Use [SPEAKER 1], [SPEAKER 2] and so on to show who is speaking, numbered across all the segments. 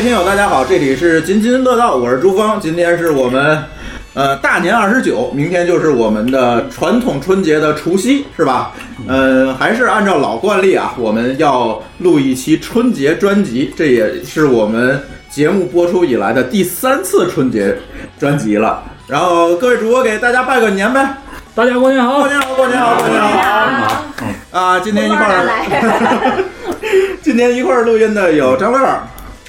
[SPEAKER 1] 听友大家好，这里是津津乐道，我是朱峰，今天是我们呃大年二十九，明天就是我们的传统春节的除夕，是吧？呃，还是按照老惯例啊，我们要录一期春节专辑，这也是我们节目播出以来的第三次春节专辑了。然后各位主播给大家拜个年呗，
[SPEAKER 2] 大家过年好
[SPEAKER 1] 过！年好，过年好，过年好啊！今天一块儿，今天一块儿录音的有张乐、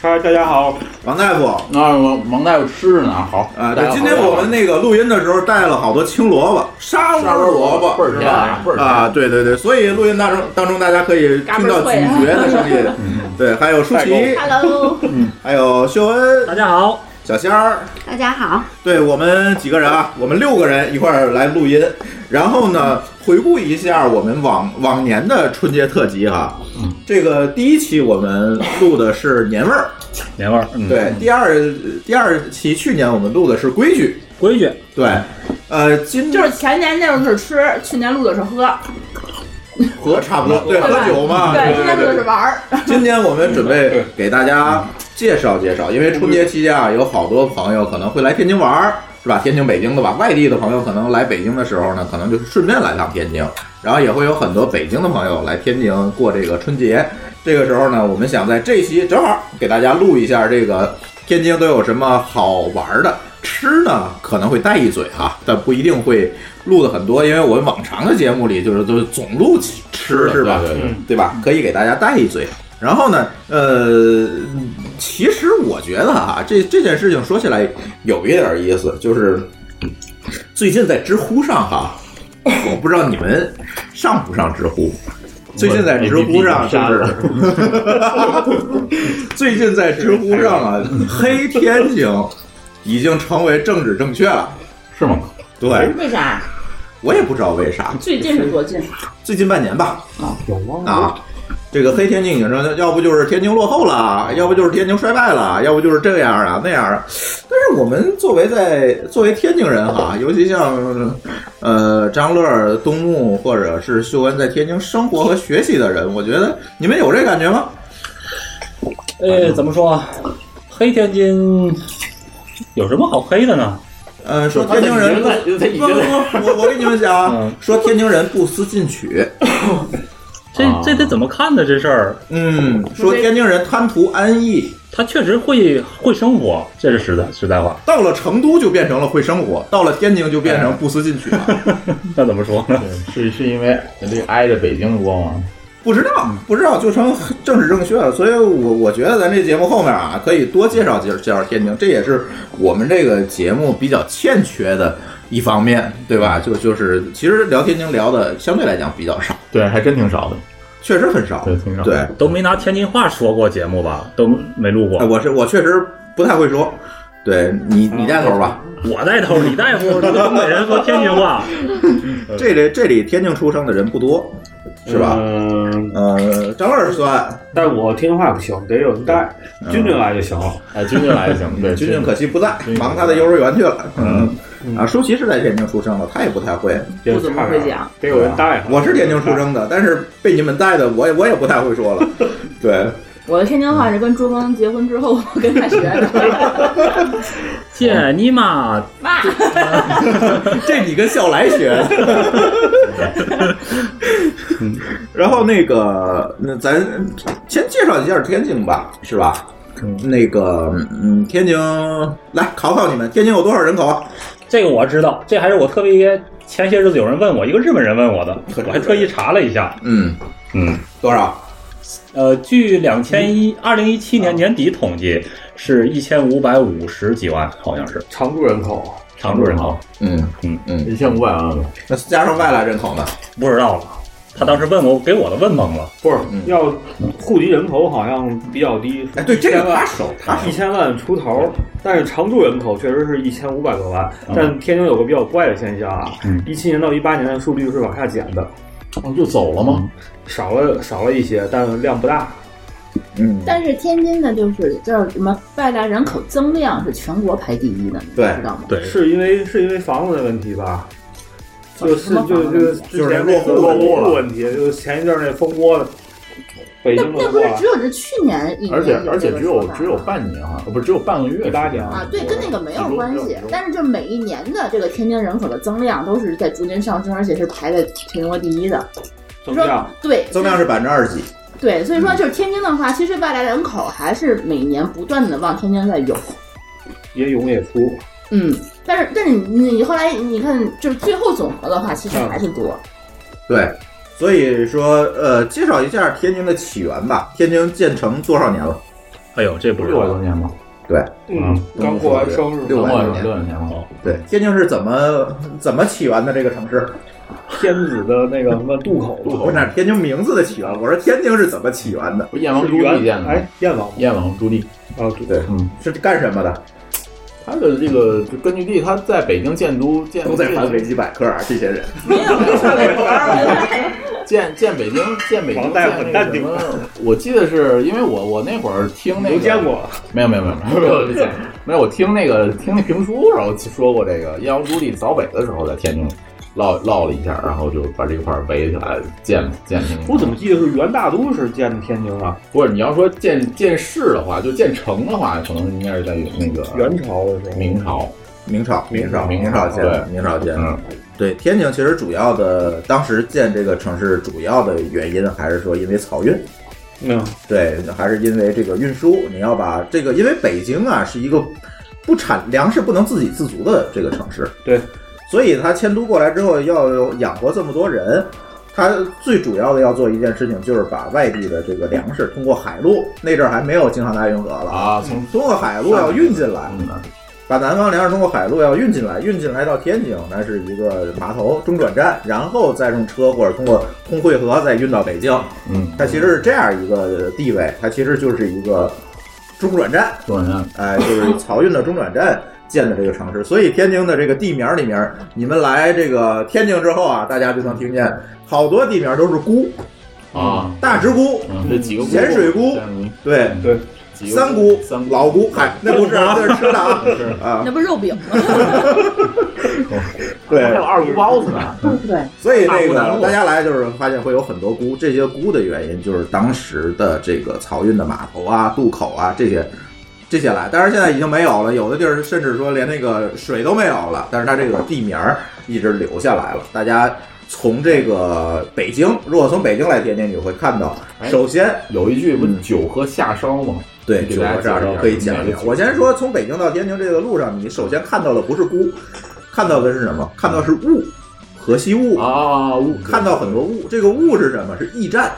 [SPEAKER 3] 嗨，大家好。
[SPEAKER 1] 王大夫。
[SPEAKER 3] 那我王大夫吃着呢，好
[SPEAKER 1] 啊，对，今天我们那个录音的时候带了好多青萝卜、沙窝萝卜，
[SPEAKER 3] 倍儿香，倍儿香。
[SPEAKER 1] 啊，对对对，所以录音当中当中大家可以听到咀嚼的声音，对，还有舒淇，
[SPEAKER 4] Hello，
[SPEAKER 1] 还有秀恩、
[SPEAKER 2] 大家好，
[SPEAKER 1] 小仙儿，
[SPEAKER 4] 大家好。
[SPEAKER 1] 对我们几个人啊，我们六个人一块儿来录音，然后呢，回顾一下我们往往年的春节特辑哈、这个第一期我们录的是年味儿，
[SPEAKER 2] 年味儿，嗯，
[SPEAKER 1] 对，第二第二期去年我们录的是规矩，
[SPEAKER 2] 规矩，
[SPEAKER 1] 对，呃，今
[SPEAKER 5] 就是前年那时候是吃，去年录的是喝，
[SPEAKER 1] 和差不多，对，喝酒嘛，
[SPEAKER 5] 对，今年录的
[SPEAKER 1] 对
[SPEAKER 5] 是
[SPEAKER 1] 对。
[SPEAKER 5] 玩儿。
[SPEAKER 1] 今天我们准备给大家介绍介绍，因为春节期间啊，有好多朋友可能会来天津玩儿，是吧？天津、北京的吧，外地的朋友可能来北京的时候呢，可能就顺便来趟天津，然后也会有很多北京的朋友来天津过这个春节。这个时候呢，我们想在这期正好给大家录一下这个天津都有什么好玩儿的。吃呢可能会带一嘴哈、但不一定会录的很多，因为我们往常的节目里就是都总录吃是吧？
[SPEAKER 3] 对对对
[SPEAKER 1] 对吧？可以给大家带一嘴。然后呢，呃，其实我觉得啊，这这件事情说起来有一点意思，就是最近在知乎上 哈，我不知道你们上不上知乎。最近在知乎上就是 最近在知乎上啊，黑天津已经成为政治正确了。
[SPEAKER 3] 是吗？
[SPEAKER 1] 对，
[SPEAKER 5] 为啥？
[SPEAKER 1] 我也不知道为啥，
[SPEAKER 5] 最近是多近？
[SPEAKER 1] 最近半年吧，啊，这个黑天津已经说，要不就是天津落后了，要不就是天津衰败了，要不就是这样啊那样啊。但是我们作为在作为天津人哈，尤其像呃张乐、东木或者是秀恩在天津生活和学习的人，我觉得你们有这感觉吗？
[SPEAKER 3] 哎
[SPEAKER 2] 呃，怎么说啊？黑天津有什么好黑的呢？
[SPEAKER 1] 呃，说天津人不
[SPEAKER 3] 他已经在已
[SPEAKER 5] 嗯
[SPEAKER 1] 不不
[SPEAKER 3] 经在
[SPEAKER 1] 不，我我给你们讲啊
[SPEAKER 2] 嗯，
[SPEAKER 1] 说天津人不思进取，
[SPEAKER 2] 这
[SPEAKER 3] 啊
[SPEAKER 2] 这得怎么看呢？这事儿，
[SPEAKER 1] 嗯，说天津人贪图安逸，
[SPEAKER 2] 他确实会会生活，这是实在实在话。
[SPEAKER 1] 到了成都就变成了会生活，到了天津就变成不思进取了。
[SPEAKER 2] 那怎么说呢？
[SPEAKER 3] 是是因为这个挨着北京多吗？
[SPEAKER 1] 不知道，不知道就成政治正确了。所以我我觉得咱这节目后面啊，可以多介绍介绍介绍天津，这也是我们这个节目比较欠缺的一方面，对吧？就就是其实聊天津聊的相对来讲比较少，
[SPEAKER 3] 对，还真挺少的。
[SPEAKER 1] 确实很少
[SPEAKER 3] 对，。挺少。
[SPEAKER 1] 对，，
[SPEAKER 2] 都没拿天津话说过节目吧？都没录
[SPEAKER 1] 哎
[SPEAKER 2] 过。
[SPEAKER 1] 我是我确实不太会说。对你，你带头吧。
[SPEAKER 2] 我带头，你带头，东北人说天津话，
[SPEAKER 1] 这里这里天津出生的人不多，是吧？
[SPEAKER 6] 嗯，
[SPEAKER 1] 呃，张二算，
[SPEAKER 6] 但我听话不行，得有人带，
[SPEAKER 1] 嗯
[SPEAKER 6] 军军来就行了。
[SPEAKER 3] 哎，军军来就行。对，
[SPEAKER 1] 君君可惜不在
[SPEAKER 3] 君，君
[SPEAKER 1] 忙他的幼儿园去了。嗯
[SPEAKER 6] 嗯
[SPEAKER 1] 啊，舒淇是在天津出生的，她也不太会。
[SPEAKER 5] 不怎么会讲，
[SPEAKER 6] 得有人带。
[SPEAKER 1] 我是天津出，生的，但是被你们带的，我也我也不太会说 了。对，
[SPEAKER 5] 我的天津话是跟朱峰结婚之后我跟他学的。
[SPEAKER 2] 姐你妈！
[SPEAKER 5] 妈，
[SPEAKER 1] 这你跟笑来学的。 然后那个，那咱先介绍一下天津吧，是吧？那个，嗯，天津，来考考你们，天津有多少人口啊？
[SPEAKER 2] 这个我知道，这还是我特别前些日子有人问我，一个日本人问我的，我还特意查了一下。
[SPEAKER 1] 嗯，
[SPEAKER 2] 嗯，
[SPEAKER 1] 多少？
[SPEAKER 2] 呃，据两千一二零一七年年底统计，是一千五百五十几万，好像是
[SPEAKER 6] 常住人口，啊
[SPEAKER 2] 常住人口，
[SPEAKER 1] 嗯
[SPEAKER 2] 嗯
[SPEAKER 1] 嗯，
[SPEAKER 3] 一千五百万啊吧。
[SPEAKER 1] 那加上外来人口呢？
[SPEAKER 2] 不知道了。他当时问我，给我的问懵了。
[SPEAKER 6] 不是
[SPEAKER 1] 嗯
[SPEAKER 6] 要户籍人口好像比较低，
[SPEAKER 1] 哎，对，这
[SPEAKER 6] 一
[SPEAKER 1] 个
[SPEAKER 6] 千万
[SPEAKER 1] 拿手，拿手
[SPEAKER 6] 一千万出头，但是常住人口确实是一千五百多万。
[SPEAKER 1] 嗯
[SPEAKER 6] 但天津有个比较怪的现象啊
[SPEAKER 2] 嗯，
[SPEAKER 6] 一七年到一八年的数据是往下减的，嗯
[SPEAKER 3] 哦，就走了吗？
[SPEAKER 6] 少了少了一些，但量不大。
[SPEAKER 1] 嗯，
[SPEAKER 5] 但是天津的就是叫什么外来人口增量是全国排第一的，你
[SPEAKER 1] 对
[SPEAKER 5] 知道吗？
[SPEAKER 2] 对，
[SPEAKER 6] 是因为是因为房子的问题吧？就是
[SPEAKER 5] 什么
[SPEAKER 6] 就
[SPEAKER 5] 房子
[SPEAKER 6] 就之前那个
[SPEAKER 1] 就是落户了
[SPEAKER 6] 落户问题，就是前一阵儿那蜂窝的北
[SPEAKER 5] 那
[SPEAKER 6] 京
[SPEAKER 5] 并
[SPEAKER 6] 的
[SPEAKER 5] 不是
[SPEAKER 6] 话
[SPEAKER 5] 只，有是去年一年
[SPEAKER 3] 而且
[SPEAKER 5] 有
[SPEAKER 3] 而
[SPEAKER 5] 这
[SPEAKER 3] 且
[SPEAKER 5] 个
[SPEAKER 3] 只有
[SPEAKER 5] 说法
[SPEAKER 3] 只有半年啊，不是只有半个月时间，
[SPEAKER 6] 18年
[SPEAKER 5] 啊，对，跟那个没有关系
[SPEAKER 3] 集中。
[SPEAKER 5] 但是这每一年的这个天津人口的增量都是在逐年上升，而且是排在全国第一的。
[SPEAKER 6] 怎么样？
[SPEAKER 5] 对，
[SPEAKER 1] 增量是百分之二十几，
[SPEAKER 5] 对，所以
[SPEAKER 3] 嗯
[SPEAKER 5] 说就是天津的话，其实外来人口还是每年不断的往天津在涌。
[SPEAKER 6] 也涌也出，
[SPEAKER 5] 嗯，但是但是你你后来你看，就是最后总和的
[SPEAKER 3] 嗯
[SPEAKER 5] 话，其实还是多。
[SPEAKER 1] 对。所以说，呃，介绍一下天津的起源吧。天津建成多少年了？
[SPEAKER 2] 哎呦，这
[SPEAKER 3] 不
[SPEAKER 2] 不
[SPEAKER 3] 是
[SPEAKER 2] 是
[SPEAKER 3] 六百多年吗？
[SPEAKER 6] 嗯，刚过完生日，
[SPEAKER 1] 六百
[SPEAKER 3] 六
[SPEAKER 1] 多
[SPEAKER 3] 百
[SPEAKER 1] 年
[SPEAKER 3] 六百年吗？
[SPEAKER 1] 对，天津是怎么怎么起源的这个城市？
[SPEAKER 6] 天子的那个什么渡口，
[SPEAKER 1] 我哪天津名字的起源？我说天津是怎么起源的？
[SPEAKER 3] 不是燕王
[SPEAKER 6] 是
[SPEAKER 3] 朱棣建
[SPEAKER 6] 元
[SPEAKER 3] 的吗
[SPEAKER 6] 哎，燕王
[SPEAKER 3] 燕王朱棣，
[SPEAKER 6] 啊，
[SPEAKER 1] 对
[SPEAKER 3] 嗯，
[SPEAKER 1] 是干什么的？
[SPEAKER 3] 他的这个就根据地，他在北京建都建
[SPEAKER 1] 都在翻维基百科啊，这些人。
[SPEAKER 5] 没有没有上过班儿，
[SPEAKER 3] 建建北京建北京
[SPEAKER 6] 王大夫很淡定
[SPEAKER 3] 建那个什么我记得是因为我我那会儿听那
[SPEAKER 6] 没
[SPEAKER 3] 个
[SPEAKER 6] 见过，
[SPEAKER 3] 没有没有没有没有没有没有没有，我听那个听那评书，然后说过这个燕王朱棣扫北的时候，在天津唠唠了一下，然后就把这块儿围起来建建天津。
[SPEAKER 6] 我怎么记得是元大都是建的天津啊？
[SPEAKER 3] 不是你要说建建市的话，就建城的话，可能应该是在那个
[SPEAKER 6] 元朝的时候，
[SPEAKER 3] 明朝。
[SPEAKER 1] 明朝，
[SPEAKER 3] 明
[SPEAKER 1] 朝，
[SPEAKER 3] 朝
[SPEAKER 1] 明朝建的，
[SPEAKER 3] 对
[SPEAKER 1] 明朝建的。
[SPEAKER 3] 嗯，
[SPEAKER 1] 对，天津其实主要的，当时建这个城市主要的原因还是说因为漕运，
[SPEAKER 6] 嗯，
[SPEAKER 1] 对，还是因为这个运输，你要把这个，因为北京啊是一个不产粮食不能自给自足的这个城市，
[SPEAKER 6] 对，
[SPEAKER 1] 所以他迁都过来之后要养活这么多人，他最主要的要做一件事情就是把外地的这个粮食通过海路，那阵儿还没有京杭大运河了，
[SPEAKER 3] 啊，从
[SPEAKER 1] 通过海路要运进来，
[SPEAKER 3] 嗯
[SPEAKER 1] 把南方粮食通过海路要运进来，运进来到天津，那是一个码头中转站，然后再用车或者通过通惠河再运到北京。
[SPEAKER 3] 嗯，
[SPEAKER 1] 它其实是这样一个地位，它其实就是一个中转站，
[SPEAKER 3] 中转站
[SPEAKER 1] 哎、 就是漕运的中转站建的这个城市。所以天津的这个地名里面，你们来这个天津之后啊，大家就能听见好多地名都是姑，
[SPEAKER 3] 啊，
[SPEAKER 1] 大直姑，
[SPEAKER 3] 嗯，这几个嗯
[SPEAKER 1] 咸水菇对。
[SPEAKER 6] 对，
[SPEAKER 3] 几个
[SPEAKER 1] 三姑、
[SPEAKER 3] 三姑
[SPEAKER 1] 老姑，嗨，那不是 啊，那是吃的啊，
[SPEAKER 3] 是
[SPEAKER 1] 啊，
[SPEAKER 5] 那不是肉饼吗？
[SPEAKER 1] 对
[SPEAKER 3] 还有，二姑包子呢，
[SPEAKER 5] 对，
[SPEAKER 1] 所以那
[SPEAKER 3] 大
[SPEAKER 1] 个
[SPEAKER 3] 沽大
[SPEAKER 1] 大家来就是发现会有很多菇，这些菇的原因就是当时的这个漕运的码头啊、渡口啊这些这些来，当然现在已经没有了，有的地儿甚至说连那个水都没有了，但是它这个地名儿一直留下来了。大家从这个北京，如果从北京来天津，你会看到，
[SPEAKER 3] 哎
[SPEAKER 1] 首先
[SPEAKER 3] 有一句不
[SPEAKER 1] 嗯
[SPEAKER 3] 酒喝下梢吗？
[SPEAKER 1] 对，
[SPEAKER 3] 给
[SPEAKER 1] 酒
[SPEAKER 3] 大家
[SPEAKER 1] 和炸
[SPEAKER 3] 介绍
[SPEAKER 1] 烧
[SPEAKER 3] 一下
[SPEAKER 1] 可以讲
[SPEAKER 3] 哪
[SPEAKER 1] 一
[SPEAKER 3] 个
[SPEAKER 1] 讲。
[SPEAKER 3] 酒
[SPEAKER 1] 我先说，从北京到天津这个路上，你首先看到的不是菇，看到的是什么？看到是雾，河西雾
[SPEAKER 3] 啊，我
[SPEAKER 1] 看到很多雾，这个雾是什么？是驿站。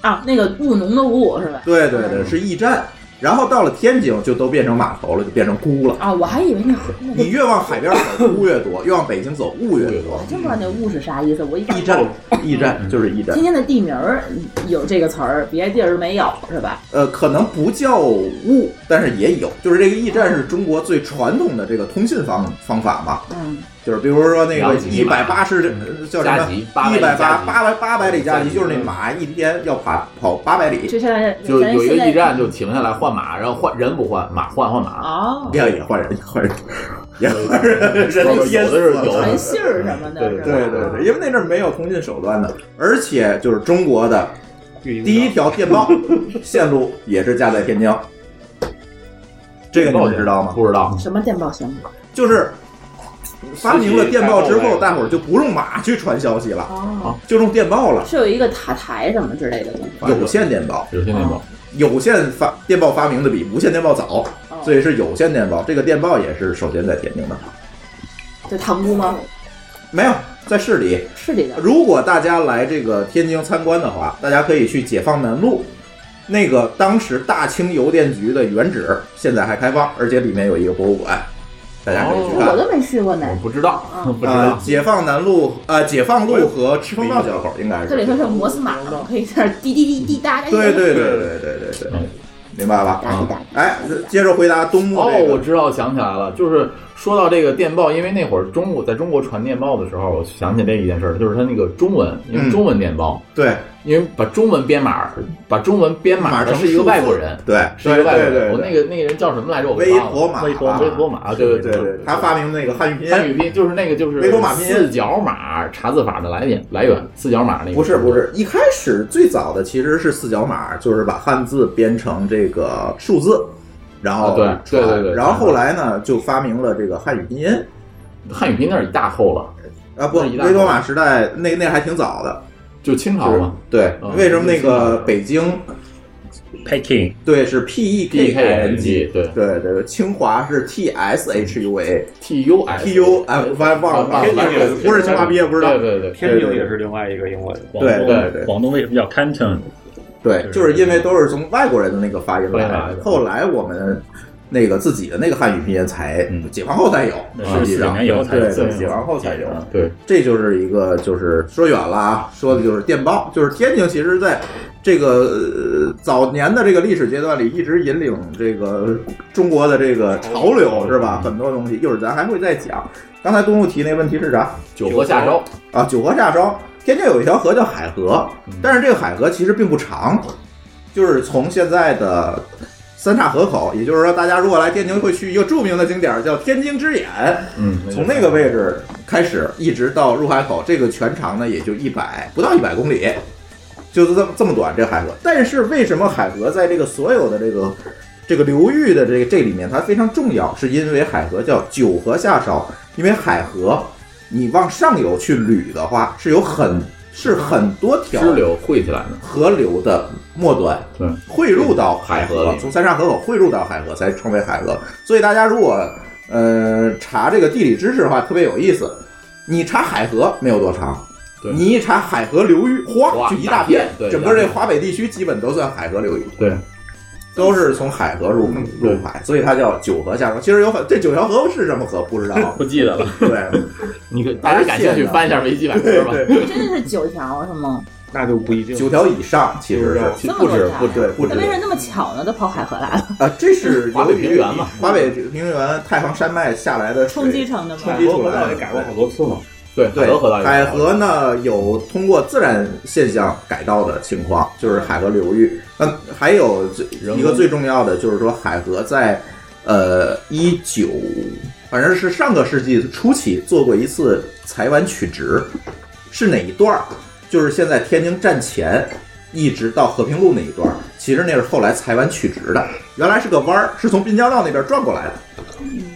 [SPEAKER 5] 啊，那个务农的务是吧？
[SPEAKER 1] 对对对，是驿站。然后到了天津就都变成码头了，就变成姑了。
[SPEAKER 5] 啊，我还以为那河那
[SPEAKER 1] 你
[SPEAKER 5] 个，
[SPEAKER 1] 越往海边走，雾越多；越往北京走，雾越多嗯
[SPEAKER 5] 我。真不知道那务是啥意思。我一看
[SPEAKER 1] 驿站，驿站就是驿站
[SPEAKER 5] 今。天的地名儿有这个词儿，别的地儿没有是吧？
[SPEAKER 1] 呃，可能不叫雾，但是也有。就是这个驿站是中国最传统的这个通信方方法嘛，
[SPEAKER 5] 嗯，
[SPEAKER 1] 就是比如说那
[SPEAKER 3] 然后
[SPEAKER 1] 个
[SPEAKER 3] 几匹
[SPEAKER 1] 一
[SPEAKER 3] 马
[SPEAKER 1] 百八十叫什
[SPEAKER 3] 加
[SPEAKER 1] 么？
[SPEAKER 3] 急八
[SPEAKER 1] 一百八
[SPEAKER 3] 加急
[SPEAKER 1] 八百八百里加急，
[SPEAKER 3] 加急
[SPEAKER 1] 就是那马一天要跑跑八百里，
[SPEAKER 5] 就现在
[SPEAKER 3] 就
[SPEAKER 5] 咱
[SPEAKER 3] 有一
[SPEAKER 5] 现
[SPEAKER 3] 个
[SPEAKER 5] 在
[SPEAKER 3] 驿站就停下来换马，然后换人不换，马换换马。
[SPEAKER 5] 哦，
[SPEAKER 1] 要也换人，也换人，也换人。
[SPEAKER 3] 人
[SPEAKER 1] 人都淹
[SPEAKER 3] 有
[SPEAKER 1] 死
[SPEAKER 3] 的是
[SPEAKER 1] 了
[SPEAKER 3] 有
[SPEAKER 5] 传
[SPEAKER 3] 的
[SPEAKER 5] 信儿什么的，
[SPEAKER 3] 对
[SPEAKER 5] 是吧
[SPEAKER 1] 对对对，因为那阵儿没有通信手段的，而且就是中国的
[SPEAKER 6] 第
[SPEAKER 1] 第一条电报线路也是架在天津，这个你们知道吗？
[SPEAKER 3] 不知道。
[SPEAKER 5] 什么电报行
[SPEAKER 1] 就是发明了电报之
[SPEAKER 6] 司
[SPEAKER 1] 后，
[SPEAKER 6] 机开报来
[SPEAKER 1] 大伙儿就不用马去传消息了，
[SPEAKER 5] 哦，
[SPEAKER 1] 就用电报
[SPEAKER 3] 啊
[SPEAKER 1] 了。
[SPEAKER 5] 是有一个塔台什么之类的东西。
[SPEAKER 1] 有线电报，
[SPEAKER 3] 有些那种
[SPEAKER 5] 嗯
[SPEAKER 1] 有线发电报发明的比无线电报早，
[SPEAKER 5] 哦
[SPEAKER 1] 所以是有线电报。这个电报也是首先在天津的，
[SPEAKER 5] 这塘沽吗？
[SPEAKER 1] 没有在市里。
[SPEAKER 5] 是这个。
[SPEAKER 1] 如果大家来这个天津参观的话，大家可以去解放南路，那个当时大清邮电局的原址现在还开放，而且里面有一个博物馆，大家可以去看。
[SPEAKER 5] 我都没去过呢
[SPEAKER 3] 我。不知道，
[SPEAKER 5] 嗯
[SPEAKER 3] 不知
[SPEAKER 1] 呃
[SPEAKER 3] 道，。
[SPEAKER 1] 解放南路呃，解放路和赤峰道交口应该是。
[SPEAKER 5] 这里头是摩斯码嘛，可以在那儿滴滴滴滴答。
[SPEAKER 1] 对对对对对对对，
[SPEAKER 3] 嗯
[SPEAKER 1] 明白吧？
[SPEAKER 5] 答一答。
[SPEAKER 1] 哎，接着回答东木
[SPEAKER 3] 哦
[SPEAKER 1] 这，
[SPEAKER 3] 我
[SPEAKER 1] 个。
[SPEAKER 3] 知道，想起来了，就是说到这个电报，因为那会儿中国在中国传电报的时候，我想起这一件事儿，就是它那个中文，因
[SPEAKER 1] 嗯
[SPEAKER 3] 为中文电报，
[SPEAKER 1] 对
[SPEAKER 3] 因为把中文编码，把中文编码的是一个外国人，
[SPEAKER 1] 对
[SPEAKER 3] 是一
[SPEAKER 1] 对
[SPEAKER 3] 个外国
[SPEAKER 1] 对对，
[SPEAKER 3] 人。我那个那个人叫什么来着？我
[SPEAKER 1] 微
[SPEAKER 3] 忘了
[SPEAKER 1] 博码，
[SPEAKER 3] 微博微博码，
[SPEAKER 1] 对
[SPEAKER 3] 对对
[SPEAKER 1] 对，他发明那个汉语拼
[SPEAKER 3] 汉
[SPEAKER 1] 音，
[SPEAKER 3] 语拼就是那个就是
[SPEAKER 1] 微博码拼音
[SPEAKER 3] 四角码查字法的来源来源，四角码那个
[SPEAKER 1] 不是不是，一开始最早的其实是四角码，就是把汉字编成这个数字。然后
[SPEAKER 3] 啊对对
[SPEAKER 1] 传
[SPEAKER 3] 对对
[SPEAKER 1] 然后后来呢，就发明了这个汉语拼音
[SPEAKER 3] 汉语拼音那是一大后了，
[SPEAKER 1] 啊，不，
[SPEAKER 3] 那一大
[SPEAKER 1] 微罗马时代那那还挺早的，
[SPEAKER 3] 就清朝
[SPEAKER 1] 就是
[SPEAKER 3] 嘛，
[SPEAKER 1] 对
[SPEAKER 3] 嗯，
[SPEAKER 1] 为什么那个北京
[SPEAKER 2] Peking
[SPEAKER 1] 对是 P E
[SPEAKER 3] D
[SPEAKER 1] K
[SPEAKER 3] K N G 对
[SPEAKER 1] 对对，对，清华是 T S H U A
[SPEAKER 3] T U S
[SPEAKER 1] T U 哎，忘忘了，
[SPEAKER 3] 忘了
[SPEAKER 1] 不是清华毕业不知道
[SPEAKER 3] 对。对对，
[SPEAKER 6] 天津也是另外一个英文。
[SPEAKER 2] 广东
[SPEAKER 1] 对对
[SPEAKER 2] 广东为什么叫 Canton？
[SPEAKER 1] 对，就是因为都是从外国人的那个发音来
[SPEAKER 3] 对
[SPEAKER 1] 的。后来我们那个自己的那个汉语拼音才
[SPEAKER 2] 嗯
[SPEAKER 1] 解放后才有，
[SPEAKER 2] 那是
[SPEAKER 1] 实际
[SPEAKER 2] 四九
[SPEAKER 1] 上
[SPEAKER 2] 年以后才
[SPEAKER 1] 对
[SPEAKER 3] 才
[SPEAKER 1] 对
[SPEAKER 3] 有，嗯
[SPEAKER 1] 解放后才有。
[SPEAKER 2] 啊
[SPEAKER 3] 对
[SPEAKER 1] 这就是一个，就是说远了啊，说的就是电报，就是天津，其实在这个、呃早年的这个历史阶段里，一直引领这个中国的这个潮流，是吧？很多东西，一会儿咱还会再讲。刚才东木提那问题是啥
[SPEAKER 3] 九河下梢，
[SPEAKER 1] 啊？九河下梢，天津有一条河叫海河
[SPEAKER 3] 嗯，
[SPEAKER 1] 但是这个海河其实并不长，就是从现在的。三岔河口，也就是说，大家如果来天津，会去一个著名的景点儿叫天津之眼，
[SPEAKER 3] 嗯，
[SPEAKER 1] 从那个位置开始，一直到入海口，这个全长呢也就一百不到一百公里，就是这么这么短这海河。但是为什么海河在这个所有的这个这个流域的这个这里面它非常重要？是因为海河叫九河下梢，因为海河你往上游去捋的话，是有很是很多条
[SPEAKER 3] 支流汇起来的，
[SPEAKER 1] 河流的末端，
[SPEAKER 3] 对，
[SPEAKER 1] 汇入到海
[SPEAKER 3] 海河
[SPEAKER 1] 河
[SPEAKER 3] 里，
[SPEAKER 1] 从三岔河口汇入到海河，才称为海河。所以大家如果呃查这个地理知识的话，特别有意思。你查海河没有多长
[SPEAKER 3] 对，
[SPEAKER 1] 你一查海河流域，
[SPEAKER 3] 哗
[SPEAKER 1] 哗，就一大片
[SPEAKER 3] 对。
[SPEAKER 1] 整个这华北地区基本都算海河流域，
[SPEAKER 3] 对，
[SPEAKER 1] 都是从海河入
[SPEAKER 3] 对
[SPEAKER 1] 入海，所以它叫九河下梢。其实有很这九条河是什么河不 知道，
[SPEAKER 2] 不记得了，
[SPEAKER 1] 对，
[SPEAKER 3] 你可大家感兴趣翻一下维基百科吧，
[SPEAKER 5] 真的是九条是吗？
[SPEAKER 6] 那就不一定。
[SPEAKER 1] 九条以上其实是
[SPEAKER 5] 这么
[SPEAKER 3] 不止
[SPEAKER 5] 多家
[SPEAKER 3] 不
[SPEAKER 1] 对
[SPEAKER 3] 止
[SPEAKER 1] 不
[SPEAKER 5] 那
[SPEAKER 1] 止
[SPEAKER 5] 为什么那么巧呢？都跑海河来了，
[SPEAKER 1] 啊，这是
[SPEAKER 3] 华北平原嘛，
[SPEAKER 1] 华北平原太行山脉下来的水
[SPEAKER 5] 冲击成的吗？
[SPEAKER 1] 冲击
[SPEAKER 6] 海河河道也改过好多次嘛，
[SPEAKER 3] 对
[SPEAKER 1] 对
[SPEAKER 3] 海河河道，
[SPEAKER 1] 海河呢有通过自然现象改道的情况，就是海河流域。那还有这
[SPEAKER 3] 工
[SPEAKER 1] 一个最重要的就是说，海河在呃一九，反正是上个世纪初期做过一次裁湾取直，是哪一段儿？就是现在天津站前一直到和平路那一段儿，其实那是后来裁湾取直的，原来是个弯儿，是从滨江道那边转过来的。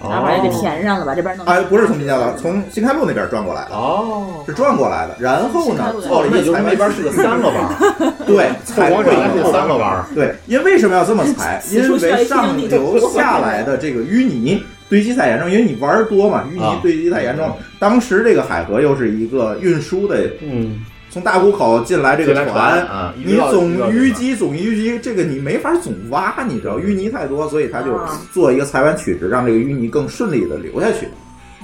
[SPEAKER 3] 哦
[SPEAKER 5] 那玩意儿给填上了吧？这边弄
[SPEAKER 1] 哎，不是从滨江道，从新开路那边转过来的。
[SPEAKER 3] 哦，
[SPEAKER 1] 是转过来的，然后呢，做了一
[SPEAKER 3] 那
[SPEAKER 1] 个裁湾
[SPEAKER 3] 也就是那边是个三个 弯儿，
[SPEAKER 1] 对， 踩过
[SPEAKER 3] 广
[SPEAKER 1] 一
[SPEAKER 3] 场是
[SPEAKER 1] 个
[SPEAKER 3] 三个弯儿，
[SPEAKER 1] 对，因为什么要这么踩？因为上流下来的这个淤泥堆积太严重，因为你玩儿多嘛，淤
[SPEAKER 3] 啊
[SPEAKER 1] 泥堆积太严重。当时这个海河又是一个运输的，
[SPEAKER 6] 嗯，
[SPEAKER 1] 从大沽口进来这个
[SPEAKER 3] 来
[SPEAKER 1] 船，
[SPEAKER 3] 啊，一
[SPEAKER 1] 你
[SPEAKER 3] 直到
[SPEAKER 1] 总
[SPEAKER 3] 一直到
[SPEAKER 1] 淤积，总淤积，这个你没法总挖，你知
[SPEAKER 3] 嗯
[SPEAKER 1] 道淤泥太多，所以他就
[SPEAKER 5] 啊
[SPEAKER 1] 做一个裁湾取直，让这个淤泥更顺利的流下去，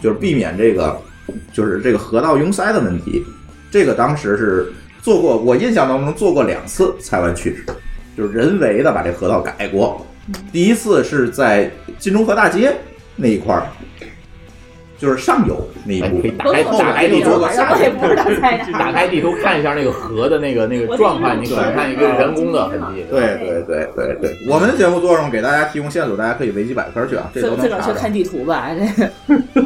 [SPEAKER 1] 就是避免这个就是这个河道拥塞的问题。这个当时是做过，我印象当中做过两次裁湾取直，就是人为的把这河道改过。第一次是在金钟河大街那一块儿，就是上游那一
[SPEAKER 3] 哎
[SPEAKER 1] 部
[SPEAKER 3] 可以
[SPEAKER 1] 分。
[SPEAKER 3] 打开打开地
[SPEAKER 1] 你
[SPEAKER 3] 图
[SPEAKER 1] 做
[SPEAKER 5] 我
[SPEAKER 1] 个下
[SPEAKER 5] 也不知道在哪。
[SPEAKER 3] 打开地图看一下那个河的那个那个状态，你可能看一个人工的痕迹。
[SPEAKER 1] 对对对对对，我们的节目作用给大家提供线索，大家可以维基百科去啊，这
[SPEAKER 5] 自
[SPEAKER 1] 都
[SPEAKER 5] 自
[SPEAKER 1] 能
[SPEAKER 5] 个儿
[SPEAKER 1] 查
[SPEAKER 5] 去看
[SPEAKER 1] 着。
[SPEAKER 5] 地图吧，这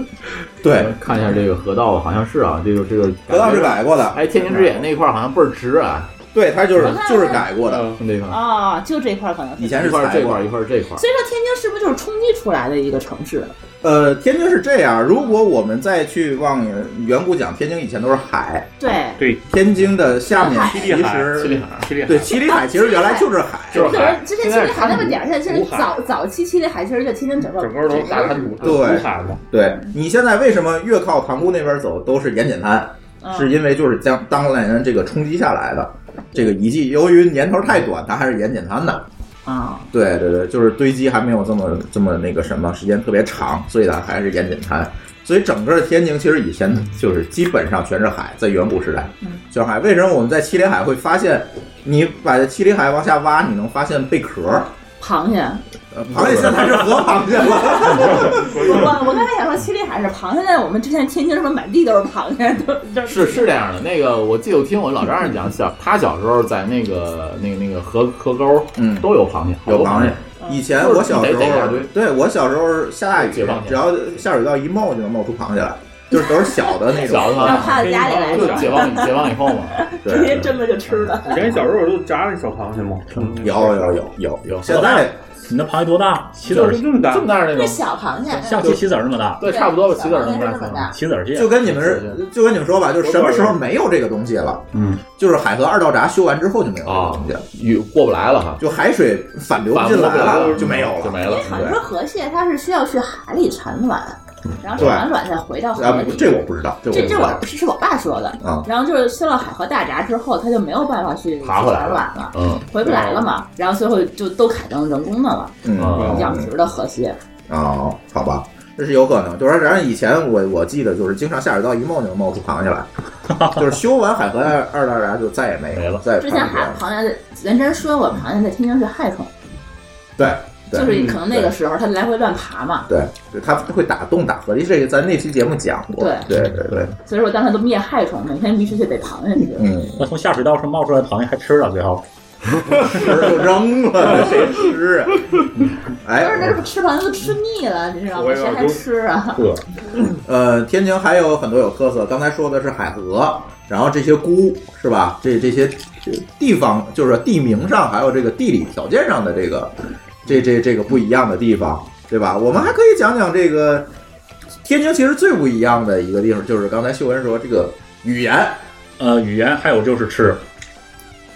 [SPEAKER 1] 对，
[SPEAKER 3] 看一下这个河道，好像是啊，这个这个
[SPEAKER 1] 河道是。改过的，
[SPEAKER 3] 哎，天津之眼那块儿好像倍儿直啊，
[SPEAKER 1] 对，它就是
[SPEAKER 5] 我看
[SPEAKER 1] 就是改过的，
[SPEAKER 3] 这块儿
[SPEAKER 5] 啊，就这块儿可能是
[SPEAKER 1] 以前
[SPEAKER 3] 嗯一
[SPEAKER 1] 是
[SPEAKER 3] 块儿
[SPEAKER 1] 裁
[SPEAKER 3] 这块
[SPEAKER 1] 过
[SPEAKER 3] 儿。一块儿这块儿
[SPEAKER 5] 所以说，天津是不是就是冲击出来的一个城市？
[SPEAKER 1] 呃，天津是这样，如果我们再去往远古讲，天津以前都是海，
[SPEAKER 5] 对，
[SPEAKER 1] 天津的下面
[SPEAKER 5] 海
[SPEAKER 1] 其
[SPEAKER 6] 七里海
[SPEAKER 1] 实
[SPEAKER 3] 七里海，
[SPEAKER 6] 七里海
[SPEAKER 1] 对七里海其实原来就是 海，
[SPEAKER 3] 就是海
[SPEAKER 5] 之前七里海那么点儿，现在其实早早期七里海其实就天津整个
[SPEAKER 6] 整个都是大滩涂
[SPEAKER 1] 对
[SPEAKER 6] 涂海嘛，
[SPEAKER 1] 对你现在为什么越靠塘沽那边走都是盐碱滩？
[SPEAKER 5] 嗯
[SPEAKER 1] 是因为就是将当年这个冲击下来的这个遗迹，由于年头太短，它还是盐碱滩的。
[SPEAKER 5] 啊，
[SPEAKER 1] 对对对，就是堆积还没有这么这么那个什么，时间特别长，所以它还是盐碱滩。所以整个天津其实以前就是基本上全是海，在远古时代
[SPEAKER 5] 嗯，
[SPEAKER 1] 全是海。为什么我们在七里海会发现，你把七里海往下挖，你能发现贝壳儿？
[SPEAKER 5] 螃蟹，
[SPEAKER 1] 呃
[SPEAKER 3] 嗯
[SPEAKER 1] 螃蟹现在是活螃蟹了，
[SPEAKER 5] 我我我刚才想说七里海是螃蟹，但我们之前天津什么满地都是螃蟹，都这
[SPEAKER 3] 是是这样的，那个我记得我听我老丈人讲，小他小时候在那个那个那个河河沟，
[SPEAKER 1] 嗯
[SPEAKER 3] 都有螃蟹，好
[SPEAKER 1] 有
[SPEAKER 3] 多
[SPEAKER 1] 螃
[SPEAKER 3] 螃
[SPEAKER 1] 蟹。。以前我小时
[SPEAKER 3] 就是得逮一大
[SPEAKER 1] 候
[SPEAKER 3] 堆，
[SPEAKER 1] 对我小时候下大雨，
[SPEAKER 3] 解放前
[SPEAKER 1] 只要下水道一冒就能冒出螃蟹来，就是都是小的那
[SPEAKER 3] 小
[SPEAKER 1] 种。
[SPEAKER 3] 的
[SPEAKER 5] 要
[SPEAKER 3] 螃
[SPEAKER 5] 怕到家里来
[SPEAKER 3] 蟹，就解放解放以后嘛，
[SPEAKER 5] 直
[SPEAKER 1] 对，
[SPEAKER 5] 接蒸了就吃了。
[SPEAKER 6] 以前小时候都炸那小螃蟹吗？
[SPEAKER 1] 有有有有有，现
[SPEAKER 2] 多大
[SPEAKER 1] 在
[SPEAKER 2] 你那螃蟹多大？棋子
[SPEAKER 6] 就
[SPEAKER 2] 儿
[SPEAKER 6] 是这么大
[SPEAKER 3] 这么大的那
[SPEAKER 5] 这
[SPEAKER 3] 种，
[SPEAKER 5] 小螃蟹，
[SPEAKER 2] 像棋棋子儿那么大，
[SPEAKER 3] 对，差不多吧，棋子儿那
[SPEAKER 5] 小螃蟹这
[SPEAKER 3] 么
[SPEAKER 5] 么大
[SPEAKER 3] 大。
[SPEAKER 2] 棋子儿蟹
[SPEAKER 1] 就跟你们是，就跟你们说吧，就是什么时候没有这个东西了？
[SPEAKER 6] 嗯，
[SPEAKER 1] 就是海河二道闸修完之后就没有这个东西了，
[SPEAKER 3] 雨过不来了哈，
[SPEAKER 1] 就海水反流不进来
[SPEAKER 3] 反
[SPEAKER 1] 了
[SPEAKER 3] 流
[SPEAKER 1] 就没有
[SPEAKER 3] 就
[SPEAKER 1] 了。
[SPEAKER 3] 没
[SPEAKER 5] 因
[SPEAKER 3] 了
[SPEAKER 5] 为。好像说河蟹它是需要去海里产卵，然后产完卵再回到
[SPEAKER 1] 嗯啊
[SPEAKER 5] 河，
[SPEAKER 1] 不
[SPEAKER 5] 里。
[SPEAKER 1] 这我不知道，这我不
[SPEAKER 5] 嗯
[SPEAKER 1] 知
[SPEAKER 5] 这这
[SPEAKER 1] 道
[SPEAKER 5] 我。是是我爸说的。
[SPEAKER 1] 啊
[SPEAKER 5] 然后就是修了海河大闸之后，它就没有办法去
[SPEAKER 3] 爬回来
[SPEAKER 5] 产
[SPEAKER 3] 了
[SPEAKER 5] 卵了，
[SPEAKER 3] 嗯，
[SPEAKER 5] 回不来了嘛。然后最后就都改成人工的了，
[SPEAKER 1] 嗯
[SPEAKER 3] 哦
[SPEAKER 5] 养殖的河蟹。
[SPEAKER 1] 哦，好吧，这是有可能。就是然后以前我我记得就是经常下水道一冒就能冒出螃蟹来，就是修完海河二二道闸就再也没
[SPEAKER 3] 没
[SPEAKER 1] 有
[SPEAKER 3] 了
[SPEAKER 1] 再也
[SPEAKER 5] 之
[SPEAKER 1] 看不
[SPEAKER 5] 前
[SPEAKER 1] 见
[SPEAKER 5] 海
[SPEAKER 1] 了。
[SPEAKER 5] 螃蟹，人真说过螃蟹在天津是害虫，
[SPEAKER 1] 对
[SPEAKER 5] 就
[SPEAKER 1] 嗯对
[SPEAKER 5] 是可能那个时候它来回乱爬嘛，
[SPEAKER 1] 对，就它会打洞打合力，这个咱那期节目讲过。对
[SPEAKER 5] 对
[SPEAKER 1] 对对，
[SPEAKER 5] 所以说当时都灭害虫，每天必须得逮螃蟹吃。
[SPEAKER 1] 嗯，
[SPEAKER 2] 那从下水道上冒出来的螃蟹还吃了，最后
[SPEAKER 1] 不是就扔了，谁吃 啊？哎
[SPEAKER 5] 不，是，那不吃螃蟹都吃腻了，你知道吗？谁还吃啊？
[SPEAKER 2] 呵，
[SPEAKER 1] 呃，天津还有很多有特色，刚才说的是海河，然后这些菇是吧？这这些这地方就是地名上还有这个地理条件上的这个这这这个不一样的地方，对吧？我们还可以讲讲这个天津其实最不一样的一个地方，就是刚才秀文说这个语言，
[SPEAKER 2] 呃，语言还有就是吃，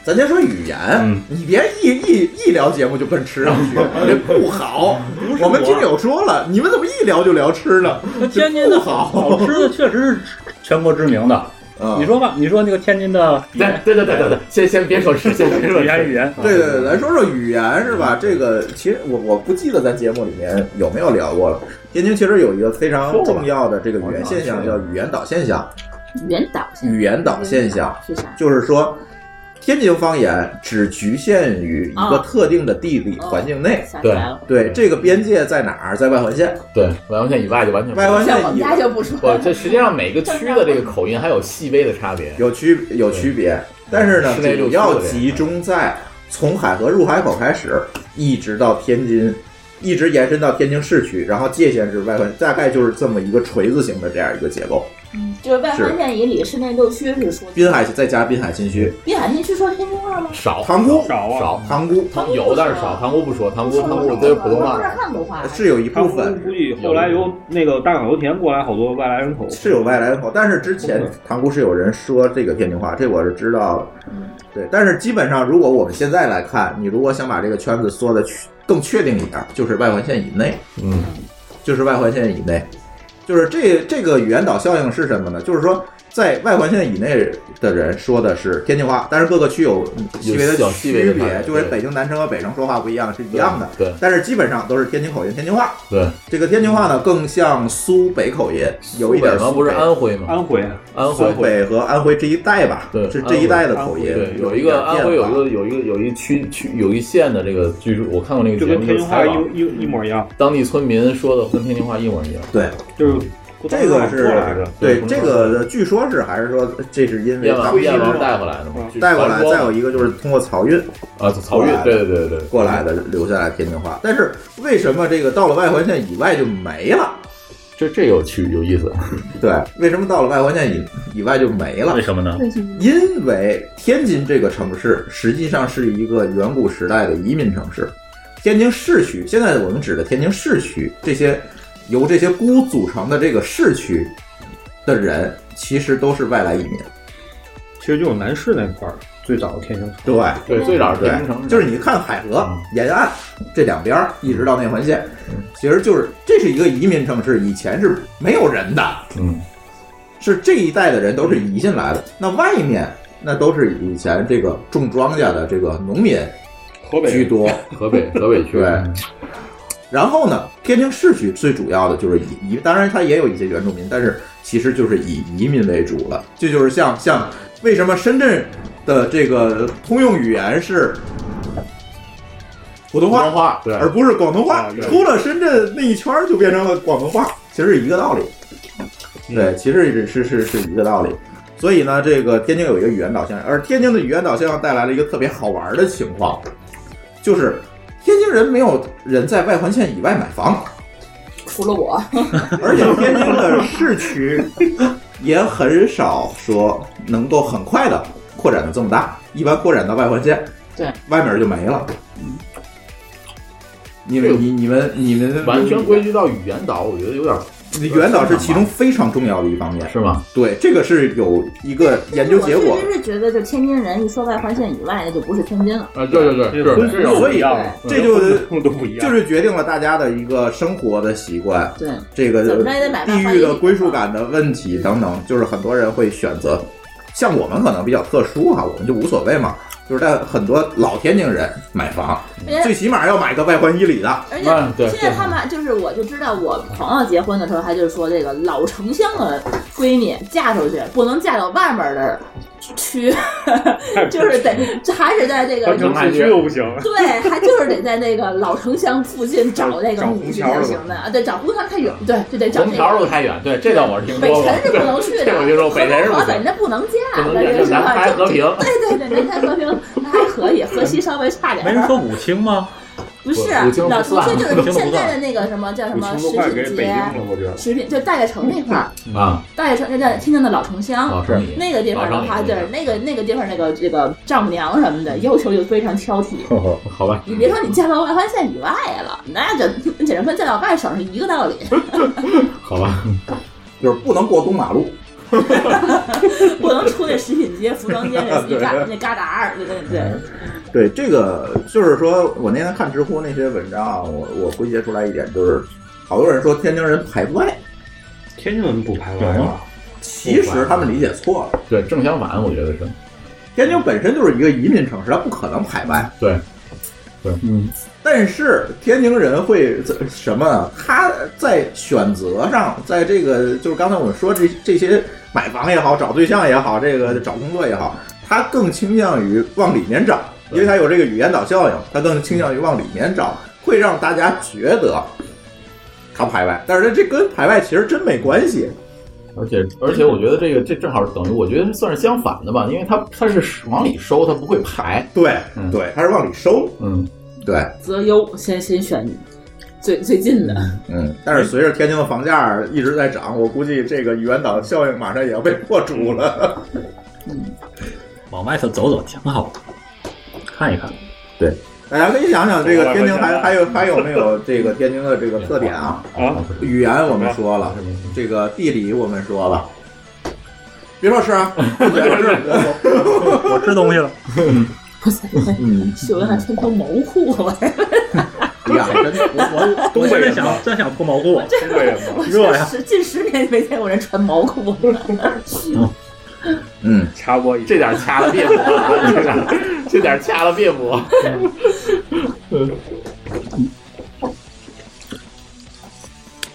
[SPEAKER 1] 咱先说语言，
[SPEAKER 2] 嗯
[SPEAKER 1] 你别一一一聊节目就奔吃上去，这不好。 我们听友说了，你们怎么一聊就聊吃呢？
[SPEAKER 2] 那天津的
[SPEAKER 1] 不好
[SPEAKER 2] 好吃的确实是全国知名的。
[SPEAKER 1] 啊、
[SPEAKER 2] 你说吧，你说那个天津的语
[SPEAKER 3] 对
[SPEAKER 2] 言
[SPEAKER 3] 对对对对对，先先别说吃，先别说
[SPEAKER 2] 语言
[SPEAKER 3] 吃。
[SPEAKER 2] 语言，
[SPEAKER 1] 对对对，咱说说语言是吧？这个其实我我不记得咱节目里面有没有聊过了。天津其实有一个非常重要的这个语言现象，叫语言岛现象。
[SPEAKER 5] 原岛
[SPEAKER 1] 语言岛现象
[SPEAKER 5] 是啥？
[SPEAKER 1] 就是说，天津方言只局限于一个
[SPEAKER 5] 啊哦
[SPEAKER 1] 特定的地理环境内。
[SPEAKER 5] 想起来了，
[SPEAKER 1] 对，这个边界在哪儿？在外环线。
[SPEAKER 3] 对，外环线以外就完全不
[SPEAKER 1] 外环
[SPEAKER 5] 像
[SPEAKER 1] 线
[SPEAKER 5] 我们
[SPEAKER 1] 以
[SPEAKER 5] 家就不说
[SPEAKER 3] 不，这实际上每个区的这个口音还有细微的差别。
[SPEAKER 1] 有区有区别，但是呢，
[SPEAKER 3] 室内六
[SPEAKER 1] 主
[SPEAKER 3] 区
[SPEAKER 1] 要
[SPEAKER 3] 的啊这个
[SPEAKER 1] 集中在从海河入海口开始，一直到天津，一直延伸到天津市区，然后界限是外环，大概就是这么一个锤子形的这样一个结构。
[SPEAKER 5] 就是外环线以里市内六区是说，
[SPEAKER 1] 滨海再加滨海新区，
[SPEAKER 5] 滨海新区说天津话吗？
[SPEAKER 3] 少，
[SPEAKER 1] 塘沽
[SPEAKER 6] 少啊
[SPEAKER 3] 少，
[SPEAKER 1] 塘沽
[SPEAKER 5] 塘沽
[SPEAKER 3] 有但是少，塘沽不说，塘沽塘沽都是普通话
[SPEAKER 5] 不是。汉族话，
[SPEAKER 1] 呃是有一
[SPEAKER 6] 他
[SPEAKER 1] 部
[SPEAKER 6] 们
[SPEAKER 1] 分
[SPEAKER 6] 估计后来由那个大港油田过来好多外来人口，
[SPEAKER 1] 是有外来人口，但是之前塘沽是有人说这个天津话，这我是知道的。对，但是基本上，如果我们现在来看，你如果想把这个圈子缩的更确定一点儿，就是外环线以内。
[SPEAKER 3] 嗯，
[SPEAKER 1] 就是外环线以内，就是这这个语言岛效应是什么呢？就是说，在外环线以内的人说的是天津话，但是各个区有嗯细微的
[SPEAKER 3] 有
[SPEAKER 1] 区
[SPEAKER 3] 细微的差
[SPEAKER 1] 别，
[SPEAKER 3] 别
[SPEAKER 1] 就跟
[SPEAKER 3] 对
[SPEAKER 1] 北京南城和北城说话不一样是一样的，
[SPEAKER 3] 对
[SPEAKER 1] 但是基本上都是天津口音，天津话。
[SPEAKER 3] 对，
[SPEAKER 1] 这个天津话呢，更像苏北口音，有一点
[SPEAKER 3] 苏北
[SPEAKER 1] 苏北
[SPEAKER 3] 吗？
[SPEAKER 1] 啊
[SPEAKER 3] 不是安徽吗？
[SPEAKER 6] 安徽
[SPEAKER 3] 安
[SPEAKER 1] 苏
[SPEAKER 3] 徽
[SPEAKER 1] 北和安徽这一带吧，
[SPEAKER 3] 对
[SPEAKER 1] 是这一带的口音
[SPEAKER 6] 安徽
[SPEAKER 3] 对，，有
[SPEAKER 1] 一
[SPEAKER 3] 一
[SPEAKER 1] 点
[SPEAKER 3] 个安徽
[SPEAKER 1] 变
[SPEAKER 3] 有
[SPEAKER 1] 化
[SPEAKER 3] 一个有一个有一区区有一县的这个居住，我看过那个
[SPEAKER 6] 就
[SPEAKER 3] 节
[SPEAKER 6] 跟
[SPEAKER 3] 目，
[SPEAKER 6] 天
[SPEAKER 3] 就
[SPEAKER 6] 津
[SPEAKER 3] 是
[SPEAKER 6] 话
[SPEAKER 3] 采
[SPEAKER 6] 一
[SPEAKER 3] 访
[SPEAKER 6] 一一模一样，
[SPEAKER 3] 当地村民说的跟天津话一模一样。
[SPEAKER 1] 对，
[SPEAKER 6] 嗯就是
[SPEAKER 1] 这个
[SPEAKER 6] 过来的
[SPEAKER 1] 是。
[SPEAKER 3] 对
[SPEAKER 1] 这个据说是还是说这是因为
[SPEAKER 3] 燕
[SPEAKER 1] 咱
[SPEAKER 3] 王
[SPEAKER 1] 们
[SPEAKER 3] 燕王带回来的嘛，据
[SPEAKER 1] 带过来，
[SPEAKER 3] 传说
[SPEAKER 1] 再有一个就是通过漕运
[SPEAKER 3] 啊，曹
[SPEAKER 1] 过
[SPEAKER 3] 运
[SPEAKER 1] 来，的
[SPEAKER 3] 对对对对对，
[SPEAKER 1] 过来的留下来天津话，但是为什么这个到了外环线以外就没了？
[SPEAKER 3] 这这有趣有意思，
[SPEAKER 1] 对，为什么到了外环线以以外就没了
[SPEAKER 2] 为？什么呢？
[SPEAKER 5] 为什么？
[SPEAKER 1] 因为天津这个城市实际上是一个远古时代的移民城市，天津市区，现在我们指的天津市区，这些由这些姑组成的这个市区的人，其实都是外来移民。
[SPEAKER 6] 其实就是南市那块儿最早的天津
[SPEAKER 1] 对，
[SPEAKER 3] 对，最早是
[SPEAKER 1] 对
[SPEAKER 3] 天津城市，
[SPEAKER 1] 就是你看海河
[SPEAKER 3] 嗯
[SPEAKER 1] 沿岸这两边儿一直到内环线，其实就是这是一个移民城市，以前是没有人的，
[SPEAKER 3] 嗯，
[SPEAKER 1] 是这一代的人都是移进来的。那外面那都是以前这个种庄稼的这个农民
[SPEAKER 6] 河北
[SPEAKER 1] 居多。
[SPEAKER 3] 河北河北区，
[SPEAKER 1] 对然后呢，天津市区最主要的就是以移，当然它也有一些原住民，但是其实就是以移民为主了。这就是像像为什么深圳的这个通用语言是普通话，
[SPEAKER 3] 话对，
[SPEAKER 1] 而不是广东话
[SPEAKER 6] 啊。对
[SPEAKER 1] 出了深圳那一圈儿就变成了广东话，其实是一个道理。对，其实是是是是一个道理。所以呢，这个天津有一个语言导向，而天津的语言导向带来了一个特别好玩的情况，就是天津人没有人在外环线以外买房。
[SPEAKER 5] 除了我，
[SPEAKER 1] 而且天津的市区也很少说能够很快的扩展的这么大，一般扩展到外环线，
[SPEAKER 5] 对，
[SPEAKER 1] 外面就没了。你们你你们你们
[SPEAKER 3] 完全归，居到语言岛，我觉得有点
[SPEAKER 1] 原岛是其中非常重要的一方面。
[SPEAKER 3] 是吗？
[SPEAKER 1] 对，这个是有一个研究结果
[SPEAKER 5] 我确，实是觉得，就天津人一说外环线以外，那就不是天津了。
[SPEAKER 3] 啊，对对对，
[SPEAKER 6] 这
[SPEAKER 3] 是
[SPEAKER 6] 荤
[SPEAKER 3] 这
[SPEAKER 6] 素
[SPEAKER 3] 有
[SPEAKER 6] 不一样，
[SPEAKER 1] 这就
[SPEAKER 6] 嗯都不一样，
[SPEAKER 1] 就是决定了大家的一个生活的习惯，
[SPEAKER 5] 对，
[SPEAKER 1] 这个
[SPEAKER 5] 怎么着也得啊买
[SPEAKER 1] 地
[SPEAKER 5] 万
[SPEAKER 1] 域的归属感的问题等等，就是很多人会选择。像我们可能比较特殊哈，我们就无所谓嘛。就是但很多老天津人买房，
[SPEAKER 5] 而且
[SPEAKER 1] 最起码要买个外环以里的。
[SPEAKER 5] 而且。
[SPEAKER 3] 嗯，对，
[SPEAKER 5] 现在他们就是，我就知道我朋友结婚的时候，他就说这个老城乡的闺女嫁出去不能嫁到外面的区， 就是得这还是在这个
[SPEAKER 6] 咱城市区都不行，
[SPEAKER 5] 对，还就是得在那个老城乡附近找那个
[SPEAKER 6] 找
[SPEAKER 5] 女
[SPEAKER 6] 红
[SPEAKER 5] 婿
[SPEAKER 6] 桥
[SPEAKER 5] 才
[SPEAKER 6] 了吧
[SPEAKER 5] 行的啊，对，找红桥太远，对，就得找
[SPEAKER 3] 红
[SPEAKER 5] 那
[SPEAKER 3] 桥
[SPEAKER 5] 个
[SPEAKER 3] 路太远，对，这倒我是听
[SPEAKER 5] 北
[SPEAKER 3] 说过
[SPEAKER 5] 辰，是不能去的，
[SPEAKER 3] 这我听说北辰是不
[SPEAKER 5] 河
[SPEAKER 3] 行
[SPEAKER 5] 北那不能
[SPEAKER 3] 不
[SPEAKER 5] 嫁，
[SPEAKER 3] 能
[SPEAKER 5] 那
[SPEAKER 3] 远，
[SPEAKER 5] 这
[SPEAKER 3] 就是南开和平，
[SPEAKER 5] 对对对，南开和平那还可以，河西稍微差点
[SPEAKER 2] 没
[SPEAKER 5] 儿。
[SPEAKER 2] 人说武清吗？
[SPEAKER 5] 不是
[SPEAKER 3] 我我听
[SPEAKER 5] 老
[SPEAKER 3] 不
[SPEAKER 5] 城
[SPEAKER 3] 算
[SPEAKER 5] 区，就
[SPEAKER 2] 我
[SPEAKER 5] 是
[SPEAKER 2] 听
[SPEAKER 5] 现
[SPEAKER 2] 不算
[SPEAKER 5] 在的那个什么叫什
[SPEAKER 6] 五
[SPEAKER 5] 么
[SPEAKER 6] 千多
[SPEAKER 5] 食
[SPEAKER 6] 块给
[SPEAKER 5] 品
[SPEAKER 6] 北
[SPEAKER 5] 街
[SPEAKER 6] 京，了，我 觉得。
[SPEAKER 5] 食品就是大悦城那块儿，
[SPEAKER 3] 啊，
[SPEAKER 5] 大悦城就在天津的老城乡。
[SPEAKER 3] 老师，
[SPEAKER 5] 啊那个地方的话，
[SPEAKER 3] 老城
[SPEAKER 5] 就是那个那个地方那个这个丈母娘什么的要求就非常挑剔。
[SPEAKER 2] 呵呵，
[SPEAKER 3] 好吧，
[SPEAKER 5] 你别说你嫁到外环线以外了，那就简直跟嫁到外省是一个道理，
[SPEAKER 3] 好吧，
[SPEAKER 1] 就是不能过东马路，
[SPEAKER 5] 不能出那食品街、服装街那一旮那旮旯儿，对对对，
[SPEAKER 1] 对这个就是说，我那天看知乎那些文章啊，我我归结出来一点就是，好多人说天津人排外，
[SPEAKER 6] 天津人不排外啊，
[SPEAKER 1] 其实他们理解错了。
[SPEAKER 3] 对，正相反，我觉得是，
[SPEAKER 1] 天津本身就是一个移民城市，它不可能排外。
[SPEAKER 3] 对，
[SPEAKER 2] 嗯，
[SPEAKER 1] 但是天津人会什么呢？他在选择上，在这个就是刚才我们说这这些买房也好，找对象也好，这
[SPEAKER 3] 嗯
[SPEAKER 1] 个找工作也好，他更倾向于往里面找，因为他有这个语言岛效应，他更倾向于往里面找，会让大家觉得他排外。但是这跟排外其实真没关系。
[SPEAKER 3] 而且而且我觉得这个这正好等于，我觉得算是相反的吧，因为它它是往里收，它不会排，
[SPEAKER 1] 对
[SPEAKER 3] 嗯
[SPEAKER 1] 对，他是往里收。
[SPEAKER 3] 嗯，
[SPEAKER 1] 对，
[SPEAKER 5] 择优先先选最最近的。
[SPEAKER 1] 嗯，但是随着天津的房价一直在涨，我估计这个语言岛效应马上也要被破除 了。
[SPEAKER 2] 往外头走走挺好的，看一看。
[SPEAKER 1] 大家可以想想，这个天津还
[SPEAKER 6] 我
[SPEAKER 1] 还有还有没有这个天津的这个特点啊？
[SPEAKER 6] 啊，
[SPEAKER 1] 语言我们说了，这个地理我们说了，别说吃 啊，别说吃，
[SPEAKER 2] 我吃东西了，
[SPEAKER 5] 哇塞，
[SPEAKER 1] 嗯，
[SPEAKER 5] 秀恩还穿条毛裤，我
[SPEAKER 1] 哎呀，真的，我
[SPEAKER 2] 我
[SPEAKER 6] 东北
[SPEAKER 2] 现在
[SPEAKER 6] 人嘛
[SPEAKER 2] 想，真想脱毛裤。
[SPEAKER 6] 东北人嘛，
[SPEAKER 5] 我
[SPEAKER 2] 热呀
[SPEAKER 5] 十 近十年没见过人穿毛裤了。
[SPEAKER 1] 嗯，
[SPEAKER 6] 插播一，
[SPEAKER 3] 这点掐了别补啊， 这点这点掐了别补，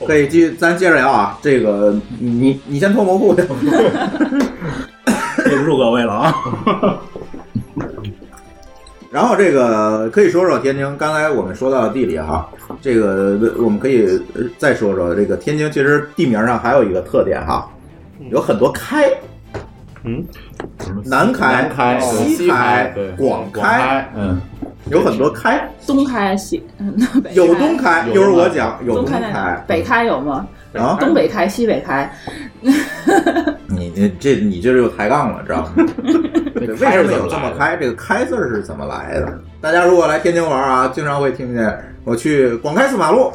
[SPEAKER 1] 可以继咱接着聊啊。这个你你先脱蘑菇去，
[SPEAKER 2] 对不住各位了啊！
[SPEAKER 1] 然后这个可以说说天津。刚才我们说到地理哈，这个我们可以呃再说说这个天津。其实地名上还有一个特点哈，有很多开，
[SPEAKER 6] 嗯，
[SPEAKER 1] 南开、哦
[SPEAKER 3] 南开、
[SPEAKER 1] 西
[SPEAKER 3] 开、对
[SPEAKER 1] 开、广开，
[SPEAKER 3] 开，嗯，
[SPEAKER 1] 有很多开。
[SPEAKER 5] 东开西，嗯北开
[SPEAKER 1] 有东开，
[SPEAKER 3] 有
[SPEAKER 1] 一会儿我
[SPEAKER 3] 东开
[SPEAKER 1] 讲有东
[SPEAKER 5] 东
[SPEAKER 1] 嗯
[SPEAKER 5] 开在哪儿？北开有吗？
[SPEAKER 1] 啊，
[SPEAKER 5] 东北开、西北开，
[SPEAKER 1] 你你这你这就有抬杠了，知 道吗？对，为
[SPEAKER 3] 开
[SPEAKER 1] 什么
[SPEAKER 3] 是怎么
[SPEAKER 1] 有这么
[SPEAKER 3] 来的
[SPEAKER 1] 开？这个“开”字儿是怎么来的？大家如果来天津玩啊，经常会听见我去广开四马路，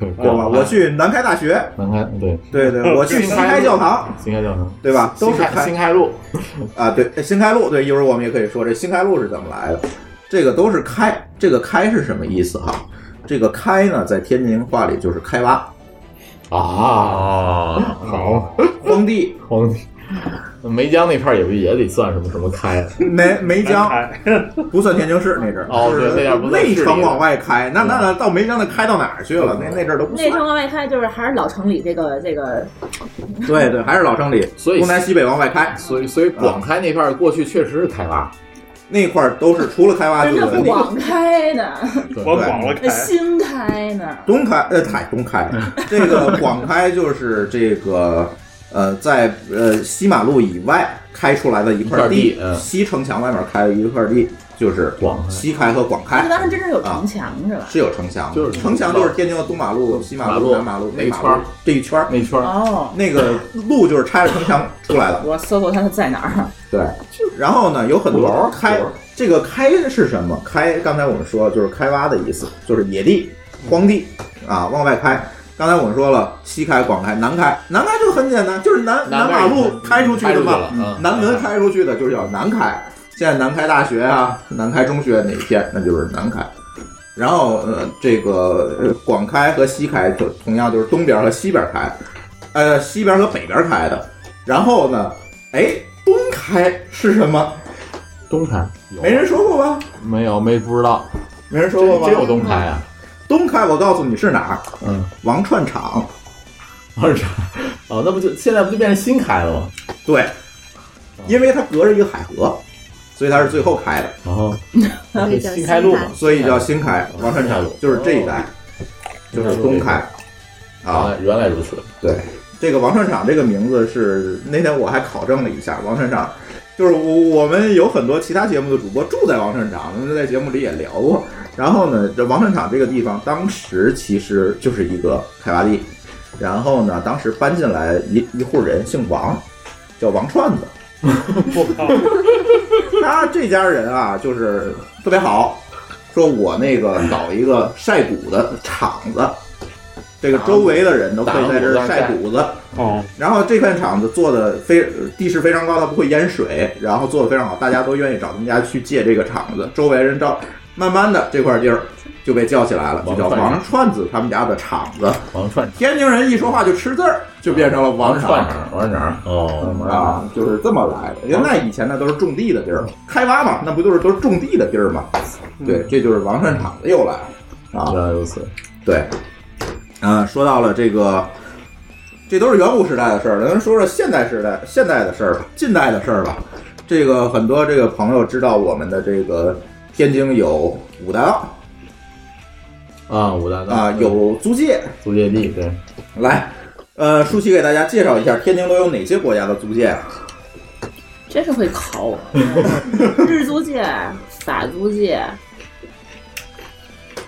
[SPEAKER 3] 对
[SPEAKER 1] 对 吧？我去南开大学，
[SPEAKER 3] 南开，对，
[SPEAKER 1] 对对，我 去
[SPEAKER 3] 新
[SPEAKER 1] 新
[SPEAKER 3] 开
[SPEAKER 1] 开
[SPEAKER 3] 路
[SPEAKER 1] 教堂，
[SPEAKER 3] 新开教堂，
[SPEAKER 1] 对吧？都
[SPEAKER 3] 新
[SPEAKER 1] 是
[SPEAKER 3] 开
[SPEAKER 1] 开
[SPEAKER 3] 新开路，
[SPEAKER 1] 啊，对，新开路，对，一会儿我们也可以说这新开路是怎么来的。这个都是开，这个开是什么意思哈？这个开呢，在天津话里就是开挖、
[SPEAKER 3] 啊，
[SPEAKER 2] 哦，
[SPEAKER 3] 好，
[SPEAKER 1] 荒地、
[SPEAKER 3] 黄梅江那片儿也不也得算什么什么开
[SPEAKER 1] 梅梅江、
[SPEAKER 6] 南开
[SPEAKER 1] 不算天津市那阵儿，
[SPEAKER 3] 哦
[SPEAKER 1] 就是
[SPEAKER 3] 对那点儿不算市
[SPEAKER 1] 内
[SPEAKER 3] 里的嗯
[SPEAKER 1] 城往外开，那那那到梅江那开到哪儿去了？那那阵儿都不
[SPEAKER 5] 内城
[SPEAKER 1] 算。
[SPEAKER 5] 往外开就是还是老城里这个这个
[SPEAKER 1] 对对，还是老城里，
[SPEAKER 3] 所以
[SPEAKER 1] 东南西北往外开。
[SPEAKER 3] 所以所以广开那片儿过去确实是开挖，
[SPEAKER 1] 那块儿都是除了开发
[SPEAKER 5] 人
[SPEAKER 1] 自
[SPEAKER 5] 家
[SPEAKER 1] 己的
[SPEAKER 5] 不
[SPEAKER 1] 那
[SPEAKER 5] 广开呢，
[SPEAKER 1] 对
[SPEAKER 6] 我广了开
[SPEAKER 5] 那，新开呢。
[SPEAKER 1] 东开呃，太东开，
[SPEAKER 3] 嗯
[SPEAKER 1] 这个广开就是这个呃，在呃西马路以外开出来的一块
[SPEAKER 3] 一块地嗯
[SPEAKER 1] 西城墙外面开了一块地，就是
[SPEAKER 3] 广开
[SPEAKER 1] 西开和广
[SPEAKER 5] 那
[SPEAKER 1] 开。
[SPEAKER 5] 当时真是有城墙是吧？
[SPEAKER 1] 是有城墙的，
[SPEAKER 3] 就是
[SPEAKER 1] 城墙就是天津的东马路、西马路、
[SPEAKER 3] 马路
[SPEAKER 1] 南马路、
[SPEAKER 3] 那
[SPEAKER 1] 北马
[SPEAKER 3] 圈
[SPEAKER 1] 路
[SPEAKER 3] 儿
[SPEAKER 1] 这一圈儿，
[SPEAKER 3] 那圈儿
[SPEAKER 5] 哦，
[SPEAKER 1] 那个路就是拆了城墙出来的。
[SPEAKER 5] 我搜搜它在 哪儿。啊
[SPEAKER 1] 对，然后呢，有很
[SPEAKER 3] 楼
[SPEAKER 1] 多
[SPEAKER 3] 儿
[SPEAKER 1] 开
[SPEAKER 3] 楼儿
[SPEAKER 1] 这个开是什么？开，刚才我们说就是开挖的意思，就是野地、
[SPEAKER 3] 嗯
[SPEAKER 1] 荒地啊，往外开。刚才我们说了，西开、广开、南开，南开就很简单，就是南
[SPEAKER 3] 南
[SPEAKER 1] 马
[SPEAKER 3] 门
[SPEAKER 1] 路开出去
[SPEAKER 3] 开
[SPEAKER 1] 的
[SPEAKER 3] 出去
[SPEAKER 1] 嘛
[SPEAKER 3] 了，嗯
[SPEAKER 1] 南门开出去的就是叫南开。现在南开大学啊，南开中学哪片，那就是南开。然后呃，这个呃广开和西开就同样就是东边和西边开，呃，西边和北边开的。然后呢，哎，东开是什么？
[SPEAKER 3] 东开有
[SPEAKER 1] 没人说过吧？
[SPEAKER 3] 没有没不知道，
[SPEAKER 1] 没人说
[SPEAKER 3] 真
[SPEAKER 1] 过吧？
[SPEAKER 3] 有东开啊，
[SPEAKER 1] 东开，我告诉你是哪儿，
[SPEAKER 3] 嗯，
[SPEAKER 1] 王串场。
[SPEAKER 3] 二啥？哦，那不就现在不就变成新开了吗？
[SPEAKER 1] 对，因为它隔着一个海河，所以它是最后开的，
[SPEAKER 3] 然后
[SPEAKER 4] 所以叫
[SPEAKER 3] 新开路
[SPEAKER 4] 新
[SPEAKER 3] 嘛，
[SPEAKER 1] 所以叫新开
[SPEAKER 3] 哦
[SPEAKER 1] 王串场，就是这一带，就是东开
[SPEAKER 3] 啊，
[SPEAKER 1] 啊。
[SPEAKER 3] 原来原来如此，
[SPEAKER 1] 对，这个王串场这个名字是那天我还考证了一下，王串场。就是我我们有很多其他节目的主播住在王串场，我们在节目里也聊过。然后呢，这王串场这个地方当时其实就是一个开发地，然后呢，当时搬进来一一户人姓王，叫王串子。
[SPEAKER 6] 我靠，
[SPEAKER 1] 他这家人啊，就是特别好，说我那个搞一个晒谷的场子，这个周围的人都可以在这儿晒谷子。
[SPEAKER 6] 哦，
[SPEAKER 1] 然后这片场子做的非地势非常高，它不会淹水，然后做的非常好，大家都愿意找他们家去借这个场子。周围人照，慢慢的这块地儿就被叫起来了，就叫王串子他们家的场子。
[SPEAKER 3] 王串
[SPEAKER 1] 天津人一说话就吃字儿，就变成了王
[SPEAKER 3] 串
[SPEAKER 1] 场。
[SPEAKER 3] 肠，王串肠，
[SPEAKER 2] 哦，
[SPEAKER 1] 啊，就是这么来的。原来以前那都是种地的地儿，开挖嘛，那不就是都是种地的地儿嘛？对，这就是王串场子又来了啊
[SPEAKER 3] 原。来如此，
[SPEAKER 1] 对，啊，说到了这个，这都是远古时代的事儿，咱说说现代时代、现代的事儿吧，近代的事儿吧。这个很多这个朋友知道我们的这个天津有五大道
[SPEAKER 3] 啊，五大道
[SPEAKER 1] 啊，有租界，
[SPEAKER 3] 租界地，对，
[SPEAKER 1] 来。呃，舒淇给大家介绍一下天津都有哪些国家的租界啊？
[SPEAKER 5] 真是会 考我。日租界、法租界、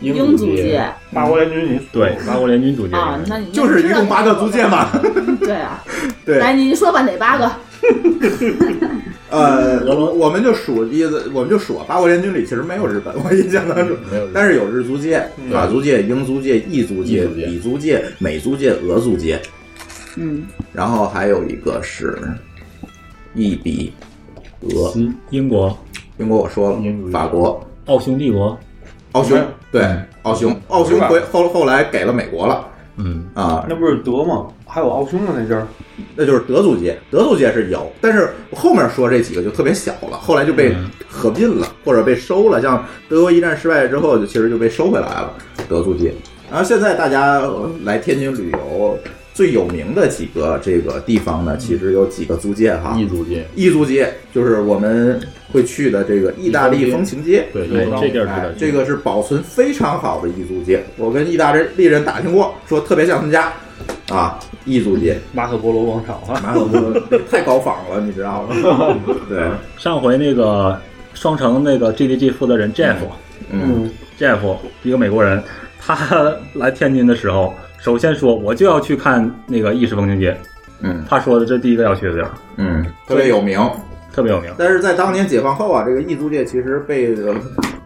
[SPEAKER 5] 英租界
[SPEAKER 3] 界，
[SPEAKER 6] 八国联军，你
[SPEAKER 2] 对，八国联军主角
[SPEAKER 5] 啊，那你
[SPEAKER 1] 嗯就是一共八个租界嘛。
[SPEAKER 5] 对啊，
[SPEAKER 1] 对，
[SPEAKER 5] 来你说吧，哪八个？
[SPEAKER 1] 呃，我我们就数一个，我们就数八国联军里其实没有日本，我印象当中，
[SPEAKER 3] 没有日本
[SPEAKER 1] 但是有日租界、法租界、英租界、意租界、
[SPEAKER 3] 意租界
[SPEAKER 1] 比租界、美租界、俄租界，
[SPEAKER 5] 嗯，
[SPEAKER 1] 然后还有一个是意比俄，
[SPEAKER 2] 英英国、
[SPEAKER 1] 英国我说了
[SPEAKER 3] 英，国
[SPEAKER 1] 法国
[SPEAKER 2] 奥匈帝国，
[SPEAKER 1] 奥匈
[SPEAKER 6] 嗯
[SPEAKER 1] 对奥匈奥匈
[SPEAKER 6] 是吧
[SPEAKER 1] 回后后来给了美国了
[SPEAKER 2] 嗯，
[SPEAKER 1] 啊，
[SPEAKER 6] 那不是德吗？还有奥匈的那阵儿，
[SPEAKER 1] 那就是德租界，德租界是有，但是后面说这几个就特别小了，后来就被
[SPEAKER 2] 嗯
[SPEAKER 1] 合并了，或者被收了。像德国一战失败之后，就其实就被收回来了德租界。然后现在大家呃来天津旅游，最有名的几个这个地方呢，其实有几个租界哈。
[SPEAKER 2] 嗯
[SPEAKER 3] 意租界，
[SPEAKER 1] 异租界就是我们会去的这个意大利风情街，
[SPEAKER 3] 对，
[SPEAKER 2] 对
[SPEAKER 3] 意租，
[SPEAKER 2] 这地儿
[SPEAKER 1] 哎
[SPEAKER 2] 是的，
[SPEAKER 1] 这个是保存非常好的异租界。我跟意大利人打听过，说特别像他们家啊，异租界。
[SPEAKER 6] 马可波罗广场啊，
[SPEAKER 1] 马可波罗太高仿了，你知道吗？ 对，
[SPEAKER 2] 上回那个双城那个 GDG 负责人 Jeff，
[SPEAKER 1] 嗯，，
[SPEAKER 2] Jeff 一个美国人，他来天津的时候，首先说我就要去看那个意式风情街，
[SPEAKER 1] 嗯
[SPEAKER 2] 他说的这第一个要去的地儿，
[SPEAKER 1] 嗯，特别有名。
[SPEAKER 2] 特别有名。
[SPEAKER 1] 但是在当年解放后啊，这个异租界其实被呃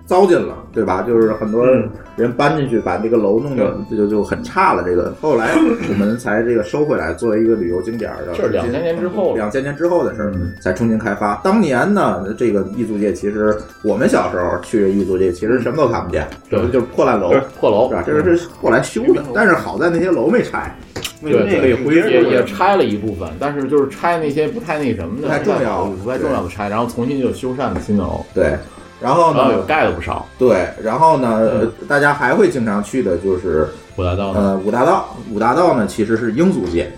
[SPEAKER 1] 糟践了，对吧？就是很多
[SPEAKER 3] 嗯
[SPEAKER 1] 人搬进去，把这个楼弄得就就就很差了。这个后来我们才这个收回来，作为一个旅游景点儿的。
[SPEAKER 3] 这是2000年之后了
[SPEAKER 1] 两千年之后的事儿
[SPEAKER 3] 嗯
[SPEAKER 1] 才重新开发。当年呢，这个异租界其实我们小时候去异租界，其实什么都看不见，
[SPEAKER 3] 对嗯
[SPEAKER 1] 就是破烂楼
[SPEAKER 3] 这。是破楼
[SPEAKER 1] 是吧？啊这个是后来修的，但是好在那些楼没拆，
[SPEAKER 6] 嗯那个
[SPEAKER 3] 对
[SPEAKER 6] 那个也回
[SPEAKER 3] 也
[SPEAKER 6] 去
[SPEAKER 3] 也
[SPEAKER 6] 了，
[SPEAKER 3] 拆了一部分，但是就是拆那些不太那什么的，
[SPEAKER 1] 不太重要
[SPEAKER 3] 不太重要的拆，然后重新就修缮的新的楼，
[SPEAKER 1] 对。然后
[SPEAKER 6] 哎
[SPEAKER 3] 然后有
[SPEAKER 1] 呢，
[SPEAKER 3] 盖了不少。
[SPEAKER 1] 对，然后呢，
[SPEAKER 6] 嗯
[SPEAKER 1] 呃大家还会经常去的就是
[SPEAKER 3] 五大道呢？
[SPEAKER 6] 嗯
[SPEAKER 1] 呃五大道，五大道呢其实是英租界，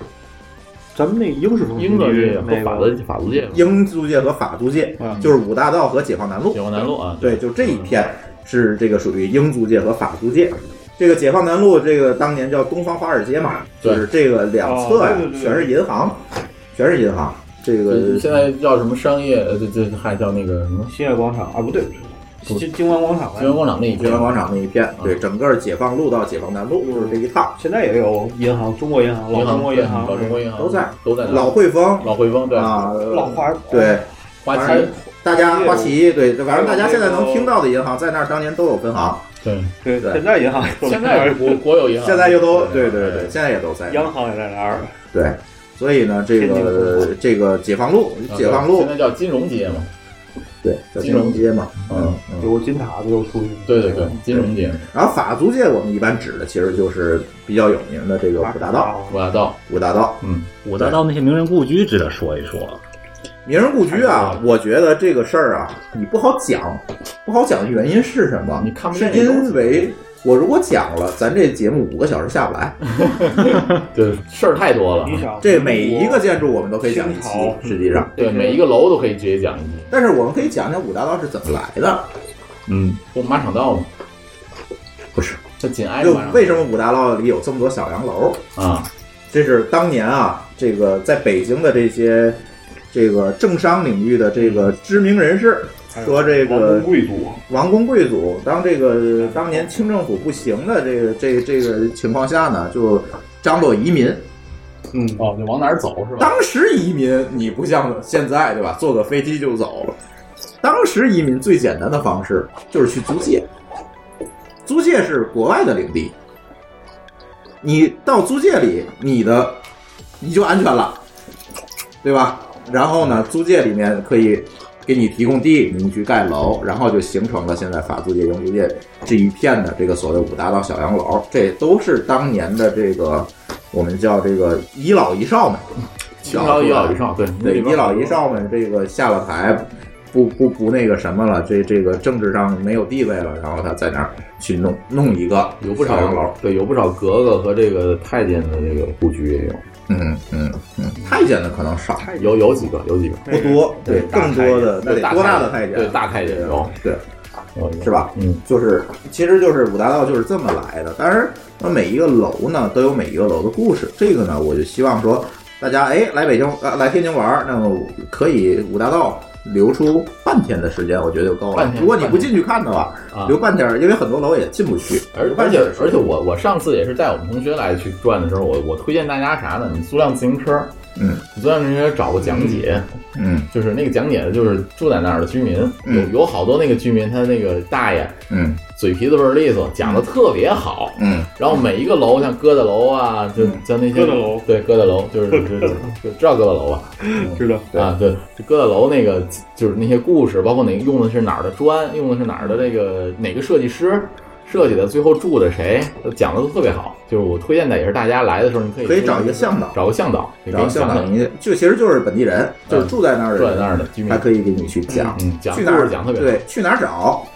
[SPEAKER 6] 咱们那英式风情
[SPEAKER 3] 嗯英格
[SPEAKER 6] 区
[SPEAKER 3] 界和
[SPEAKER 6] 那
[SPEAKER 3] 法
[SPEAKER 6] 个
[SPEAKER 3] 租法租界，
[SPEAKER 1] 英租界和法租界，
[SPEAKER 3] 嗯
[SPEAKER 1] 就是五大道和解放南路
[SPEAKER 3] 解。放南路啊，
[SPEAKER 1] 对，就这
[SPEAKER 6] 嗯
[SPEAKER 1] 一片是这个属于英租界和法租界。这个解放南路，这个当年叫东方华尔街嘛，
[SPEAKER 3] 对
[SPEAKER 1] 就是这个两侧呀
[SPEAKER 6] 哦对对对
[SPEAKER 1] 全是银行，全是银行。这
[SPEAKER 3] 这
[SPEAKER 1] 个
[SPEAKER 3] 现在叫什么商业？呃，这这还叫那个什么
[SPEAKER 6] 新月广场啊，不对，金金湾广场吧
[SPEAKER 3] 金源广场那一
[SPEAKER 1] 中
[SPEAKER 3] 片
[SPEAKER 1] 央。广场那一片，
[SPEAKER 6] 嗯
[SPEAKER 1] 对，整个解放路到解放南路就是这一趟，
[SPEAKER 6] 现在也有银行，中国银行、老
[SPEAKER 3] 银
[SPEAKER 6] 中
[SPEAKER 3] 行
[SPEAKER 6] 国银行、
[SPEAKER 3] 老中国银行
[SPEAKER 1] 都在
[SPEAKER 3] 都在那
[SPEAKER 1] 老汇丰
[SPEAKER 3] 老汇丰对
[SPEAKER 1] 啊，
[SPEAKER 6] 嗯老花
[SPEAKER 1] 对，
[SPEAKER 3] 花
[SPEAKER 1] 反
[SPEAKER 3] 旗
[SPEAKER 1] 正大家
[SPEAKER 6] 花旗
[SPEAKER 1] 花旗对，反正大家
[SPEAKER 6] 还有
[SPEAKER 1] 现
[SPEAKER 6] 那
[SPEAKER 1] 在
[SPEAKER 6] 个
[SPEAKER 1] 能听到的银行，在那儿当年都有分行，
[SPEAKER 3] 对，
[SPEAKER 6] 对，
[SPEAKER 1] 对
[SPEAKER 6] 现在银行也有
[SPEAKER 3] 现在是国国有银行，哎
[SPEAKER 1] 现在又都
[SPEAKER 3] 啊
[SPEAKER 1] 对对对，现在也都在
[SPEAKER 6] 央行也在那儿，
[SPEAKER 1] 对，所以呢，这
[SPEAKER 6] 天津分
[SPEAKER 1] 个这个解放路
[SPEAKER 3] 啊，
[SPEAKER 1] 解放路
[SPEAKER 3] 现在叫金融街嘛，
[SPEAKER 1] 对，叫金融街嘛，嗯嗯。
[SPEAKER 6] 有个金塔都有出去，
[SPEAKER 3] 对对对，金融街
[SPEAKER 1] 然后法租界我们一般指的其实就是比较有名的这个
[SPEAKER 6] 马
[SPEAKER 1] 五大道，
[SPEAKER 3] 五大道，
[SPEAKER 1] 五大道
[SPEAKER 3] 嗯，
[SPEAKER 2] 五大道那些名人故居值得说一说。
[SPEAKER 1] 名人故居
[SPEAKER 3] 太
[SPEAKER 1] 啊
[SPEAKER 3] 多，
[SPEAKER 1] 我觉得这个事儿啊，你不好讲，不好讲的原因是什么？
[SPEAKER 3] 你看不
[SPEAKER 1] 是
[SPEAKER 3] 见也都
[SPEAKER 1] 因为我如果讲了，咱这节目五个小时下不来。
[SPEAKER 3] 对，事儿太多了，
[SPEAKER 6] 你想
[SPEAKER 1] 这每一个建筑我们都可以讲一期
[SPEAKER 6] 清朝，
[SPEAKER 1] 实际上，
[SPEAKER 3] 对，每一个楼都可以直接讲一句，
[SPEAKER 1] 但是我们可以讲讲五大道是怎么来的。
[SPEAKER 3] 嗯，不马场道嘛，
[SPEAKER 1] 不是，
[SPEAKER 3] 它紧挨着
[SPEAKER 1] 就
[SPEAKER 3] 马场
[SPEAKER 1] 为什么五大道里有这么多小洋楼？
[SPEAKER 3] 道啊，
[SPEAKER 1] 这是当年啊，这个在北京的这些这个政商领域的这个知名人士说，这个
[SPEAKER 6] 贵
[SPEAKER 3] 啊
[SPEAKER 6] 族，
[SPEAKER 1] 嗯王公贵族，当这个当年清政府不行的这个这个这个情况下呢，就张罗移民。
[SPEAKER 6] 嗯，
[SPEAKER 3] 哦，你往哪儿走是吧？
[SPEAKER 1] 当时移民你不像现在对吧？坐个飞机就走了。当时移民最简单的方式就是去租界，租界是国外的领地，你到租界里，你的你就安全了，对吧？然后呢，租界里面可以给你提供地，你去盖楼，然后就形成了现在法租界、英租界这一片的这个所谓五大道小洋楼，这都是当年的这个我们叫这个一老一少们，
[SPEAKER 3] 清朝一老一少，对，那
[SPEAKER 1] 对，
[SPEAKER 3] 里边
[SPEAKER 1] 一老一少们这个下了台，不不不那个什么了，这这个政治上没有地位了，然后他在那儿去弄弄一个
[SPEAKER 3] 有不
[SPEAKER 1] 小洋楼
[SPEAKER 3] 少，，对，有不少格格和这个太监的这个故居也有。
[SPEAKER 1] 嗯嗯嗯，太监的可能少
[SPEAKER 6] 太
[SPEAKER 3] 有有几个，有几个，
[SPEAKER 1] 不多，对，
[SPEAKER 3] 大
[SPEAKER 1] 更多的那得
[SPEAKER 3] 太监对
[SPEAKER 1] 多大
[SPEAKER 3] 大
[SPEAKER 1] 的
[SPEAKER 3] 太
[SPEAKER 1] 太
[SPEAKER 3] 监
[SPEAKER 1] 监，
[SPEAKER 3] 对大太监有，
[SPEAKER 1] 对，
[SPEAKER 3] 有有
[SPEAKER 1] 是吧？
[SPEAKER 3] 嗯，
[SPEAKER 1] 就是其实就是五大道就是这么来的。当然，那每一个楼呢都有每一个楼的故事，这个呢我就希望说大家哎来北京呃来天津玩儿，那么可以五大道。留出半天的时间，我觉得就够
[SPEAKER 3] 半
[SPEAKER 1] 了。
[SPEAKER 3] 天
[SPEAKER 1] 如果你不进去看的话，
[SPEAKER 3] 啊，
[SPEAKER 1] 留半天儿，因为很多楼也进不去。
[SPEAKER 3] 而
[SPEAKER 1] 留
[SPEAKER 3] 而
[SPEAKER 1] 半
[SPEAKER 3] 且
[SPEAKER 1] 天儿是
[SPEAKER 3] 而且我我上次也是带我们同学来去转的时候，我我推荐大家啥呢？你租辆自行车，
[SPEAKER 1] 嗯，
[SPEAKER 3] 你租辆自行车找个讲解，
[SPEAKER 1] 嗯
[SPEAKER 3] 就是那个讲解的就是住在那儿的居民，有
[SPEAKER 1] 嗯
[SPEAKER 3] 有好多那个居民他那个大爷
[SPEAKER 1] 嗯
[SPEAKER 3] 嘴皮子倍儿利索，讲的特别好。
[SPEAKER 1] 嗯，
[SPEAKER 3] 然后每一个楼，像疙瘩楼啊，就
[SPEAKER 1] 嗯
[SPEAKER 3] 像那些
[SPEAKER 6] 疙瘩楼
[SPEAKER 3] 对疙瘩 楼，就是就是就知道疙瘩楼吧？
[SPEAKER 6] 知道
[SPEAKER 1] 对
[SPEAKER 3] 啊，对，就疙瘩楼那个就是那些故事，包括哪个用的是哪儿的砖，用的是哪儿的那个哪个设计师设计的，最后住的谁，都讲的都特别好。就是我推荐的也是大家来的时候，你可以
[SPEAKER 1] 嗯可以找一个向导，
[SPEAKER 3] 找个向导，
[SPEAKER 1] 然后向导
[SPEAKER 3] 导
[SPEAKER 1] 你就其实就是本地人，就是住在那儿
[SPEAKER 3] 住在
[SPEAKER 1] 的
[SPEAKER 3] 那
[SPEAKER 1] 人，
[SPEAKER 3] 儿的居民
[SPEAKER 1] 他，可以给你去讲，
[SPEAKER 3] 嗯，讲故
[SPEAKER 1] 去哪儿
[SPEAKER 3] 事讲特别好。
[SPEAKER 1] 对，去哪儿找？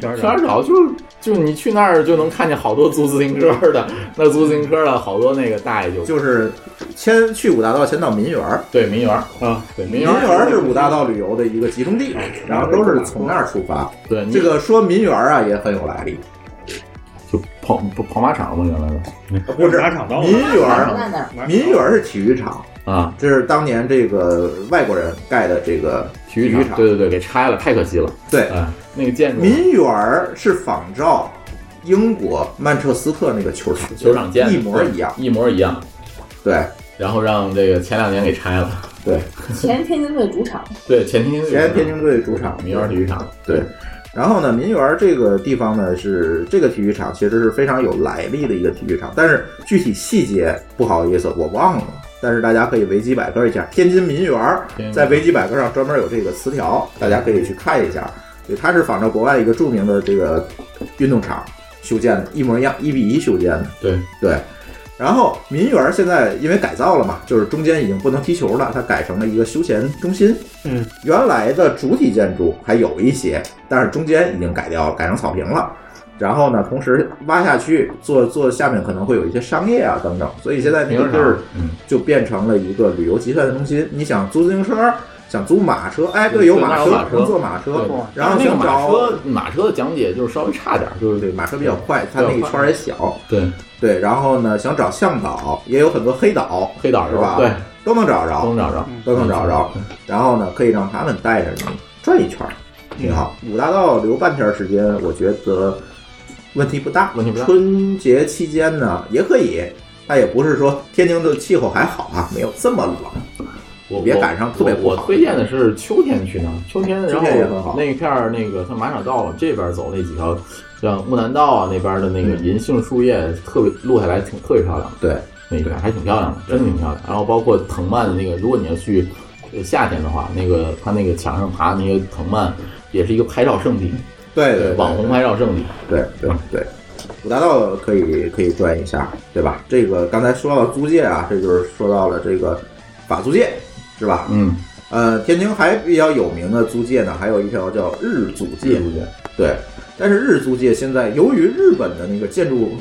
[SPEAKER 6] 圈
[SPEAKER 3] 去哪儿找？就是就是你去那儿就能看见好多租自行车的，那租自行车的好多那个大爷就
[SPEAKER 1] 就是先去五大道，先到民园儿，
[SPEAKER 3] 对民园儿，
[SPEAKER 6] 啊，
[SPEAKER 3] 对民
[SPEAKER 1] 民
[SPEAKER 3] 园
[SPEAKER 1] 园
[SPEAKER 3] 儿哎
[SPEAKER 1] 儿是五大道旅游的一个集中地，然后都是从那儿出发。
[SPEAKER 3] 对你
[SPEAKER 1] 这个说民园儿啊也很有来历，
[SPEAKER 3] 就跑跑跑马场嘛，原来的
[SPEAKER 1] 不是
[SPEAKER 6] 马场道
[SPEAKER 1] 民园
[SPEAKER 5] 不
[SPEAKER 1] 儿，
[SPEAKER 5] 在那儿，
[SPEAKER 1] 民园儿是体育场，
[SPEAKER 3] 啊，
[SPEAKER 1] 这是当年这个外国人盖的这个体
[SPEAKER 3] 体
[SPEAKER 1] 育
[SPEAKER 3] 育
[SPEAKER 1] 场
[SPEAKER 3] 对对对，给拆了，太可惜了。
[SPEAKER 1] 对
[SPEAKER 3] 哎，那个建筑
[SPEAKER 1] 民园儿是仿照英国曼彻斯特那个球场
[SPEAKER 3] 球场建的
[SPEAKER 1] 一模一样。
[SPEAKER 3] 一模一样，
[SPEAKER 1] 对，
[SPEAKER 3] 然后让这个前两年给拆了。
[SPEAKER 5] 前天津队主场，
[SPEAKER 3] 对，前天津
[SPEAKER 1] 前天津队主场
[SPEAKER 3] 民园体育场，
[SPEAKER 1] 对。然后呢，民园儿这个地方呢是这个体育场其实是非常有来历的一个体育场，但是具体细节不好意思我忘了，但是大家可以维基百科一下，天津民园儿
[SPEAKER 3] 天津民园
[SPEAKER 1] 在维基百科上专门有这个词条，大家可以去看一下。对，它是仿照国外一个著名的这个运动场修建的，一模一样，一比一修建的。
[SPEAKER 3] 对，
[SPEAKER 1] 对，然后民园儿现在因为改造了嘛，就是中间已经不能踢球了，它改成了一个休闲中心。
[SPEAKER 6] 嗯，
[SPEAKER 1] 原来的主体建筑还有一些，但是中间已经改掉，改成草坪了。然后呢，同时挖下去做做下面可能会有一些商业啊等等，所以现在那个地儿
[SPEAKER 2] 嗯
[SPEAKER 1] 就变成了一个旅游集散中心。你想租自行车，想租马车，哎，对，有马
[SPEAKER 3] 有马车
[SPEAKER 1] 能坐马车
[SPEAKER 3] 对，
[SPEAKER 1] 然后
[SPEAKER 3] 那个
[SPEAKER 1] 想
[SPEAKER 3] 马
[SPEAKER 1] 找
[SPEAKER 3] 车马车的讲解就是稍微差点儿，就是
[SPEAKER 1] 对马车比较快，它那一圈儿也小，
[SPEAKER 3] 对
[SPEAKER 1] 对，然后呢想找向导，也有很多黑岛
[SPEAKER 3] 黑岛
[SPEAKER 1] 是吧
[SPEAKER 3] 对，
[SPEAKER 1] 都能找着，
[SPEAKER 3] 都能找着。
[SPEAKER 1] 都能找着。然后呢，可以让他们带着你转一圈儿，挺好。
[SPEAKER 3] 嗯
[SPEAKER 1] 五大道留半天儿时间，我觉得问题不大。
[SPEAKER 3] 问题不大
[SPEAKER 1] 春节期间呢，也可以，它也不是说天津的气候还好啊，没有这么冷。
[SPEAKER 3] 我
[SPEAKER 1] 别赶上特别不
[SPEAKER 3] 我我
[SPEAKER 1] 好
[SPEAKER 3] 推荐的是秋天去呢，秋天
[SPEAKER 1] 秋
[SPEAKER 3] 然
[SPEAKER 1] 天也很好
[SPEAKER 3] 后那一片儿那个它马场到了这边走那几条，像木南道啊那边的那个银杏树叶特别落下来挺特别漂亮，
[SPEAKER 1] 嗯对，
[SPEAKER 3] 那一片儿还挺漂亮的，真的挺漂亮。然后包括藤蔓的那个，如果你要去呃夏天的话，那个它那个墙上爬那些藤蔓也是一个拍照圣地，
[SPEAKER 1] 对对，
[SPEAKER 3] 网红拍照圣地。
[SPEAKER 1] 对对对，五大道可以可以转一下，对吧？这个刚才说到租界啊，这就是说到了这个法租界，是吧？
[SPEAKER 3] 嗯，
[SPEAKER 1] 呃，天津还比较有名的租界呢，还有一条叫日租界，对。但是日租界现在由于日本的那个建筑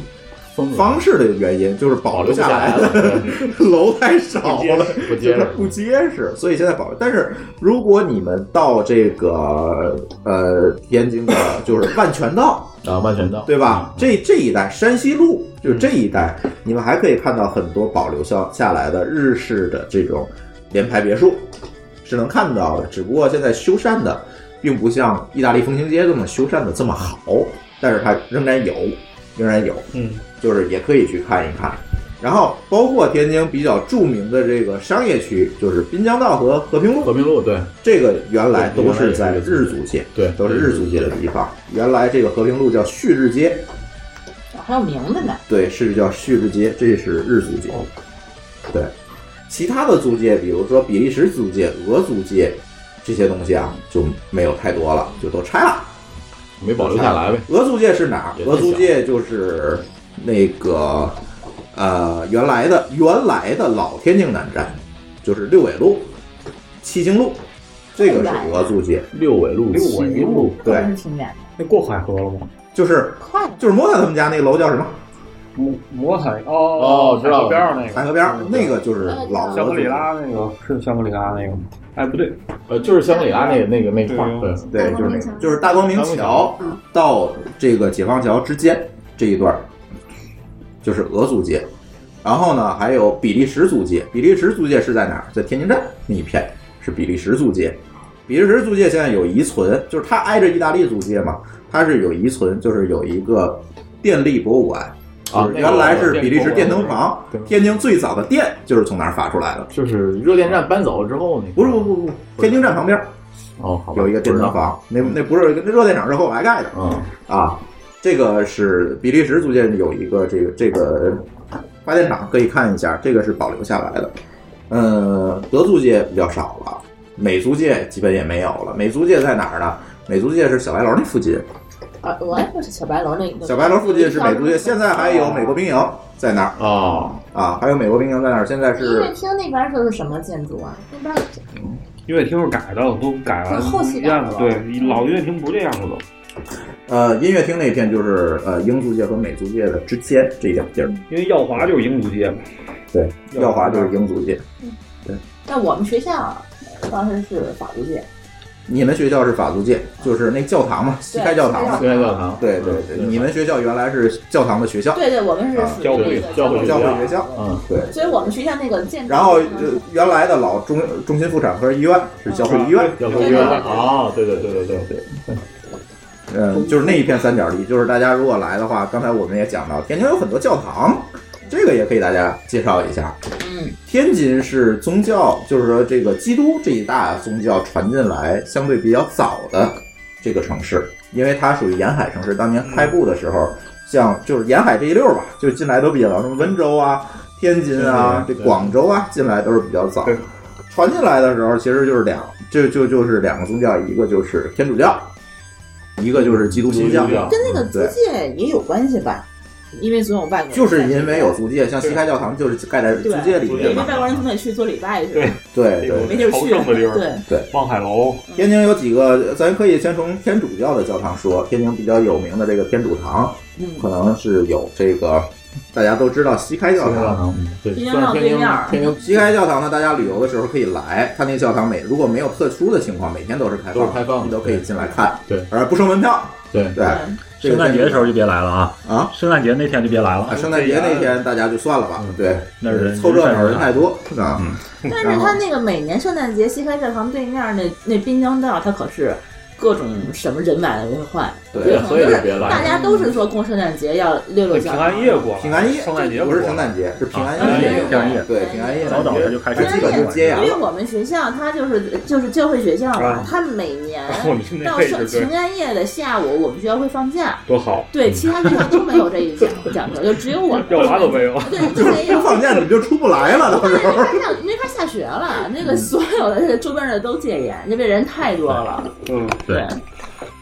[SPEAKER 3] 风
[SPEAKER 1] 方式的原因，就是保
[SPEAKER 3] 保
[SPEAKER 1] 留
[SPEAKER 3] 留不
[SPEAKER 1] 下
[SPEAKER 3] 下来
[SPEAKER 1] 来
[SPEAKER 3] 了，
[SPEAKER 1] 的 楼太少了，就
[SPEAKER 3] 不结
[SPEAKER 1] 是
[SPEAKER 3] 实。
[SPEAKER 1] 不结实，所以现在保留。但是如果你们到这个呃天津的，就是万全道，
[SPEAKER 3] 然后万全道，
[SPEAKER 1] 对吧？这这一带山西路，就是这一带，你们还可以看到很多保留下下来的日式的这种联排别墅，是能看到的。只不过现在修缮的，并不像意大利风情街这么修缮的这么好，但是它仍然有，仍然有，
[SPEAKER 6] 嗯，
[SPEAKER 1] 就是也可以去看一看。然后包括天津比较著名的这个商业区，就是滨江道和和平路，
[SPEAKER 3] 嗯和平路对
[SPEAKER 1] 这个原来
[SPEAKER 3] 对
[SPEAKER 1] 都是
[SPEAKER 3] 原
[SPEAKER 1] 在
[SPEAKER 3] 来也是
[SPEAKER 1] 日租界，
[SPEAKER 3] 对
[SPEAKER 1] 都是日租界的地方。原来这个和平路叫旭日街，
[SPEAKER 5] 还有名字呢，
[SPEAKER 1] 对，是叫旭日街，这是日租界。
[SPEAKER 3] 哦
[SPEAKER 1] 对，其他的租界，比如说比利时租界、俄租界这些东西啊，就没有太多了，就都拆了。
[SPEAKER 3] 没保留下来呗。
[SPEAKER 1] 俄租界是哪儿？
[SPEAKER 3] 也太小
[SPEAKER 1] 俄租界就是那个呃原来的原来的老天津南站，就是六纬路、七星路，这个是俄租界。
[SPEAKER 3] 六纬路、
[SPEAKER 6] 六纬
[SPEAKER 3] 纬
[SPEAKER 6] 路，
[SPEAKER 1] 对
[SPEAKER 5] 真是挺远的，
[SPEAKER 6] 那过海河了吗？
[SPEAKER 1] 就是
[SPEAKER 5] 快了。
[SPEAKER 1] 就是莫塔他们家那楼叫什么？
[SPEAKER 6] 魔魔海哦
[SPEAKER 3] 哦知道了
[SPEAKER 6] 海河边上那个
[SPEAKER 1] 海河边儿
[SPEAKER 6] 嗯
[SPEAKER 1] 那个哦就是老
[SPEAKER 6] 香格
[SPEAKER 1] 俄
[SPEAKER 6] 里拉那个是香格里拉那个吗？哎，不对，
[SPEAKER 3] 呃，就是香格里拉那个那个那块儿，
[SPEAKER 6] 对
[SPEAKER 3] 对，
[SPEAKER 1] 对，就是那个就是大光明
[SPEAKER 3] 大光明
[SPEAKER 1] 桥
[SPEAKER 3] 桥
[SPEAKER 1] 到这个解放桥之间这一段儿，就是俄租界。然后呢，还有比利时租界，比利时租界是在哪儿？在天津站那一片是比利时租界。比利时租界现在有遗存，就是它挨着意大利租界嘛，它是有遗存，就是有一个电力博物馆。
[SPEAKER 3] 啊
[SPEAKER 1] 就是原来是比利时电灯房
[SPEAKER 3] 对，
[SPEAKER 1] 天津最早的电就是从哪儿发出来的？
[SPEAKER 3] 就是热电站搬走了之后，那
[SPEAKER 1] 不是，不不不，天津站旁边儿
[SPEAKER 3] 哦，好吧，
[SPEAKER 1] 有一个电灯房，那那不是那热电厂是后来盖的。
[SPEAKER 3] 不知道，嗯
[SPEAKER 1] 啊，这个是比利时逐渐有一个这个这个发电厂，可以看一下，这个是保留下来的。嗯，德租界比较少了，美租界基本也没有了。美租界在哪儿呢？美租界是小白楼那附近，
[SPEAKER 5] 啊，我还说是小白楼那个。
[SPEAKER 1] 小白楼附近是美租界，现在还有美国兵营在那儿
[SPEAKER 3] 嗯，哦，
[SPEAKER 1] 啊，还有美国兵营在那儿，现在
[SPEAKER 5] 音乐
[SPEAKER 1] 是
[SPEAKER 5] 厅那边说是什么建筑啊？那边
[SPEAKER 6] 音乐厅是改的，都改完
[SPEAKER 5] 后期
[SPEAKER 6] 一样
[SPEAKER 5] 改
[SPEAKER 6] 的
[SPEAKER 5] 的。
[SPEAKER 6] 对，老音乐厅不是这样的都。
[SPEAKER 1] 呃音乐厅那片就是呃英租界和美租界的之间这一点地儿，
[SPEAKER 6] 因为耀华就是英租界嘛，
[SPEAKER 1] 对，耀华就是英租界。
[SPEAKER 5] 那我们学校当时是法租界，
[SPEAKER 1] 你们学校是法租界，就是那教堂嘛，西开教堂嘛，
[SPEAKER 3] 对，教堂，
[SPEAKER 1] 对对对，你们学校原来是教堂的学校，
[SPEAKER 5] 对对，我们是
[SPEAKER 1] 啊
[SPEAKER 5] 属于
[SPEAKER 6] 教会
[SPEAKER 5] 那个
[SPEAKER 3] 教会
[SPEAKER 1] 教会学校。
[SPEAKER 3] 嗯，
[SPEAKER 1] 对，
[SPEAKER 5] 所以我们学校那个建筑，
[SPEAKER 1] 然后呃原来的老中中心妇产科医院是教会医院，
[SPEAKER 3] 啊教会医院，哦，对对对对对，
[SPEAKER 1] 嗯，就是那一片三角地，就是大家如果来的话，刚才我们也讲到，天津有很多教堂，这个也可以大家介绍一下。
[SPEAKER 5] 嗯，
[SPEAKER 1] 天津是宗教，就是说这个基督这一大宗教传进来相对比较早的这个城市，因为它属于沿海城市。当年开埠的时候，像就是沿海这一溜儿吧，就进来都比较早，什么温州啊、天津啊、这
[SPEAKER 3] 对对对
[SPEAKER 1] 广州啊，进来都是比较早
[SPEAKER 6] 对。
[SPEAKER 1] 传进来的时候，其实就是两，就就就是两个宗教，一个就是天主教，一个就是基督新教。
[SPEAKER 3] 基督教
[SPEAKER 5] 跟那个租界也有关系吧？因为总有外国人，
[SPEAKER 1] 就是因为有租界，像西开教堂就是盖在租
[SPEAKER 5] 对
[SPEAKER 1] 界里
[SPEAKER 5] 因为
[SPEAKER 1] 面嘛。
[SPEAKER 5] 外国人总得去做礼拜去，
[SPEAKER 6] 对
[SPEAKER 1] 对
[SPEAKER 6] 有
[SPEAKER 1] 对，
[SPEAKER 5] 没地儿去，
[SPEAKER 6] 朝圣的地儿
[SPEAKER 5] 对，
[SPEAKER 6] 望海楼，
[SPEAKER 1] 天津有几个，咱可以先从天主教的教堂说。天津比较有名的这个天主堂，
[SPEAKER 5] 嗯，
[SPEAKER 1] 可能是有这个大家都知道西开教堂。
[SPEAKER 3] 嗯对，
[SPEAKER 5] 天津
[SPEAKER 3] 算
[SPEAKER 5] 到
[SPEAKER 3] 是
[SPEAKER 5] 对
[SPEAKER 3] 天津
[SPEAKER 5] 面儿
[SPEAKER 3] 天津
[SPEAKER 1] 西开教堂呢，大家旅游的时候可以来，它那教堂每如果没有特殊的情况，每天都是开放的，
[SPEAKER 3] 都是开放的
[SPEAKER 1] 你都可以进来看。
[SPEAKER 3] 对，
[SPEAKER 1] 而不收门票。
[SPEAKER 3] 对
[SPEAKER 1] 对，这个
[SPEAKER 2] 圣诞节的时候就别来了啊！
[SPEAKER 1] 啊
[SPEAKER 2] 圣诞节那天就别来了
[SPEAKER 1] 啊，，圣诞节那天大家就算了吧
[SPEAKER 3] 嗯，
[SPEAKER 1] 对，
[SPEAKER 2] 那人
[SPEAKER 1] 凑热闹
[SPEAKER 2] 人
[SPEAKER 1] 人太多啊。
[SPEAKER 5] 但是他那个每年圣诞节西开教堂对面那那滨江道，它可是各种什么人满为患，
[SPEAKER 1] 对，
[SPEAKER 5] 可能
[SPEAKER 3] 所以就别来了
[SPEAKER 5] 大家都是说过圣诞节要溜溜
[SPEAKER 6] 那
[SPEAKER 5] 教
[SPEAKER 6] 平
[SPEAKER 5] 堂
[SPEAKER 6] 安夜过了，
[SPEAKER 1] 平安夜
[SPEAKER 6] 圣诞节
[SPEAKER 1] 不是圣
[SPEAKER 6] 过了，
[SPEAKER 1] 诞节，是平安
[SPEAKER 5] 啊
[SPEAKER 1] 夜。
[SPEAKER 2] 平安夜
[SPEAKER 1] 对，平安夜
[SPEAKER 2] 早早他就开始
[SPEAKER 1] 基本就接
[SPEAKER 5] 因
[SPEAKER 1] 呀
[SPEAKER 5] 为我们学校它就是就是教会学校嘛
[SPEAKER 6] 啊，
[SPEAKER 5] 它每年
[SPEAKER 6] 哦，你们那
[SPEAKER 5] 到
[SPEAKER 6] 位
[SPEAKER 5] 圣
[SPEAKER 6] 置对
[SPEAKER 5] 平，安夜的下午，我们学校会放假，
[SPEAKER 6] 多好，
[SPEAKER 5] 对，其他学校都没有这一讲讲究，就只有我们。
[SPEAKER 6] 要啥都嗯 没有。
[SPEAKER 5] 对，
[SPEAKER 1] 就
[SPEAKER 5] 就是没
[SPEAKER 1] 不
[SPEAKER 5] 有。
[SPEAKER 1] 放假你们就出不来了，到时候。
[SPEAKER 5] 没法下没法下学了，那个所有的这个周边的都戒严，因为人太多了。
[SPEAKER 6] 嗯，
[SPEAKER 2] 对，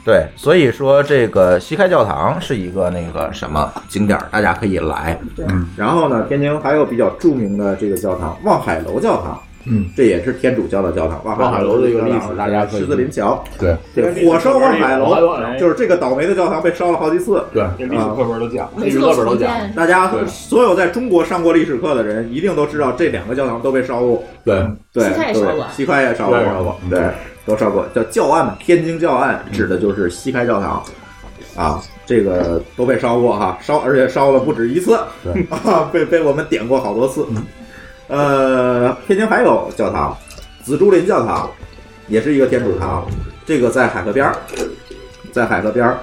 [SPEAKER 1] 对，所以说这个西开教堂是一个那个什么景点儿，大家可以来。
[SPEAKER 5] 对
[SPEAKER 1] 然后呢，天津还有比较著名的这个教堂——望海楼教堂，
[SPEAKER 3] 嗯，
[SPEAKER 1] 这也是天主教的教堂。望
[SPEAKER 3] 望海楼的
[SPEAKER 1] 的
[SPEAKER 3] 一个历史
[SPEAKER 1] 大家十字林桥，
[SPEAKER 3] 对
[SPEAKER 1] 对，火烧望海
[SPEAKER 3] 望海
[SPEAKER 1] 楼，
[SPEAKER 3] 楼
[SPEAKER 2] 哎
[SPEAKER 1] 就是这个倒霉的教堂被烧了好几次。
[SPEAKER 3] 对，
[SPEAKER 6] 这历史课文都讲，
[SPEAKER 3] 历史课本都讲
[SPEAKER 5] 重建
[SPEAKER 1] 大家
[SPEAKER 3] 对
[SPEAKER 1] 所有在中国上过历史课的人，一定都知道这两个教堂都被烧过。
[SPEAKER 3] 对，
[SPEAKER 1] 对，
[SPEAKER 5] 西开也
[SPEAKER 1] 对
[SPEAKER 5] 烧过啊
[SPEAKER 1] 西开也烧过，
[SPEAKER 3] 西开也烧过嗯
[SPEAKER 1] 对，都烧过。叫教案嘛，天津教案指的就是西开教堂，啊，这个都被烧过哈，烧而且烧了不止一次，
[SPEAKER 3] 对
[SPEAKER 1] 啊，被被我们点过好多次。呃，天津还有教堂，紫竹林教堂，也是一个天主堂，这个在海河边儿，在海河边儿。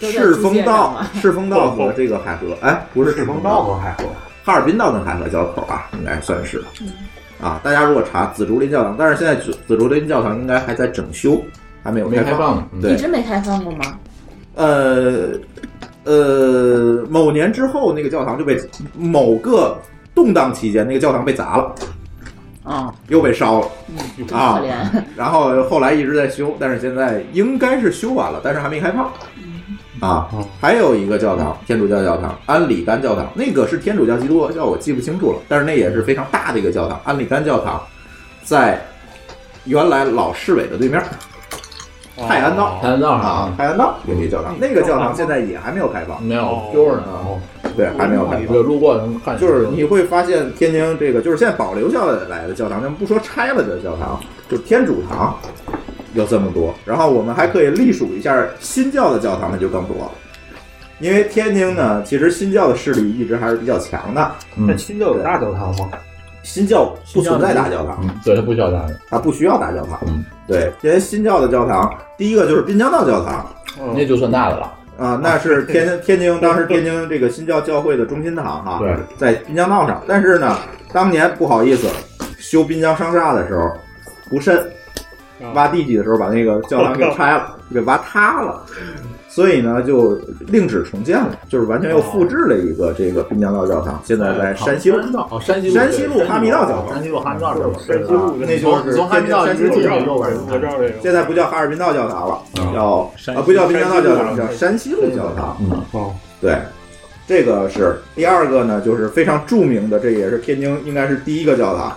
[SPEAKER 5] 都在
[SPEAKER 1] 赤
[SPEAKER 5] 基
[SPEAKER 1] 峰
[SPEAKER 5] 线上
[SPEAKER 1] 道
[SPEAKER 5] 吗，
[SPEAKER 1] 赤峰道和这个海河，哎，不是赤峰道，
[SPEAKER 6] 和海河，
[SPEAKER 1] 哈尔滨道跟海河交口啊，应该算是。啊，大家如果查紫竹林教堂，但是现在紫紫竹林教堂应该还在整修，还没有
[SPEAKER 3] 没
[SPEAKER 1] 开
[SPEAKER 3] 开放呢，嗯
[SPEAKER 5] 一
[SPEAKER 1] 对，
[SPEAKER 5] 直没开放过吗？
[SPEAKER 1] 呃呃，某年之后，那个教堂就被某个动荡期间，那个教堂被砸了，
[SPEAKER 5] 啊，
[SPEAKER 1] 又被烧了，
[SPEAKER 5] 真可怜。
[SPEAKER 1] 然后后来一直在修，但是现在应该是修完了，但是还没开放。啊，还有一个教堂，天主教教堂安里甘教堂，那个是天主教基督教，我记不清楚了，但是那也是非常大的一个教堂。安里甘教堂在原来老市委的对面泰安道
[SPEAKER 3] 谈到
[SPEAKER 1] 啊
[SPEAKER 3] 啥，？
[SPEAKER 1] 海洋道有一个教堂，那个教堂现在也还没有开放，
[SPEAKER 3] 没有
[SPEAKER 6] 哦，
[SPEAKER 3] 就是呢，
[SPEAKER 6] 哦
[SPEAKER 1] 对，还没有开放。
[SPEAKER 3] 对，路过能看见，
[SPEAKER 1] 就是你会发现天津这个，就是现在保留下来的教堂，咱们不说拆了的教堂，就是天主堂有这么多。然后我们还可以隶属一下新教的教堂，那就更多了。因为天津呢，其实新教的势力一直还是比较强的。
[SPEAKER 6] 那新教有大教堂吗？
[SPEAKER 1] 新教不存在大教堂，
[SPEAKER 3] 嗯，对，它不需要大人，
[SPEAKER 1] 它不需要大教堂
[SPEAKER 3] 嗯。
[SPEAKER 1] 对，因为新教的教堂，第一个就是滨江道教堂，
[SPEAKER 3] 那就算大的了，
[SPEAKER 1] 啊，那是天津天津当时天津这个新教教会的中心堂哈，
[SPEAKER 3] 对，
[SPEAKER 1] 在滨江道上。但是呢，当年不好意思，修滨江商厦的时候不慎
[SPEAKER 6] 啊
[SPEAKER 1] 挖地基的时候把那个教堂给拆了，给挖塌了。所以呢，就另址重建了，就是完全又复制了一个这个滨江道教
[SPEAKER 3] 啊
[SPEAKER 1] 堂，现在在山西路。
[SPEAKER 3] 道，哦，山西
[SPEAKER 1] 山西路
[SPEAKER 3] 对
[SPEAKER 1] 哈密道教堂
[SPEAKER 3] 山西路哈密道这啊边，
[SPEAKER 6] 山西路
[SPEAKER 1] 啊那就是
[SPEAKER 3] 你从哈密道一直
[SPEAKER 1] 山西
[SPEAKER 3] 进
[SPEAKER 1] 路
[SPEAKER 3] 到右边儿，
[SPEAKER 6] 我知道这个，
[SPEAKER 1] 现在不叫哈尔滨道教堂了，
[SPEAKER 3] 嗯
[SPEAKER 1] 叫
[SPEAKER 2] 山
[SPEAKER 1] 啊
[SPEAKER 2] 西
[SPEAKER 1] 不叫滨江道教堂，
[SPEAKER 6] 山西路
[SPEAKER 1] 叫山西路教堂。啊
[SPEAKER 3] 嗯，
[SPEAKER 6] 哦，
[SPEAKER 1] 对，这个是第二个呢，就是非常著名的，这也是天津应该是第一个教堂，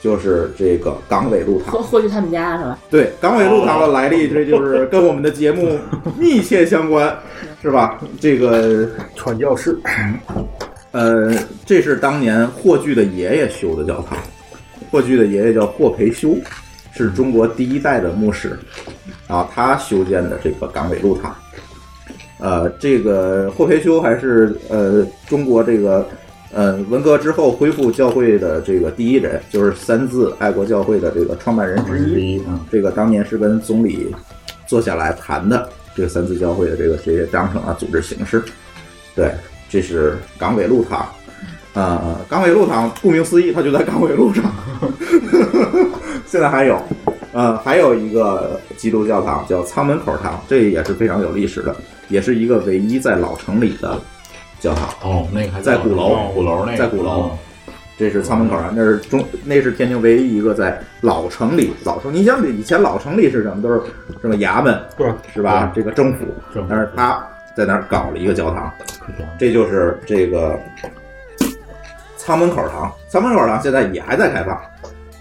[SPEAKER 1] 就是这个港尾路堂
[SPEAKER 5] 或。或许他们家是吧？
[SPEAKER 1] 对，港尾路堂的来历，这就是跟我们的节目密切相关，是吧？这个
[SPEAKER 6] 传教士，
[SPEAKER 1] 呃，这是当年霍炬的爷爷修的教堂，霍炬的爷爷叫霍培修，是中国第一代的牧师，啊，他修建的这个港尾路塔。呃，这个霍培修还是呃中国这个呃文革之后恢复教会的这个第一人，就是三自爱国教会的这个创办人之一。
[SPEAKER 3] 嗯，
[SPEAKER 1] 这个当年是跟总理坐下来谈的这个三次教会的这个这些章程啊、组织形式。对，这是港尾路堂。呃，港尾路堂顾名思义，它就在港尾路上。 现在还有，呃，还有一个基督教堂叫仓门口堂，这也是非常有历史的，也是一个唯一在老城里的教堂。
[SPEAKER 3] 哦，那个还
[SPEAKER 1] 在鼓楼
[SPEAKER 3] 鼓楼那个
[SPEAKER 1] 在鼓楼
[SPEAKER 3] 嗯
[SPEAKER 1] 这是仓门口啊，那是中，那是天津唯一一个在老城里。老城，你想以前老城里是什么？都是什么衙门，
[SPEAKER 6] 对，
[SPEAKER 1] 是吧？这个政府
[SPEAKER 3] 政，府
[SPEAKER 1] 但是它在那儿搞了一个教堂，
[SPEAKER 3] 可以啊
[SPEAKER 1] 这就是这个仓门口堂。仓门口堂现在也还在开放。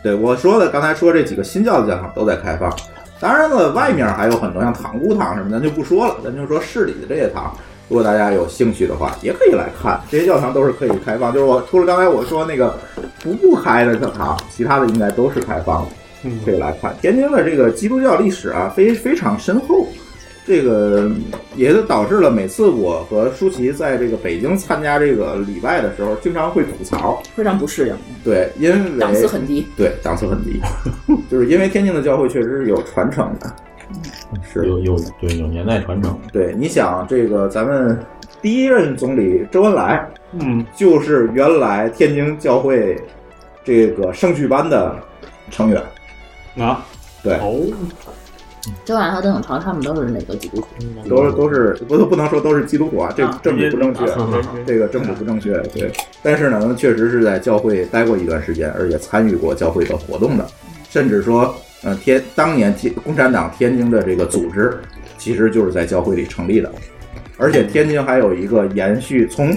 [SPEAKER 1] 对我说的，刚才说这几个新教的教堂都在开放。当然了，外面还有很多像塘沽堂什么的，咱就不说了，咱就说市里的这些堂。如果大家有兴趣的话，也可以来看，这些教堂都是可以开放。就是我除了刚才我说那个不不开的教堂，其他的应该都是开放的。
[SPEAKER 6] 嗯
[SPEAKER 1] 可以来看天津的这个基督教历史啊，非非常深厚，这个也就导致了每次我和舒淇在这个北京参加这个礼拜的时候，经常会吐槽，
[SPEAKER 5] 非常不适应，
[SPEAKER 1] 对，因为
[SPEAKER 5] 档次很低。
[SPEAKER 1] 对档次 很低，就是因为天津的教会确实是有传承的，是
[SPEAKER 3] 有有对有年代传承，
[SPEAKER 1] 对，你想这个咱们第一任总理周恩来
[SPEAKER 6] 嗯，
[SPEAKER 1] 就是原来天津教会这个圣剧班的成员，
[SPEAKER 6] 啊，
[SPEAKER 1] 对
[SPEAKER 6] 哦，
[SPEAKER 5] 周兰和邓永超他们都是那个基督徒，
[SPEAKER 1] 都是都是不都不能说都是基督徒啊，这
[SPEAKER 5] 啊嗯
[SPEAKER 1] 政府不正确。这个政府不正确，对。但是呢，确实是在教会待过一段时间，而且参与过教会的活
[SPEAKER 5] 嗯
[SPEAKER 1] 动的，甚至说，嗯、天当年天共产党天津的这个组织，其实就是在教会里成立的。而
[SPEAKER 5] 嗯
[SPEAKER 1] 且天津还有一个延续，从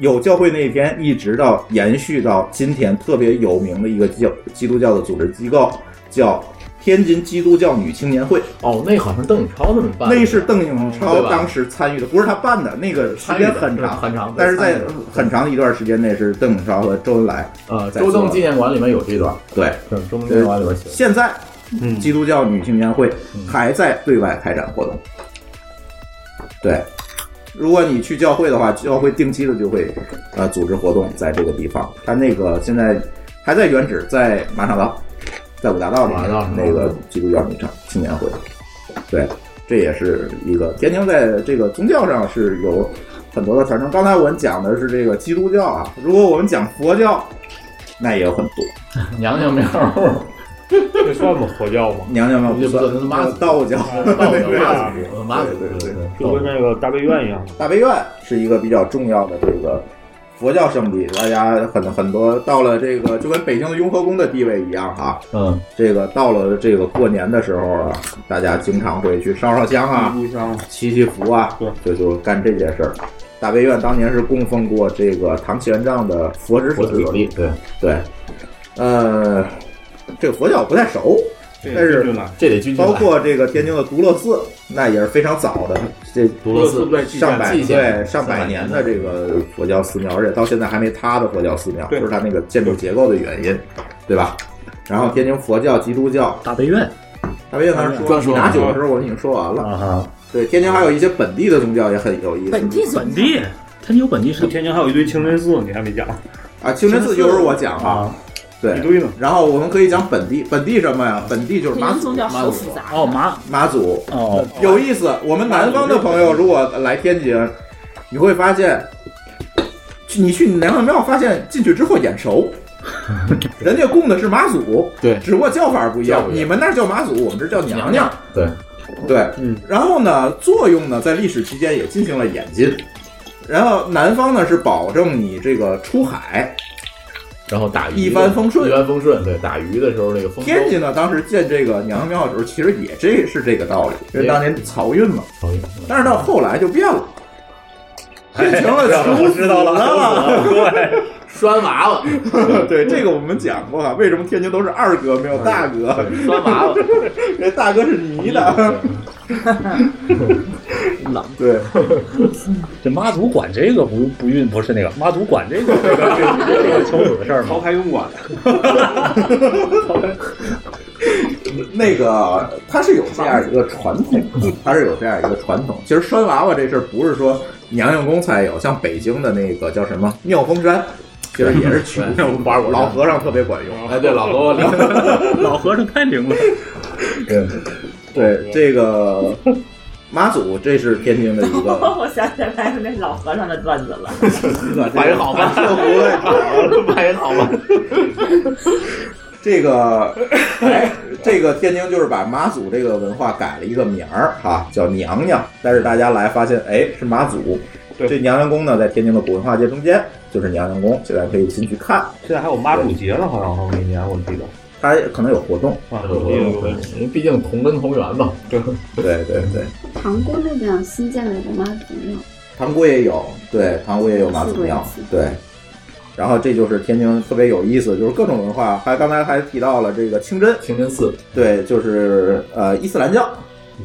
[SPEAKER 1] 有教会那一天一直到延续到今天特别有名的一个教基督教的组织机构，叫天津基督教女青年会。
[SPEAKER 3] 哦，那好像是邓颖超他们办的，
[SPEAKER 1] 那是邓颖超
[SPEAKER 3] 对吧
[SPEAKER 1] 当时参与的，不是他办的，那个时
[SPEAKER 3] 参与
[SPEAKER 1] 间
[SPEAKER 3] 的
[SPEAKER 1] 很
[SPEAKER 3] 对
[SPEAKER 1] 长
[SPEAKER 3] 很长，
[SPEAKER 1] 但是
[SPEAKER 3] 参
[SPEAKER 1] 在
[SPEAKER 3] 与的
[SPEAKER 1] 很长一段时间内是邓颖超和周恩来。
[SPEAKER 3] 呃
[SPEAKER 1] 在
[SPEAKER 3] 周
[SPEAKER 1] 做
[SPEAKER 3] 邓
[SPEAKER 1] 的
[SPEAKER 3] 纪念馆里面有这段，
[SPEAKER 1] 对，
[SPEAKER 3] 对，周邓纪念馆里面写的。
[SPEAKER 1] 现在
[SPEAKER 6] 嗯，
[SPEAKER 1] 基督教女青年会
[SPEAKER 3] 嗯
[SPEAKER 1] 还在对外开展活动。对，如果你去教会的话，教会定期的就会呃组织活动在这个地方。他那个现在还在原址，在马场道，在五大道里
[SPEAKER 3] 马场道
[SPEAKER 1] 那个基督教女青青年会。对，这也是一个天津在这个宗教上是有很多的传承。刚才我们讲的是这个基督教啊，如果我们讲佛教，那也有很多。
[SPEAKER 3] 娘娘庙，
[SPEAKER 6] 这算吗？佛教吗？
[SPEAKER 1] 娘娘们
[SPEAKER 3] 这
[SPEAKER 1] 不
[SPEAKER 3] 不
[SPEAKER 1] 算
[SPEAKER 3] 叫妈祖
[SPEAKER 1] 道教，
[SPEAKER 3] 妈祖
[SPEAKER 1] 对
[SPEAKER 3] 妈祖妈祖，
[SPEAKER 1] 对对对
[SPEAKER 3] 对
[SPEAKER 6] 就跟那个大悲院一样，
[SPEAKER 1] 大悲院是一个比较重要的这个佛教圣地，大家很很多到了这个就跟北京的雍和宫的地位一样啊，
[SPEAKER 3] 嗯，
[SPEAKER 1] 这个到了这个过年的时候啊，大家经常会去烧烧香啊，
[SPEAKER 6] 故乡
[SPEAKER 1] 祈祈福啊
[SPEAKER 6] 对，
[SPEAKER 1] 就就干这些事儿。大悲院当年是供奉过这个唐玄奘的佛指
[SPEAKER 3] 佛
[SPEAKER 1] 手
[SPEAKER 3] 指有力，对，
[SPEAKER 1] 对，呃，这个佛教我不太熟，但是
[SPEAKER 3] 这得去
[SPEAKER 1] 包括这个天津的独乐寺，那也是非常早的，这
[SPEAKER 3] 独乐寺，
[SPEAKER 6] 在
[SPEAKER 1] 上百
[SPEAKER 3] 祭献
[SPEAKER 1] 对上百年的这个佛教寺庙，而且到现在还没塌的佛教寺庙，就
[SPEAKER 6] 对
[SPEAKER 1] 是它那个建筑结构的原因，对吧？然后天津佛教、基督教，
[SPEAKER 2] 大悲院
[SPEAKER 1] 大卫刚才说
[SPEAKER 3] 专说啊
[SPEAKER 1] 拿酒的时候我已经说完了。
[SPEAKER 2] 啊哈，
[SPEAKER 1] 对，天津还有一些本地的宗教也很有意思。
[SPEAKER 5] 本地
[SPEAKER 2] 本地，它有本地神
[SPEAKER 6] 天津还有一堆清真寺，你还没讲
[SPEAKER 1] 啊，清真寺就是我讲啊，
[SPEAKER 2] 啊，
[SPEAKER 1] 对
[SPEAKER 6] 一。堆呢。
[SPEAKER 1] 然后我们可以讲本地，本地什么呀？本地就是
[SPEAKER 5] 天
[SPEAKER 1] 妈
[SPEAKER 5] 津
[SPEAKER 1] 祖
[SPEAKER 5] 宗，教
[SPEAKER 3] 妈
[SPEAKER 5] 好
[SPEAKER 3] 祖
[SPEAKER 5] 复杂。
[SPEAKER 2] 哦，马
[SPEAKER 1] 妈祖
[SPEAKER 2] 哦，
[SPEAKER 1] 有意思。我们南方的朋友如果来天津，你会发现，去你去娘娘庙，发现进去之后眼 熟，人家供的是妈祖，
[SPEAKER 3] 对
[SPEAKER 1] 只不过叫法不一样
[SPEAKER 3] 叫。不一样
[SPEAKER 1] 你们那儿叫妈祖，我们这儿叫娘娘。
[SPEAKER 3] 对，
[SPEAKER 1] 对，
[SPEAKER 6] 嗯。
[SPEAKER 1] 然后呢，作用呢，在历史期间也进行了演进。然后南方呢是保证你这这个出海，
[SPEAKER 3] 然后打鱼的
[SPEAKER 1] 一帆风顺
[SPEAKER 3] 一帆风顺，对，打鱼的时候那个风舟
[SPEAKER 1] 天津呢当时建这个娘娘庙的时候，其实也这是这个道理，因为当年漕运嘛。
[SPEAKER 3] 好运
[SPEAKER 1] 但是到后来就变了，变成了求死了。
[SPEAKER 3] 拴娃娃，
[SPEAKER 1] 对，这个我们讲过啊，为什么天津都是二哥没有大哥？
[SPEAKER 3] 对拴 娃娃，
[SPEAKER 1] 因为大哥是泥 的。对，
[SPEAKER 2] 这妈祖管这个不不运不是那个妈祖管这个这个这个求子的事儿吗
[SPEAKER 6] 陶？开用馆，
[SPEAKER 1] 那个它是有这样一个传统，它是有这样一个传统。其实拴娃娃这事儿不是说娘娘宫才有，像北京的那个叫什么妙峰山，其实也是去
[SPEAKER 3] 对玩过
[SPEAKER 1] 老和尚特别管用。
[SPEAKER 3] 哎，对，老 头我
[SPEAKER 2] 老和尚太灵了，
[SPEAKER 1] 对，对，这个妈祖这是天津的一个。
[SPEAKER 5] 我想起来那老和尚的段子了，
[SPEAKER 3] 买好吧，买好吧，
[SPEAKER 1] 这个，哎，这个天津就是把妈祖这个文化改了一个名儿哈、叫娘娘。但是大家来发现，哎，是妈祖。
[SPEAKER 6] 对
[SPEAKER 1] 这娘娘宫呢，在天津的古文化界中间，就是娘娘宫，现在可以进去看。
[SPEAKER 6] 现在还有妈祖节呢，好像好像每年我记得。
[SPEAKER 1] 它可能有活动。
[SPEAKER 6] 啊，
[SPEAKER 3] 我因为毕竟同根同源嘛，
[SPEAKER 1] 对对对，
[SPEAKER 4] 塘沽那边有新建的一个妈祖庙，
[SPEAKER 1] 塘沽也有，对，塘沽也有妈祖庙
[SPEAKER 4] 四个意，
[SPEAKER 1] 对。然后这就是天津特别有意思，就是各种文化，还刚才还提到了这个清真，
[SPEAKER 3] 清真寺
[SPEAKER 1] 对，就是呃伊斯兰教，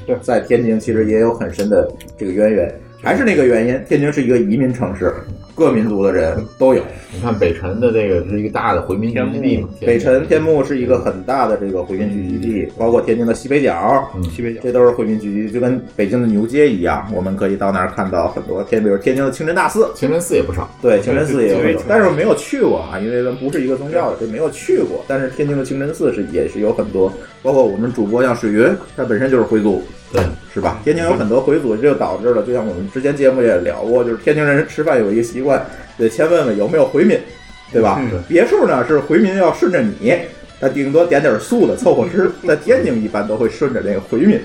[SPEAKER 6] 对
[SPEAKER 1] 在天津其实也有很深的这个渊源。还是那个原因，天津是一个移民城市，各民族的人都有。
[SPEAKER 3] 你看北辰的这个是一个大的回民聚集地嘛，
[SPEAKER 1] 北辰、天目是一个很大的这个回民聚集地，包括天津的西北角，
[SPEAKER 3] 嗯
[SPEAKER 6] 西北角
[SPEAKER 1] 这都是回民聚集地，就跟北京的牛街一样，我们可以到那儿看到很多天，比如天津的清真大寺，
[SPEAKER 3] 清真寺也不少，
[SPEAKER 1] 对，清真寺也
[SPEAKER 6] 对对
[SPEAKER 1] 有
[SPEAKER 6] 对，
[SPEAKER 1] 但是我没有去过啊，因为咱不是一个宗教的，就没有去过。但是天津的清真寺是也是有很多，包括我们主播像水云，他本身就是回族，
[SPEAKER 3] 对，
[SPEAKER 1] 是吧？天津有很多回族，这就导致了，就像我们之前节目也聊过，就是天津人吃饭有一个习惯，得先问问有没有回民，对吧？
[SPEAKER 6] 嗯
[SPEAKER 1] 别处呢是回民要顺着你。他顶多点点素的凑合吃，在天津一般都会顺着这个回民，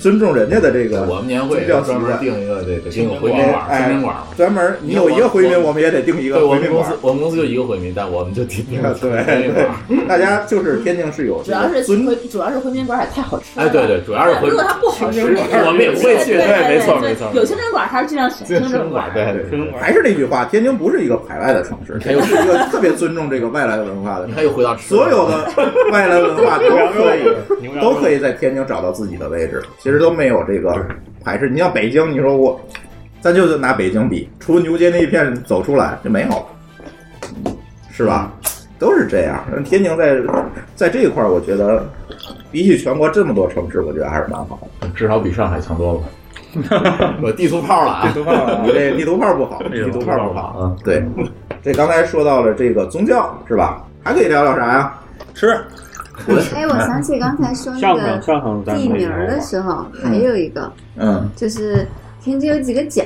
[SPEAKER 1] 尊重人家的这个
[SPEAKER 3] 我们年会
[SPEAKER 1] 宗教习
[SPEAKER 3] 专门
[SPEAKER 1] 惯。
[SPEAKER 3] 定一个这个定个回民馆儿，
[SPEAKER 1] 哎
[SPEAKER 3] 清真馆儿嘛。
[SPEAKER 1] 专门你有一个回民，我们也得定一
[SPEAKER 3] 对
[SPEAKER 1] 个回
[SPEAKER 3] 我们
[SPEAKER 1] 民
[SPEAKER 3] 公
[SPEAKER 1] 馆
[SPEAKER 3] 司。，我们公司就一个回民，但我们就定定
[SPEAKER 1] 对
[SPEAKER 3] 回民馆儿。
[SPEAKER 1] 大家就是天津是有
[SPEAKER 5] 主要是
[SPEAKER 1] 尊
[SPEAKER 5] 回，主要是回民馆也太好吃了。
[SPEAKER 3] 哎，对对，主要是回
[SPEAKER 5] 如果它不好吃，
[SPEAKER 3] 我们也不会去。
[SPEAKER 5] 对，对
[SPEAKER 6] 没错
[SPEAKER 5] 对
[SPEAKER 6] 没错
[SPEAKER 5] 有清真馆还是尽量选清真馆。
[SPEAKER 3] 对对
[SPEAKER 6] 清真
[SPEAKER 3] 对。
[SPEAKER 6] 馆
[SPEAKER 1] 还是那句话，天津不是一个排外的城市，天津是一个特别尊重这个外来文化的城
[SPEAKER 3] 你
[SPEAKER 1] 市。
[SPEAKER 3] 看又回到吃
[SPEAKER 1] 所
[SPEAKER 3] 的
[SPEAKER 1] 有的外来文化都可以，
[SPEAKER 6] 牛羊肉
[SPEAKER 1] 都可以在天津找到自己的位置，其实都没有这个排斥。你像北京，你说我，咱就拿北京比，除牛街那一片走出来就没有了，是吧？都是这样。那天津在在这一块，儿，我觉得比起全国这么多城市，我觉得还是蛮好的。
[SPEAKER 3] 至少比上海强多了。我地图炮了啊！
[SPEAKER 1] 地图炮，你这地图炮不好，
[SPEAKER 2] 哎呦
[SPEAKER 1] 地图炮不好。
[SPEAKER 3] 啊，
[SPEAKER 1] 对，这刚才说到了这个宗教是吧？还可以聊聊啥呀？
[SPEAKER 2] 吃
[SPEAKER 4] 哎，我想起刚才说那
[SPEAKER 6] 相声
[SPEAKER 4] 个
[SPEAKER 6] 相声咱
[SPEAKER 4] 地
[SPEAKER 6] 们
[SPEAKER 4] 名儿的时候，还有一个
[SPEAKER 1] 嗯
[SPEAKER 4] 就是天津有几个角，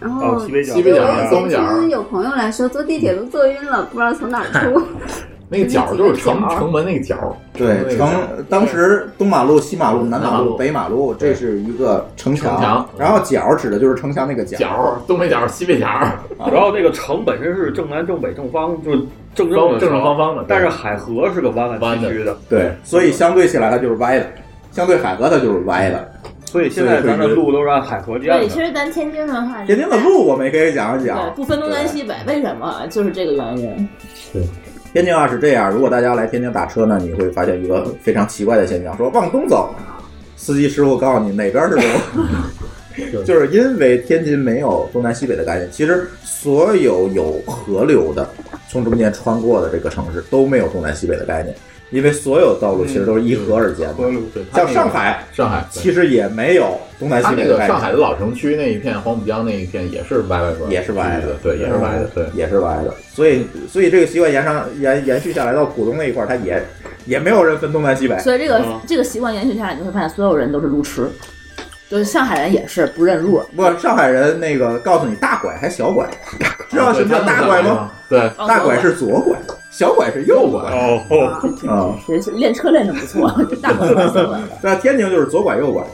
[SPEAKER 4] 然后
[SPEAKER 6] 哦西北角
[SPEAKER 3] 西北
[SPEAKER 4] 对
[SPEAKER 3] 角
[SPEAKER 4] 我以
[SPEAKER 3] 东
[SPEAKER 4] 前
[SPEAKER 3] 角
[SPEAKER 4] 听有朋友来说，坐地铁都坐晕
[SPEAKER 6] 嗯
[SPEAKER 4] 了，不知道从哪儿出。
[SPEAKER 3] 那个角儿就是城城门那个角儿，，
[SPEAKER 1] 对，城当时东马路、西马路、南马
[SPEAKER 3] 南马
[SPEAKER 1] 路、
[SPEAKER 3] 路
[SPEAKER 1] 北马路，这是一个城墙，
[SPEAKER 3] 城墙
[SPEAKER 1] 然后角指的就是城墙那个角。
[SPEAKER 3] 角儿东北角儿西北角儿，
[SPEAKER 6] 然后这个城本身是正南、正北、正方，就是正正
[SPEAKER 3] 方
[SPEAKER 6] 的
[SPEAKER 3] 正正
[SPEAKER 6] 方
[SPEAKER 3] 方。方的。
[SPEAKER 6] 但是海河是个弯弯
[SPEAKER 3] 弯
[SPEAKER 6] 曲
[SPEAKER 3] 的
[SPEAKER 6] 曲的，
[SPEAKER 1] 对，所以相对起来它就是歪的，相对海河它就是歪的。
[SPEAKER 6] 所以现在咱的路都是按海河建
[SPEAKER 5] 对，其
[SPEAKER 6] 的。
[SPEAKER 5] 实咱天津文化，
[SPEAKER 1] 天津的路我们也可以讲一
[SPEAKER 5] 对
[SPEAKER 1] 讲。
[SPEAKER 5] 不分东南西北，为什么？就是这个原因。
[SPEAKER 1] 天津啊是这样，如果大家来天津打车呢，你会发现一个非常奇怪的现象，说往东走，司机师傅告诉你哪边是东，就是因为天津没有东南西北的概念。其实所有有河流的，从中间穿过的这个城市都没有东南西北的概念，因为所有道路其实都是依河而建的。
[SPEAKER 6] 河路
[SPEAKER 3] 对它那
[SPEAKER 1] 像
[SPEAKER 3] 个
[SPEAKER 1] 上海，
[SPEAKER 3] 上海，对
[SPEAKER 1] 其实也没有东南
[SPEAKER 3] 它
[SPEAKER 1] 西
[SPEAKER 3] 那
[SPEAKER 1] 北的
[SPEAKER 3] 个
[SPEAKER 1] 概
[SPEAKER 3] 上海
[SPEAKER 1] 念，
[SPEAKER 3] 的老城区那一片，黄浦江那一片也是歪歪的，
[SPEAKER 1] 也是歪的，
[SPEAKER 3] 对，也是歪的，对。
[SPEAKER 1] 也是歪的。所以，所以这个习惯延长延延续下来到浦东那一块儿，它也也没有人分东南西北。
[SPEAKER 5] 所以这个
[SPEAKER 6] 嗯
[SPEAKER 5] 这个习惯延续下来，你会发现所有人都是路痴，就是上海人也是不认路。
[SPEAKER 1] 不，上海人那个告诉你大拐还小拐，知道什么叫大拐吗？？
[SPEAKER 3] 对，
[SPEAKER 5] 哦
[SPEAKER 1] 大拐是左拐，小拐是右拐
[SPEAKER 6] 哦，
[SPEAKER 1] 啊。
[SPEAKER 5] 其实练车练的不错，大伙都错了。
[SPEAKER 1] 那天津就是左拐右拐，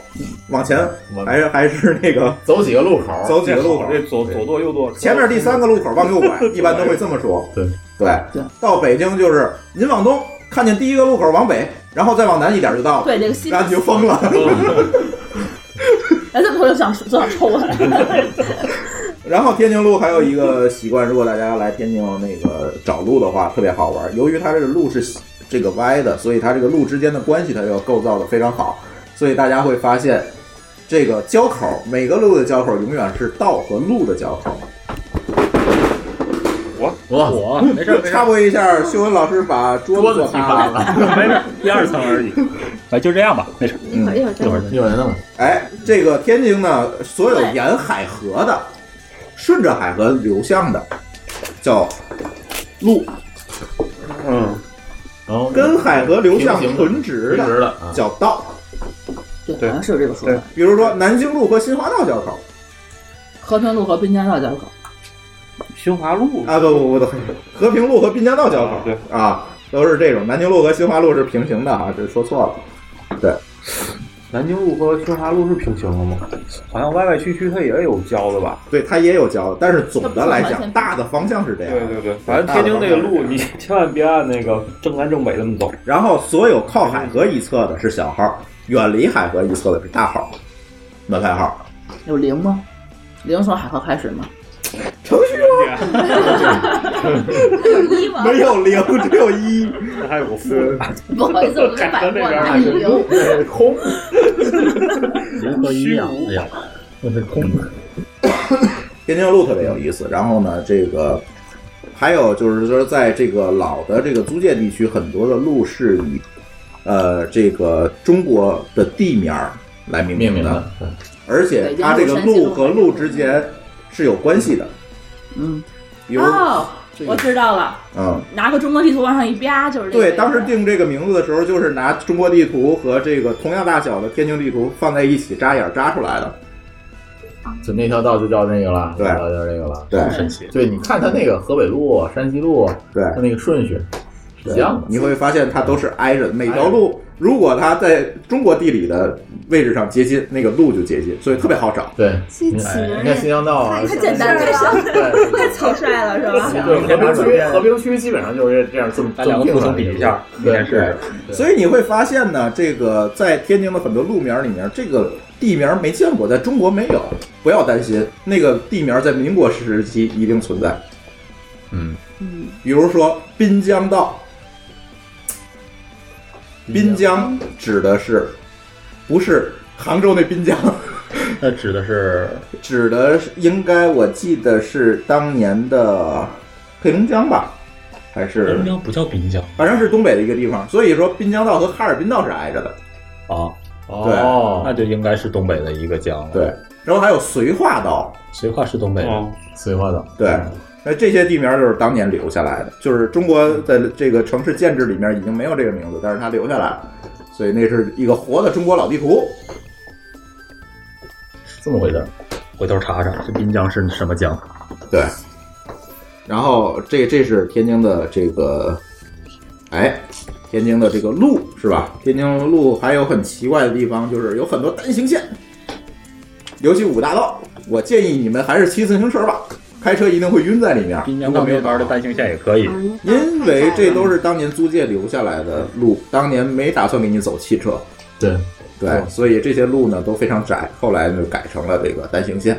[SPEAKER 1] 往前
[SPEAKER 3] 我
[SPEAKER 1] 还是还是那个
[SPEAKER 3] 走几个路口，
[SPEAKER 1] 走几个路口，
[SPEAKER 6] 这左左舵右舵，
[SPEAKER 1] 前面第三个路口往右拐，一般都会这么说。
[SPEAKER 3] 对
[SPEAKER 1] 对
[SPEAKER 5] 对
[SPEAKER 1] 到北京就是您往东，看见第一个路口往北，然后再往南一点就到了，
[SPEAKER 5] 对这个西，
[SPEAKER 1] 然后你就疯了。
[SPEAKER 6] 嗯
[SPEAKER 5] 哎，这么说就想就想抽我。
[SPEAKER 1] 然后天津路还有一个习惯，如果大家来天津那个找路的话，特别好玩。由于它这个路是这个歪的，所以它这个路之间的关系它要构造的非常好，所以大家会发现，这个交口每个路的交口永远是道和路的交口。
[SPEAKER 3] 哇，
[SPEAKER 2] 我没事没事
[SPEAKER 1] 插，播一下，修文老师把桌
[SPEAKER 3] 桌
[SPEAKER 1] 子
[SPEAKER 3] 子
[SPEAKER 1] 坐
[SPEAKER 3] 踢
[SPEAKER 1] 塌
[SPEAKER 3] 翻
[SPEAKER 1] 了。
[SPEAKER 3] 了，
[SPEAKER 2] 没事，第二层而已。嗯哎，就这样吧，没事，
[SPEAKER 4] 一会儿一会儿再
[SPEAKER 2] 一会儿
[SPEAKER 3] 一会儿再弄。
[SPEAKER 1] 哎，这个天津呢，所有沿海河的，顺着海河流向的，叫路；
[SPEAKER 6] 嗯，
[SPEAKER 3] 然后
[SPEAKER 1] 跟海河流向
[SPEAKER 3] 平行的
[SPEAKER 1] 垂直
[SPEAKER 3] 直
[SPEAKER 1] 的
[SPEAKER 3] 的啊，
[SPEAKER 1] 叫道。
[SPEAKER 5] 对，好
[SPEAKER 6] 对
[SPEAKER 5] 像是有这个说法。
[SPEAKER 1] 比如说南京路和新华道交口
[SPEAKER 5] 和平路和滨江道交口，
[SPEAKER 6] 新华路
[SPEAKER 1] 啊，不不不不，和平路和滨江道交口
[SPEAKER 6] 啊对
[SPEAKER 1] 啊，都是这种。南京路和新华路是平行的啊，这说错了。对，
[SPEAKER 6] 南京路和清华路是平行的吗？好像歪歪曲曲它也有交的吧？
[SPEAKER 1] 对，它也有交，但是总的来
[SPEAKER 5] 它不是完
[SPEAKER 1] 讲，
[SPEAKER 5] 全
[SPEAKER 1] 大的方向是这样。
[SPEAKER 6] 对对对，反正天津那个路你千万别按那个正南正北那么走。
[SPEAKER 1] 然后所有靠海河一侧的是小号，远离海河一侧的是大号，暖牌号。
[SPEAKER 5] 有零吗？零从海河开始吗？
[SPEAKER 1] 程序
[SPEAKER 5] 有一吗？
[SPEAKER 1] 没有零，只有一。
[SPEAKER 6] 那还有个负，
[SPEAKER 5] 不好意思，我们摆过了。
[SPEAKER 3] 海
[SPEAKER 5] 零
[SPEAKER 3] 河那是空，
[SPEAKER 2] 零和一啊，哎呀，嗯我这空
[SPEAKER 1] 天津路特别有意思。然后呢，这个还有就是说，在这个老的这个租界地区，很多的路是以呃这个中国的地名儿来命
[SPEAKER 3] 命名
[SPEAKER 1] 的，
[SPEAKER 3] 的。
[SPEAKER 1] 而且它这个路和路之间是有关系的。
[SPEAKER 5] 嗯，
[SPEAKER 1] 比如，
[SPEAKER 5] 哦，
[SPEAKER 1] 这个
[SPEAKER 5] 我知道了，
[SPEAKER 1] 嗯，
[SPEAKER 5] 拿个中国地图往上一啪，就是这个
[SPEAKER 1] 对，当时定这个名字的时候，就是拿中国地图和这个同样大小的天津地图放在一起扎眼儿扎出来的。
[SPEAKER 3] 就那条道就叫那个了，
[SPEAKER 1] 对
[SPEAKER 3] 那条道就叫这个了。
[SPEAKER 1] 对
[SPEAKER 2] 神奇，
[SPEAKER 3] 对，你看它那个河北路、山西路，
[SPEAKER 1] 对，
[SPEAKER 3] 它那个顺序是一样的。
[SPEAKER 1] 你会发现它都是挨着的，每条路如果它在中国地理的位置上接近，那个路就接近，所以特别好找。
[SPEAKER 3] 对，
[SPEAKER 4] 这
[SPEAKER 3] 你
[SPEAKER 4] 起名
[SPEAKER 3] 看
[SPEAKER 4] 儿
[SPEAKER 3] 你看新
[SPEAKER 4] 也
[SPEAKER 3] 疆道啊，
[SPEAKER 4] 太
[SPEAKER 5] 简单了
[SPEAKER 4] 了，
[SPEAKER 3] 对，
[SPEAKER 5] 太草率了，是吧？
[SPEAKER 3] 对，河滨区，河滨区基本上就是这样这么
[SPEAKER 2] 咱两个
[SPEAKER 3] 这么定
[SPEAKER 2] 互相
[SPEAKER 3] 上
[SPEAKER 2] 比一下，应
[SPEAKER 3] 对
[SPEAKER 2] 该，是
[SPEAKER 3] 对
[SPEAKER 1] 所以你会发现呢，这个在天津的很多路名里面，这个地名没见过，在中国没有，不要担心，那个地名在民国时期一定存在。
[SPEAKER 3] 嗯，
[SPEAKER 5] 嗯，
[SPEAKER 1] 比如说滨江道，滨
[SPEAKER 3] 滨
[SPEAKER 1] 江指的是不是杭州那滨江？
[SPEAKER 2] 那指的是
[SPEAKER 1] 指的是应该我记得是当年的黑龙江吧，还是
[SPEAKER 2] 滨江不叫滨江
[SPEAKER 1] 反正是东北的一个地方，所以说滨江道和哈尔滨道是挨着的。
[SPEAKER 2] 啊，那
[SPEAKER 3] 哦，
[SPEAKER 2] 就应该是东北的一个江了。
[SPEAKER 1] 对，，然后还有绥化道，
[SPEAKER 2] 绥化是东北的，
[SPEAKER 6] 嗯，
[SPEAKER 3] 绥化岛，
[SPEAKER 1] 对，那这些地名就是当年留下来的，就是中国的这个城市建制里面已经没有这个名字，但是它留下来了，所以那是一个活的中国老地图。
[SPEAKER 3] 这么回事儿。
[SPEAKER 2] 回头查查这滨江是什么江。
[SPEAKER 1] 对，然后这这是天津的这个，哎，天津的这个路是吧？天津路还有很奇怪的地方，就是有很多单行线，尤其五大道。我建议你们还是骑自行车吧，开车一定会晕在里面。
[SPEAKER 2] 滨江到那边的单行线也可以，
[SPEAKER 4] 嗯
[SPEAKER 1] 哎因为这都是当年租界留下来的路，当年没打算给你走汽车，
[SPEAKER 3] 对，
[SPEAKER 2] 哦
[SPEAKER 1] 对，所以这些路呢都非常窄，后来就改成了这个单行线。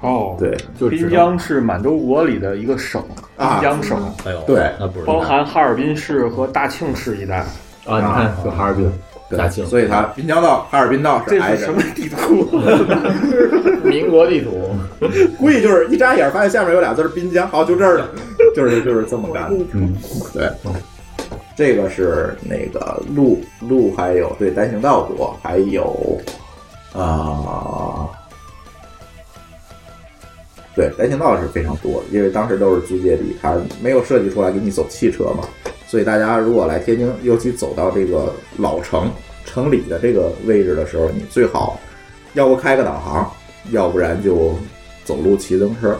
[SPEAKER 6] 哦，
[SPEAKER 1] 对，
[SPEAKER 3] 就只
[SPEAKER 6] 滨
[SPEAKER 3] 能
[SPEAKER 6] 江是满洲国里的一个省，
[SPEAKER 1] 啊
[SPEAKER 6] 滨江省
[SPEAKER 2] 哎呦，
[SPEAKER 1] 对
[SPEAKER 2] 那不是
[SPEAKER 6] 包含哈尔滨市和大庆市一带。
[SPEAKER 3] 啊，你看，就哈尔滨、
[SPEAKER 1] 对
[SPEAKER 3] 大庆，
[SPEAKER 1] 所以它滨江道、哈尔滨道嗯是
[SPEAKER 6] 这
[SPEAKER 1] 挨
[SPEAKER 6] 是
[SPEAKER 1] 着
[SPEAKER 6] 什
[SPEAKER 1] 的
[SPEAKER 6] 么。地图？
[SPEAKER 3] 民国地图，
[SPEAKER 1] 估计就是一眨眼发现下面有俩字儿“滨江”，好，就这儿了， 就是就是这么干。
[SPEAKER 2] 嗯，
[SPEAKER 1] 对，这个是那个路路，还有对单行道国，还有啊、对单行道是非常多的，因为当时都是租界地，它没有设计出来给你走汽车嘛，所以大家如果来天津，尤其走到这个老城城里的这个位置的时候，你最好要不开个导航，要不然就走路骑自行车。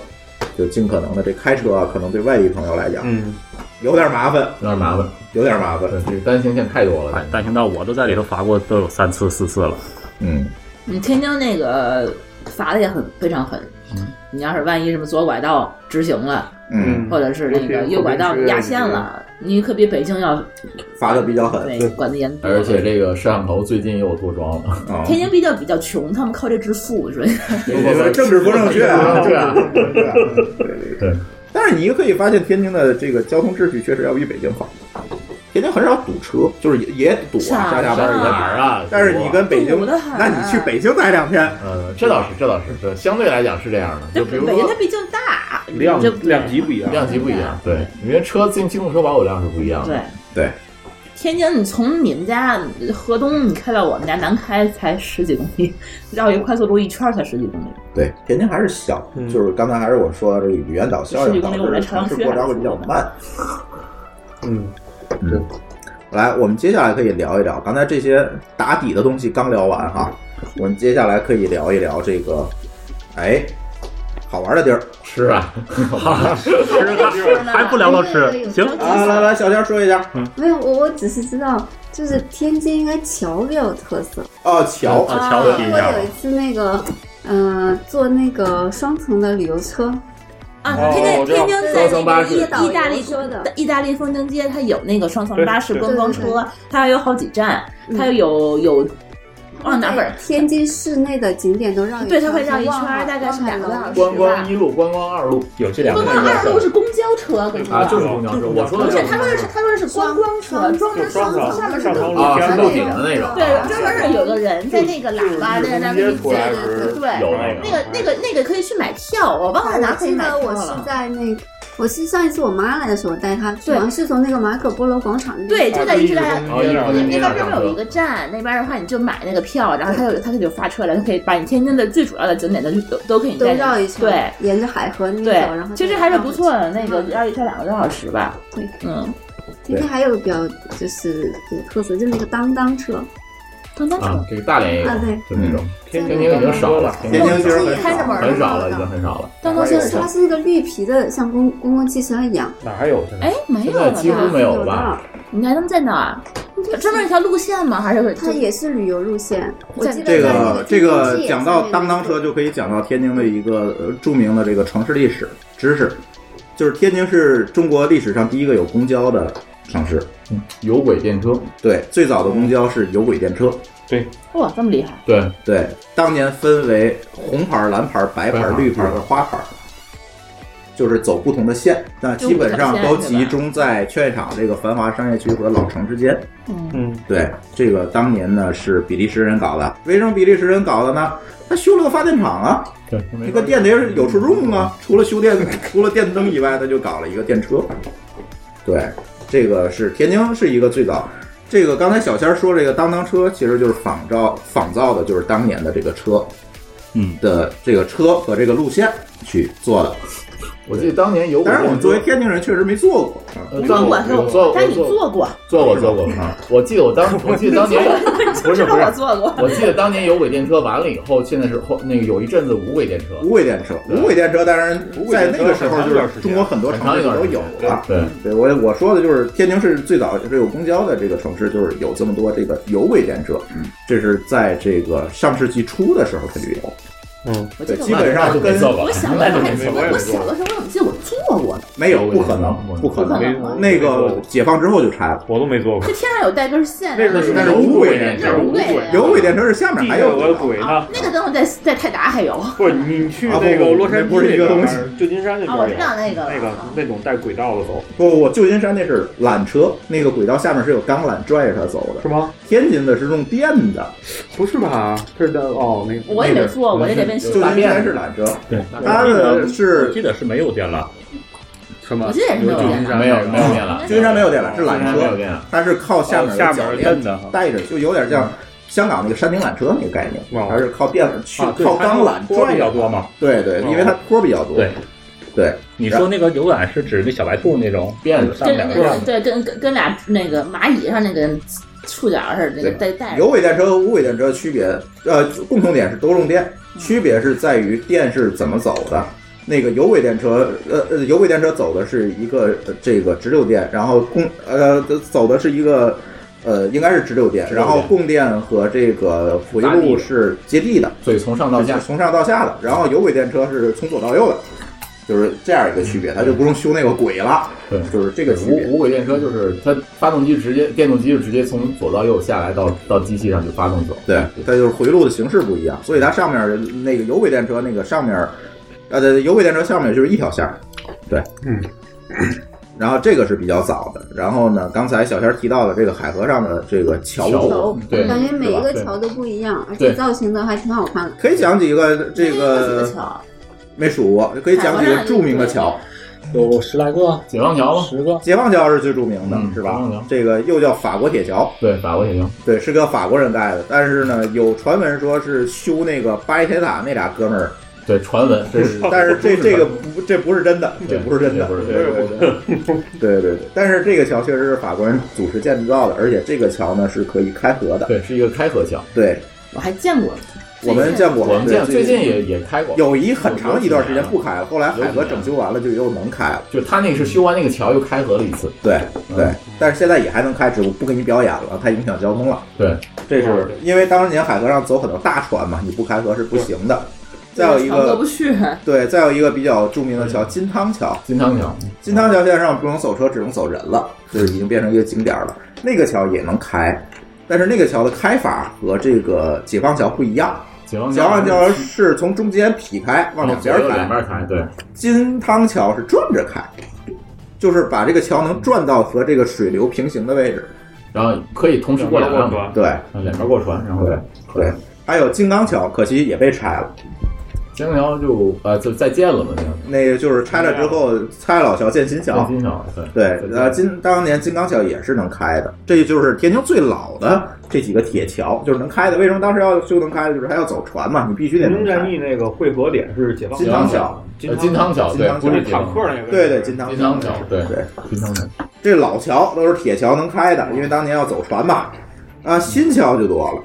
[SPEAKER 1] 就尽可能的，这开车啊，可能对外地朋友来讲，
[SPEAKER 6] 嗯，
[SPEAKER 1] 有点麻烦，
[SPEAKER 3] 有点麻烦。
[SPEAKER 1] 有点麻烦。
[SPEAKER 3] 对，这个单行线太多了。
[SPEAKER 2] 单行道我都在里头罚过都有三次四次了。
[SPEAKER 1] 嗯，
[SPEAKER 5] 你天津那个罚的也很非常狠。你要是万一什么左拐道直行了，
[SPEAKER 1] 嗯，
[SPEAKER 5] 或者是那个右拐道压线了，你可比北京要
[SPEAKER 1] 罚的比较狠
[SPEAKER 5] 对管得严多。
[SPEAKER 3] 而且这个摄像头最近又多装 了，
[SPEAKER 1] 啊，
[SPEAKER 5] 天津比较比较穷，他们靠这致富，所以
[SPEAKER 1] 因为政治不正确啊，
[SPEAKER 3] 对啊
[SPEAKER 1] 对对对
[SPEAKER 3] 对。
[SPEAKER 1] 但是你可以发现，天津的这个交通秩序确实要比北京好。天津很少堵车，就是也也堵啊，上
[SPEAKER 5] 上
[SPEAKER 1] 下班
[SPEAKER 5] 上
[SPEAKER 1] 也
[SPEAKER 3] 哪
[SPEAKER 1] 堵。
[SPEAKER 3] 儿啊？
[SPEAKER 1] 但是你跟北京
[SPEAKER 5] 堵得，很啊
[SPEAKER 1] 那你去北京待两天，
[SPEAKER 3] 呃，这倒是，这倒是，这相对来讲是这样的。
[SPEAKER 5] 这
[SPEAKER 3] 就比如
[SPEAKER 5] 北京它
[SPEAKER 3] 说
[SPEAKER 5] 毕竟大，
[SPEAKER 6] 量
[SPEAKER 5] 这
[SPEAKER 6] 量级不一样。
[SPEAKER 3] 量级不一样，对，因为车进机动车保有量是不一样的。
[SPEAKER 5] 对。
[SPEAKER 1] 对，
[SPEAKER 5] 天津，你从你们家河东，你开到我们家南开才十几公里，绕一快速路一圈才十几公里。
[SPEAKER 1] 对，天津还是小，
[SPEAKER 6] 嗯
[SPEAKER 1] 就是刚才还是我说的这个语言岛效应导
[SPEAKER 5] 十几公里我
[SPEAKER 1] 致
[SPEAKER 5] 来
[SPEAKER 1] 城
[SPEAKER 5] 长
[SPEAKER 1] 市
[SPEAKER 5] 靴
[SPEAKER 1] 过招会比较慢。
[SPEAKER 6] 嗯，
[SPEAKER 1] 来，我们接下来可以聊一聊刚才这些打底的东西刚聊完哈，我们接下来可以聊一聊这个，哎，好玩的地儿
[SPEAKER 3] 吃啊，
[SPEAKER 2] 吃还不聊到吃，行，
[SPEAKER 1] 啊！来来，小天说一下，
[SPEAKER 4] 没有，我我只是知道，就是天津应该桥比较有特色。
[SPEAKER 1] 哦，桥
[SPEAKER 2] 啊桥
[SPEAKER 4] 我
[SPEAKER 6] 哎
[SPEAKER 2] 提一下吧
[SPEAKER 4] 有一次那个，嗯、坐那个双层的旅游车，
[SPEAKER 5] 啊，
[SPEAKER 3] 哦
[SPEAKER 5] 天津
[SPEAKER 3] 我知道
[SPEAKER 5] 天津在
[SPEAKER 3] 双层巴
[SPEAKER 5] 那个
[SPEAKER 3] 士
[SPEAKER 5] 意
[SPEAKER 4] 导游
[SPEAKER 5] 意大利
[SPEAKER 4] 说的
[SPEAKER 5] 意大利风情街，它有那个双层巴士
[SPEAKER 6] 对
[SPEAKER 5] 观光
[SPEAKER 4] 对对
[SPEAKER 5] 车，它还有好几站，
[SPEAKER 4] 嗯
[SPEAKER 5] 它有有
[SPEAKER 4] 哦
[SPEAKER 5] 往哪本？
[SPEAKER 4] 天津市内的景点都绕
[SPEAKER 5] 哦
[SPEAKER 4] 一圈，
[SPEAKER 5] 对它会绕一圈
[SPEAKER 4] 我忘了
[SPEAKER 5] 大概是两个多小时
[SPEAKER 3] 观
[SPEAKER 4] 忘了
[SPEAKER 3] 光一路、观光二路
[SPEAKER 2] 有这两个
[SPEAKER 5] 观
[SPEAKER 2] 特
[SPEAKER 5] 光二
[SPEAKER 2] 色
[SPEAKER 5] 路是公交车，跟你
[SPEAKER 3] 啊，
[SPEAKER 5] 说。
[SPEAKER 3] 就是公交车。我说的
[SPEAKER 5] 不，
[SPEAKER 3] 就是是
[SPEAKER 5] 他说的是，他说的是嗯观光车，专门
[SPEAKER 6] 双
[SPEAKER 5] 层
[SPEAKER 6] 层
[SPEAKER 5] 下面是
[SPEAKER 6] 上
[SPEAKER 5] 个
[SPEAKER 6] 层路
[SPEAKER 3] 啊，
[SPEAKER 6] 边
[SPEAKER 3] 是
[SPEAKER 6] 儿
[SPEAKER 3] 露底的那
[SPEAKER 5] 对
[SPEAKER 3] 种。，
[SPEAKER 5] 专门是有个人在那个喇叭在那给你
[SPEAKER 6] 出来
[SPEAKER 5] 讲，
[SPEAKER 6] 时
[SPEAKER 5] 对，
[SPEAKER 3] 有那个
[SPEAKER 5] 那个那个那个可以去买票，啊我忘哦了哪
[SPEAKER 4] 我
[SPEAKER 5] 可以
[SPEAKER 4] 记
[SPEAKER 5] 买
[SPEAKER 4] 得
[SPEAKER 5] 票
[SPEAKER 4] 我是
[SPEAKER 5] 了。
[SPEAKER 4] 在那个，我是上一次我妈来的时候带她去，
[SPEAKER 5] 对
[SPEAKER 4] 好像是从那个马可波罗广场那边
[SPEAKER 5] 对，就在一直在
[SPEAKER 3] 哦一直在
[SPEAKER 5] 那那边专门有一个站，那边的话你就买那个票，然后他有他就有发车了，他可以把你天津的最主要的景点都去都都可以
[SPEAKER 4] 都
[SPEAKER 5] 带你
[SPEAKER 4] 绕一圈，
[SPEAKER 5] 对，
[SPEAKER 4] 沿着海河那
[SPEAKER 5] 对
[SPEAKER 4] 边走，然后，
[SPEAKER 5] 其实
[SPEAKER 4] 再
[SPEAKER 5] 还是
[SPEAKER 4] 绕
[SPEAKER 5] 不
[SPEAKER 4] 回去嗯
[SPEAKER 5] 错的。那个要一天两个多小时吧，
[SPEAKER 4] 对，
[SPEAKER 5] 嗯，
[SPEAKER 4] 天津还有个比较就是有特色，就是那个当当车，
[SPEAKER 5] 当当
[SPEAKER 3] 啊
[SPEAKER 5] 车，
[SPEAKER 3] 这个大连也有
[SPEAKER 5] 嗯
[SPEAKER 4] 啊对，
[SPEAKER 3] 就那种。
[SPEAKER 6] 天
[SPEAKER 3] 天津已经少了，
[SPEAKER 1] 天津其实很
[SPEAKER 5] 开着
[SPEAKER 1] 少
[SPEAKER 5] 门，
[SPEAKER 3] 很少了，已经很少了。
[SPEAKER 5] 当当车
[SPEAKER 4] 就是它是那个绿皮的，像公公共汽车一样，
[SPEAKER 6] 哪还有现在？
[SPEAKER 5] 哎，没
[SPEAKER 3] 现
[SPEAKER 5] 有
[SPEAKER 3] 在
[SPEAKER 5] 了
[SPEAKER 3] 几乎
[SPEAKER 5] 吧？
[SPEAKER 3] 没有了
[SPEAKER 4] 的
[SPEAKER 3] 吧？
[SPEAKER 5] 你还能在哪儿？专门有一条路线吗？还是
[SPEAKER 4] 嗯它也是旅游路线，我记得
[SPEAKER 1] 这
[SPEAKER 4] 在那
[SPEAKER 1] 个这
[SPEAKER 4] 天津
[SPEAKER 1] 个
[SPEAKER 4] 市也
[SPEAKER 1] 讲
[SPEAKER 4] 上
[SPEAKER 1] 到
[SPEAKER 4] 面
[SPEAKER 1] 当当
[SPEAKER 4] 有
[SPEAKER 1] 车，就可以讲到天津的一个呃著名的这个城市历史知识，就是天津是中国历史上第一个有公交的城市。
[SPEAKER 3] 有轨电车，
[SPEAKER 1] 对，最早的公交是有轨电车。
[SPEAKER 5] 哇这么厉害？
[SPEAKER 3] 对，
[SPEAKER 1] 对，当年分为红牌、蓝牌、白牌、绿牌和花牌，就是走不同的线，但基本上都集中在劝业场这个繁华商业区和老城之间。
[SPEAKER 5] 嗯，
[SPEAKER 6] 嗯，
[SPEAKER 1] 对，这个当年呢是比利时人搞的，为什么比利时人搞的呢？他修了个发电厂啊，
[SPEAKER 3] 对，
[SPEAKER 1] 这个电得有处用啊，除了修电、除了电灯以外，他就搞了一个电车。对，这个是天津是一个最早。这个刚才小仙儿说这个当当车，其实就是仿照仿造的，就是当年的这个车
[SPEAKER 2] 嗯，
[SPEAKER 1] 的这个车和这个路线去做的。
[SPEAKER 3] 我记得当年有轨
[SPEAKER 1] 当然，
[SPEAKER 3] 电
[SPEAKER 1] 我们
[SPEAKER 3] 车，
[SPEAKER 1] 作为天津人确实没坐过，
[SPEAKER 3] 呃
[SPEAKER 5] 坐过，
[SPEAKER 3] 但我我
[SPEAKER 5] 坐
[SPEAKER 3] 坐
[SPEAKER 5] 过，但你
[SPEAKER 3] 坐
[SPEAKER 5] 坐过，
[SPEAKER 3] 坐过坐过啊！我记得我当时，我记得当年 不是
[SPEAKER 5] 这
[SPEAKER 3] 不
[SPEAKER 5] 个我
[SPEAKER 3] 是，
[SPEAKER 5] 坐过。
[SPEAKER 3] 我记得当年有轨电车完了以后，现在是后那个有一阵子无轨电车，
[SPEAKER 1] 无轨电车。
[SPEAKER 3] 对
[SPEAKER 1] 无轨电车当然
[SPEAKER 6] 无轨
[SPEAKER 1] 在
[SPEAKER 6] 电车
[SPEAKER 1] 那个时候就
[SPEAKER 6] 很长一段时
[SPEAKER 1] 是
[SPEAKER 6] 间
[SPEAKER 1] 中国很多
[SPEAKER 3] 很长
[SPEAKER 1] 城
[SPEAKER 3] 一
[SPEAKER 1] 市
[SPEAKER 3] 段
[SPEAKER 1] 都
[SPEAKER 3] 时间
[SPEAKER 1] 有了。
[SPEAKER 3] 对，
[SPEAKER 1] 对我我说的就是天津市最早是有公交的这个城市，就是有这么多这个有轨电车，这是在这个上世纪初的时候它就有。
[SPEAKER 5] 我记
[SPEAKER 1] 对，
[SPEAKER 5] 得
[SPEAKER 1] 基本
[SPEAKER 5] 我。
[SPEAKER 1] 上
[SPEAKER 3] 就没
[SPEAKER 1] 跟
[SPEAKER 3] 坐过，
[SPEAKER 5] 我小的
[SPEAKER 3] 那
[SPEAKER 5] 时
[SPEAKER 3] 就
[SPEAKER 5] 候
[SPEAKER 3] 没坐过
[SPEAKER 5] 还坐过，。我小的时候我怎么记得我坐过呢？
[SPEAKER 1] 没有，
[SPEAKER 3] 有
[SPEAKER 1] 不可能，不可
[SPEAKER 5] 不
[SPEAKER 1] 能。
[SPEAKER 5] 可能
[SPEAKER 1] 那个解放之后就拆了，
[SPEAKER 6] 我都没坐 过
[SPEAKER 5] 这，天上有带根线，
[SPEAKER 6] 那
[SPEAKER 5] 然后
[SPEAKER 6] 是
[SPEAKER 1] 那
[SPEAKER 6] 那
[SPEAKER 1] 是
[SPEAKER 6] 无
[SPEAKER 1] 无轨
[SPEAKER 6] 轨
[SPEAKER 1] 电
[SPEAKER 5] 那
[SPEAKER 1] 车
[SPEAKER 5] 是
[SPEAKER 6] 无
[SPEAKER 5] 无轨
[SPEAKER 6] 轨，
[SPEAKER 1] 有轨电车是下面
[SPEAKER 6] 地
[SPEAKER 1] 还
[SPEAKER 6] 上有
[SPEAKER 1] 有
[SPEAKER 6] 个
[SPEAKER 1] 一
[SPEAKER 6] 轨
[SPEAKER 5] 啊
[SPEAKER 6] 呢。
[SPEAKER 5] 那个等我在在泰达还有啊，
[SPEAKER 6] 不是你去
[SPEAKER 1] 啊
[SPEAKER 6] 那
[SPEAKER 1] 不
[SPEAKER 6] 个
[SPEAKER 1] 不
[SPEAKER 6] 洛杉
[SPEAKER 1] 那
[SPEAKER 6] 矶
[SPEAKER 1] 不是一个
[SPEAKER 6] 那边
[SPEAKER 1] 东西
[SPEAKER 6] 旧金山那边
[SPEAKER 5] 啊我知道
[SPEAKER 6] 有
[SPEAKER 5] 那个了啊
[SPEAKER 6] 那个那种带轨道的走
[SPEAKER 1] 不不，旧金山那是缆车，那个轨道下面是有钢缆拽着它走
[SPEAKER 6] 是
[SPEAKER 1] 的。
[SPEAKER 6] 吗？
[SPEAKER 1] 天津的是用电的，
[SPEAKER 6] 不是吧？这是在哦，那
[SPEAKER 5] 我也没坐过，也得问
[SPEAKER 1] 旧
[SPEAKER 5] 学
[SPEAKER 1] 金
[SPEAKER 5] 长。
[SPEAKER 1] 山是缆车，
[SPEAKER 2] 对，
[SPEAKER 1] 它的
[SPEAKER 2] 我
[SPEAKER 1] 是
[SPEAKER 2] 记得是没有电缆，
[SPEAKER 6] 什么
[SPEAKER 5] 我记得也是没
[SPEAKER 6] 啊
[SPEAKER 5] 有电
[SPEAKER 3] 没有没有电缆，
[SPEAKER 1] 旧金山没有电缆，是
[SPEAKER 3] 旧金
[SPEAKER 1] 缆
[SPEAKER 3] 山没有
[SPEAKER 1] 车，
[SPEAKER 3] 电缆，
[SPEAKER 1] 它是靠下面有
[SPEAKER 6] 哦下
[SPEAKER 1] 脚
[SPEAKER 6] 面
[SPEAKER 1] 链
[SPEAKER 6] 蹬的哈
[SPEAKER 1] 带着，就有点像香港那个山顶缆车那个概念，
[SPEAKER 6] 哦
[SPEAKER 1] 它是靠电去
[SPEAKER 2] 啊，对
[SPEAKER 1] 靠钢缆
[SPEAKER 2] 坡
[SPEAKER 1] 拽
[SPEAKER 2] 比较
[SPEAKER 1] 着。
[SPEAKER 2] 多嘛。
[SPEAKER 1] 对对，因为它坡比较多。
[SPEAKER 2] 对，
[SPEAKER 1] 对，
[SPEAKER 2] 你说那个有缆是指那小白兔那种
[SPEAKER 3] 辫子
[SPEAKER 2] 上
[SPEAKER 5] 跟
[SPEAKER 2] 面两个
[SPEAKER 5] 跟对跟跟跟俩那个蚂蚁上那个触角似的，那个带带着
[SPEAKER 1] 有轨电车和无轨电车区别，呃，共同点是都用电，
[SPEAKER 2] 嗯
[SPEAKER 1] 区别是在于电是怎么走的。那个有轨电车，呃呃，有轨电车走的是一个、呃这个直流电，然后供呃走的是一个呃应该是直流电，
[SPEAKER 3] 直流
[SPEAKER 1] 然
[SPEAKER 3] 电
[SPEAKER 1] 后供电和这个回
[SPEAKER 3] 搭地
[SPEAKER 1] 路
[SPEAKER 3] 的
[SPEAKER 1] 是接地的，
[SPEAKER 3] 所以从上到下
[SPEAKER 1] 是从上到下的，然后有轨电车是从左到右的，就是这样一个区别，它就不用修那个轨了，
[SPEAKER 3] 对
[SPEAKER 1] 就是这个区别。
[SPEAKER 3] 无无轨电车就是它发动机直接电动机是直接从左到右下来到到机器上就发动走。
[SPEAKER 1] 对，它就是回路的形式不一样，所以它上面那个有轨电车那个上面，呃，对，有轨电车上面就是一条线儿，对，
[SPEAKER 6] 嗯。
[SPEAKER 1] 然后这个是比较早的，然后呢，刚才小仙儿提到的这个海河上的这个桥
[SPEAKER 3] 桥
[SPEAKER 1] 路，
[SPEAKER 4] 桥
[SPEAKER 3] 对
[SPEAKER 4] 感觉每一个
[SPEAKER 3] 对
[SPEAKER 4] 桥都不一样，而
[SPEAKER 3] 对
[SPEAKER 4] 且造型的还挺好看的。
[SPEAKER 1] 可以讲几个
[SPEAKER 5] 哎
[SPEAKER 1] 这
[SPEAKER 5] 那几
[SPEAKER 1] 个
[SPEAKER 5] 桥，
[SPEAKER 1] 没数过，可以讲几个著名的桥，
[SPEAKER 2] 有十来个、
[SPEAKER 3] 解放桥吗？
[SPEAKER 2] 十个，
[SPEAKER 1] 解放桥是最著名的，
[SPEAKER 3] 嗯
[SPEAKER 1] 是
[SPEAKER 3] 解
[SPEAKER 1] 吧
[SPEAKER 3] 放桥？
[SPEAKER 1] 这个又叫法国铁桥，
[SPEAKER 3] 对，法国也行。
[SPEAKER 1] 对，是个法国人盖的，但是呢，有传闻说是修那个巴黎铁塔那俩哥们儿，
[SPEAKER 3] 对，传闻这哦是，
[SPEAKER 1] 但是这这个不这不是真的，这
[SPEAKER 3] 对
[SPEAKER 1] 不是真的，
[SPEAKER 3] 这不是
[SPEAKER 1] 对对对 对对对，但是这个桥确实是法国人主持建造的，而且这个桥呢是可以开合的。
[SPEAKER 3] 对，是一个开合桥。
[SPEAKER 1] 对，
[SPEAKER 5] 我还见过，
[SPEAKER 1] 我们见过，
[SPEAKER 3] 我们
[SPEAKER 1] 对
[SPEAKER 3] 见最近也也开过，
[SPEAKER 1] 有一很长一段时间不开了，后来海河整修完了就又能开了。
[SPEAKER 3] 就他那个是修完那个桥又开合了一次，
[SPEAKER 1] 对对
[SPEAKER 3] 嗯，
[SPEAKER 1] 但是现在也还能开，只不过不给你表演了，太影响交通了。
[SPEAKER 3] 对，哦
[SPEAKER 1] 这是因为当年海河上走很多大船嘛，你不开河是不行的。再有一
[SPEAKER 5] 船过
[SPEAKER 1] 个
[SPEAKER 5] 不去，
[SPEAKER 1] 对，再有一个比较著名的桥金汤桥，
[SPEAKER 3] 金汤桥，嗯
[SPEAKER 1] 金汤桥线上不能走车，只能走人了，就是已经变成一个景点了。那个桥也能开，但是那个桥的开法和这个解放桥不一样。
[SPEAKER 3] 解放
[SPEAKER 1] 解放桥哦是从中间劈开，往两边
[SPEAKER 3] 左右
[SPEAKER 1] 开
[SPEAKER 3] 两；边开，对，
[SPEAKER 1] 金汤桥是转着开，就是把这个桥能转到和这个水流平行的位置。
[SPEAKER 3] 然后可以同时过两
[SPEAKER 6] 过
[SPEAKER 3] 辆，
[SPEAKER 6] 船，
[SPEAKER 1] 对
[SPEAKER 3] 啊两边过船，然后
[SPEAKER 1] 对对，还有金刚桥，可惜也被拆了。
[SPEAKER 3] 金汤桥就呃就再见了嘛，那
[SPEAKER 1] 那个就是拆了之后，拆老桥建新
[SPEAKER 3] 样
[SPEAKER 1] 桥。
[SPEAKER 3] 金桥，对
[SPEAKER 1] 对，呃，
[SPEAKER 3] 再见
[SPEAKER 1] 金当年金刚桥也是能开的，这就是天津最老的这几个铁桥，就是能开的。为什么当时要修能开的？就是还要走船嘛，你必须得
[SPEAKER 6] 人
[SPEAKER 1] 能
[SPEAKER 6] 民战
[SPEAKER 1] 开。
[SPEAKER 6] 役那个汇合点是解放
[SPEAKER 1] 金
[SPEAKER 3] 汤
[SPEAKER 1] 桥，
[SPEAKER 3] 呃金汤桥，
[SPEAKER 1] 金
[SPEAKER 3] 对，
[SPEAKER 1] 汤
[SPEAKER 6] 不
[SPEAKER 3] 不
[SPEAKER 6] 是
[SPEAKER 3] 是
[SPEAKER 6] 坦克那个，
[SPEAKER 1] 对对，金汤
[SPEAKER 3] 金汤桥，对
[SPEAKER 1] 对，
[SPEAKER 3] 金汤桥，
[SPEAKER 1] 这老桥都是铁桥能开的，因为当年要走船嘛。啊，新桥就多了，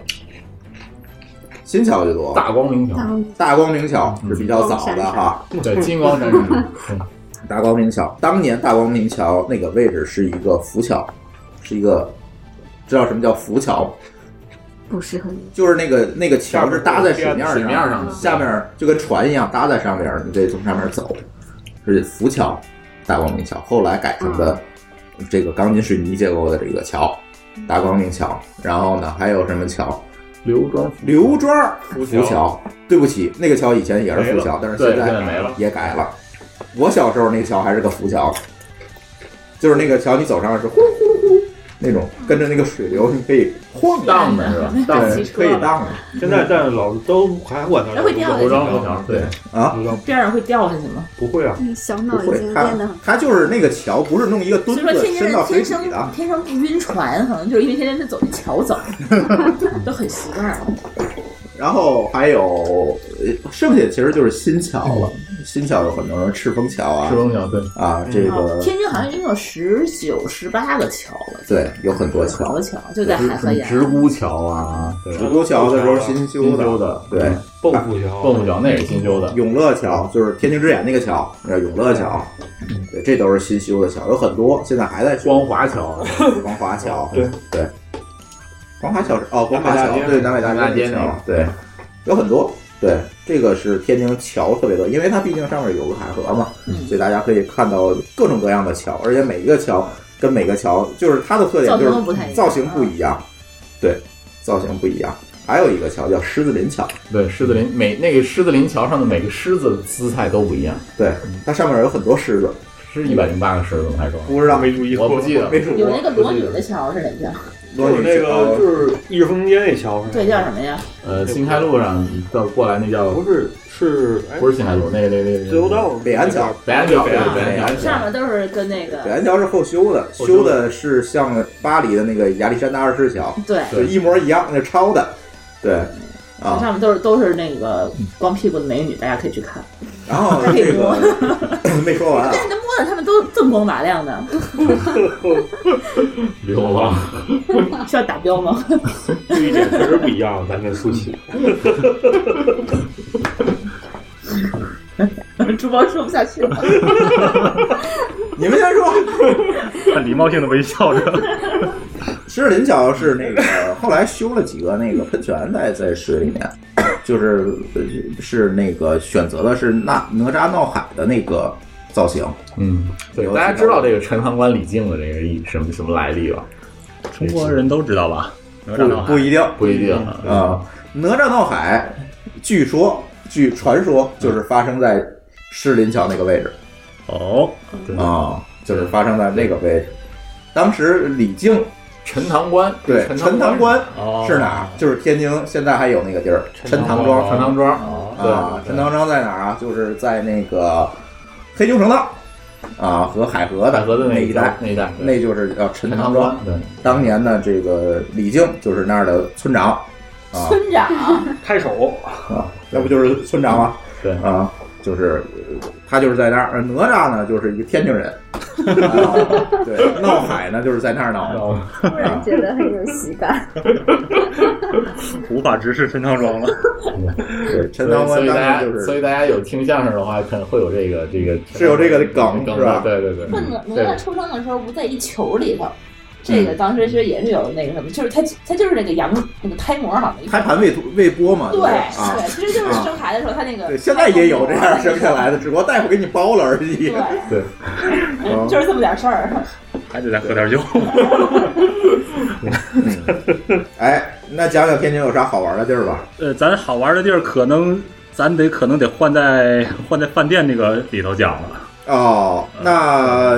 [SPEAKER 1] 新桥就多了。
[SPEAKER 3] 大光明桥
[SPEAKER 4] 大，公
[SPEAKER 1] 大光明桥是比较早的哈，
[SPEAKER 3] 对，金光山上， 嗯
[SPEAKER 1] 大光明桥，当年大光明桥那个位置是一个浮桥，是一个，知道什么叫浮桥？
[SPEAKER 4] 不适合你，
[SPEAKER 1] 就是那个那个桥是搭在水面上，
[SPEAKER 3] 水面上的
[SPEAKER 1] 下面就跟船一样搭在上面，你得从上面走，是浮桥，大光明桥，后来改成的
[SPEAKER 5] 嗯
[SPEAKER 1] 这个钢筋水泥结构的这个桥，大光明桥。然后呢，还有什么桥？
[SPEAKER 3] 刘庄
[SPEAKER 1] 刘庄
[SPEAKER 6] 浮
[SPEAKER 1] 浮桥。对不起，那个桥以前也是浮桥，但是
[SPEAKER 3] 对，
[SPEAKER 1] 现
[SPEAKER 3] 现在
[SPEAKER 1] 在
[SPEAKER 3] 没了，
[SPEAKER 1] 也改了。我小时候那个桥还是个浮桥，就是那个桥你走上是呼噜呼噜呼噜那种，跟着那个水流你可以晃荡，
[SPEAKER 3] 荡的是吧？荡
[SPEAKER 1] 对
[SPEAKER 3] 的
[SPEAKER 5] 嗯骑车
[SPEAKER 1] 可以荡的。
[SPEAKER 6] 现在但是老都还管它
[SPEAKER 5] 哎会掉下去
[SPEAKER 3] 刘庄浮桥，对，
[SPEAKER 1] 啊
[SPEAKER 6] 刘庄
[SPEAKER 5] 边上会掉下去吗？
[SPEAKER 6] 不会啊，
[SPEAKER 4] 嗯小
[SPEAKER 1] 不
[SPEAKER 4] 脑已
[SPEAKER 1] 会，
[SPEAKER 4] 经
[SPEAKER 1] 它
[SPEAKER 4] 变得很
[SPEAKER 1] 它就是那个桥，不是弄一个
[SPEAKER 5] 所
[SPEAKER 1] 墩
[SPEAKER 5] 以说
[SPEAKER 1] 子
[SPEAKER 5] 天津
[SPEAKER 1] 伸
[SPEAKER 5] 人
[SPEAKER 1] 到水
[SPEAKER 5] 天
[SPEAKER 1] 底
[SPEAKER 5] 生
[SPEAKER 1] 的。啊
[SPEAKER 5] 天生不晕船，可能就是因为天天是走那桥走，都很习惯。
[SPEAKER 1] 然后还有呃剩下其实就是新桥了，
[SPEAKER 4] 嗯
[SPEAKER 1] 新桥有很多人赤峰桥啊
[SPEAKER 3] 赤峰桥，对，
[SPEAKER 1] 啊，这
[SPEAKER 5] 哦
[SPEAKER 1] 个
[SPEAKER 5] 天津好像一共有十九、十八个桥吧？
[SPEAKER 1] 对有很多
[SPEAKER 5] 好
[SPEAKER 1] 桥
[SPEAKER 5] 多。桥就在海河沿
[SPEAKER 3] 直沽桥啊，对
[SPEAKER 1] 直沽桥的时候新
[SPEAKER 3] 新
[SPEAKER 1] 修
[SPEAKER 3] 修
[SPEAKER 1] 的，嗯哦
[SPEAKER 3] 的，
[SPEAKER 1] 对，
[SPEAKER 4] 嗯
[SPEAKER 6] 蹦浮桥，
[SPEAKER 3] 蹦木桥那也是新修的，
[SPEAKER 1] 永乐桥就是天津之眼那个桥，叫永乐桥，
[SPEAKER 4] 嗯
[SPEAKER 1] 对，这都是新修的桥，有很多，现在还在修。
[SPEAKER 3] 光华桥啊，
[SPEAKER 1] 光华桥，
[SPEAKER 6] 哦对
[SPEAKER 1] 对，光华桥是哦，光华
[SPEAKER 6] 南
[SPEAKER 1] 桥
[SPEAKER 6] 北大街
[SPEAKER 1] 对南北大街
[SPEAKER 3] 南北大街
[SPEAKER 1] 那
[SPEAKER 3] 那
[SPEAKER 1] 桥
[SPEAKER 3] 个，
[SPEAKER 1] 对，有很多。对，这个是天津桥特别多，因为它毕竟上面有个海河嘛，
[SPEAKER 5] 嗯
[SPEAKER 1] 所以大家可以看到各种各样的桥，而且每一个桥跟每个桥就是它的特点
[SPEAKER 5] 造
[SPEAKER 1] 就
[SPEAKER 5] 型
[SPEAKER 1] 是
[SPEAKER 5] 都不太一样嗯
[SPEAKER 1] 造型不一样，对，造型不一样。还有一个桥叫狮子林桥，
[SPEAKER 3] 对，狮子林每那个狮子林桥上的每个狮子的姿态都不一样，
[SPEAKER 1] 对，
[SPEAKER 6] 嗯
[SPEAKER 1] 它上面有很多狮子，
[SPEAKER 3] 是一百零八个狮子吗？还是多少
[SPEAKER 1] 不知道没
[SPEAKER 6] 没注意，
[SPEAKER 3] 我不记得
[SPEAKER 1] 没数
[SPEAKER 5] 有
[SPEAKER 1] 过。
[SPEAKER 5] 那个裸女的桥是哪条？
[SPEAKER 1] 裸
[SPEAKER 6] 就是
[SPEAKER 1] 女
[SPEAKER 6] 那个
[SPEAKER 1] 桥
[SPEAKER 6] 就是意式风街那桥是吧？
[SPEAKER 5] 对，叫什么呀？
[SPEAKER 3] 呃，新开路上到过来那叫
[SPEAKER 6] 不是是哎
[SPEAKER 3] 不是新开路，那个那个那个
[SPEAKER 6] 自由道
[SPEAKER 1] 北安桥，
[SPEAKER 3] 北安桥，
[SPEAKER 6] 对
[SPEAKER 3] 对
[SPEAKER 1] 北
[SPEAKER 3] 北
[SPEAKER 1] 安
[SPEAKER 3] 安
[SPEAKER 5] 上
[SPEAKER 3] 桥，
[SPEAKER 5] 面都是跟那个
[SPEAKER 1] 北安桥是后修的，
[SPEAKER 6] 后修
[SPEAKER 1] 修的是像巴黎的那个亚历山大二世桥，
[SPEAKER 5] 对，
[SPEAKER 1] 就一模一样，那抄的，对啊。
[SPEAKER 5] 上面都是都是那个光屁股的美女，大家可以去看。
[SPEAKER 1] 然后这个 没说完啊
[SPEAKER 5] 但，是那摸的他们都锃光瓦亮的，
[SPEAKER 3] 流浪，
[SPEAKER 5] 需要打标 吗？
[SPEAKER 6] 这一点确实不一样，咱跟舒淇。
[SPEAKER 5] 主播说不下 去了，
[SPEAKER 1] 你们先说。
[SPEAKER 2] 很礼貌性的微笑 着。
[SPEAKER 1] 狮子林桥是那个后来修了几个那个喷泉在在水里面， 就是呃是那个选择的是那哪吒闹海的那个造型，
[SPEAKER 3] 嗯，对，大家知道这个陈塘关李靖的这个意什么什么来历吧？
[SPEAKER 2] 中国人都知道吧？哪吒
[SPEAKER 1] 不
[SPEAKER 2] 闹海
[SPEAKER 1] 不一定
[SPEAKER 3] 不一定
[SPEAKER 1] 啊。哪吒闹海，据说据传说
[SPEAKER 2] 嗯
[SPEAKER 1] 就是发生在狮林桥那个位置。
[SPEAKER 2] 哦，
[SPEAKER 3] 对
[SPEAKER 1] 啊，就是发生在那个位置。当时李靖
[SPEAKER 3] 陈塘关
[SPEAKER 1] 对陈塘关
[SPEAKER 2] 哦
[SPEAKER 1] 是哪儿？就是天津现在还有那个地儿，陈塘
[SPEAKER 3] 庄陈
[SPEAKER 1] 庄。
[SPEAKER 3] 塘庄，对
[SPEAKER 1] 啊，陈塘庄在哪儿啊？就是在那个黑牛城道啊和海河的
[SPEAKER 3] 海河的
[SPEAKER 1] 那
[SPEAKER 3] 那
[SPEAKER 1] 一
[SPEAKER 3] 一带
[SPEAKER 1] 带，
[SPEAKER 3] 那一带，对
[SPEAKER 1] 那就是叫陈
[SPEAKER 3] 陈
[SPEAKER 1] 塘
[SPEAKER 3] 塘
[SPEAKER 1] 庄。
[SPEAKER 3] 对，
[SPEAKER 1] 当年呢，这个李靖就是那儿的村长啊，
[SPEAKER 5] 村长
[SPEAKER 6] 太守，
[SPEAKER 1] 啊，要不就是村长啊，
[SPEAKER 3] 对
[SPEAKER 1] 啊，就是呃他就是在那儿。而哪吒呢，就是一个天津人，啊对，闹海呢就是在那儿 闹。
[SPEAKER 4] 突然觉得很有喜感。
[SPEAKER 2] 无法直视陈长庄了。
[SPEAKER 1] 对，陈
[SPEAKER 3] 所
[SPEAKER 1] 塘
[SPEAKER 3] 以所
[SPEAKER 1] 关
[SPEAKER 3] 以
[SPEAKER 1] 当
[SPEAKER 3] 大家
[SPEAKER 1] 年就
[SPEAKER 3] 所
[SPEAKER 1] 是
[SPEAKER 3] 以大家有听相声的话，可能会有这个这个
[SPEAKER 1] 是有这个梗
[SPEAKER 3] 梗
[SPEAKER 1] 是吧
[SPEAKER 3] 的对对对，
[SPEAKER 5] 不，哪哪吒出生的时候不在一球里头，这
[SPEAKER 1] 嗯
[SPEAKER 5] 个当时其实也是有那个什么，就是他他就是那个羊那个胎膜好像一块
[SPEAKER 1] 胎
[SPEAKER 5] 儿。
[SPEAKER 1] 盘未未剥嘛，
[SPEAKER 5] 对
[SPEAKER 1] 就是啊，
[SPEAKER 5] 对，其实就是生孩子的时候他那个。
[SPEAKER 1] 对，现在也有这样生下。来的，只不过大夫给你包了而已。
[SPEAKER 5] 对，
[SPEAKER 3] 对，
[SPEAKER 1] 嗯
[SPEAKER 5] 就是这么点事儿。
[SPEAKER 2] 还得再喝点酒。
[SPEAKER 1] 哎，那讲讲天津有啥好玩的地儿吧？
[SPEAKER 2] 呃，咱好玩的地儿可能咱得可能得换在换在饭店那个里头讲了。
[SPEAKER 1] 哦，那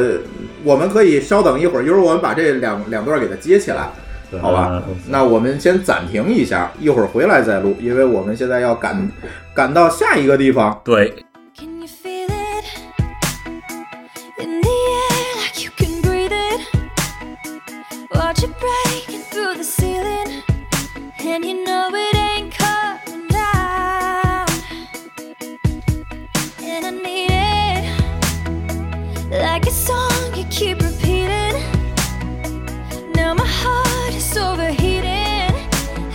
[SPEAKER 1] 我们可以稍等一会儿，一会儿我们把这两两段给它接起来，
[SPEAKER 3] 对
[SPEAKER 1] 好吧？
[SPEAKER 2] 嗯
[SPEAKER 1] 那我们先暂停一下，一会儿回来再录，因为我们现在要赶赶到下一个地方。
[SPEAKER 2] 对，
[SPEAKER 7] Can you feel it? In the air, like you can breathe it. Watch it breaking through the ceiling. And you know it ain't coming down. And I need it. Like a song you keep repeating. Now my heart is overheating.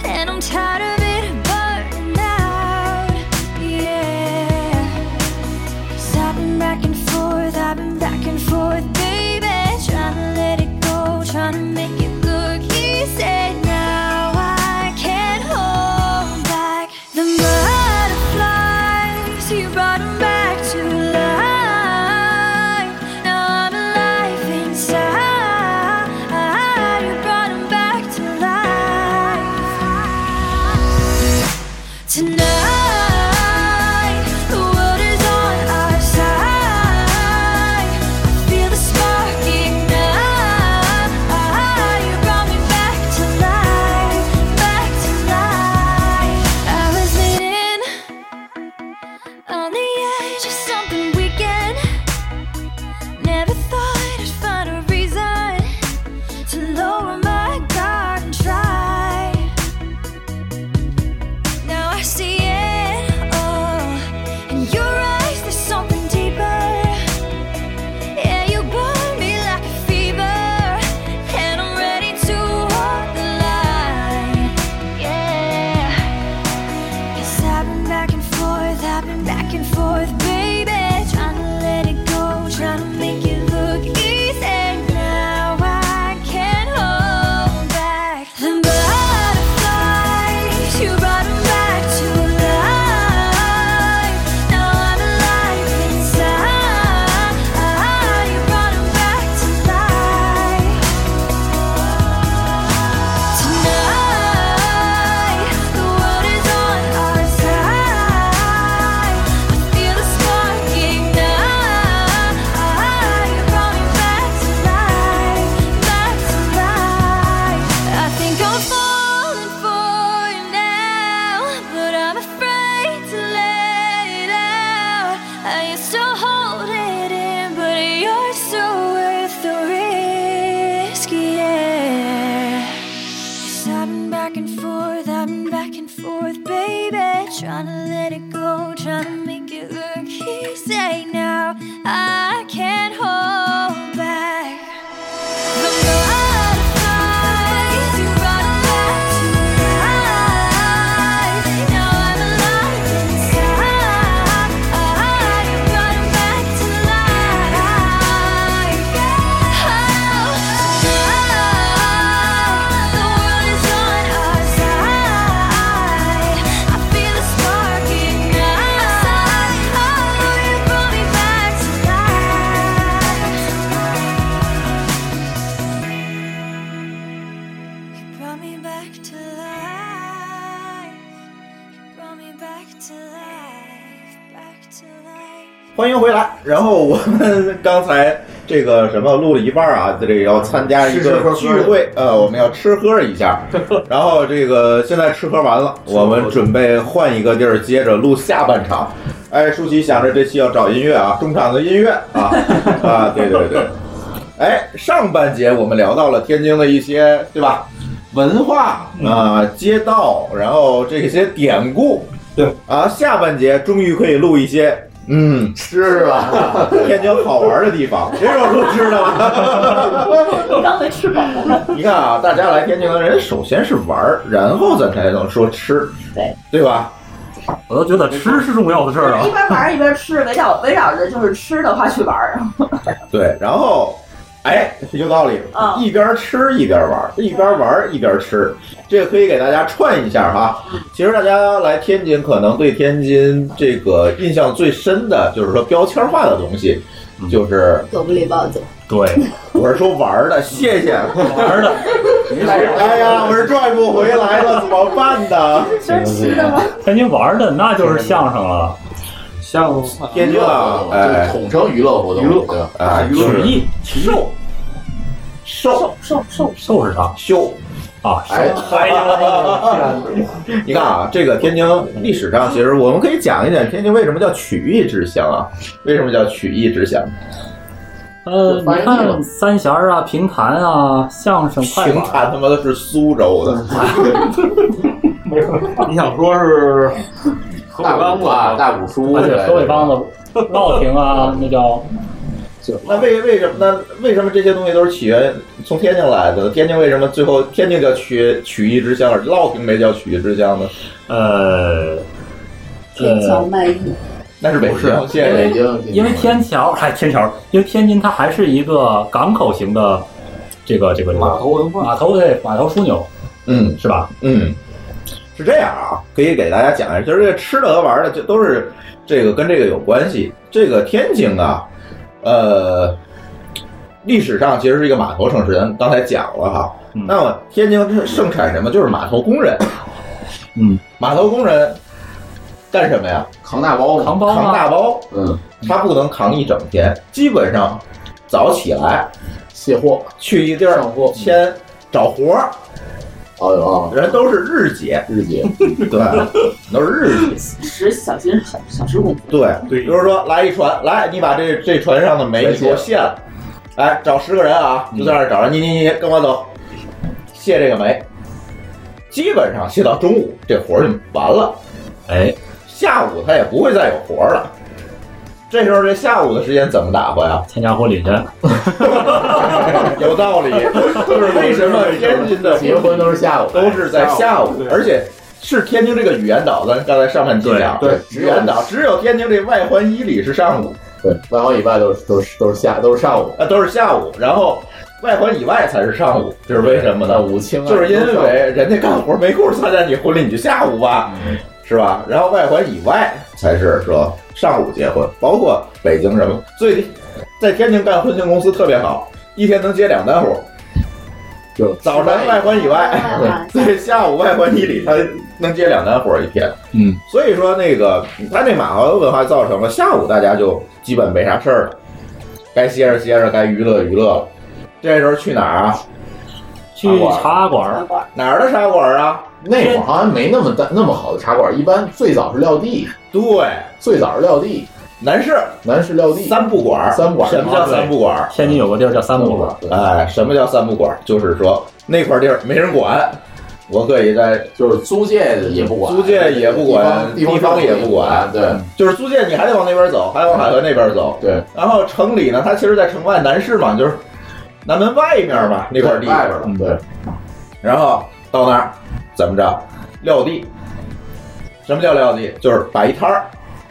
[SPEAKER 7] And I'm tired of it burning out. Yeah. Cause I've been back and forth, I've been back and forth, baby. Trying to let it go, trying to make it look easy. Now I can't hold back the butterflies. You brought 'em back to life. Now I'm alive inside. You brought 'em back to life. Tonight, the world is on our side. I feel the spark ignite. You brought me back to life, back to life. I was leaning on the edge of something weekend. Never thought I'd find a reason to lower my guard and try. Now I see it all. In your eyes, there's something deeper. Yeah, you burn me like a fever. And I'm ready to hold the line. Yeah. Cause I've been back and forth, I've been back and forth, baby. Trying to let it go, trying to make it look easy. Now I can't hold back. The butterflies, you brought 'em back to life. Now I'm alive inside. You brought 'em back to life. Tonight, the world is on our side. I feel the spark ignite. You brought me back to life, back to life. I think I'm falling for you now, but I'm afraid to let it out. I used to hold it in, but you're so worth the risk, yeah. Cause I've been back and forth, I've been back and forth, baby. Trying to let it go, trying to make it look easy now. I can't hold back. The butterflies, you brought 'em back to life. Now I'm alive inside. You brought 'em back to life. Oh, the world is on our side. I feel the spark ignite. Oh, you brought me back to life. You brought me back to life. You brought me back to life. Back to life.
[SPEAKER 1] 欢迎回来。然后我们刚才这个什么录了一半啊，这个要参加一
[SPEAKER 8] 吃吃喝
[SPEAKER 1] 个
[SPEAKER 8] 喝
[SPEAKER 1] 聚会，呃，我们要吃 喝一下。然后这个现在吃喝完了，我们准备换一个地儿接着录下半场。哎，舒淇想着这期要找音乐啊，中场的音乐 啊啊，对对对。哎，上半节我们聊到了天津的一些，对吧？文化啊、街道，然后这些典故，
[SPEAKER 6] 对
[SPEAKER 1] 啊，下半节终于可以录一些嗯，
[SPEAKER 3] 吃是吧？
[SPEAKER 1] 天津好玩的地方，谁说不吃的了？
[SPEAKER 5] 你刚才吃饱了，
[SPEAKER 1] 你看啊，大家来天津的人，首先是玩儿，然后咱才能说吃，
[SPEAKER 5] 对
[SPEAKER 1] 对吧？
[SPEAKER 2] 我都觉得吃是重要的事儿啊
[SPEAKER 5] 一。边玩一边吃，围绕围绕着就是吃的话去玩儿。啊
[SPEAKER 1] 对，然后。哎，有道理，
[SPEAKER 5] 嗯
[SPEAKER 1] 一边吃一边玩儿，一边玩儿一边吃，这个可以给大家串一下哈。
[SPEAKER 4] 嗯
[SPEAKER 1] 其实大家来天津，可能对天津这个印象最深的就是说标签化的东西，就是
[SPEAKER 4] 狗不理包子，
[SPEAKER 2] 对，
[SPEAKER 1] 我是说玩儿的，谢谢。
[SPEAKER 2] 玩的，
[SPEAKER 1] 哎呀，我是拽不回来了，怎么办呢？
[SPEAKER 5] 这是吃的吗？
[SPEAKER 2] 天津玩的那就是相声了，
[SPEAKER 6] 像
[SPEAKER 1] 天津啊，
[SPEAKER 3] 就是
[SPEAKER 1] 哎
[SPEAKER 3] 统称娱乐活动，
[SPEAKER 6] 娱乐
[SPEAKER 3] 对吧
[SPEAKER 1] 哎，
[SPEAKER 2] 曲艺、曲
[SPEAKER 1] 瘦瘦
[SPEAKER 5] 瘦瘦
[SPEAKER 2] 瘦是啥
[SPEAKER 1] 修。
[SPEAKER 2] 啊？
[SPEAKER 3] 哎，
[SPEAKER 1] 你看啊，这个天津历史上，其实我们可以讲一讲天津为什么叫曲艺之乡啊？为什么叫曲艺之乡？
[SPEAKER 2] 呃，
[SPEAKER 3] 有发音
[SPEAKER 2] 你看三弦儿啊、评弹啊、相声、快
[SPEAKER 1] 评
[SPEAKER 2] 板儿，
[SPEAKER 1] 弹他妈的是苏州的，
[SPEAKER 6] 你想说是河北
[SPEAKER 3] 大
[SPEAKER 6] 梆
[SPEAKER 3] 鼓啊，
[SPEAKER 6] 子，
[SPEAKER 3] 大鼓书
[SPEAKER 2] 而
[SPEAKER 3] 之类
[SPEAKER 2] 且
[SPEAKER 3] 的，
[SPEAKER 2] 河北梆子、闹亭啊，那叫
[SPEAKER 1] 那为为什么？那为什么这些东西都是起源从天津来的？天津为什么最后天津叫曲曲艺之乡，而乐亭没叫曲艺之乡呢？
[SPEAKER 2] 呃
[SPEAKER 3] 啊
[SPEAKER 4] 天桥
[SPEAKER 2] 呃，
[SPEAKER 4] 卖艺，
[SPEAKER 1] 那是北京，谢谢
[SPEAKER 3] 北京，
[SPEAKER 2] 因为天桥哎天桥，因为天津它还是一个港口型的这个这个这
[SPEAKER 6] 码
[SPEAKER 2] 个
[SPEAKER 6] 头文化。
[SPEAKER 2] 码头对码头枢纽
[SPEAKER 1] 嗯
[SPEAKER 2] 是吧？
[SPEAKER 1] 嗯，是这样啊，可以给大家讲一下，就是这吃的和玩的，这都是这个跟这个有关系。这个天津啊，呃，历史上其实是一个码头城市，咱刚才讲了哈。
[SPEAKER 2] 嗯
[SPEAKER 1] 那么天津它盛产什么？就是码头工人。
[SPEAKER 2] 嗯，
[SPEAKER 1] 码头工人干什么呀？
[SPEAKER 3] 扛大包嘛，
[SPEAKER 2] 扛包
[SPEAKER 1] 扛
[SPEAKER 2] 啊，
[SPEAKER 1] 大包，
[SPEAKER 3] 嗯，
[SPEAKER 1] 他不能扛一整天，基本上早起来
[SPEAKER 3] 卸货，
[SPEAKER 1] 去一地儿
[SPEAKER 3] 上货
[SPEAKER 1] 先找活儿，
[SPEAKER 3] 哦哦，
[SPEAKER 1] 人都是日结，
[SPEAKER 3] 日结，
[SPEAKER 1] 对，都是日结。
[SPEAKER 5] 十小时小小时工，
[SPEAKER 1] 对，
[SPEAKER 6] 对
[SPEAKER 1] 比如说来一船，来你把这这船上的煤
[SPEAKER 3] 全
[SPEAKER 1] 你给我卸了，哎，找十个人啊，就在那儿找人，你你你跟我走，卸这个煤，基本上卸到中午这活儿就完了，
[SPEAKER 2] 哎，
[SPEAKER 1] 下午他也不会再有活儿了。这时候这下午的时间怎么打发 呀？
[SPEAKER 2] 参加婚礼去，
[SPEAKER 1] 有道理，就是为什么天津的
[SPEAKER 3] 结婚都是下午，
[SPEAKER 1] 都是在下午
[SPEAKER 6] 对，
[SPEAKER 1] 而且是天津这个语言岛，咱刚才上半期讲，
[SPEAKER 3] 对对
[SPEAKER 1] 语言岛只有天津这外环以里是上午，
[SPEAKER 3] 对，外行以外都是都是都是下都是上午，
[SPEAKER 1] 啊都是下午，然后外环以外才是上午，这是为什么
[SPEAKER 3] 那
[SPEAKER 1] 呢？
[SPEAKER 3] 武清啊
[SPEAKER 1] 就是因为人家干活没空参加你婚礼，你就下午吧，是吧？然后外环以外才是说上午结婚，包括北京什么，所以在天津干婚庆公司特别好，一天能接两单活。
[SPEAKER 3] 就
[SPEAKER 1] 早晨外环以外，
[SPEAKER 4] 外环
[SPEAKER 1] 在下午外环以里，他能接两单活儿一天。
[SPEAKER 2] 嗯，
[SPEAKER 1] 所以说那个他这马豪文化造成了下午大家就基本没啥事儿了，该歇着歇着，该娱乐娱乐了。这时候去哪儿啊？
[SPEAKER 2] 去茶馆
[SPEAKER 4] 茶
[SPEAKER 2] 儿，
[SPEAKER 4] 馆，
[SPEAKER 1] 哪儿的茶馆啊？
[SPEAKER 3] 那会儿好像没那么大那么好的茶馆，一般最早是撂地，
[SPEAKER 1] 对，
[SPEAKER 3] 最早是撂地，
[SPEAKER 1] 南市
[SPEAKER 3] 南市撂地，
[SPEAKER 1] 三不管儿。
[SPEAKER 3] 三馆
[SPEAKER 1] 什么叫三不管儿？
[SPEAKER 2] 天津有个地儿叫三不馆，
[SPEAKER 3] 对，
[SPEAKER 1] 哎，什么叫三不管儿？就是说那块地儿没人管，我可以在，
[SPEAKER 3] 就是租界也不管，
[SPEAKER 1] 租界也不管
[SPEAKER 3] 地方
[SPEAKER 1] 地方也不管
[SPEAKER 3] 对
[SPEAKER 1] 就是租界你还得往那边走，还得往海河那边走。
[SPEAKER 3] 对，
[SPEAKER 1] 然后城里呢，它其实，在城外南市嘛，就是南门外面嘛那块地。嗯
[SPEAKER 3] 外边了，对，
[SPEAKER 1] 然后到那儿怎么着，撂地。什么叫撂地？就是摆一摊儿，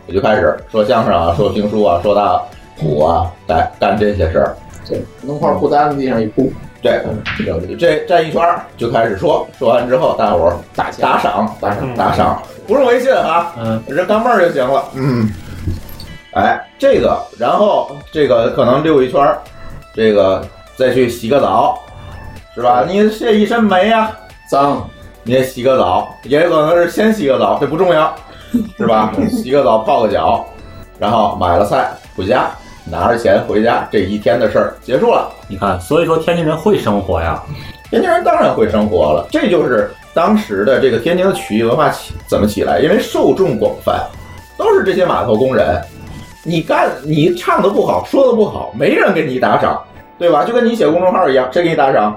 [SPEAKER 1] 我就开始说相声啊，说评书啊，说大鼓啊，干干这些事儿。
[SPEAKER 3] 对，弄块布单子地上一铺，
[SPEAKER 1] 对，
[SPEAKER 3] 撂地
[SPEAKER 1] 这站一圈儿就开始说，说完之后，大伙儿
[SPEAKER 3] 打钱
[SPEAKER 1] 打赏，
[SPEAKER 3] 打赏，
[SPEAKER 1] 打赏，不用微信啊，
[SPEAKER 2] 嗯，
[SPEAKER 1] 人钢镚儿就行了。嗯，哎，这个，然后这个可能溜一圈儿，这个再去洗个澡，是吧？你卸一身霉呀、
[SPEAKER 3] 脏
[SPEAKER 1] 你也洗个澡，也有可能是先洗个澡，这不重要，是吧？洗个澡，泡个脚，然后买了菜回家，拿着钱回家，这一天的事儿结束了。
[SPEAKER 2] 你看，所以说天津人会生活呀，
[SPEAKER 1] 天津人当然会生活了，这就是当时的这个天津的曲艺文化起怎么起来，因为受众广泛，都是这些码头工人。你干你唱的不好，说的不好，没人给你打赏，对吧？就跟你写公众号一样，谁给你打赏？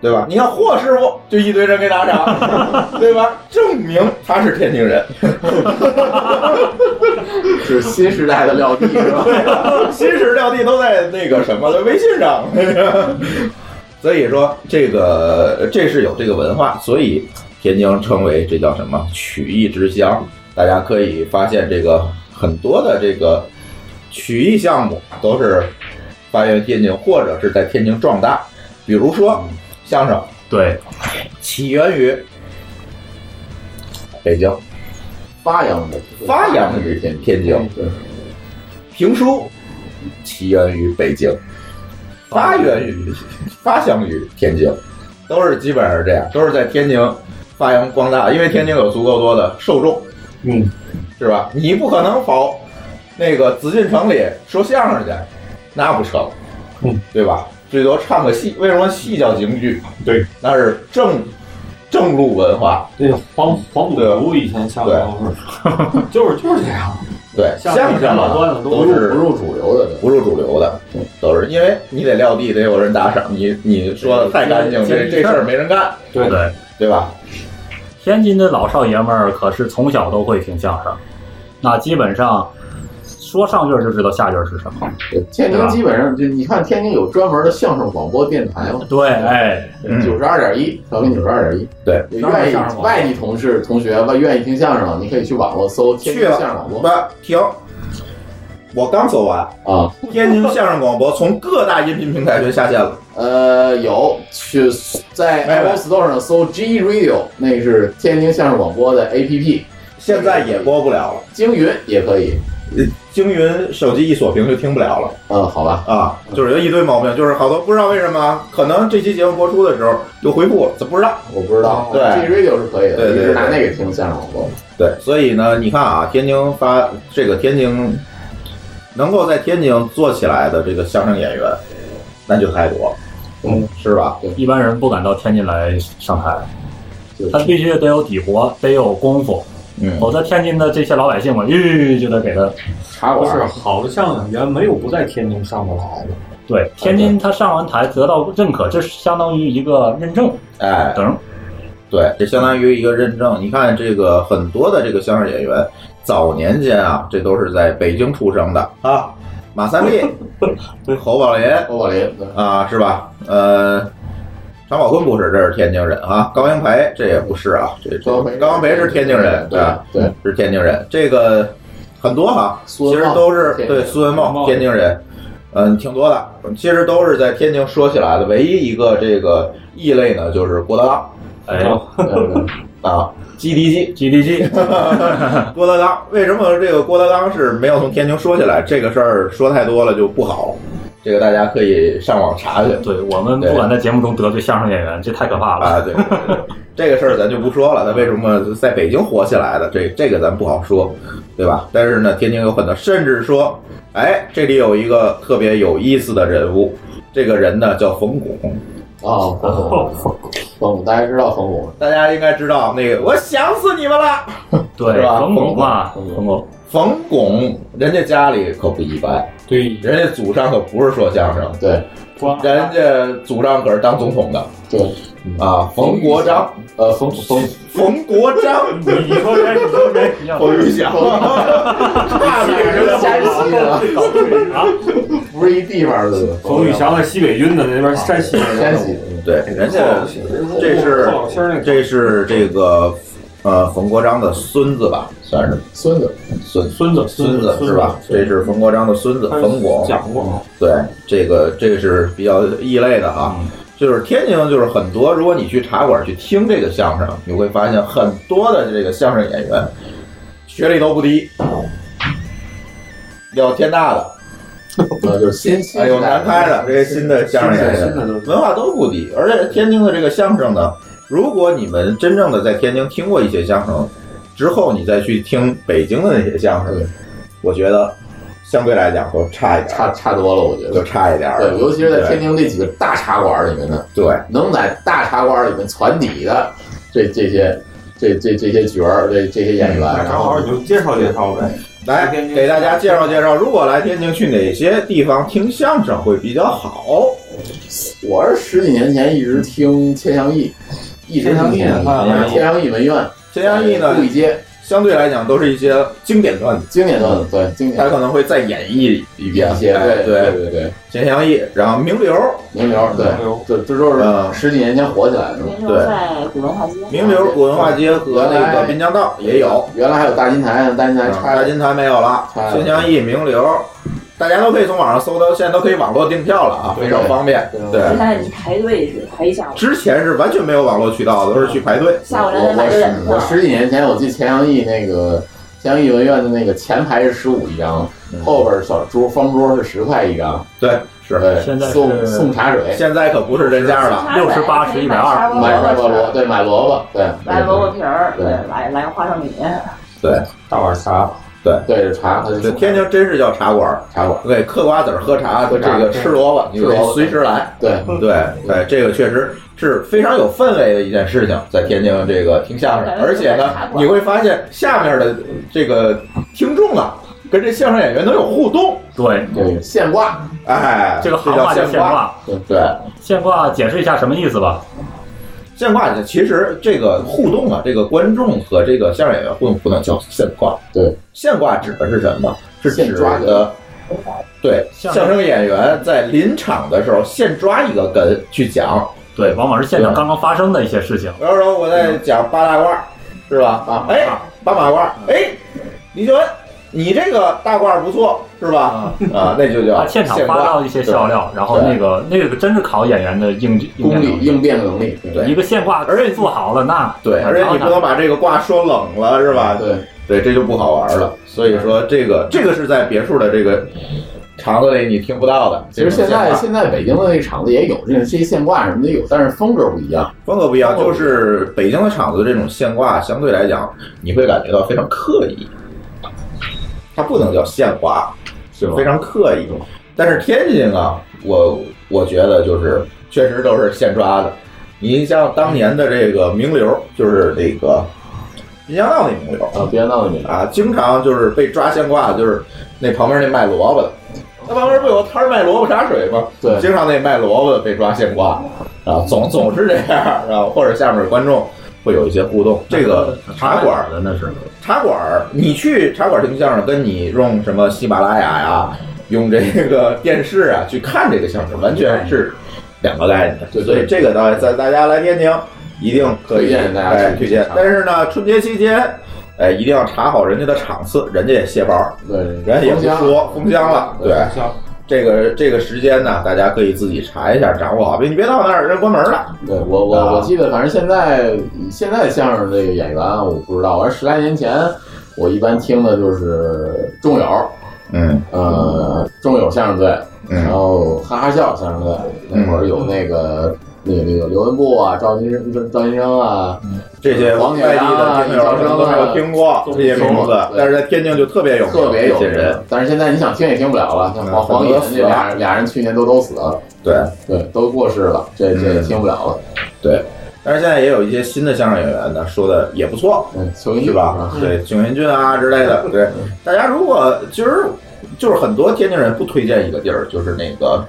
[SPEAKER 1] 对吧？你看霍师傅就一堆人给打赏，对吧？证明他是天津人。
[SPEAKER 3] 是新时代的料地是吧？
[SPEAKER 1] 新时料地都在那个什么的微信上。所以说，这个这是有这个文化，所以天津称为这叫什么曲艺之乡。大家可以发现，这个很多的这个曲艺项目都是发源于天津，或者是在天津壮大。比如说相声，
[SPEAKER 3] 对，
[SPEAKER 1] 起源于北京，
[SPEAKER 3] 发扬的
[SPEAKER 1] 发扬于
[SPEAKER 3] 天津，
[SPEAKER 1] 天津。
[SPEAKER 3] 对，
[SPEAKER 1] 评书起源于北京，发源于发祥于天津，都是基本上是这样，都是在天津发扬光大，因为天津有足够多的受众，
[SPEAKER 6] 嗯，
[SPEAKER 1] 是吧？你不可能跑那个紫禁城里说相声去，那不成，
[SPEAKER 6] 嗯，
[SPEAKER 1] 对吧？最多唱个戏，为什么戏叫京剧？
[SPEAKER 6] 对，
[SPEAKER 1] 那是正正路文化，
[SPEAKER 8] 对，黄黄赌毒以前相声都是，就是就是这样。
[SPEAKER 1] 对，
[SPEAKER 6] 像
[SPEAKER 1] 相声
[SPEAKER 6] 老
[SPEAKER 1] 啊
[SPEAKER 6] 段子都
[SPEAKER 1] 都是
[SPEAKER 3] 不入主流的，
[SPEAKER 1] 不入主流的，都是因为你得撂地，得有人打赏，你你说的太干净，这这事儿没人干，
[SPEAKER 6] 对
[SPEAKER 2] 对，
[SPEAKER 1] 对吧？
[SPEAKER 2] 天津的老少爷们儿可是从小都会听相声，那基本上说上句儿就知道下句儿是什么。
[SPEAKER 3] 对天
[SPEAKER 1] 啊
[SPEAKER 3] 津基本上就你看，天津有专门的相声广播电台嘛，
[SPEAKER 2] 对，哎，
[SPEAKER 1] 嗯
[SPEAKER 3] 九十二点一，调频九十二点一。
[SPEAKER 1] 对，
[SPEAKER 3] 有愿意外地同事同学吧，愿意听相声，你可以去网络搜天津
[SPEAKER 1] 去了啊
[SPEAKER 3] 相声广播
[SPEAKER 1] 那停，我刚搜完，
[SPEAKER 3] 啊，
[SPEAKER 1] 天津相声广播从各大音频平台全下线了，
[SPEAKER 3] 呃，有去在
[SPEAKER 1] 没有
[SPEAKER 3] Apple Store 上搜 G Radio，那个是天津相声广播的 APP，
[SPEAKER 1] 现在也播不了了，
[SPEAKER 3] 京云也可以。
[SPEAKER 1] 京云手机一锁屏就听不了了
[SPEAKER 3] 嗯，好吧，
[SPEAKER 1] 啊，就是有一堆毛病，就是好多不知道为什么啊，可能这期节目播出的时候就恢复了，这不知道。
[SPEAKER 3] 我不知道。
[SPEAKER 1] 哦对
[SPEAKER 3] ，G Radio 是可以
[SPEAKER 1] 对
[SPEAKER 3] 的，
[SPEAKER 1] 对
[SPEAKER 3] 一
[SPEAKER 1] 对
[SPEAKER 3] 直拿那个听相声广播。
[SPEAKER 1] 对，所以呢，你看啊，天津发这个天津能够在天津做起来的这个相声演员，那就太多了，
[SPEAKER 3] 嗯，
[SPEAKER 1] 是吧？
[SPEAKER 2] 一般人不敢到天津来上台
[SPEAKER 3] 对，
[SPEAKER 2] 他必须得有底活，得有功夫，
[SPEAKER 1] 嗯，
[SPEAKER 2] 否则天津的这些老百姓嘛，吁就得给他。
[SPEAKER 3] 茶
[SPEAKER 6] 不
[SPEAKER 3] 馆
[SPEAKER 6] 是好的相声演员没有不在天津上过台的，
[SPEAKER 2] 对，天津他上完台得到认可，这是相当于一个认证。
[SPEAKER 1] 哎，
[SPEAKER 2] 等
[SPEAKER 1] 对，这相当于一个认证。你看这个很多的这个相声演员，早年间啊，这都是在北京出生的啊，马三 立、侯宝林
[SPEAKER 3] 侯宝林，对
[SPEAKER 1] 啊，是吧？呃，常宝坤不是，这是天津人啊。高英培这也不是啊，这这
[SPEAKER 3] 高英培
[SPEAKER 1] 高英培是天津人，
[SPEAKER 3] 对
[SPEAKER 1] 啊
[SPEAKER 3] 对，
[SPEAKER 1] 是天津人。这个很多哈，
[SPEAKER 3] 苏
[SPEAKER 1] 其
[SPEAKER 3] 文
[SPEAKER 1] 实
[SPEAKER 3] 茂
[SPEAKER 1] 都是
[SPEAKER 3] 天津
[SPEAKER 1] 对
[SPEAKER 3] 人
[SPEAKER 1] 苏文茂
[SPEAKER 6] 茂
[SPEAKER 1] 天津人，嗯，挺多的。其实都是在天津说起来的。唯一一个这个异类呢，就是郭德纲
[SPEAKER 2] 哎
[SPEAKER 3] 对对
[SPEAKER 1] 啊，GDG。
[SPEAKER 2] ，GDG，
[SPEAKER 1] 郭德纲为什么这个郭德纲是没有从天津说起来？这个事儿说太多了就不好了。这个大家可以上网查去。
[SPEAKER 2] 对我们不敢在节目中得罪相声演员，这太可怕了。
[SPEAKER 1] 啊，对，对对这个事儿咱就不说了。他为什么在北京火起来的？这这个咱不好说，对吧？但是呢，天津有很多，甚至说，哎，这里有一个特别有意思的人物，这个人呢叫冯巩，
[SPEAKER 3] 啊，冯巩，冯巩，大家知道冯巩，
[SPEAKER 1] 大家应该知道那个，我想死你们了。是
[SPEAKER 2] 对，
[SPEAKER 1] 吧
[SPEAKER 2] 冯巩嘛，
[SPEAKER 3] 冯巩
[SPEAKER 2] 冯巩，
[SPEAKER 1] 冯巩，人家家里可不一般，
[SPEAKER 8] 对，
[SPEAKER 1] 人家祖上可不是说相声，
[SPEAKER 3] 对
[SPEAKER 8] 光
[SPEAKER 1] 人家祖上可是当总统的
[SPEAKER 3] 对，
[SPEAKER 1] 啊，冯国璋，
[SPEAKER 3] 呃，冯冯
[SPEAKER 1] 冯国 璋，
[SPEAKER 6] 你你说这你说这
[SPEAKER 1] 冯玉祥，大
[SPEAKER 3] 俩
[SPEAKER 1] 名
[SPEAKER 3] 人山西的，
[SPEAKER 6] 啊，
[SPEAKER 3] 不是一地方的。
[SPEAKER 6] 冯玉祥在西北军的那边山西人，
[SPEAKER 3] 山西，
[SPEAKER 1] 对，人家这是
[SPEAKER 6] 后老乡那
[SPEAKER 1] 这是这个呃冯国璋的孙子吧，算是
[SPEAKER 3] 孙子，
[SPEAKER 1] 孙
[SPEAKER 6] 孙子
[SPEAKER 1] 孙子是吧？这
[SPEAKER 6] 孙子
[SPEAKER 1] 是冯国璋的孙子
[SPEAKER 6] 他
[SPEAKER 1] 冯嗯巩，
[SPEAKER 6] 嗯讲过，
[SPEAKER 1] 对，这个这是比较异类的哈。就是天津，就是很多，如果你去茶馆去听这个相声，你会发现很多的这个相声演员学历都不低，要天大的，
[SPEAKER 3] 呃，就是新新
[SPEAKER 1] 哎，有南开的这些新的相声演员
[SPEAKER 6] 现，在都
[SPEAKER 1] 文化都不低，而且天津的这个相声呢，如果你们真正的在天津听过一些相声之后，你再去听北京的那些相声
[SPEAKER 3] 对，
[SPEAKER 1] 我觉得相对来讲会差一点
[SPEAKER 3] 差
[SPEAKER 1] 儿，
[SPEAKER 3] 差多了，我觉
[SPEAKER 1] 就
[SPEAKER 3] 得。
[SPEAKER 1] 差一点儿了。
[SPEAKER 3] 对，尤其是在天津这几个大茶馆里面的，
[SPEAKER 1] 对对
[SPEAKER 3] 能在大茶馆里面攒底的这这些这这这些角儿，这这些
[SPEAKER 1] 嗯
[SPEAKER 3] 演员，
[SPEAKER 8] 正
[SPEAKER 3] 然后
[SPEAKER 8] 好你就介绍介绍呗。
[SPEAKER 1] 来
[SPEAKER 8] 天津
[SPEAKER 1] 给大家介绍介绍，如果来天津去哪些地方听相声会比较好？
[SPEAKER 3] 我是十几年前一直听千祥义，一直听
[SPEAKER 8] 千祥义
[SPEAKER 3] 啊千祥义文苑，
[SPEAKER 1] 千祥义呢
[SPEAKER 3] 故，意街
[SPEAKER 1] 相对来讲都是一些经典段子，
[SPEAKER 3] 经典段子，对经
[SPEAKER 1] 他
[SPEAKER 3] 典
[SPEAKER 1] 可能会再演绎一遍
[SPEAKER 3] 一。些，
[SPEAKER 1] 哎
[SPEAKER 3] 对对对对，
[SPEAKER 1] 钱祥义，然后名流，
[SPEAKER 3] 名流，对
[SPEAKER 1] 嗯
[SPEAKER 8] 名流
[SPEAKER 3] 对，这都是十几年前火起来的。
[SPEAKER 5] 那时候在古文化街，
[SPEAKER 1] 名流古文化街和那个滨江道也有，，
[SPEAKER 3] 原来还有大金台，大金台
[SPEAKER 1] 嗯
[SPEAKER 3] 拆
[SPEAKER 1] 大
[SPEAKER 3] 了，
[SPEAKER 1] 金台没有了
[SPEAKER 3] 拆，了
[SPEAKER 1] 钱祥义、名流，大家都可以从网上搜到，现在都可以网络订票了啊，
[SPEAKER 3] 对
[SPEAKER 1] 非常方便。
[SPEAKER 5] 现
[SPEAKER 1] 对，
[SPEAKER 5] 在你排队是排一下午，
[SPEAKER 1] 之前是完全没有网络渠道的，都是去排队。
[SPEAKER 5] 下午两
[SPEAKER 3] 我
[SPEAKER 5] 点买就
[SPEAKER 3] 我
[SPEAKER 5] 点
[SPEAKER 3] 我十几年前，我记得钱阳义那个钱阳义文苑的那个前排是十五一张，后边小桌方桌是十块一张，
[SPEAKER 1] 对，嗯是。
[SPEAKER 3] 对，
[SPEAKER 2] 现在是
[SPEAKER 3] 送送茶水，
[SPEAKER 1] 现在可不是这价了，
[SPEAKER 2] 六十八十一百二
[SPEAKER 3] 买买萝卜，对，买萝卜，对，
[SPEAKER 5] 来萝卜皮儿，
[SPEAKER 3] 对
[SPEAKER 5] 对，来来个花生米，
[SPEAKER 8] 大碗茶，
[SPEAKER 3] 对，是茶，它是
[SPEAKER 1] 对，天津真是叫茶馆儿，
[SPEAKER 3] 茶馆，
[SPEAKER 1] 对，嗑瓜子儿喝茶，
[SPEAKER 3] 喝
[SPEAKER 1] 这
[SPEAKER 3] 茶
[SPEAKER 1] 个吃萝卜，你
[SPEAKER 3] 吃
[SPEAKER 1] 可
[SPEAKER 3] 萝卜
[SPEAKER 1] 以随时来。
[SPEAKER 3] 对，
[SPEAKER 1] 对，
[SPEAKER 3] 嗯
[SPEAKER 1] 哎，这个确实是非常有氛围的一件事情，在天津这个听相声，而且呢，你会发现下面的这个听众啊，跟这相声演员能有互动，
[SPEAKER 2] 对，
[SPEAKER 3] 对，现挂，
[SPEAKER 1] 哎，
[SPEAKER 2] 这个行
[SPEAKER 1] 叫
[SPEAKER 2] 话叫
[SPEAKER 1] 现
[SPEAKER 2] 现
[SPEAKER 1] 挂，
[SPEAKER 2] 挂，
[SPEAKER 3] 对
[SPEAKER 1] 对，
[SPEAKER 2] 现挂解释一下什么意思吧？
[SPEAKER 1] 现挂其实这个互动啊，这个观众和这个相声演员互动不能叫现挂，
[SPEAKER 3] 对，
[SPEAKER 1] 现挂指的是什么？是指
[SPEAKER 3] 现抓
[SPEAKER 1] 的
[SPEAKER 3] 的。
[SPEAKER 1] 对，
[SPEAKER 2] 相
[SPEAKER 1] 相
[SPEAKER 2] 声
[SPEAKER 1] 声演员在临场的时候现抓一个哏去讲，
[SPEAKER 2] 对，往往是现场刚刚发生的一些事情。
[SPEAKER 1] 比方说我在讲八大褂，是吧？
[SPEAKER 3] 啊
[SPEAKER 1] 哎，八马褂，哎，李秀文，你这个大褂不错，是吧？
[SPEAKER 3] 嗯
[SPEAKER 1] 啊，那就
[SPEAKER 2] 他
[SPEAKER 1] 叫
[SPEAKER 2] 现场
[SPEAKER 1] 现
[SPEAKER 2] 发
[SPEAKER 1] 挂。
[SPEAKER 2] 到一些笑料，然后那个那个真是考演员的应应
[SPEAKER 3] 功
[SPEAKER 2] 变
[SPEAKER 3] 力
[SPEAKER 2] 能力。
[SPEAKER 3] 应变能力，对
[SPEAKER 1] 对
[SPEAKER 2] 一个现挂，
[SPEAKER 1] 而且
[SPEAKER 2] 做好了那
[SPEAKER 1] 对，而且你不能把这个挂说冷了，是吧？
[SPEAKER 3] 对，嗯
[SPEAKER 1] 对，这就不好玩了。所以说，这个这个是在别墅的这个场子里你听不到的。
[SPEAKER 3] 其实现
[SPEAKER 1] 这
[SPEAKER 3] 在
[SPEAKER 1] 种想法
[SPEAKER 3] 现在北京的那个厂子也有这这些现挂什么的有，但是风格不一样，
[SPEAKER 1] 风格不一样，
[SPEAKER 3] 风
[SPEAKER 1] 就
[SPEAKER 3] 格不一样
[SPEAKER 1] 是北京的场子的这种现挂，相对来讲你会感觉到非常刻意，它不能叫现挂，
[SPEAKER 3] 是吧
[SPEAKER 1] 非？常刻意。但是天津啊，我我觉得就是确实都是现抓的。你像当年的这个名流，就是那个滨江道那名流
[SPEAKER 3] 啊，别闹你了，
[SPEAKER 1] 啊，经常就是被抓现挂的，就是那旁边那卖萝卜的。那旁边不有个摊儿卖萝卜茶水吗？
[SPEAKER 3] 对
[SPEAKER 1] 经常那卖萝卜的被抓现挂，啊，总总是这样啊，或者下面观众会有一些互动。这个茶馆儿
[SPEAKER 2] 的那是
[SPEAKER 1] 茶馆儿，你去茶馆儿听相声，跟你用什么喜马拉雅呀，
[SPEAKER 3] 嗯
[SPEAKER 1] 用这个电视啊去看这个相声，完全是两个概念的。
[SPEAKER 3] 对对
[SPEAKER 1] 所以这个呢，在大家来天津一定可以
[SPEAKER 3] 推荐大家
[SPEAKER 1] 哎
[SPEAKER 3] 去
[SPEAKER 1] 推荐
[SPEAKER 3] 茶。馆
[SPEAKER 1] 但是呢，春节期间，哎，一定要查好人家的场次，人家也卸包，
[SPEAKER 3] 对，
[SPEAKER 1] 人家也不
[SPEAKER 3] 封箱
[SPEAKER 1] 说封箱了，对。这个这个时间呢，大家可以自己查一下，掌握好，别你别到那儿人关门了。
[SPEAKER 3] 对我我、
[SPEAKER 1] 啊
[SPEAKER 3] 我记得，反正现在现在相声这个演员啊我不知道，而十来年前我一般听的就是众友，
[SPEAKER 1] 嗯
[SPEAKER 3] 呃，众友相声队，然
[SPEAKER 1] 嗯，
[SPEAKER 3] 后哈哈笑相声队，那会儿有那个。那个那个刘文步啊，赵金生、赵金生啊，
[SPEAKER 1] 这些
[SPEAKER 3] 王
[SPEAKER 1] 外
[SPEAKER 3] 铁
[SPEAKER 1] 地
[SPEAKER 3] 啊
[SPEAKER 1] 的听友可能都没有听过这些名
[SPEAKER 3] 听
[SPEAKER 1] 字
[SPEAKER 3] 过，对
[SPEAKER 1] 但是在天津就特别有名，
[SPEAKER 3] 特别有
[SPEAKER 1] 嗯这些
[SPEAKER 3] 名
[SPEAKER 1] 人。。
[SPEAKER 3] 但是现在你想听也听不了了，像
[SPEAKER 1] 嗯
[SPEAKER 3] 黄黄
[SPEAKER 1] 很多
[SPEAKER 3] 颖
[SPEAKER 1] 死
[SPEAKER 3] 这
[SPEAKER 1] 了
[SPEAKER 3] 俩人俩人去年都都死了，
[SPEAKER 1] 对，
[SPEAKER 3] 对，都过世了，这这也
[SPEAKER 1] 嗯
[SPEAKER 3] 听不了了。
[SPEAKER 1] 但是现在也有一些新的相声演员呢，说的也不错，
[SPEAKER 3] 嗯，求你
[SPEAKER 1] 是吧？对，景云俊啊之类的。对，大家如果其实就是很多天津人不推荐一个地儿，就是那个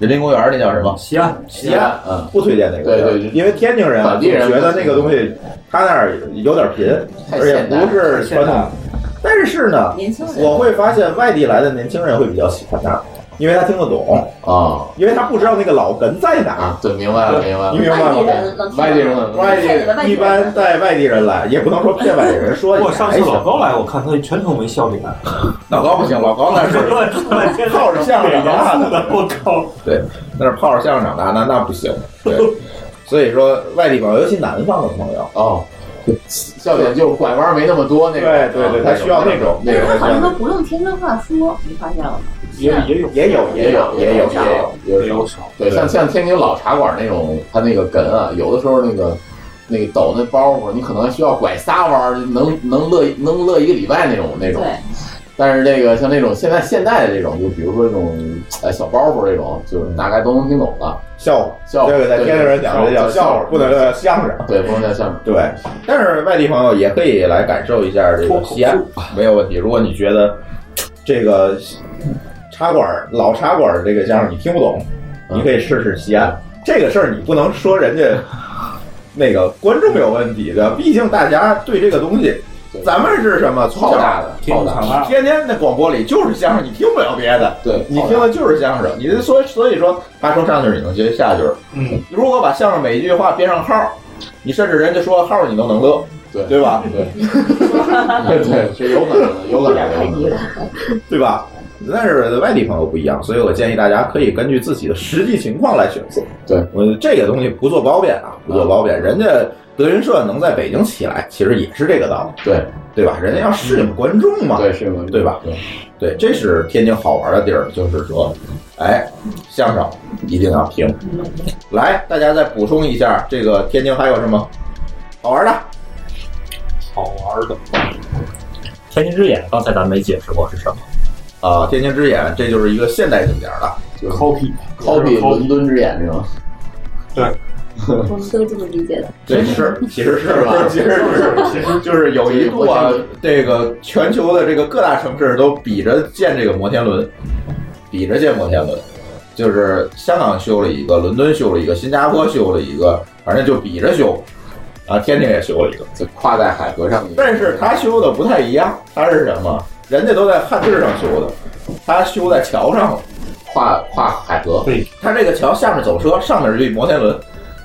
[SPEAKER 1] 人民公园那叫什么
[SPEAKER 6] 西安，
[SPEAKER 1] 西
[SPEAKER 3] 西
[SPEAKER 1] 安。
[SPEAKER 3] 安，嗯，
[SPEAKER 1] 不推荐那个地儿，
[SPEAKER 3] 对对对
[SPEAKER 1] 因为天津人啊
[SPEAKER 3] 本地人
[SPEAKER 1] 总觉得那个东西，他那儿有点贫，
[SPEAKER 3] 太
[SPEAKER 1] 而且
[SPEAKER 3] 现代
[SPEAKER 1] 不是
[SPEAKER 6] 现
[SPEAKER 1] 传
[SPEAKER 6] 代
[SPEAKER 1] 统。但是呢，
[SPEAKER 5] 年轻人
[SPEAKER 1] 我会发现外地来的年轻人会比较喜欢那儿，因为他听得懂，
[SPEAKER 3] 啊
[SPEAKER 1] 因为他不知道那个老根在哪儿
[SPEAKER 3] 啊，。对，明白了，明白
[SPEAKER 1] 你
[SPEAKER 3] 了。
[SPEAKER 1] 明白
[SPEAKER 5] 外地
[SPEAKER 1] 吗？
[SPEAKER 5] 人能
[SPEAKER 3] 外地人很
[SPEAKER 1] 外地人一般带外地人来，也不能说骗外地人说
[SPEAKER 8] 不
[SPEAKER 1] 你
[SPEAKER 8] 过上次
[SPEAKER 1] 还行。
[SPEAKER 8] 老高来，我看他全程没笑脸，
[SPEAKER 1] 老高不行，老高那是
[SPEAKER 6] 乱说半天
[SPEAKER 1] 泡着相声长大的，
[SPEAKER 6] 的，我靠！
[SPEAKER 1] 那是泡着相声长大，那那不行。对，所以说外地朋友，尤其南方的朋友，
[SPEAKER 3] 哦，笑点就是拐弯没那么多那种。啊
[SPEAKER 1] 对对对，他需要那种那
[SPEAKER 5] 但是
[SPEAKER 1] 种
[SPEAKER 5] 他好像都
[SPEAKER 1] 的。
[SPEAKER 5] 不用天津话说，你发现了吗？
[SPEAKER 6] 也也有
[SPEAKER 1] 也有
[SPEAKER 3] 也有
[SPEAKER 1] 也有
[SPEAKER 3] 也有也有也有
[SPEAKER 8] 没有少。
[SPEAKER 3] 对，像像天津老茶馆那种，他那个哏啊，有的时候那个那个抖那包袱，你可能需要拐仨弯儿，能能乐能乐一个礼拜那种那种。
[SPEAKER 5] 对，
[SPEAKER 3] 但是这个像那种现在现代的这种，就比如说这种呃小包袱这种，就是大概都能听懂了。
[SPEAKER 1] 笑话，
[SPEAKER 3] 笑话
[SPEAKER 1] 这个在天津人讲的叫
[SPEAKER 3] 对对对
[SPEAKER 1] 笑话，不能叫相声。
[SPEAKER 3] 对，不能叫相声。
[SPEAKER 1] 对，但是外地朋友也可以来感受一下这个西安，没有问题。如果你觉得这个茶馆儿老茶馆儿这个相声你听不懂，你可以试试西安。这个事儿你不能说人家那个观众有问题的，毕竟大家对这个东西，咱们是什么从
[SPEAKER 3] 炮打
[SPEAKER 1] 小啊
[SPEAKER 3] 的，炮打的，
[SPEAKER 1] 天天那广播里就是相声，你听不了别的。
[SPEAKER 3] 对，
[SPEAKER 1] 你听的就是相声，你这所以所以说，他说上句儿你能接下句儿，
[SPEAKER 3] 嗯，
[SPEAKER 1] 如果把相声每一句话编上号儿，你甚至人家说号儿你都能乐，
[SPEAKER 3] 对
[SPEAKER 1] 对吧？
[SPEAKER 3] 对，对，是有可能的，有可能的，有可能的。
[SPEAKER 1] 对吧？但是外地朋友不一样，所以我建议大家可以根据自己的实际情况来选择。
[SPEAKER 3] 对
[SPEAKER 1] 我这个东西不做褒贬啊，不做褒贬。人家德云社能在北京起来，其实也是这个道理，
[SPEAKER 3] 对
[SPEAKER 1] 对吧？人家要适应观众嘛。
[SPEAKER 3] 对是有可能的
[SPEAKER 1] 对吧？
[SPEAKER 3] 对，
[SPEAKER 1] 对，这是天津好玩的地儿，就是说，哎，相声一定要听。来，大家再补充一下，这个天津还有什么好玩的？
[SPEAKER 6] 好玩的。
[SPEAKER 2] 天津之眼刚才咱没解释过是什么，
[SPEAKER 1] 啊、天津之眼，这就是一个现代景点了。
[SPEAKER 3] 就
[SPEAKER 6] copy
[SPEAKER 3] copy 伦敦之眼这种，
[SPEAKER 4] 我们都这么理解的。
[SPEAKER 1] 对，是，其实是
[SPEAKER 3] 是吧
[SPEAKER 1] 其实是，其实就是有一度啊，这个全球的这个各大城市都比着建这个摩天轮，比着建摩天轮，就是香港修了一个，伦敦修了一个，新加坡修了一个，反正就比着修，啊，天津也修了一个，
[SPEAKER 3] 就跨在海河上。
[SPEAKER 1] 但是他修的不太一样，他是什么？人家都在汉字上修的，他修在桥上了，
[SPEAKER 3] 跨跨海河，
[SPEAKER 1] 他这个桥下面走车，上面是一摩天轮，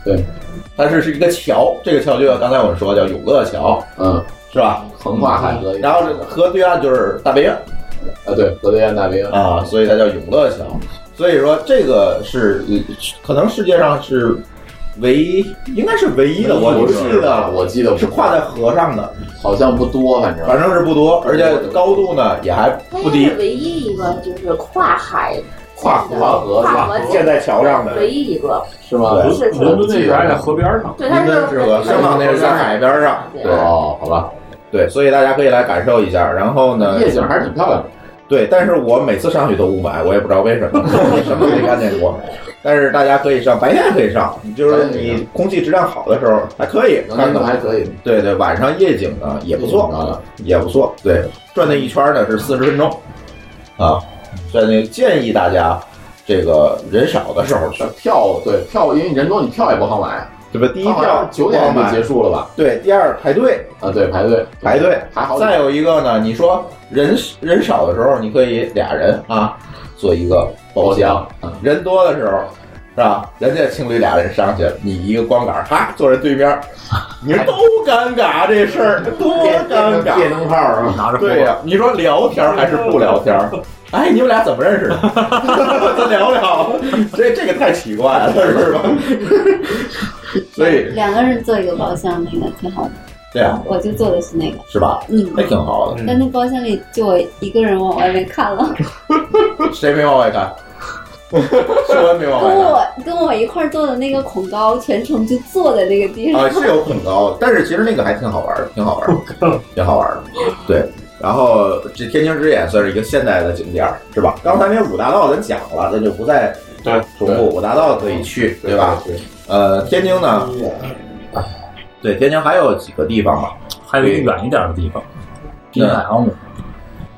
[SPEAKER 3] 对，
[SPEAKER 1] 但是是一个桥，这个桥就像刚才我们说叫永乐桥，
[SPEAKER 3] 嗯，
[SPEAKER 1] 是吧？
[SPEAKER 3] 横跨海河，
[SPEAKER 1] 然后这个河对岸就是大本营
[SPEAKER 3] 啊，对，河对岸大兵，
[SPEAKER 1] 啊，所以它叫永乐桥。所以说这个是呃可能世界上是唯一，应该是唯一的，我
[SPEAKER 3] 不
[SPEAKER 1] 记
[SPEAKER 3] 是的，
[SPEAKER 1] 得
[SPEAKER 3] 我记得
[SPEAKER 1] 是跨在河上的，
[SPEAKER 3] 好像不多，反正
[SPEAKER 1] 反正是不多，而且高度呢也还不
[SPEAKER 5] 它
[SPEAKER 1] 低
[SPEAKER 5] 应该是，唯一一个就是跨海
[SPEAKER 3] 跨跨河
[SPEAKER 5] 跨河
[SPEAKER 1] 建在桥上的。
[SPEAKER 5] 唯一一个，
[SPEAKER 3] 是吗？
[SPEAKER 5] 不是
[SPEAKER 6] 伦敦那边还在河边上，
[SPEAKER 5] 对，它
[SPEAKER 1] 伦敦
[SPEAKER 5] 是
[SPEAKER 1] 是河，香港那是在海边上，
[SPEAKER 5] 对
[SPEAKER 1] 对
[SPEAKER 3] 哦，好吧，
[SPEAKER 1] 对，所以大家可以来感受一下。然后呢，
[SPEAKER 3] 夜景还是挺漂亮的。
[SPEAKER 1] 对，但是我每次上去都雾霾，我也不知道为什 么，什么都没看见过。但是大家可以上，白天也可以上，就是你空气质量好的时候还可以
[SPEAKER 3] 能
[SPEAKER 1] 看
[SPEAKER 3] 见度
[SPEAKER 1] 看。
[SPEAKER 3] 还可以，
[SPEAKER 1] 对对，晚上夜景呢也不错，
[SPEAKER 3] 啊。
[SPEAKER 1] 也不错。对，转那一圈呢是四十分钟，啊，所以那建议大家这个人少的时候去，
[SPEAKER 3] 票嗯对票，因为人多，你票也不好买。
[SPEAKER 1] 对吧？第一
[SPEAKER 3] 它好
[SPEAKER 1] 票
[SPEAKER 3] 像九点就结
[SPEAKER 1] 买，
[SPEAKER 3] 束了吧？
[SPEAKER 1] 对，第二排队
[SPEAKER 3] 啊，对，排队
[SPEAKER 1] 排队，
[SPEAKER 3] 还好。
[SPEAKER 1] 再有一个呢，你说人人少的时候，你可以俩人啊做一个包厢；
[SPEAKER 3] 啊，
[SPEAKER 1] 人多的时候，是吧？人家情侣俩人上去，你一个光杆儿，哈坐人对 面儿，你说多尴尬这事儿，多尴
[SPEAKER 3] 电
[SPEAKER 1] 尬！
[SPEAKER 3] 灯泡是吧？
[SPEAKER 2] 拿着火
[SPEAKER 1] 对呀、你说聊天儿还是不聊天儿？ 哎，你们俩怎么认识的？ 咱聊聊，这这个太奇怪了， 是吧？所以，
[SPEAKER 4] 两个人做一个包厢，那个挺好的。
[SPEAKER 1] 对啊，
[SPEAKER 4] 我就做的是那个，
[SPEAKER 1] 是吧？哎
[SPEAKER 4] 嗯。
[SPEAKER 3] 哎
[SPEAKER 1] 那挺好的，
[SPEAKER 4] 但那包厢里就我一个人往外面看了，
[SPEAKER 1] 谁没往外 看？秀恩没往
[SPEAKER 4] 跟
[SPEAKER 1] 外看。
[SPEAKER 4] 我跟我一块儿坐的那个恐高全程就坐在那个地上，
[SPEAKER 1] 啊，是有恐高，但是其实那个还挺好玩的，挺好玩的， 挺好玩的。对，然后这天津之眼算是一个现代的景点儿，是吧？刚才那五大道咱讲了，咱就不再
[SPEAKER 6] 对
[SPEAKER 1] 重复。五大道可以去，对吧？？呃，天津呢？哎对，天津还有几个地方吧？
[SPEAKER 2] 还有一个远一点的地方，滨海航母，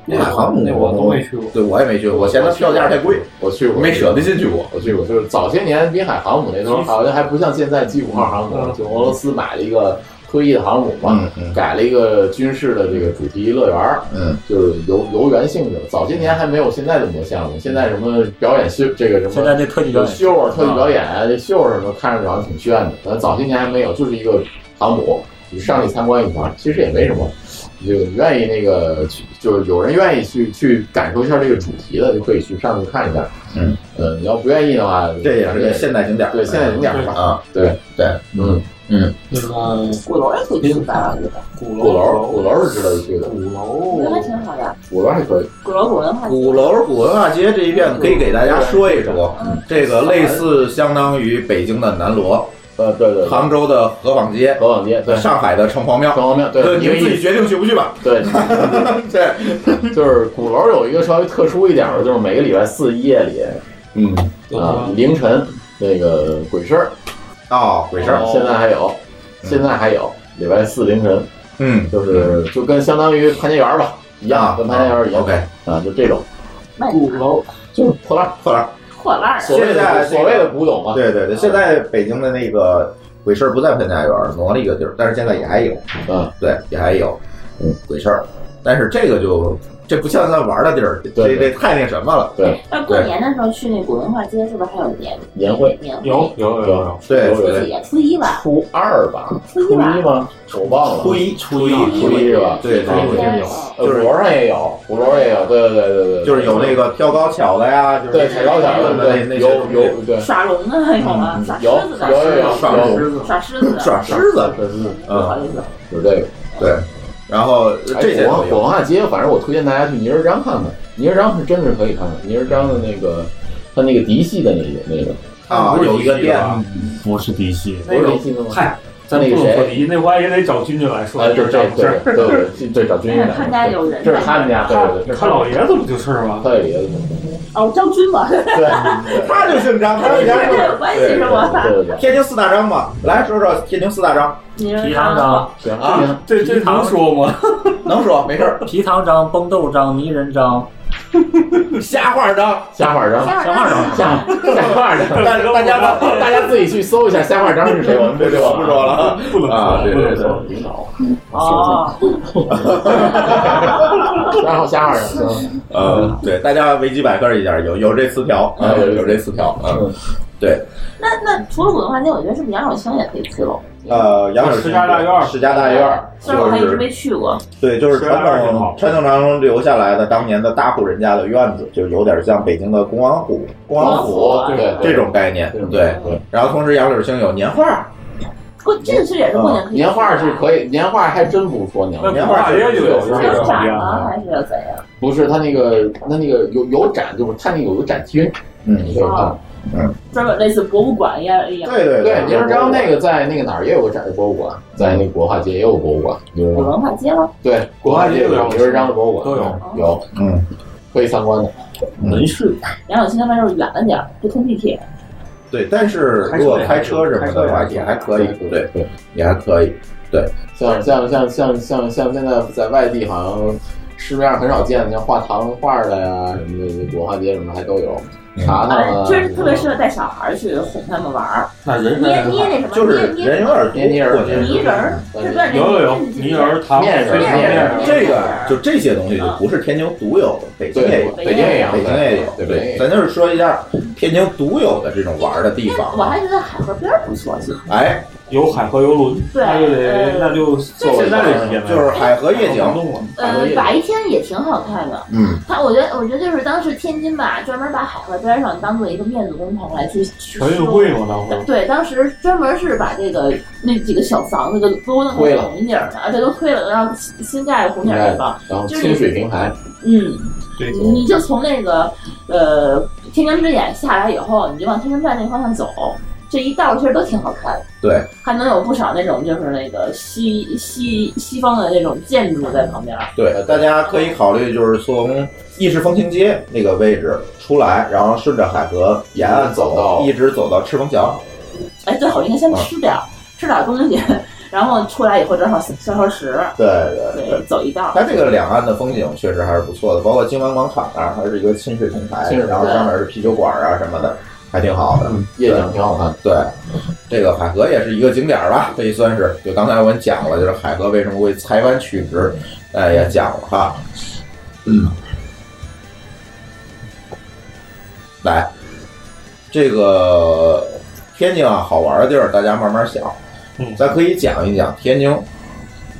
[SPEAKER 1] 滨海航母
[SPEAKER 6] 那我都没去过，
[SPEAKER 1] 对我也没去过，我嫌它票价太贵，
[SPEAKER 3] 我去过，
[SPEAKER 1] 没舍得进去过。
[SPEAKER 3] 我去过，就是早些年滨海航母那时候好像还不像现在 G 五号航母，就俄罗斯买了一个退役的航母嘛，
[SPEAKER 1] 嗯
[SPEAKER 3] 改了一个军事的这个主题乐园儿，
[SPEAKER 1] 嗯，
[SPEAKER 3] 就是游游园性质的。早些年还没有现在这么多项目，现在什么表演秀，这个什么
[SPEAKER 2] 现在这特技表
[SPEAKER 3] 有
[SPEAKER 2] 演
[SPEAKER 3] 秀啊、特技表演啊，这秀儿什么看上去好像挺炫的，但早些年还没有，就是一个航母，你上去参观一圈，其实也没什么。你就你愿意那个去，就是有人愿意去去感受一下这个主题的，就可以去上去看一下。
[SPEAKER 1] 嗯，
[SPEAKER 3] 呃，你要不愿意的话，
[SPEAKER 1] 这也是个现代景点儿，
[SPEAKER 3] 对现代景点儿吧。
[SPEAKER 1] 啊。
[SPEAKER 3] 对
[SPEAKER 1] 对，
[SPEAKER 3] 嗯，
[SPEAKER 6] 那个
[SPEAKER 5] 鼓楼也可以去吧，我觉得
[SPEAKER 6] 鼓
[SPEAKER 3] 鼓楼，鼓楼是值得一去的，
[SPEAKER 6] 鼓
[SPEAKER 5] 我觉得还
[SPEAKER 6] 楼，
[SPEAKER 5] 挺好的。
[SPEAKER 3] 鼓楼还可以。
[SPEAKER 5] 鼓楼古文化，
[SPEAKER 1] 鼓楼古文化街这一片可以给大家说一说，
[SPEAKER 5] 嗯
[SPEAKER 1] 这个类似相当于北京的南锣，
[SPEAKER 3] 呃，对对，对
[SPEAKER 1] 杭州的河坊街，
[SPEAKER 3] 河坊街，对，
[SPEAKER 1] 上海的城隍
[SPEAKER 3] 城
[SPEAKER 1] 庙，
[SPEAKER 3] 隍庙，对，
[SPEAKER 1] 你们自己决定去不去吧。
[SPEAKER 3] 对，
[SPEAKER 1] 对，
[SPEAKER 3] 就是鼓楼有一个稍微特殊一点的，就是每个礼拜四夜里，
[SPEAKER 1] 嗯，
[SPEAKER 3] 啊，凌晨那个鬼市儿，
[SPEAKER 1] 哦，鬼事儿，
[SPEAKER 3] 现在还有，
[SPEAKER 1] 嗯
[SPEAKER 3] 现在还有，礼拜四凌晨，
[SPEAKER 1] 嗯，啊
[SPEAKER 3] 就是就跟相当于潘家园儿
[SPEAKER 1] 哦
[SPEAKER 3] 吧一样，跟潘家园儿一样
[SPEAKER 1] OK，
[SPEAKER 3] 啊，就这种
[SPEAKER 1] 破烂
[SPEAKER 3] 破烂
[SPEAKER 1] 破烂，
[SPEAKER 5] 破烂儿啊。
[SPEAKER 3] 所谓
[SPEAKER 1] 现在
[SPEAKER 3] 的
[SPEAKER 1] 这个
[SPEAKER 3] 所谓的古董嘛，
[SPEAKER 1] 对对对，现在北京的那个鬼市不在潘家园，挪了一个地儿，但是现在也还有，
[SPEAKER 3] 嗯，
[SPEAKER 1] 对，也还有，嗯，鬼市儿，但是这个就这不像咱玩的地儿，这
[SPEAKER 3] 对
[SPEAKER 1] 这太那什么了，
[SPEAKER 5] 那过年的时候去那古文化街，是不是还有年
[SPEAKER 3] 年会
[SPEAKER 5] 年会？
[SPEAKER 9] 有有有有，
[SPEAKER 1] 对
[SPEAKER 3] 有
[SPEAKER 5] 初
[SPEAKER 1] 对
[SPEAKER 5] 几呀？初一吧，
[SPEAKER 3] 初二吧，
[SPEAKER 5] 初
[SPEAKER 3] 初
[SPEAKER 5] 一吧
[SPEAKER 3] 一。吗？我忘了，啊
[SPEAKER 1] 初一
[SPEAKER 9] 初一
[SPEAKER 3] 初一是吧？
[SPEAKER 1] 对对
[SPEAKER 3] 初一
[SPEAKER 5] 天
[SPEAKER 3] 呃，鼓楼上也有，鼓楼也有，对对对对对，
[SPEAKER 1] 就是有那个飘高巧的呀，就是
[SPEAKER 3] 对踩高点
[SPEAKER 1] 的
[SPEAKER 3] 的，
[SPEAKER 1] 那那
[SPEAKER 3] 对，
[SPEAKER 1] 些
[SPEAKER 3] 有有对，
[SPEAKER 5] 耍龙的有吗？耍
[SPEAKER 3] 有
[SPEAKER 5] 狮子
[SPEAKER 3] 有有
[SPEAKER 5] 的，
[SPEAKER 3] 有
[SPEAKER 1] 耍
[SPEAKER 3] 有
[SPEAKER 1] 狮子，
[SPEAKER 5] 耍狮子的，
[SPEAKER 1] 耍狮子，
[SPEAKER 5] 不好
[SPEAKER 1] 嗯，
[SPEAKER 5] 意思，
[SPEAKER 3] 有这个。
[SPEAKER 1] 对，然后
[SPEAKER 3] 哎
[SPEAKER 1] 这些
[SPEAKER 3] 古
[SPEAKER 1] 都
[SPEAKER 3] 文古
[SPEAKER 1] 有，
[SPEAKER 3] 文化街，反正我推荐大家去泥人张看看，泥人张是真是可以看看，泥人张的那个他那个嫡系的那个那个，
[SPEAKER 1] 啊，有一个店，
[SPEAKER 9] 不是嫡系，
[SPEAKER 3] 不是嫡系的吗？
[SPEAKER 9] 嗨，咱
[SPEAKER 3] 咱
[SPEAKER 9] 不
[SPEAKER 3] 不
[SPEAKER 9] 能
[SPEAKER 3] 能
[SPEAKER 9] 说
[SPEAKER 3] 说
[SPEAKER 9] 嫡，那话也得找君君来说
[SPEAKER 3] 啊，对对
[SPEAKER 9] 这
[SPEAKER 3] 对对对对，对找军人
[SPEAKER 5] 他们家有人
[SPEAKER 3] 这是他们家，对对对，
[SPEAKER 6] 看老爷子不就是吗？
[SPEAKER 3] 他有爷子，
[SPEAKER 5] 哦，张军吧，跟
[SPEAKER 3] 对对
[SPEAKER 1] 他就姓张，他们家
[SPEAKER 5] 这有
[SPEAKER 1] 是
[SPEAKER 5] 关系是吗？
[SPEAKER 3] 对对对，
[SPEAKER 1] 天津四大张嘛，来说说天津四大张，
[SPEAKER 5] 你是
[SPEAKER 2] 皮糖章、
[SPEAKER 3] 行
[SPEAKER 1] 啊
[SPEAKER 3] 啊，
[SPEAKER 6] 这这能说吗？
[SPEAKER 1] 能说没事儿，
[SPEAKER 2] 皮糖章、崩豆章、泥人章，
[SPEAKER 1] 瞎话张，
[SPEAKER 3] 瞎话张，
[SPEAKER 2] 像二章
[SPEAKER 3] 瞎瞎话张，
[SPEAKER 1] 大大家
[SPEAKER 3] 大家自己去搜一下瞎话张是谁，我们不
[SPEAKER 1] 对，我不说了啊，
[SPEAKER 6] 不能
[SPEAKER 1] 啊，对对对，
[SPEAKER 3] 领导，
[SPEAKER 2] 啊
[SPEAKER 5] 哦，
[SPEAKER 3] 然后瞎话张，行，
[SPEAKER 1] 呃，对，大家维基百科一下，有有这四条啊，有有这四条啊，对，
[SPEAKER 5] 那那除了古文化街，我觉得是不是杨柳青也可以去喽？
[SPEAKER 1] 呃，杨柳青
[SPEAKER 6] 石家大院嗯
[SPEAKER 1] 石家大院儿，
[SPEAKER 5] 虽然我还一
[SPEAKER 1] 就
[SPEAKER 5] 直
[SPEAKER 1] 是
[SPEAKER 5] 没去过，
[SPEAKER 1] 对，就是传
[SPEAKER 6] 石家大院挺好
[SPEAKER 1] 统传统上留下来的当年的大户人家的院子，就有点像北京的恭王府、恭王府
[SPEAKER 5] 王府
[SPEAKER 3] 对
[SPEAKER 1] 这种概念，对。
[SPEAKER 3] 对。
[SPEAKER 1] 然后同时杨柳青有年画，
[SPEAKER 5] 过这个其实也是过年可以去的
[SPEAKER 3] 年画是可以，年画还真不错，年画
[SPEAKER 6] 那古画街就有这
[SPEAKER 5] 有
[SPEAKER 6] 种
[SPEAKER 5] 展
[SPEAKER 6] 店
[SPEAKER 5] 吗？
[SPEAKER 6] 啊，
[SPEAKER 5] 还是有怎样？
[SPEAKER 3] 不是他那个，他那个有有展，就是他那个有个展厅，
[SPEAKER 1] 嗯，
[SPEAKER 3] 你可以看
[SPEAKER 5] 哦。专门类似博物馆一样一样。
[SPEAKER 1] 对对
[SPEAKER 3] 对，
[SPEAKER 1] 就
[SPEAKER 3] 您
[SPEAKER 1] 是
[SPEAKER 3] 是章那个在那个哪儿也有个展，博物馆，在那个国画街也有博物馆，您
[SPEAKER 5] 有文化街吗？哦
[SPEAKER 3] 对，国画街有您是章的博物馆，
[SPEAKER 9] 都有
[SPEAKER 3] 有，
[SPEAKER 1] 嗯，
[SPEAKER 3] 可以参观的。
[SPEAKER 2] 门市
[SPEAKER 5] 杨柳青那边就是远了点儿，不通地铁。
[SPEAKER 1] 对，但是如果开车什么的话也还可以，对，
[SPEAKER 3] 对，
[SPEAKER 1] 也还可以，
[SPEAKER 3] 像像像像像像现在在外地好像市面上很少见，像画糖画的呀什么的，国画街什么还都有，
[SPEAKER 9] 嗯
[SPEAKER 3] 茶糖
[SPEAKER 5] 呃
[SPEAKER 3] 啊，
[SPEAKER 5] 确实特别适合带小孩儿去哄他们玩儿，
[SPEAKER 9] 那人
[SPEAKER 5] 捏
[SPEAKER 9] 山
[SPEAKER 5] 捏那什么，
[SPEAKER 1] 就是
[SPEAKER 5] 捏
[SPEAKER 1] 人
[SPEAKER 5] 捏
[SPEAKER 1] 有点多，
[SPEAKER 3] 捏捏
[SPEAKER 1] 过
[SPEAKER 3] 人
[SPEAKER 1] 年
[SPEAKER 5] 泥人儿，是不是？
[SPEAKER 6] 有有有，泥人儿、糖
[SPEAKER 3] 面人
[SPEAKER 6] 水
[SPEAKER 3] 面人
[SPEAKER 6] 面
[SPEAKER 1] 这个就这些东西就不是天津独有的，北京也
[SPEAKER 3] 对
[SPEAKER 1] 有，，
[SPEAKER 3] 北京也有，
[SPEAKER 1] 北京也有，
[SPEAKER 3] 对，北京也
[SPEAKER 1] 对，
[SPEAKER 3] 有。
[SPEAKER 1] 咱就是说一下天津独有的这种玩的地
[SPEAKER 5] 我
[SPEAKER 1] 方，啊
[SPEAKER 5] 还觉得海河边儿不错，其实
[SPEAKER 1] 哎，
[SPEAKER 6] 有海河游轮，
[SPEAKER 5] 对
[SPEAKER 6] 那就得
[SPEAKER 5] 呃
[SPEAKER 6] 那就现在得体验了
[SPEAKER 1] 就是海河夜景，
[SPEAKER 3] 海河
[SPEAKER 5] 呃
[SPEAKER 3] 也
[SPEAKER 5] 白天也挺好看的。
[SPEAKER 1] 嗯，
[SPEAKER 5] 他我觉得我觉得就是当时天津吧，专门把海河边上当做一个面子工程来去去
[SPEAKER 6] 全运
[SPEAKER 5] 修
[SPEAKER 6] 会嘛，当时
[SPEAKER 5] 对，当时专门是把这个那几个小房子都都弄
[SPEAKER 3] 推
[SPEAKER 5] 成
[SPEAKER 3] 了
[SPEAKER 5] 红顶儿的，而且都推了，让新新盖红顶儿的房。
[SPEAKER 3] 然后清水平台，
[SPEAKER 5] 嗯，
[SPEAKER 6] 对
[SPEAKER 5] 你你就从那个呃天津之眼下来以后，你就往天津站那个方向走，这一道其实都挺好看的。
[SPEAKER 1] 对，
[SPEAKER 5] 还能有不少那种就是那个西西西方的那种建筑在旁边儿。
[SPEAKER 1] 对，大家可以考虑就是从意式风情街那个位置出来，然后顺着海河沿岸
[SPEAKER 3] 走到
[SPEAKER 1] 一直走到赤峰桥。
[SPEAKER 5] 哎，最好应该先吃点儿、吃点儿东西， 然后出来以后正好消消食，
[SPEAKER 1] 对对对，
[SPEAKER 5] 对，走一道。
[SPEAKER 1] 它这个两岸的风景确实还是不错的，包括金湾广场那儿还是一个清水平台，
[SPEAKER 3] 清水平台
[SPEAKER 1] 然后上面是啤酒馆啊什么的，还挺好的。
[SPEAKER 9] 嗯
[SPEAKER 3] 夜景挺好看的。
[SPEAKER 1] 对，这个海河也是一个景点儿吧，可以算是。就刚才我们讲了，就是海河为什么会台湾取直，呃，也讲了哈。嗯，来，这个天津啊，好玩的地儿大家慢慢想。
[SPEAKER 6] 嗯
[SPEAKER 1] 咱可以讲一讲天津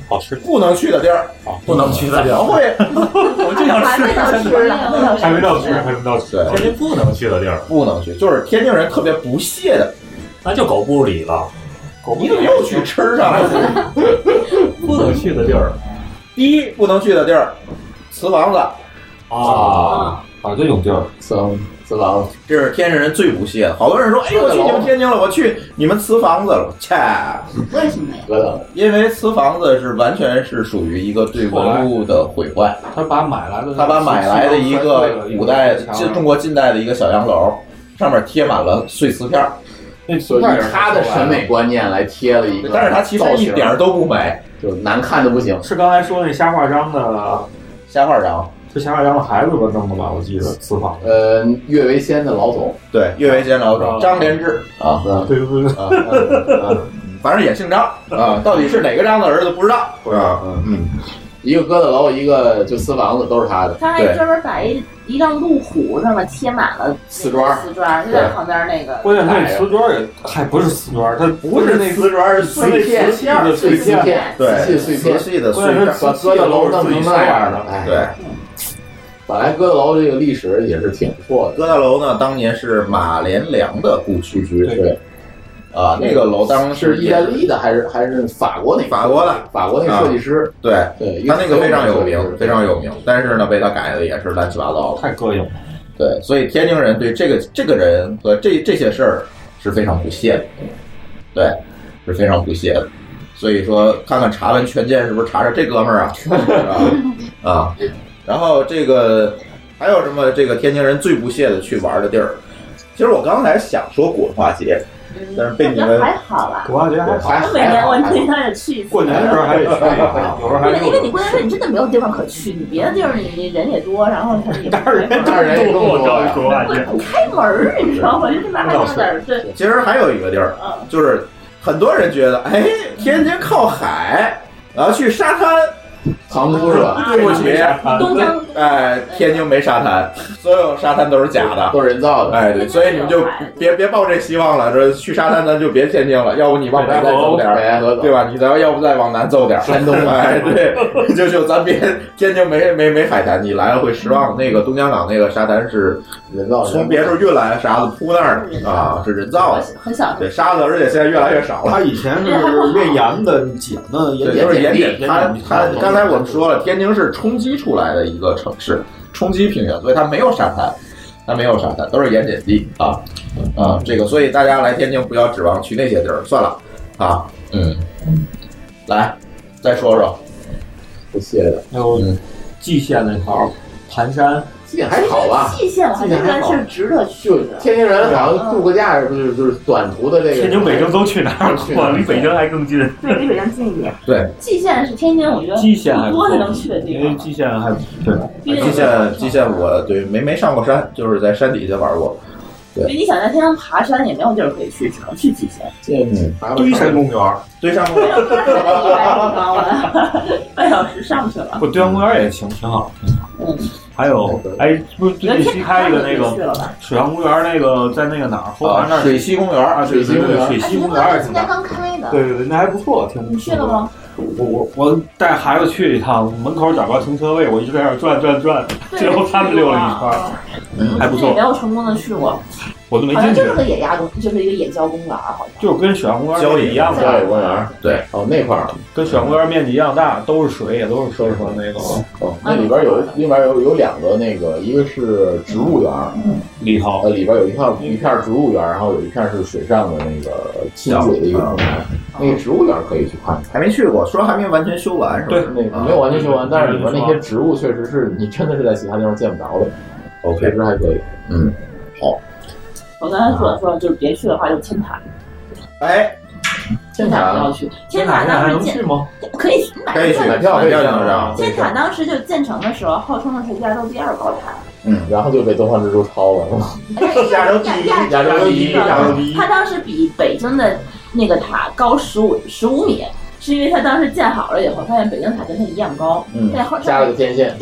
[SPEAKER 6] 好吃，
[SPEAKER 1] 不能去的地儿，
[SPEAKER 2] 不能去的
[SPEAKER 1] 怎么
[SPEAKER 2] 了， 嗯
[SPEAKER 1] 会
[SPEAKER 6] 我就想
[SPEAKER 5] 还没到吃呢，
[SPEAKER 6] 还没到吃，还没到吃，
[SPEAKER 1] 对
[SPEAKER 9] 天津不能去的地儿，
[SPEAKER 1] 不能去？就是天津人特别不屑的，
[SPEAKER 9] 那就狗不理了。
[SPEAKER 1] 你怎么又去吃上了？
[SPEAKER 9] 不能去的地儿
[SPEAKER 1] 第一不能去的地儿，瓷房子，
[SPEAKER 9] 啊啊，这种地儿，
[SPEAKER 3] 四郎，四郎，
[SPEAKER 1] 这是天津人最不屑的。好多人说：“哎，我去你们天津了，我去你们瓷房子了。”切，
[SPEAKER 5] 为什么呀？
[SPEAKER 3] 格等，
[SPEAKER 1] 因为瓷房子是完全是属于一个对文物的毁嗯坏。
[SPEAKER 9] 他把买来的
[SPEAKER 1] 他把买来的一个古代这中国近代的一个小洋楼，上面贴满了碎瓷片儿，
[SPEAKER 6] 那
[SPEAKER 3] 就
[SPEAKER 6] 所
[SPEAKER 3] 以他的审美观念来贴了一个，
[SPEAKER 1] 但是它其实一点儿都不美。
[SPEAKER 3] 就难看的不行。
[SPEAKER 6] 是刚才说那瞎话章的
[SPEAKER 1] 瞎话儿讲，
[SPEAKER 2] 是霞海良的孩子吧弄的吧？我记得私访的。
[SPEAKER 3] 呃，岳维先的老总
[SPEAKER 1] 对，岳维先老总
[SPEAKER 2] 啊
[SPEAKER 1] 张连志，
[SPEAKER 3] 啊，嗯
[SPEAKER 2] 对对对，
[SPEAKER 3] 啊嗯
[SPEAKER 1] 反正也姓张啊，到底是哪个张的儿子不知 道啊。
[SPEAKER 3] 嗯嗯，
[SPEAKER 1] 嗯，
[SPEAKER 3] 一个鸽子楼，一个就私房子，都是他的。
[SPEAKER 5] 他还专门把一一张路虎上面贴满了
[SPEAKER 3] 瓷砖儿
[SPEAKER 5] 瓷砖儿就在旁边那个。
[SPEAKER 2] 关键他那瓷砖也，嗨，不是瓷砖，它
[SPEAKER 1] 不是那瓷砖，是碎片，
[SPEAKER 2] 瓷器的
[SPEAKER 3] 碎
[SPEAKER 2] 碎
[SPEAKER 3] 片
[SPEAKER 2] 片，
[SPEAKER 1] 对，
[SPEAKER 3] 瓷器碎片
[SPEAKER 1] 瓷器的碎
[SPEAKER 2] 关键
[SPEAKER 1] 片
[SPEAKER 2] 是，
[SPEAKER 3] 把
[SPEAKER 2] 瓷器
[SPEAKER 3] 鸽子
[SPEAKER 2] 的
[SPEAKER 3] 楼弄
[SPEAKER 2] 都是自
[SPEAKER 3] 成
[SPEAKER 2] 己
[SPEAKER 3] 那
[SPEAKER 2] 塞
[SPEAKER 3] 样
[SPEAKER 2] 的
[SPEAKER 3] 的，。哎，
[SPEAKER 1] 对。
[SPEAKER 3] 本来鸽子楼这个历史也是挺不错的，
[SPEAKER 1] 哥大楼呢，当年是马连良的故
[SPEAKER 3] 区
[SPEAKER 1] 居，
[SPEAKER 3] 区对
[SPEAKER 1] 啊，那个楼当时
[SPEAKER 3] 是意大
[SPEAKER 1] 也
[SPEAKER 3] 利的还是还是法国那
[SPEAKER 1] 法国的，
[SPEAKER 3] 法国那个设计师，
[SPEAKER 1] 对，
[SPEAKER 3] 对，
[SPEAKER 1] 他那个非常有名，非常
[SPEAKER 3] 有
[SPEAKER 1] 有名，但是呢，被他改的也是乱七八糟的。
[SPEAKER 2] 太膈应了。
[SPEAKER 1] 对，所以天津人对这个这个人和这这些事儿是非常不屑的，对，是非常不屑的。所以说，看看查文权健是不是查查这哥们儿 啊，是吧？啊，然后这个还有什么？这个天津人最不屑的去玩的地儿，其实我刚才想说古文化节，但是被你
[SPEAKER 5] 嗯我觉得
[SPEAKER 1] 们
[SPEAKER 5] 还好啦。
[SPEAKER 2] 古巴
[SPEAKER 1] 哎
[SPEAKER 2] 节还
[SPEAKER 3] 还
[SPEAKER 5] 每年我
[SPEAKER 3] 还
[SPEAKER 5] 经常也去一次。
[SPEAKER 2] 过年的时候还得去一趟，有时候还
[SPEAKER 5] 不是，因为你
[SPEAKER 2] 用。
[SPEAKER 5] 过年时候你真的没有地方可去，你别的地儿你你人也多，然后你
[SPEAKER 6] 但是人
[SPEAKER 3] 但是人也更多呀
[SPEAKER 6] 说话去，
[SPEAKER 5] 不开门儿，你知道吗？就那边还有点儿对，
[SPEAKER 1] 其实还有一个地儿，
[SPEAKER 5] 嗯，
[SPEAKER 1] 就是很多人觉得，哎，天津靠海，然后去沙滩，
[SPEAKER 3] 藏污是吧？
[SPEAKER 1] 对不起，
[SPEAKER 5] 东江
[SPEAKER 1] 哎，天津没沙滩，所有沙滩都是假的。
[SPEAKER 3] 都是人造的。
[SPEAKER 1] 哎，对，所以你们就别别抱这希望了，说去沙滩咱就别天津了，要不你往北再走点
[SPEAKER 3] 北
[SPEAKER 1] 儿，
[SPEAKER 3] 戴河
[SPEAKER 1] 对吧？你咱要不再往南走点儿，
[SPEAKER 3] 山东
[SPEAKER 1] 哎，对，就就咱别天津没 没没海滩，你来了会失望。那个东江港那个沙滩是
[SPEAKER 3] 人造的
[SPEAKER 1] 从别处运来的沙子铺那儿的啊，是人造的，
[SPEAKER 5] 很小
[SPEAKER 1] 对沙子，而且现在越来越少了。
[SPEAKER 2] 他以前是炼盐的、碱的，也
[SPEAKER 1] 对，就是
[SPEAKER 3] 盐
[SPEAKER 1] 盐碱
[SPEAKER 3] 碱
[SPEAKER 2] 地
[SPEAKER 1] 它
[SPEAKER 2] 盐碱
[SPEAKER 1] 它
[SPEAKER 2] 地
[SPEAKER 1] 刚才我们说了，天津是冲击出来的一个城市，冲击平原，所以它没有沙滩，它没有沙滩，都是盐碱地啊啊，这个，所以大家来天津不要指望去那些地儿，算了啊，嗯，来再说说，
[SPEAKER 3] 不屑的，
[SPEAKER 2] 还有蓟县那条盘山，
[SPEAKER 3] 这也还好吧？
[SPEAKER 5] 蓟县我还真的是值得去
[SPEAKER 3] 就
[SPEAKER 5] 的。
[SPEAKER 3] 天津人好像度个假，就是就是短途的这个。
[SPEAKER 6] 天津、北京都去哪儿了？离北京还更近。
[SPEAKER 5] 对，离北京近一点。
[SPEAKER 1] 对，
[SPEAKER 5] 蓟县是天津，我觉得
[SPEAKER 6] 蓟县还不
[SPEAKER 5] 多
[SPEAKER 6] 错
[SPEAKER 5] 的能去的地
[SPEAKER 6] 因为
[SPEAKER 5] 方。
[SPEAKER 6] 蓟县还对，
[SPEAKER 5] 嗯
[SPEAKER 1] 蓟县蓟县我对没没上过山，就是在山底下玩过，
[SPEAKER 5] 因为你想在天上爬山也没有地儿可以去，只能去蓟县。
[SPEAKER 3] 嗯，
[SPEAKER 2] 堆山公园，
[SPEAKER 1] 堆上过
[SPEAKER 5] 太远了，半小时上去了。
[SPEAKER 6] 不堆山公园也行，挺好。
[SPEAKER 5] 嗯，
[SPEAKER 6] 还有，哎，不是
[SPEAKER 5] 觉得
[SPEAKER 6] 最近
[SPEAKER 5] 天
[SPEAKER 6] 新开一个那
[SPEAKER 5] 去
[SPEAKER 6] 个
[SPEAKER 5] 了吧？
[SPEAKER 6] 水上公园，那个在那个哪儿后
[SPEAKER 1] 啊
[SPEAKER 6] 台那儿
[SPEAKER 1] 水西公园
[SPEAKER 6] 啊，
[SPEAKER 1] 啊，
[SPEAKER 6] 对对对，水
[SPEAKER 5] 哎
[SPEAKER 6] 西
[SPEAKER 5] 你
[SPEAKER 6] 公
[SPEAKER 5] 们好
[SPEAKER 6] 园
[SPEAKER 5] 像今
[SPEAKER 6] 挺大
[SPEAKER 5] 年。刚开的，
[SPEAKER 6] 对对对，那还不错，挺
[SPEAKER 5] 你去了？吗？
[SPEAKER 6] 我我我带孩子去一趟，门口找不着停车位，我一直在那儿转转转，最后他们溜了一圈儿，还不
[SPEAKER 5] 但是也没
[SPEAKER 6] 错，
[SPEAKER 5] 有成功的去过，
[SPEAKER 6] 我都没
[SPEAKER 5] 嗯好像
[SPEAKER 6] 进去
[SPEAKER 5] 就，是个野鸭公，就是一个野郊公园，啊好像。
[SPEAKER 6] 就是跟水上公园面积一样
[SPEAKER 3] 郊
[SPEAKER 6] 大
[SPEAKER 3] 野，公园，
[SPEAKER 1] 对，
[SPEAKER 3] 哦那块儿，
[SPEAKER 6] 跟水上公园面积一样大，都是水，也都是说说那个
[SPEAKER 3] 哦那里边有里边有有两个那个，一个是植物园，
[SPEAKER 6] 里头
[SPEAKER 3] 呃里边有一片一片植物园，然后有一片是水上的那个亲水的一个平台，那个植物园可以去看一看。
[SPEAKER 1] 还没去过，说还没完全修完是吧？
[SPEAKER 6] 对
[SPEAKER 3] 那个没有完全修完，但是里面那些植物确实是你真的是在其他地方见不着的，确
[SPEAKER 1] ，OK，
[SPEAKER 3] 实还可以。
[SPEAKER 5] 我刚才说说，就是别去的话，就是天坛，
[SPEAKER 1] 哎，
[SPEAKER 5] 天坛不要去。天坛
[SPEAKER 6] 还
[SPEAKER 5] 当
[SPEAKER 6] 能
[SPEAKER 5] 时
[SPEAKER 6] 去
[SPEAKER 5] 建
[SPEAKER 6] 吗？
[SPEAKER 5] 可以买
[SPEAKER 1] 可以去啊
[SPEAKER 3] 买票
[SPEAKER 1] 买
[SPEAKER 3] 可以
[SPEAKER 1] 票
[SPEAKER 3] 去
[SPEAKER 1] 就能上，
[SPEAKER 5] 天坛当时就建成的时候，号称是亚洲第二高塔，
[SPEAKER 1] 嗯，
[SPEAKER 3] 然后就被东方之珠超 了，
[SPEAKER 1] 亚洲第一
[SPEAKER 5] 哎亚
[SPEAKER 3] 亚洲第一，
[SPEAKER 1] 亚洲
[SPEAKER 3] 第
[SPEAKER 5] 它当时比北京的那个塔高十五十五米，是因为它当时建好了以后，发现北京塔跟它一样高，
[SPEAKER 1] 嗯
[SPEAKER 5] 在后
[SPEAKER 3] 加
[SPEAKER 5] 上
[SPEAKER 3] 了
[SPEAKER 5] 面
[SPEAKER 3] 个天线，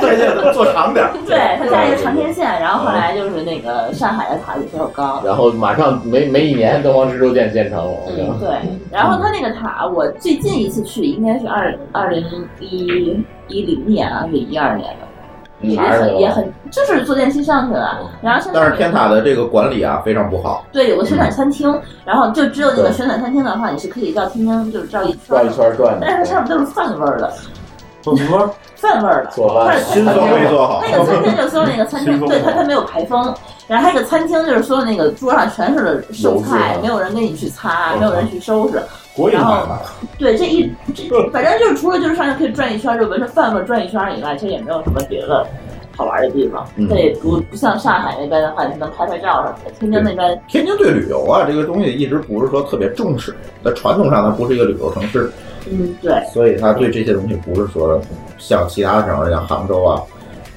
[SPEAKER 1] 这些做长点儿，
[SPEAKER 5] 对它加了一个长天线，然后后来就是那个上海的塔比这首高。
[SPEAKER 3] 然后马上没没一年，东方之珠店建成了。我
[SPEAKER 5] 嗯，
[SPEAKER 3] 靠
[SPEAKER 5] 对。然后它那个塔，我最近一次去应该是二二零一一零年啊，还是一二年的，也
[SPEAKER 3] 还是那
[SPEAKER 5] 很
[SPEAKER 3] 个
[SPEAKER 5] 也很，就是坐电梯上去了。然后现在
[SPEAKER 1] 但是天塔的这个管理啊非常不好，
[SPEAKER 5] 对，有个旋转餐厅，然后就只有那
[SPEAKER 3] 对
[SPEAKER 5] 个旋转餐厅的话，你是可以绕天津，就是绕一圈
[SPEAKER 3] 转
[SPEAKER 5] 儿
[SPEAKER 3] 一。圈转的，
[SPEAKER 5] 但是上面都是饭味儿的，
[SPEAKER 6] 不是说
[SPEAKER 5] 饭味儿的。
[SPEAKER 3] 做
[SPEAKER 5] 它
[SPEAKER 3] 饭
[SPEAKER 5] 是
[SPEAKER 1] 新
[SPEAKER 5] 餐
[SPEAKER 1] 做
[SPEAKER 5] 厅
[SPEAKER 1] 没做好，
[SPEAKER 5] 那个餐厅就是所有那个餐
[SPEAKER 6] 新
[SPEAKER 5] 厅，
[SPEAKER 6] 中
[SPEAKER 5] 对它
[SPEAKER 6] 国
[SPEAKER 5] 它没有排风，然后它那个餐厅就是所有那个桌上全是剩
[SPEAKER 3] 油
[SPEAKER 5] 菜
[SPEAKER 3] 渍，
[SPEAKER 5] 没有人给你去擦，没有人去收拾。
[SPEAKER 6] 国营
[SPEAKER 5] 然
[SPEAKER 6] 买
[SPEAKER 5] 后
[SPEAKER 6] 的，
[SPEAKER 5] 对这一这反正就是除了就是上去可以转一圈儿，就闻着饭味儿转一圈儿以外，其实也没有什么别的好玩儿的地方
[SPEAKER 1] 嗯。
[SPEAKER 5] 这也不不像上海那边的话，你能拍拍照什么的。天津那边
[SPEAKER 1] 天津对旅游啊这个东西一直不是说特别重视，在传统上它不是一个旅游城市，
[SPEAKER 5] 嗯，对，
[SPEAKER 1] 所以它对这些东西不是说像其他城市像杭州啊，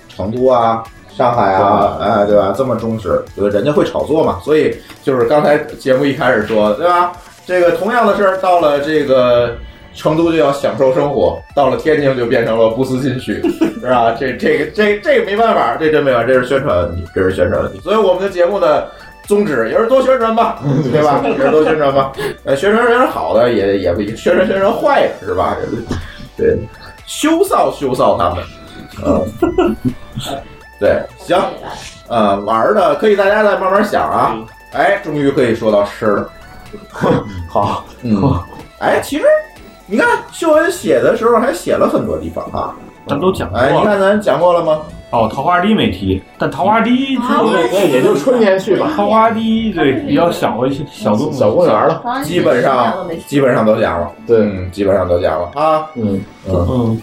[SPEAKER 1] 成都啊、上海啊，哎，对吧？这么重视，对人家会炒作嘛。所以就是刚才节目一开始说，对吧？这个同样的事儿，到了这个成都就要享受生活，到了天津就变成了不思进取， 是吧？这这个这这个没办法，这真没办法，这是宣传问题，这是宣传问题。所以我们的节目的宗旨也是多宣传吧，对吧？也是多宣传吧。呃，宣传宣传好的也也不行，宣传宣传坏的是吧？对，羞臊羞臊他们，嗯， 对，行，呃，玩儿的可以大家再慢慢想啊。哎，终于可以说到吃了，
[SPEAKER 10] 好，
[SPEAKER 1] 嗯，哎，其实你看秀恩写的时候还写了很多地方啊。
[SPEAKER 2] 咱都讲过
[SPEAKER 1] 哎，你
[SPEAKER 2] 了。
[SPEAKER 1] 看咱讲过了吗？
[SPEAKER 2] 哦，桃花堤没提，但桃花堤之
[SPEAKER 5] 啊
[SPEAKER 2] 后
[SPEAKER 5] 我
[SPEAKER 3] 那也就春天去吧，
[SPEAKER 2] 桃花堤对比较小一些小动物，
[SPEAKER 3] 小公园了。
[SPEAKER 5] 好像
[SPEAKER 1] 基本
[SPEAKER 5] 我
[SPEAKER 1] 上
[SPEAKER 5] 啊没
[SPEAKER 1] 基本上都讲了，
[SPEAKER 3] 对，
[SPEAKER 1] 嗯，基本上都讲了啊。
[SPEAKER 3] 嗯，
[SPEAKER 1] 嗯
[SPEAKER 2] 嗯，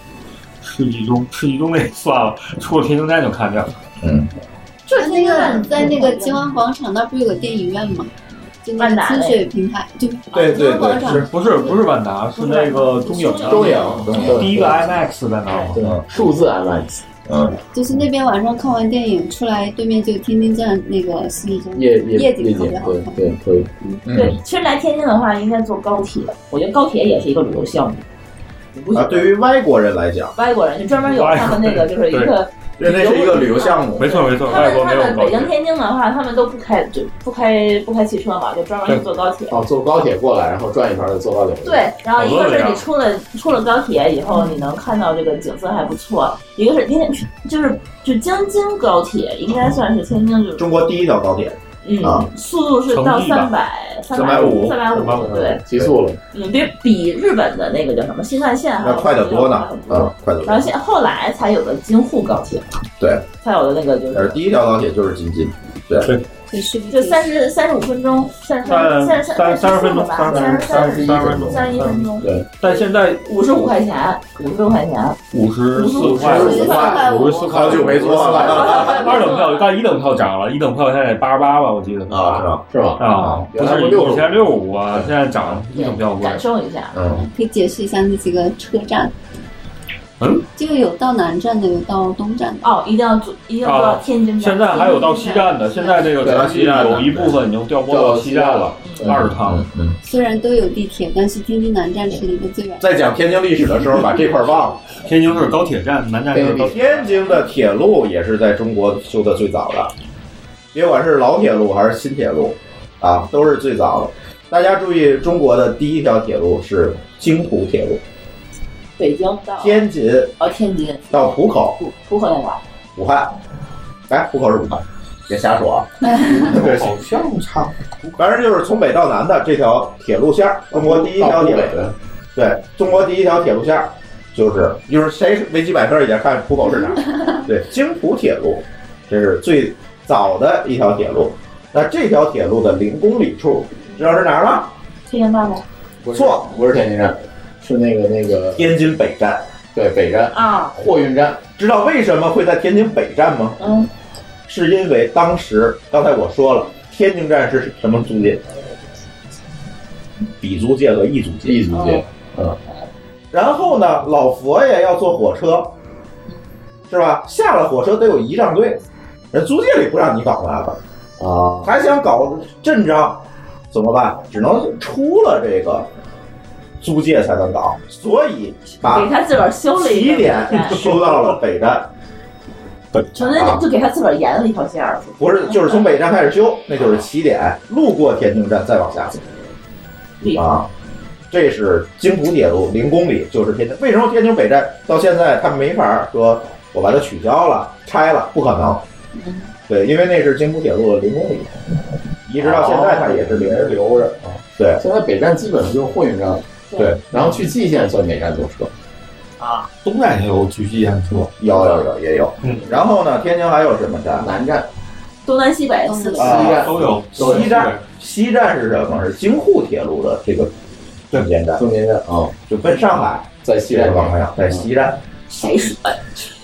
[SPEAKER 2] 世纪中世纪中那算了，啊出了天津站就看这了。
[SPEAKER 1] 嗯，
[SPEAKER 5] 就是
[SPEAKER 4] 那个在那个金湾广场那儿不是有个电影院吗？就那
[SPEAKER 5] 万
[SPEAKER 4] 个
[SPEAKER 5] 达那
[SPEAKER 4] 清
[SPEAKER 5] 个
[SPEAKER 4] 水平台，
[SPEAKER 1] 对
[SPEAKER 4] 对
[SPEAKER 1] 对
[SPEAKER 4] 金湾广
[SPEAKER 1] 对，
[SPEAKER 4] 场
[SPEAKER 1] 是
[SPEAKER 2] 不是不是万达，是那个中影的
[SPEAKER 3] 中影对
[SPEAKER 2] 第一个 IMAX 在那儿嘛。
[SPEAKER 3] 对，数字 IMAX
[SPEAKER 1] 嗯，
[SPEAKER 4] 就是那边晚上看完电影出来，对面就天津站那个西丽江。
[SPEAKER 3] 夜夜
[SPEAKER 4] 夜
[SPEAKER 3] 夜
[SPEAKER 4] 景
[SPEAKER 3] 景
[SPEAKER 4] 特别，好
[SPEAKER 3] 对对可以。
[SPEAKER 1] 嗯
[SPEAKER 5] 对，其实来天津的话，应该坐高铁。我觉得高铁也是一个旅游项目。你不
[SPEAKER 1] 啊，
[SPEAKER 5] 想
[SPEAKER 1] 对于外国人来讲，
[SPEAKER 5] 外国人就专门有他们那个，就是一个
[SPEAKER 1] 这那是一个旅游项目。
[SPEAKER 2] 没错没错，
[SPEAKER 5] 他
[SPEAKER 2] 外
[SPEAKER 5] 们
[SPEAKER 2] 国
[SPEAKER 5] 他
[SPEAKER 2] 没
[SPEAKER 5] 们
[SPEAKER 2] 有
[SPEAKER 5] 北
[SPEAKER 2] 高
[SPEAKER 5] 京、
[SPEAKER 2] 铁。
[SPEAKER 5] 天津的话，他们都不开就不开不开汽车嘛，就专门去坐高铁。
[SPEAKER 3] 哦，坐高铁过来，然后转一圈再坐高铁。，
[SPEAKER 5] 对，然后一个
[SPEAKER 2] 好多
[SPEAKER 5] 是
[SPEAKER 2] 人啊
[SPEAKER 5] 你出了出了高铁以后，你能看到这个景色还不错；一个是天津，就是就京津高铁，应该算是天津就是
[SPEAKER 1] 中国第一条高铁，啊
[SPEAKER 5] 嗯，速度是到
[SPEAKER 2] 乘地吧
[SPEAKER 5] 三百三
[SPEAKER 1] 350
[SPEAKER 5] 三百
[SPEAKER 2] 350
[SPEAKER 5] 对，
[SPEAKER 3] 极速了。
[SPEAKER 5] 嗯，比比日本的那个叫什么新干线还
[SPEAKER 1] 那快得多呢
[SPEAKER 5] 要快得多
[SPEAKER 1] 啊，快走。
[SPEAKER 5] 啊然后现后来才有的京沪高铁，
[SPEAKER 1] 对，
[SPEAKER 5] 才有的那个就
[SPEAKER 1] 但是
[SPEAKER 5] 是
[SPEAKER 1] 第一条高铁就是京津，
[SPEAKER 4] 对，是不
[SPEAKER 5] 就
[SPEAKER 4] 是
[SPEAKER 5] 三十三十五分钟，三十
[SPEAKER 2] 三
[SPEAKER 5] 三十
[SPEAKER 2] 三三十分钟，
[SPEAKER 5] 吧，
[SPEAKER 2] 三
[SPEAKER 5] 三
[SPEAKER 2] 十
[SPEAKER 5] 三
[SPEAKER 2] 三
[SPEAKER 5] 十
[SPEAKER 2] 十分钟，
[SPEAKER 5] 三十一分钟，
[SPEAKER 2] 但现在
[SPEAKER 5] 五十五块钱，五十多块钱，
[SPEAKER 2] 五十四块
[SPEAKER 3] 五十四
[SPEAKER 4] 块五
[SPEAKER 2] 五十四块
[SPEAKER 1] 好久没
[SPEAKER 2] 啊
[SPEAKER 1] 坐了
[SPEAKER 2] 二等票，但一等票涨了，一等票现在八十八吧，我记得
[SPEAKER 1] 啊，是吧？
[SPEAKER 3] 是吧？
[SPEAKER 2] 啊，
[SPEAKER 3] 原
[SPEAKER 2] 不
[SPEAKER 3] 来
[SPEAKER 2] 是
[SPEAKER 3] 不六
[SPEAKER 2] 以前六五啊，现在涨一等票贵
[SPEAKER 5] 感。受一下。
[SPEAKER 1] 嗯，
[SPEAKER 4] 可以解释一下那几个车站？
[SPEAKER 2] 嗯，
[SPEAKER 4] 就有到南站的，有到东站的。
[SPEAKER 5] 哦，一定要坐，一定要坐到天津站。
[SPEAKER 2] 现在还有到西站的，现在这个咱啊有一部分已经调拨到西站了，二趟。
[SPEAKER 1] 嗯嗯。
[SPEAKER 4] 虽然都有地铁，但是天津南站是离得最远。
[SPEAKER 1] 在讲天津历史的时候，把这块儿忘了。
[SPEAKER 2] 天津市高铁站，南站就是高铁。
[SPEAKER 1] 天津的铁路也是在中国修的最早的，别管是老铁路还是新铁路，啊，都是最早的。大家注意，中国的第一条铁路是京浦铁路，
[SPEAKER 5] 北京到
[SPEAKER 1] 天津
[SPEAKER 5] 哦天津
[SPEAKER 1] 到浦口，
[SPEAKER 5] 浦浦口那块儿，
[SPEAKER 1] 武汉，哎，浦口是武汉，别瞎说啊。
[SPEAKER 6] 好像差
[SPEAKER 1] 反正就是从北到南的这条铁路线儿，中国第一条
[SPEAKER 3] 到
[SPEAKER 1] 铁
[SPEAKER 3] 北
[SPEAKER 1] 路，
[SPEAKER 3] 的，
[SPEAKER 1] 对，中国第一条铁路线儿就是就是谁是维基百科也看浦口是哪儿，对，京浦铁路，这是最早的一条铁路。那这条铁路的零公里处，知道是哪儿吗？
[SPEAKER 5] 天津到吗？
[SPEAKER 3] 不是不是天津站，是那个那个
[SPEAKER 1] 天津北站。
[SPEAKER 3] 对北站
[SPEAKER 5] 啊，
[SPEAKER 3] 货运站。
[SPEAKER 1] 知道为什么会在天津北站吗？
[SPEAKER 5] 嗯，
[SPEAKER 1] 是因为当时刚才我说了，天津站是什么租界？比租界和异租界。
[SPEAKER 3] 立足街，
[SPEAKER 1] 然后呢，老佛爷要坐火车，是吧？下了火车得有仪仗队，人租界里不让你搞那个，
[SPEAKER 3] 啊，
[SPEAKER 1] 还想搞阵仗，怎么办？只能出了这个租界才能搞，所以
[SPEAKER 5] 给
[SPEAKER 1] 把
[SPEAKER 5] 他自个儿修了一
[SPEAKER 1] 起
[SPEAKER 5] 个
[SPEAKER 1] 点修到了北 站，啊
[SPEAKER 5] 成天就给他自个儿沿了一条线儿。
[SPEAKER 1] 不是就是从北站开始修，那就是起点，路过天津站再往下走
[SPEAKER 5] 厉害，
[SPEAKER 1] 啊。这是京浦铁路零公里，就是天津。为什么天津北站到现在他没法说我把它取消了、拆了？不可能。
[SPEAKER 5] 嗯
[SPEAKER 1] 对，因为那是京浦铁路的零公里，一直到现在它也是零
[SPEAKER 3] 人留着啊。
[SPEAKER 1] 对
[SPEAKER 3] 现在北站基本上就是货运站，
[SPEAKER 1] 对，
[SPEAKER 3] 然后去蓟县算哪站坐车？
[SPEAKER 5] 啊，
[SPEAKER 6] 东站也有局地演出，
[SPEAKER 1] 有有有也有。
[SPEAKER 2] 嗯
[SPEAKER 1] 然后呢，天津还有什么站？
[SPEAKER 3] 南站、
[SPEAKER 5] 东南西北四个
[SPEAKER 1] 啊
[SPEAKER 3] 西站
[SPEAKER 2] 都有
[SPEAKER 1] 西站，西站是什么？是京沪铁路的这个中间站，
[SPEAKER 3] 中间站啊，
[SPEAKER 1] 就奔上海。
[SPEAKER 3] 在西站
[SPEAKER 1] 往上，在
[SPEAKER 3] 嗯
[SPEAKER 1] 西站。
[SPEAKER 5] 谁是呃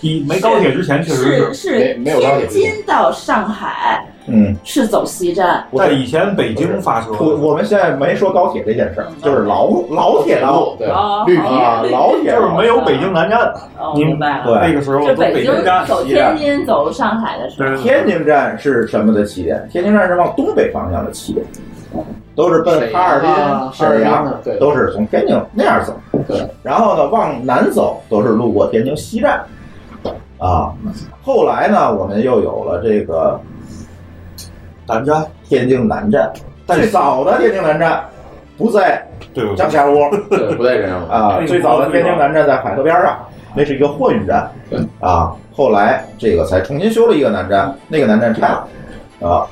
[SPEAKER 6] 一没高铁之前确实
[SPEAKER 5] 是
[SPEAKER 6] 是，
[SPEAKER 5] 是
[SPEAKER 3] 没没有高铁
[SPEAKER 5] 天津到上海
[SPEAKER 1] 嗯，
[SPEAKER 5] 是走西站，
[SPEAKER 6] 但以前北京发车，
[SPEAKER 1] 我我们现在没说高铁这件事儿，就是老老铁道
[SPEAKER 3] 对
[SPEAKER 5] 哦
[SPEAKER 3] 绿皮
[SPEAKER 1] 啊，老铁
[SPEAKER 6] 就是
[SPEAKER 1] 道
[SPEAKER 6] 没有北京南站，
[SPEAKER 5] 哦，
[SPEAKER 6] 您
[SPEAKER 5] 明白了，
[SPEAKER 1] 对
[SPEAKER 6] 那个时候
[SPEAKER 5] 就
[SPEAKER 6] 都北
[SPEAKER 5] 京
[SPEAKER 6] 京站
[SPEAKER 5] 走天津走上海的时候，
[SPEAKER 6] 对
[SPEAKER 1] 天津站是什么的起点？天津站是往东北方向的起点，都是奔哈尔滨、沈阳，
[SPEAKER 3] 啊，对，
[SPEAKER 1] 都是从天津那样走。
[SPEAKER 3] 对，
[SPEAKER 1] 然后呢，往南走都是路过天津西站，啊，后来呢，我们又有了这个
[SPEAKER 6] 南站，
[SPEAKER 1] 天津南站，最早的天津南站不在
[SPEAKER 6] 对不对
[SPEAKER 1] 张？家窝
[SPEAKER 3] 对，不在这样了。
[SPEAKER 1] 啊，最早的天津南站在海河边上，那是一个货运站
[SPEAKER 3] 对
[SPEAKER 1] 啊，后来这个才重新修了一个南站，那个南站拆了啊。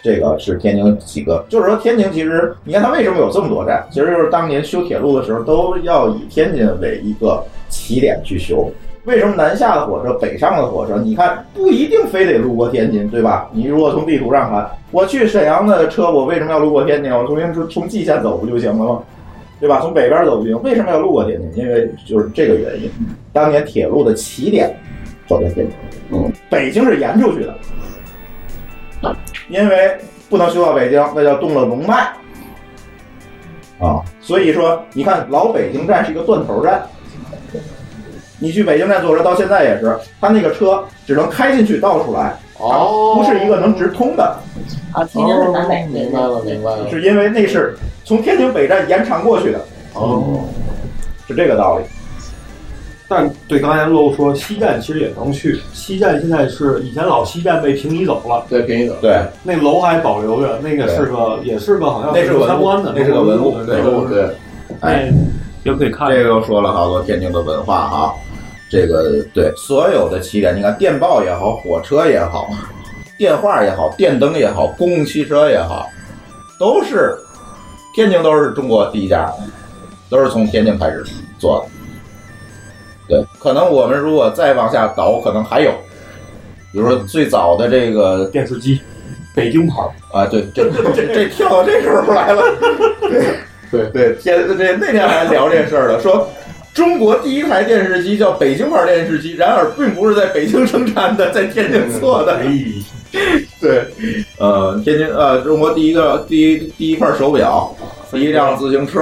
[SPEAKER 1] 这个是天津几个，就是说天津其实，你看它为什么有这么多站，其实就是当年修铁路的时候都要以天津为一个起点去修。为什么南下的火车、北上的火车，你看不一定非得路过天津，对吧？你如果从地图上看，我去沈阳的车，我为什么要路过天津？我从从从蓟县走不就行了吗？对吧？从北边走不行，为什么要路过天津？因为就是这个原因。当年铁路的起点走在天津，
[SPEAKER 3] 嗯，
[SPEAKER 1] 北京是延出去的，因为不能修到北京，那叫动了龙脉啊。所以说，你看老北京站是一个断头站，你去北京站坐车到现在也是，它那个车只能开进去倒出来，
[SPEAKER 3] 哦，
[SPEAKER 1] 不是一个能直通的，
[SPEAKER 5] 啊，天津是南北
[SPEAKER 3] 明白了，明白了。
[SPEAKER 1] 是因为那是从天津北站延长过去的，
[SPEAKER 3] 哦，
[SPEAKER 1] 是这个道理。
[SPEAKER 6] 但对刚才露说西站其实也能去，西站现在是以前老西站被平移走了，
[SPEAKER 3] 对，平移走，
[SPEAKER 1] 对，
[SPEAKER 6] 那楼还保留着，那个是个也是个好像
[SPEAKER 1] 那是个文物
[SPEAKER 6] 参观的，
[SPEAKER 1] 那是个文物
[SPEAKER 6] 对
[SPEAKER 1] 对
[SPEAKER 6] 对，
[SPEAKER 3] 对，
[SPEAKER 6] 那也可以看。
[SPEAKER 1] 这个又说了好多天津的文化哈、这个对所有的起点，你看电报也好，火车也好，电话也好，电灯也好，公共汽车也好，都是天津都是中国第一家，都是从天津开始做的。对，可能我们如果再往下倒，可能还有，比如说最早的这个
[SPEAKER 6] 电视机，北京牌儿，
[SPEAKER 1] 啊，对，这这这这跳到这时候来了。
[SPEAKER 3] 对
[SPEAKER 1] 对，天这那天还聊这事儿了，说中国第一台电视机叫北京牌电视机，然而并不是在北京生产的，在天津 做
[SPEAKER 6] 哎
[SPEAKER 1] 的。对，呃，天津呃，中国第一个第一第一块手表，第一辆自行车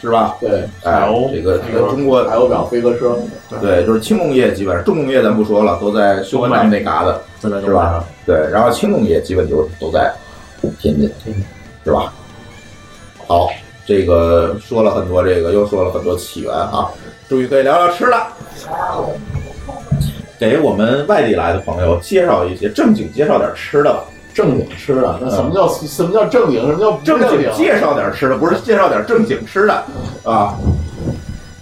[SPEAKER 1] 是吧？
[SPEAKER 3] 对，
[SPEAKER 1] 哎
[SPEAKER 6] 海鸥，
[SPEAKER 1] 这个这个中国
[SPEAKER 3] 还有表飞鸽车，
[SPEAKER 1] 对，就是轻工业基本上，重工业咱不说了，都在修文他们那嘎达。
[SPEAKER 2] 现在
[SPEAKER 1] 是吧？对，然后轻工业基本就都在天津，是吧？好，这个说了很多，这个又说了很多起源啊，注意可以聊聊吃的，给我们外地来的朋友介绍一些正经介绍点吃的吧，
[SPEAKER 3] 正经吃的。那什么叫什么叫正经？什么叫不
[SPEAKER 1] 正经
[SPEAKER 3] 经？
[SPEAKER 1] 介绍点吃的，不是介绍点正经吃的啊。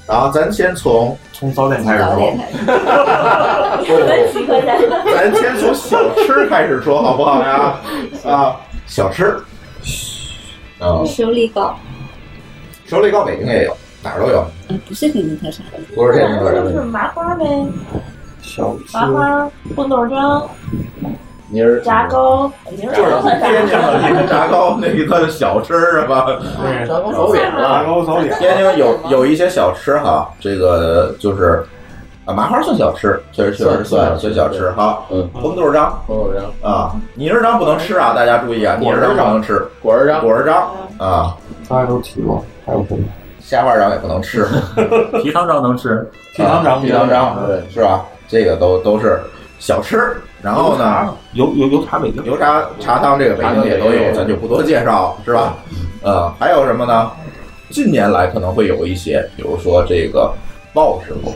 [SPEAKER 1] 然后咱先从，
[SPEAKER 6] 从早点开始
[SPEAKER 4] 早
[SPEAKER 6] 说，
[SPEAKER 4] 点开始
[SPEAKER 3] 哦
[SPEAKER 5] 文体可 言。
[SPEAKER 1] 咱先从小吃开始说，好不好呀？啊，小吃，啊，
[SPEAKER 4] 手里搞，
[SPEAKER 1] 手里糕北京也有，哪儿都有。
[SPEAKER 4] 呃，不是天津特产，
[SPEAKER 1] 不是天津特
[SPEAKER 5] 那
[SPEAKER 1] 产
[SPEAKER 5] 就是麻花呗，
[SPEAKER 11] 小吃
[SPEAKER 5] 麻花炖豆浆、
[SPEAKER 3] 你是
[SPEAKER 5] 炸糕，你是都很炸
[SPEAKER 1] 天津的那个炸糕，那个它的小吃是吧？
[SPEAKER 5] 啊
[SPEAKER 3] 炸糕早点
[SPEAKER 6] 大
[SPEAKER 3] 了，
[SPEAKER 6] 糕早点，
[SPEAKER 1] 天津有有一些小吃哈，这个就是啊，麻花算小吃，确实确实算
[SPEAKER 3] 算
[SPEAKER 1] 算小吃哈。
[SPEAKER 3] 嗯，
[SPEAKER 1] 红豆章
[SPEAKER 3] 红豆浆、
[SPEAKER 1] 啊，泥人章不能吃
[SPEAKER 11] 嗯
[SPEAKER 1] 啊，大家注意啊，泥人章不能吃，
[SPEAKER 3] 果仁
[SPEAKER 1] 果
[SPEAKER 3] 章，
[SPEAKER 1] 仁章啊，
[SPEAKER 11] 大家都提过，还有嗯什么？
[SPEAKER 1] 虾花章也不能吃，
[SPEAKER 2] 皮汤照能吃，
[SPEAKER 6] 皮糖长
[SPEAKER 1] 皮糖章
[SPEAKER 3] 对，
[SPEAKER 1] 是吧？这个都都是小吃。然后呢，
[SPEAKER 11] 有有有茶北京，
[SPEAKER 1] 油茶茶汤这个北京也都有，咱就不多介绍，是吧？呃，还有什么呢？近年来可能会有一些，比如说这个鲍师傅，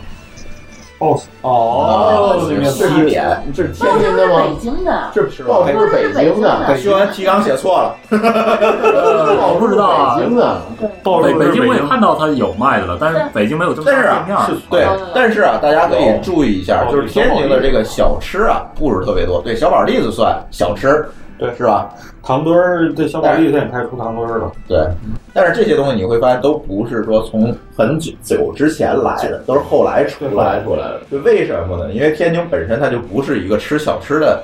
[SPEAKER 6] boss
[SPEAKER 5] 啊
[SPEAKER 6] 哦，里面
[SPEAKER 3] 是
[SPEAKER 1] 西点，
[SPEAKER 3] 这是
[SPEAKER 5] 豆
[SPEAKER 3] 天津的吗？
[SPEAKER 5] 浆是北京的，
[SPEAKER 3] 哦这是报是北京的，
[SPEAKER 1] 虽然提纲写错了，
[SPEAKER 5] 哦
[SPEAKER 2] 呃我不知道啊
[SPEAKER 3] 北。京的，
[SPEAKER 6] 鲍
[SPEAKER 2] 北
[SPEAKER 6] 叔是
[SPEAKER 2] 北京我也
[SPEAKER 6] 京
[SPEAKER 2] 看到它有卖的了，但是
[SPEAKER 5] 对
[SPEAKER 2] 北京没有这么
[SPEAKER 1] 但是
[SPEAKER 2] 大
[SPEAKER 1] 啊
[SPEAKER 2] 店面儿。
[SPEAKER 1] 对
[SPEAKER 5] 哦，
[SPEAKER 1] 但是啊，大家可以注意一下，
[SPEAKER 6] 哦
[SPEAKER 1] 就是天津的这个小吃啊，不是特别多。对，小宝栗子算小吃，
[SPEAKER 6] 对
[SPEAKER 1] 是吧？
[SPEAKER 6] 糖墩儿，这小宝莉现在也开始出糖墩儿了，
[SPEAKER 1] 对，但是这些东西你会发现都不是说从很久久之前来的，都是后来出
[SPEAKER 3] 后
[SPEAKER 1] 来的。
[SPEAKER 3] 来出来了，
[SPEAKER 1] 就为什么呢？因为天津本身它就不是一个吃小吃的，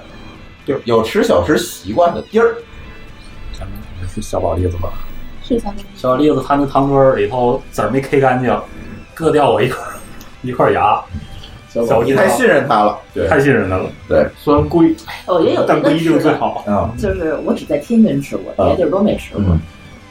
[SPEAKER 1] 就有吃小吃习惯的地儿。
[SPEAKER 2] 是小宝栗子吧？
[SPEAKER 4] 是小米
[SPEAKER 2] 小栗子它那汤汁儿里头籽儿没 K 干净，硌掉我一块儿一块儿牙。
[SPEAKER 6] 小一
[SPEAKER 1] 太信任他了，
[SPEAKER 3] 对
[SPEAKER 6] 太信任他了。
[SPEAKER 1] 对，
[SPEAKER 6] 虽然贵，
[SPEAKER 5] 我哦也有啊一
[SPEAKER 6] 但不
[SPEAKER 5] 个
[SPEAKER 6] 一
[SPEAKER 5] 吃
[SPEAKER 6] 定最
[SPEAKER 5] 的，
[SPEAKER 6] 好。
[SPEAKER 1] 嗯，
[SPEAKER 5] 就是我只在天津吃过，别的地儿都没吃过
[SPEAKER 1] 嗯。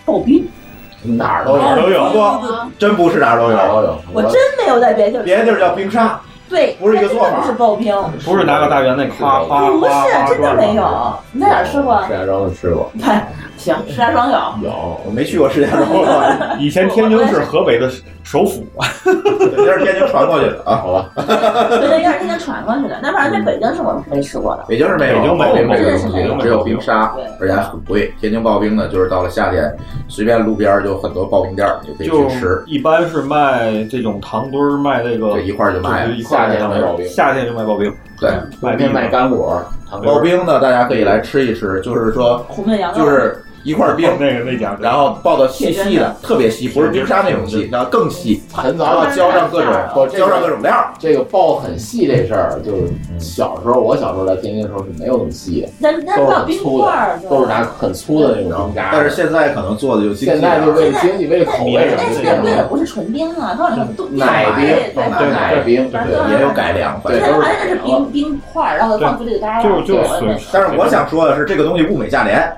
[SPEAKER 5] 刨冰，
[SPEAKER 3] 啊
[SPEAKER 5] 啊
[SPEAKER 3] 哪儿都
[SPEAKER 6] 哪儿
[SPEAKER 3] 有，
[SPEAKER 6] 都有，
[SPEAKER 1] 不，真不是哪儿都
[SPEAKER 3] 哪儿
[SPEAKER 1] 有，
[SPEAKER 3] 都有。
[SPEAKER 5] 我真没有在别的地儿吃过。
[SPEAKER 1] 别的地儿叫冰沙，
[SPEAKER 5] 对，
[SPEAKER 1] 不是一个做法
[SPEAKER 5] 它真的不是刨冰，
[SPEAKER 6] 不是拿个大圆那夸夸
[SPEAKER 5] 不
[SPEAKER 6] 夸
[SPEAKER 5] 是，
[SPEAKER 6] 夸
[SPEAKER 5] 真的
[SPEAKER 6] 转
[SPEAKER 5] 没有。你在哪儿吃过？
[SPEAKER 3] 石家庄的吃过，
[SPEAKER 5] 行，石家庄有。
[SPEAKER 3] 有
[SPEAKER 1] 我没去过石家庄，
[SPEAKER 6] 以前天津是河北的首府，
[SPEAKER 1] 对这是天津传过去的啊。
[SPEAKER 3] 好吧？
[SPEAKER 5] 对对，应该是天津传过去的。那反正在北京是我没吃过的。
[SPEAKER 1] 北京是没有，
[SPEAKER 6] 北京没有
[SPEAKER 1] 没
[SPEAKER 5] 这是没
[SPEAKER 1] 有，
[SPEAKER 6] 有
[SPEAKER 1] 只有冰沙
[SPEAKER 5] 对，
[SPEAKER 1] 而且还很贵。天津刨冰呢，就是到了夏天，随便路边儿就有很多刨冰店儿，你就可以
[SPEAKER 6] 就
[SPEAKER 1] 去吃，
[SPEAKER 6] 一般是卖这种糖墩儿，卖那
[SPEAKER 1] 就
[SPEAKER 6] 个
[SPEAKER 1] 一块儿就卖
[SPEAKER 6] 就
[SPEAKER 1] 了。
[SPEAKER 6] 是一块儿的糖墩儿夏天就卖刨冰，
[SPEAKER 1] 对，
[SPEAKER 6] 卖
[SPEAKER 3] 外
[SPEAKER 6] 冰
[SPEAKER 3] 面卖干果、糖
[SPEAKER 1] 刨
[SPEAKER 3] 果，
[SPEAKER 1] 冰呢，大家可以来吃一吃，就是说，
[SPEAKER 5] 红焖羊肉
[SPEAKER 1] 就是一块儿冰
[SPEAKER 6] 那，个那家，
[SPEAKER 1] 然后刨的细细的，特别细，不是冰沙那种细，然后更细，
[SPEAKER 3] 很
[SPEAKER 1] 然
[SPEAKER 3] 早
[SPEAKER 1] 后
[SPEAKER 3] 就
[SPEAKER 1] 浇上各
[SPEAKER 3] 不
[SPEAKER 1] 种
[SPEAKER 3] 这个
[SPEAKER 1] 浇上各种料儿。
[SPEAKER 3] 这个爆很细这事儿，就是小时候我小时候来天津的时候是没有那么细的，
[SPEAKER 5] 那那叫冰块儿，
[SPEAKER 3] 都是拿很粗的那种冰渣。
[SPEAKER 1] 但是现在可能做的就精细
[SPEAKER 3] 哎现在
[SPEAKER 1] 点
[SPEAKER 3] 就
[SPEAKER 1] 儿，
[SPEAKER 3] 为了经济，为了口味什
[SPEAKER 5] 但
[SPEAKER 3] 么的
[SPEAKER 5] 是那
[SPEAKER 3] 这
[SPEAKER 5] 冰也
[SPEAKER 3] 种，
[SPEAKER 5] 不是纯冰啊，它是很多冰
[SPEAKER 3] 奶冰、
[SPEAKER 5] 对
[SPEAKER 1] 对
[SPEAKER 3] 奶冰，对
[SPEAKER 5] 对
[SPEAKER 1] 也有改良，反
[SPEAKER 5] 对，
[SPEAKER 1] 正
[SPEAKER 3] 对
[SPEAKER 5] 它好像是冰冰块儿，然后放出这个渣儿，啊
[SPEAKER 6] 就就
[SPEAKER 5] 对
[SPEAKER 6] 损。
[SPEAKER 1] 但是我想说的是，这个东西物美价廉，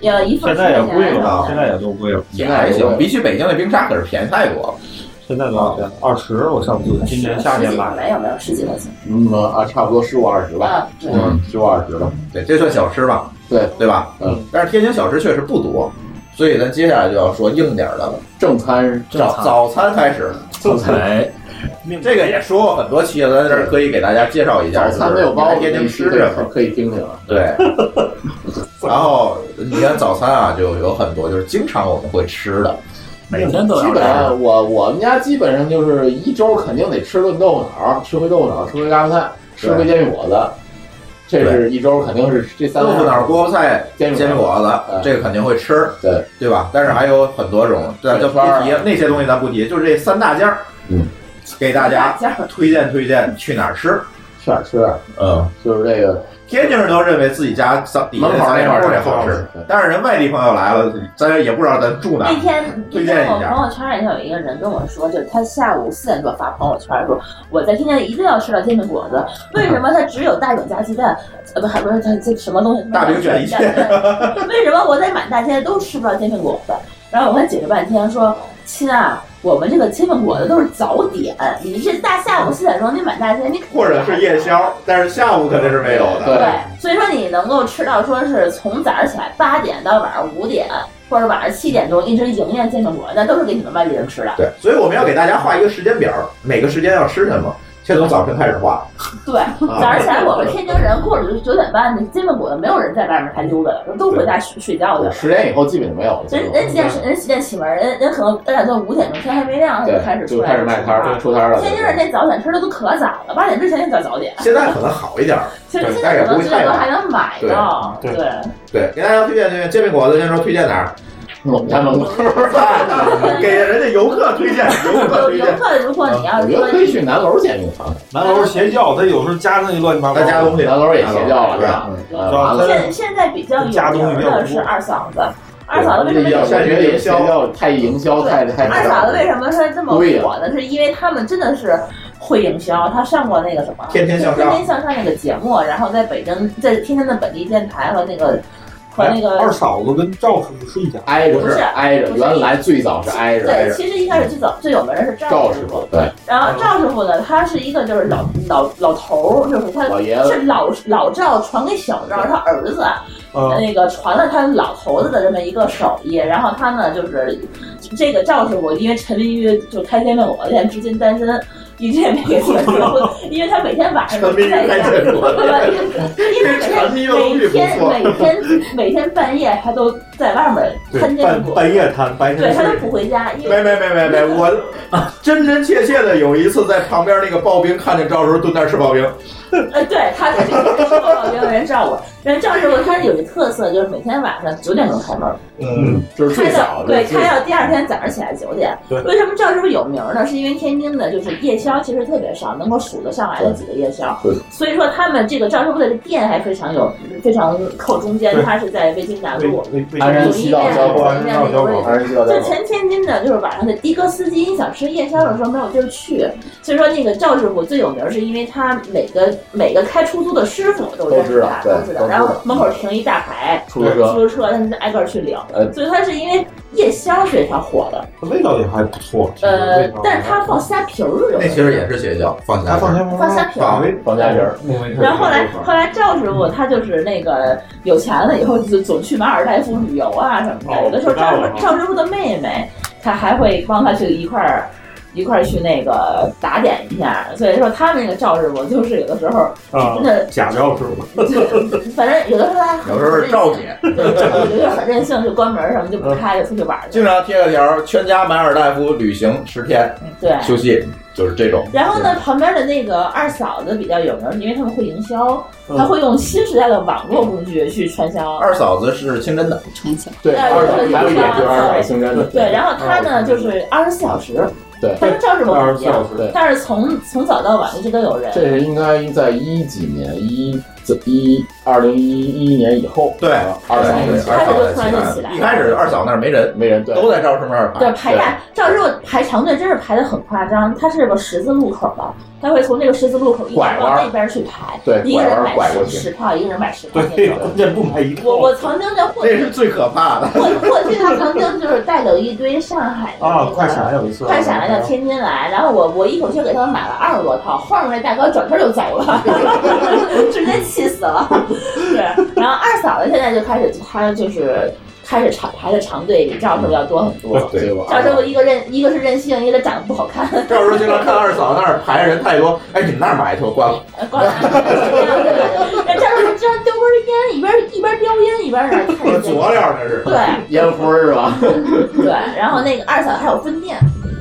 [SPEAKER 5] 要一份
[SPEAKER 6] 现
[SPEAKER 5] 儿
[SPEAKER 6] 在也贵
[SPEAKER 5] 十块钱
[SPEAKER 6] 了，现在也都贵了，
[SPEAKER 1] 也还
[SPEAKER 3] 现在
[SPEAKER 1] 行，
[SPEAKER 3] 有
[SPEAKER 1] 比起北京的冰沙可是便宜太多了。
[SPEAKER 6] 现在多
[SPEAKER 1] 啊
[SPEAKER 6] 少钱？二十，我上次今年夏天买的。
[SPEAKER 5] 没有没有十几块钱
[SPEAKER 3] 嗯啊，差不多十五二十吧，
[SPEAKER 5] 啊，对，
[SPEAKER 3] 嗯，十五二十吧。
[SPEAKER 1] 对，这算小吃吧？
[SPEAKER 3] 对，
[SPEAKER 1] 对吧？
[SPEAKER 3] 嗯。
[SPEAKER 1] 但是天津小吃确实不多，所以咱接下来就要说硬点儿的了。
[SPEAKER 3] 正餐
[SPEAKER 1] 早早餐开始，
[SPEAKER 3] 正餐
[SPEAKER 2] 哎，
[SPEAKER 1] 这个也说过很多期了，咱在这儿可以给大家介绍一下。
[SPEAKER 3] 早餐没有
[SPEAKER 1] 就是
[SPEAKER 3] 包
[SPEAKER 1] 来
[SPEAKER 3] 子，
[SPEAKER 1] 天津
[SPEAKER 3] 你
[SPEAKER 1] 吃
[SPEAKER 3] 可以
[SPEAKER 1] 什么？
[SPEAKER 3] 可以听听啊。
[SPEAKER 1] 对。 然后你看早餐啊，就有很多，就是经常我们会吃的。
[SPEAKER 2] 每天都
[SPEAKER 3] 基
[SPEAKER 2] 要
[SPEAKER 3] 本
[SPEAKER 2] 吃。
[SPEAKER 3] 上我我们家基本上就是一周肯定得吃顿豆腐脑，吃回豆腐脑，吃回嘎巴菜，吃回煎饼果子，这是一周肯定是这三
[SPEAKER 1] 豆腐脑、
[SPEAKER 3] 锅
[SPEAKER 1] 锅巴菜、
[SPEAKER 3] 煎
[SPEAKER 1] 煎饼
[SPEAKER 3] 果
[SPEAKER 1] 果子
[SPEAKER 3] 嗯，
[SPEAKER 1] 这个肯定会吃，
[SPEAKER 3] 对
[SPEAKER 1] 对吧？但是还有很多种，咱就不
[SPEAKER 3] 卷
[SPEAKER 1] 提
[SPEAKER 3] 圈儿
[SPEAKER 1] 那些东西，咱不提，就是这三大件儿，
[SPEAKER 3] 嗯，
[SPEAKER 1] 给大 家
[SPEAKER 5] 价儿
[SPEAKER 1] 推荐推荐去哪儿吃。
[SPEAKER 3] 去哪儿吃？
[SPEAKER 1] 嗯，
[SPEAKER 3] 就是这个
[SPEAKER 1] 天津人都认为自己家早底下
[SPEAKER 3] 门口那
[SPEAKER 1] 那
[SPEAKER 3] 块儿
[SPEAKER 1] 儿好
[SPEAKER 3] 好
[SPEAKER 1] 吃
[SPEAKER 3] 吃，
[SPEAKER 1] 但是人外地朋友来了，咱也不知道咱住哪
[SPEAKER 5] 那
[SPEAKER 1] 儿。
[SPEAKER 5] 天
[SPEAKER 1] 推荐一下
[SPEAKER 5] 我朋友圈里头有一个人跟我说，就是他下午四点多发朋友圈说，我在天津一定要吃到煎饼果子，为什么他只有大饼加鸡蛋？呃，不，还不是他这什么东西？
[SPEAKER 1] 大饼卷一切
[SPEAKER 5] 对为什么我在满大街都吃不到煎饼果子？然后我还解释半天，说亲啊，我们这个煎饼果子都是早点，你这大下午四点钟你满大街，你肯定
[SPEAKER 1] 或者是夜宵，但是下午肯定是没有的。
[SPEAKER 3] 对
[SPEAKER 5] 对，所以说你能够吃到说是从早上起来八点到晚上五点，或者晚上七点钟一直营业煎饼果，那都是给你们外地人吃的。
[SPEAKER 1] 对，所以我们要给大家画一个时间表，每个时间要吃什么，先从早晨开始画。
[SPEAKER 5] 对，
[SPEAKER 1] 啊
[SPEAKER 5] 早上起来我们天津人过了九点半，那煎饼果子没有人在外面还溜达了，都回家睡睡觉去了。
[SPEAKER 3] 十点以后基本就没有了。
[SPEAKER 5] 人人几点人几点起门？人人可能大家都五点钟天还没亮就开
[SPEAKER 3] 对，
[SPEAKER 5] 始
[SPEAKER 3] 就
[SPEAKER 5] 出
[SPEAKER 3] 开
[SPEAKER 5] 来
[SPEAKER 3] 始卖摊儿，出摊儿了。
[SPEAKER 5] 天津人那早点吃的都可早了，八点之前就叫早点。
[SPEAKER 1] 现在可能好一点儿，
[SPEAKER 5] 其实
[SPEAKER 1] 对
[SPEAKER 5] 现
[SPEAKER 1] 但
[SPEAKER 5] 在
[SPEAKER 1] 也
[SPEAKER 5] 可
[SPEAKER 1] 不
[SPEAKER 5] 能
[SPEAKER 1] 会
[SPEAKER 5] 这
[SPEAKER 1] 太
[SPEAKER 5] 都
[SPEAKER 1] 晚
[SPEAKER 5] 还能买到，
[SPEAKER 6] 对
[SPEAKER 5] 对，
[SPEAKER 1] 对，给大家推荐推荐煎饼果子，先说推荐哪儿？
[SPEAKER 3] 我们家门口，
[SPEAKER 1] 给人家游客推 荐，游客
[SPEAKER 5] 有
[SPEAKER 1] 推
[SPEAKER 5] 游
[SPEAKER 1] 荐，
[SPEAKER 5] 客如果你要
[SPEAKER 3] 我
[SPEAKER 5] 是
[SPEAKER 3] 觉
[SPEAKER 5] 说
[SPEAKER 3] 得可以去南楼煎饼尝尝，
[SPEAKER 6] 南楼邪教，他有时候加那乱七八糟
[SPEAKER 1] 大
[SPEAKER 6] 的，
[SPEAKER 1] 家东西，
[SPEAKER 3] 南楼也邪教了，
[SPEAKER 1] 对
[SPEAKER 3] 是
[SPEAKER 1] 吧？
[SPEAKER 3] 吧？
[SPEAKER 6] 完了
[SPEAKER 5] 现现在比较有名的是二嫂子，二嫂子
[SPEAKER 3] 这
[SPEAKER 5] 为什么
[SPEAKER 3] 我觉得也邪教，太营销，太太。
[SPEAKER 5] 二嫂子为什么说这么火呢？是因为他们真的是会营销，她上过那个什么《
[SPEAKER 1] 天天向上
[SPEAKER 5] 天天向上》那个节目，然后在北京，在天津的本地电台和那个和那个
[SPEAKER 6] 哎二嫂子跟赵师傅是一家，
[SPEAKER 3] 挨着挨着，原来最早是挨着挨
[SPEAKER 5] 对，
[SPEAKER 3] 着
[SPEAKER 5] 其实一开始最早最有名的是赵
[SPEAKER 3] 赵
[SPEAKER 5] 师
[SPEAKER 3] 师
[SPEAKER 5] 傅
[SPEAKER 3] 傅，，对
[SPEAKER 5] 然后赵师傅呢，他是一个就是老老老头儿，就是他
[SPEAKER 3] 老爷子
[SPEAKER 5] 是老老赵传给小赵，他儿子。
[SPEAKER 6] 嗯，
[SPEAKER 5] 那个传了他老头子的这么一个手艺，然后他呢就是这个赵师傅，因为沉迷于就开煎饼果店，至今单身，一直也没给结婚，因为他每天晚上都
[SPEAKER 1] 沉迷于
[SPEAKER 5] 在
[SPEAKER 1] 开
[SPEAKER 5] 家。
[SPEAKER 1] 煎饼果子，
[SPEAKER 5] 因为每天每天每天每天半夜他都在外面摊煎饼果，
[SPEAKER 1] 半夜摊，白
[SPEAKER 5] 对他都不回家，因
[SPEAKER 1] 没
[SPEAKER 5] 为
[SPEAKER 1] 没没没没，我 真真切切的有一次在旁边那个刨冰看见赵时候蹲那儿吃刨冰，
[SPEAKER 5] 呃对他他就是吃过烙饼的人照顾，人赵师傅他是有一特色，就是每天晚上九点钟开门，
[SPEAKER 3] 嗯，就是
[SPEAKER 5] 开
[SPEAKER 3] 最
[SPEAKER 5] 到
[SPEAKER 3] 早
[SPEAKER 5] 对
[SPEAKER 3] 的
[SPEAKER 5] 开到第二天早上起来九点。
[SPEAKER 3] 对
[SPEAKER 5] 为什么赵师傅有名呢？是因为天津的就是夜宵其实特别少，能够数得上来的几个夜宵。
[SPEAKER 3] 对
[SPEAKER 5] 所以说他们这个赵师傅的店还非常有非常靠中间，
[SPEAKER 3] 对
[SPEAKER 5] 它是在北京南路。
[SPEAKER 3] 安山西道交口，安山西道交口，安山西道交
[SPEAKER 5] 就
[SPEAKER 3] 口。
[SPEAKER 5] 全天津的，就是晚上的的哥司机，你想吃夜宵的时候没有地儿去，所以说那个赵师傅最有名，是因为他每个每个开出租的师傅都认识他，
[SPEAKER 3] 都知道
[SPEAKER 5] 都知
[SPEAKER 3] 对
[SPEAKER 5] 道。然后门口停一大排
[SPEAKER 3] 出租车
[SPEAKER 5] 出租车，他们就挨个儿去领
[SPEAKER 3] 呃。
[SPEAKER 5] 所以他是因为夜宵所以才火的。
[SPEAKER 6] 味道也还不错。
[SPEAKER 5] 呃，但是他放虾皮儿有
[SPEAKER 1] 那其实也是邪教，放虾放
[SPEAKER 6] 虾
[SPEAKER 5] 放虾皮儿。
[SPEAKER 3] 放家人，
[SPEAKER 5] 然后后来，后来赵师傅他就是那个有钱了以后，就总去马尔代夫旅游啊什么的。
[SPEAKER 6] 哦
[SPEAKER 5] 有的时候赵师
[SPEAKER 6] 我知道了
[SPEAKER 5] 傅赵师傅的妹妹，她还会帮他去一块儿一块儿去那个打点一下。所以说他们那个赵师傅就是有的时候
[SPEAKER 2] 啊
[SPEAKER 5] 真的，
[SPEAKER 2] 假赵师傅，
[SPEAKER 5] 反正有的时候他
[SPEAKER 1] 有时候是赵姐，
[SPEAKER 5] 有的时候很任性，就关门什么就不开，就出去玩去。
[SPEAKER 1] 经常贴个条儿，全家马尔代夫旅行十天
[SPEAKER 5] 对，
[SPEAKER 1] 休息，就是这种。
[SPEAKER 5] 然后呢，旁边的那个二嫂子比较有名，因为他们会营销，
[SPEAKER 1] 嗯
[SPEAKER 5] 他会用新时代的网络工具去传销。
[SPEAKER 1] 二嫂子是清真的，
[SPEAKER 4] 传销
[SPEAKER 3] 对
[SPEAKER 5] 哎二嫂子还有一点就是二嫂
[SPEAKER 3] 清真的
[SPEAKER 5] 对，然后他呢就是二十四小时，
[SPEAKER 3] 嗯对
[SPEAKER 5] 他跟赵师傅不一样
[SPEAKER 3] 24小时，
[SPEAKER 5] 他是从从早到晚一直都有人。
[SPEAKER 3] 这是应该在一几年一一二零一一年以后，啊
[SPEAKER 1] 对，
[SPEAKER 3] 二嫂那个
[SPEAKER 1] 对二嫂在西安一开始二嫂那儿没人，
[SPEAKER 3] 没人，对
[SPEAKER 1] 都在赵师傅那儿
[SPEAKER 5] 对，
[SPEAKER 1] 排。
[SPEAKER 5] 排大赵师傅排长队真是排的很夸张，他是个十字路口吧，他会从这个十字路口一直
[SPEAKER 3] 拐弯
[SPEAKER 5] 往那边去排，
[SPEAKER 3] 对
[SPEAKER 5] 一个
[SPEAKER 3] 拐
[SPEAKER 5] 人
[SPEAKER 3] 弯
[SPEAKER 5] 买
[SPEAKER 3] 拐过
[SPEAKER 5] 十
[SPEAKER 3] 去
[SPEAKER 5] 十票，一个人买十票那
[SPEAKER 6] 对
[SPEAKER 5] 种。，
[SPEAKER 6] 这不买一套。
[SPEAKER 5] 我我曾经就混
[SPEAKER 1] 这是最可怕 的。
[SPEAKER 5] 过过去他曾经就是带走一堆上海的那
[SPEAKER 6] 啊
[SPEAKER 5] 个，
[SPEAKER 6] 快闪有一次，
[SPEAKER 5] 快闪来到天津来，然后我我一口气给他们买了二十多套，晃着那大哥转身就走了，直接气死了。对，然后二嫂子现在就开始，她就是开始长排的长队比赵师傅要多很多。
[SPEAKER 3] 对啊吧？
[SPEAKER 5] 赵师傅一个任一个是任性，一个长得不好看，
[SPEAKER 1] 赵师傅经常看二嫂那儿排人太多，哎，你们那儿买一头关了，
[SPEAKER 5] 光拿着那赵师傅竟然叼根烟，一边一边叼烟一边在那看着这个。
[SPEAKER 1] 佐料那是。
[SPEAKER 5] 对
[SPEAKER 3] 烟灰是 吧？
[SPEAKER 5] 对，然后那个二嫂还有分店，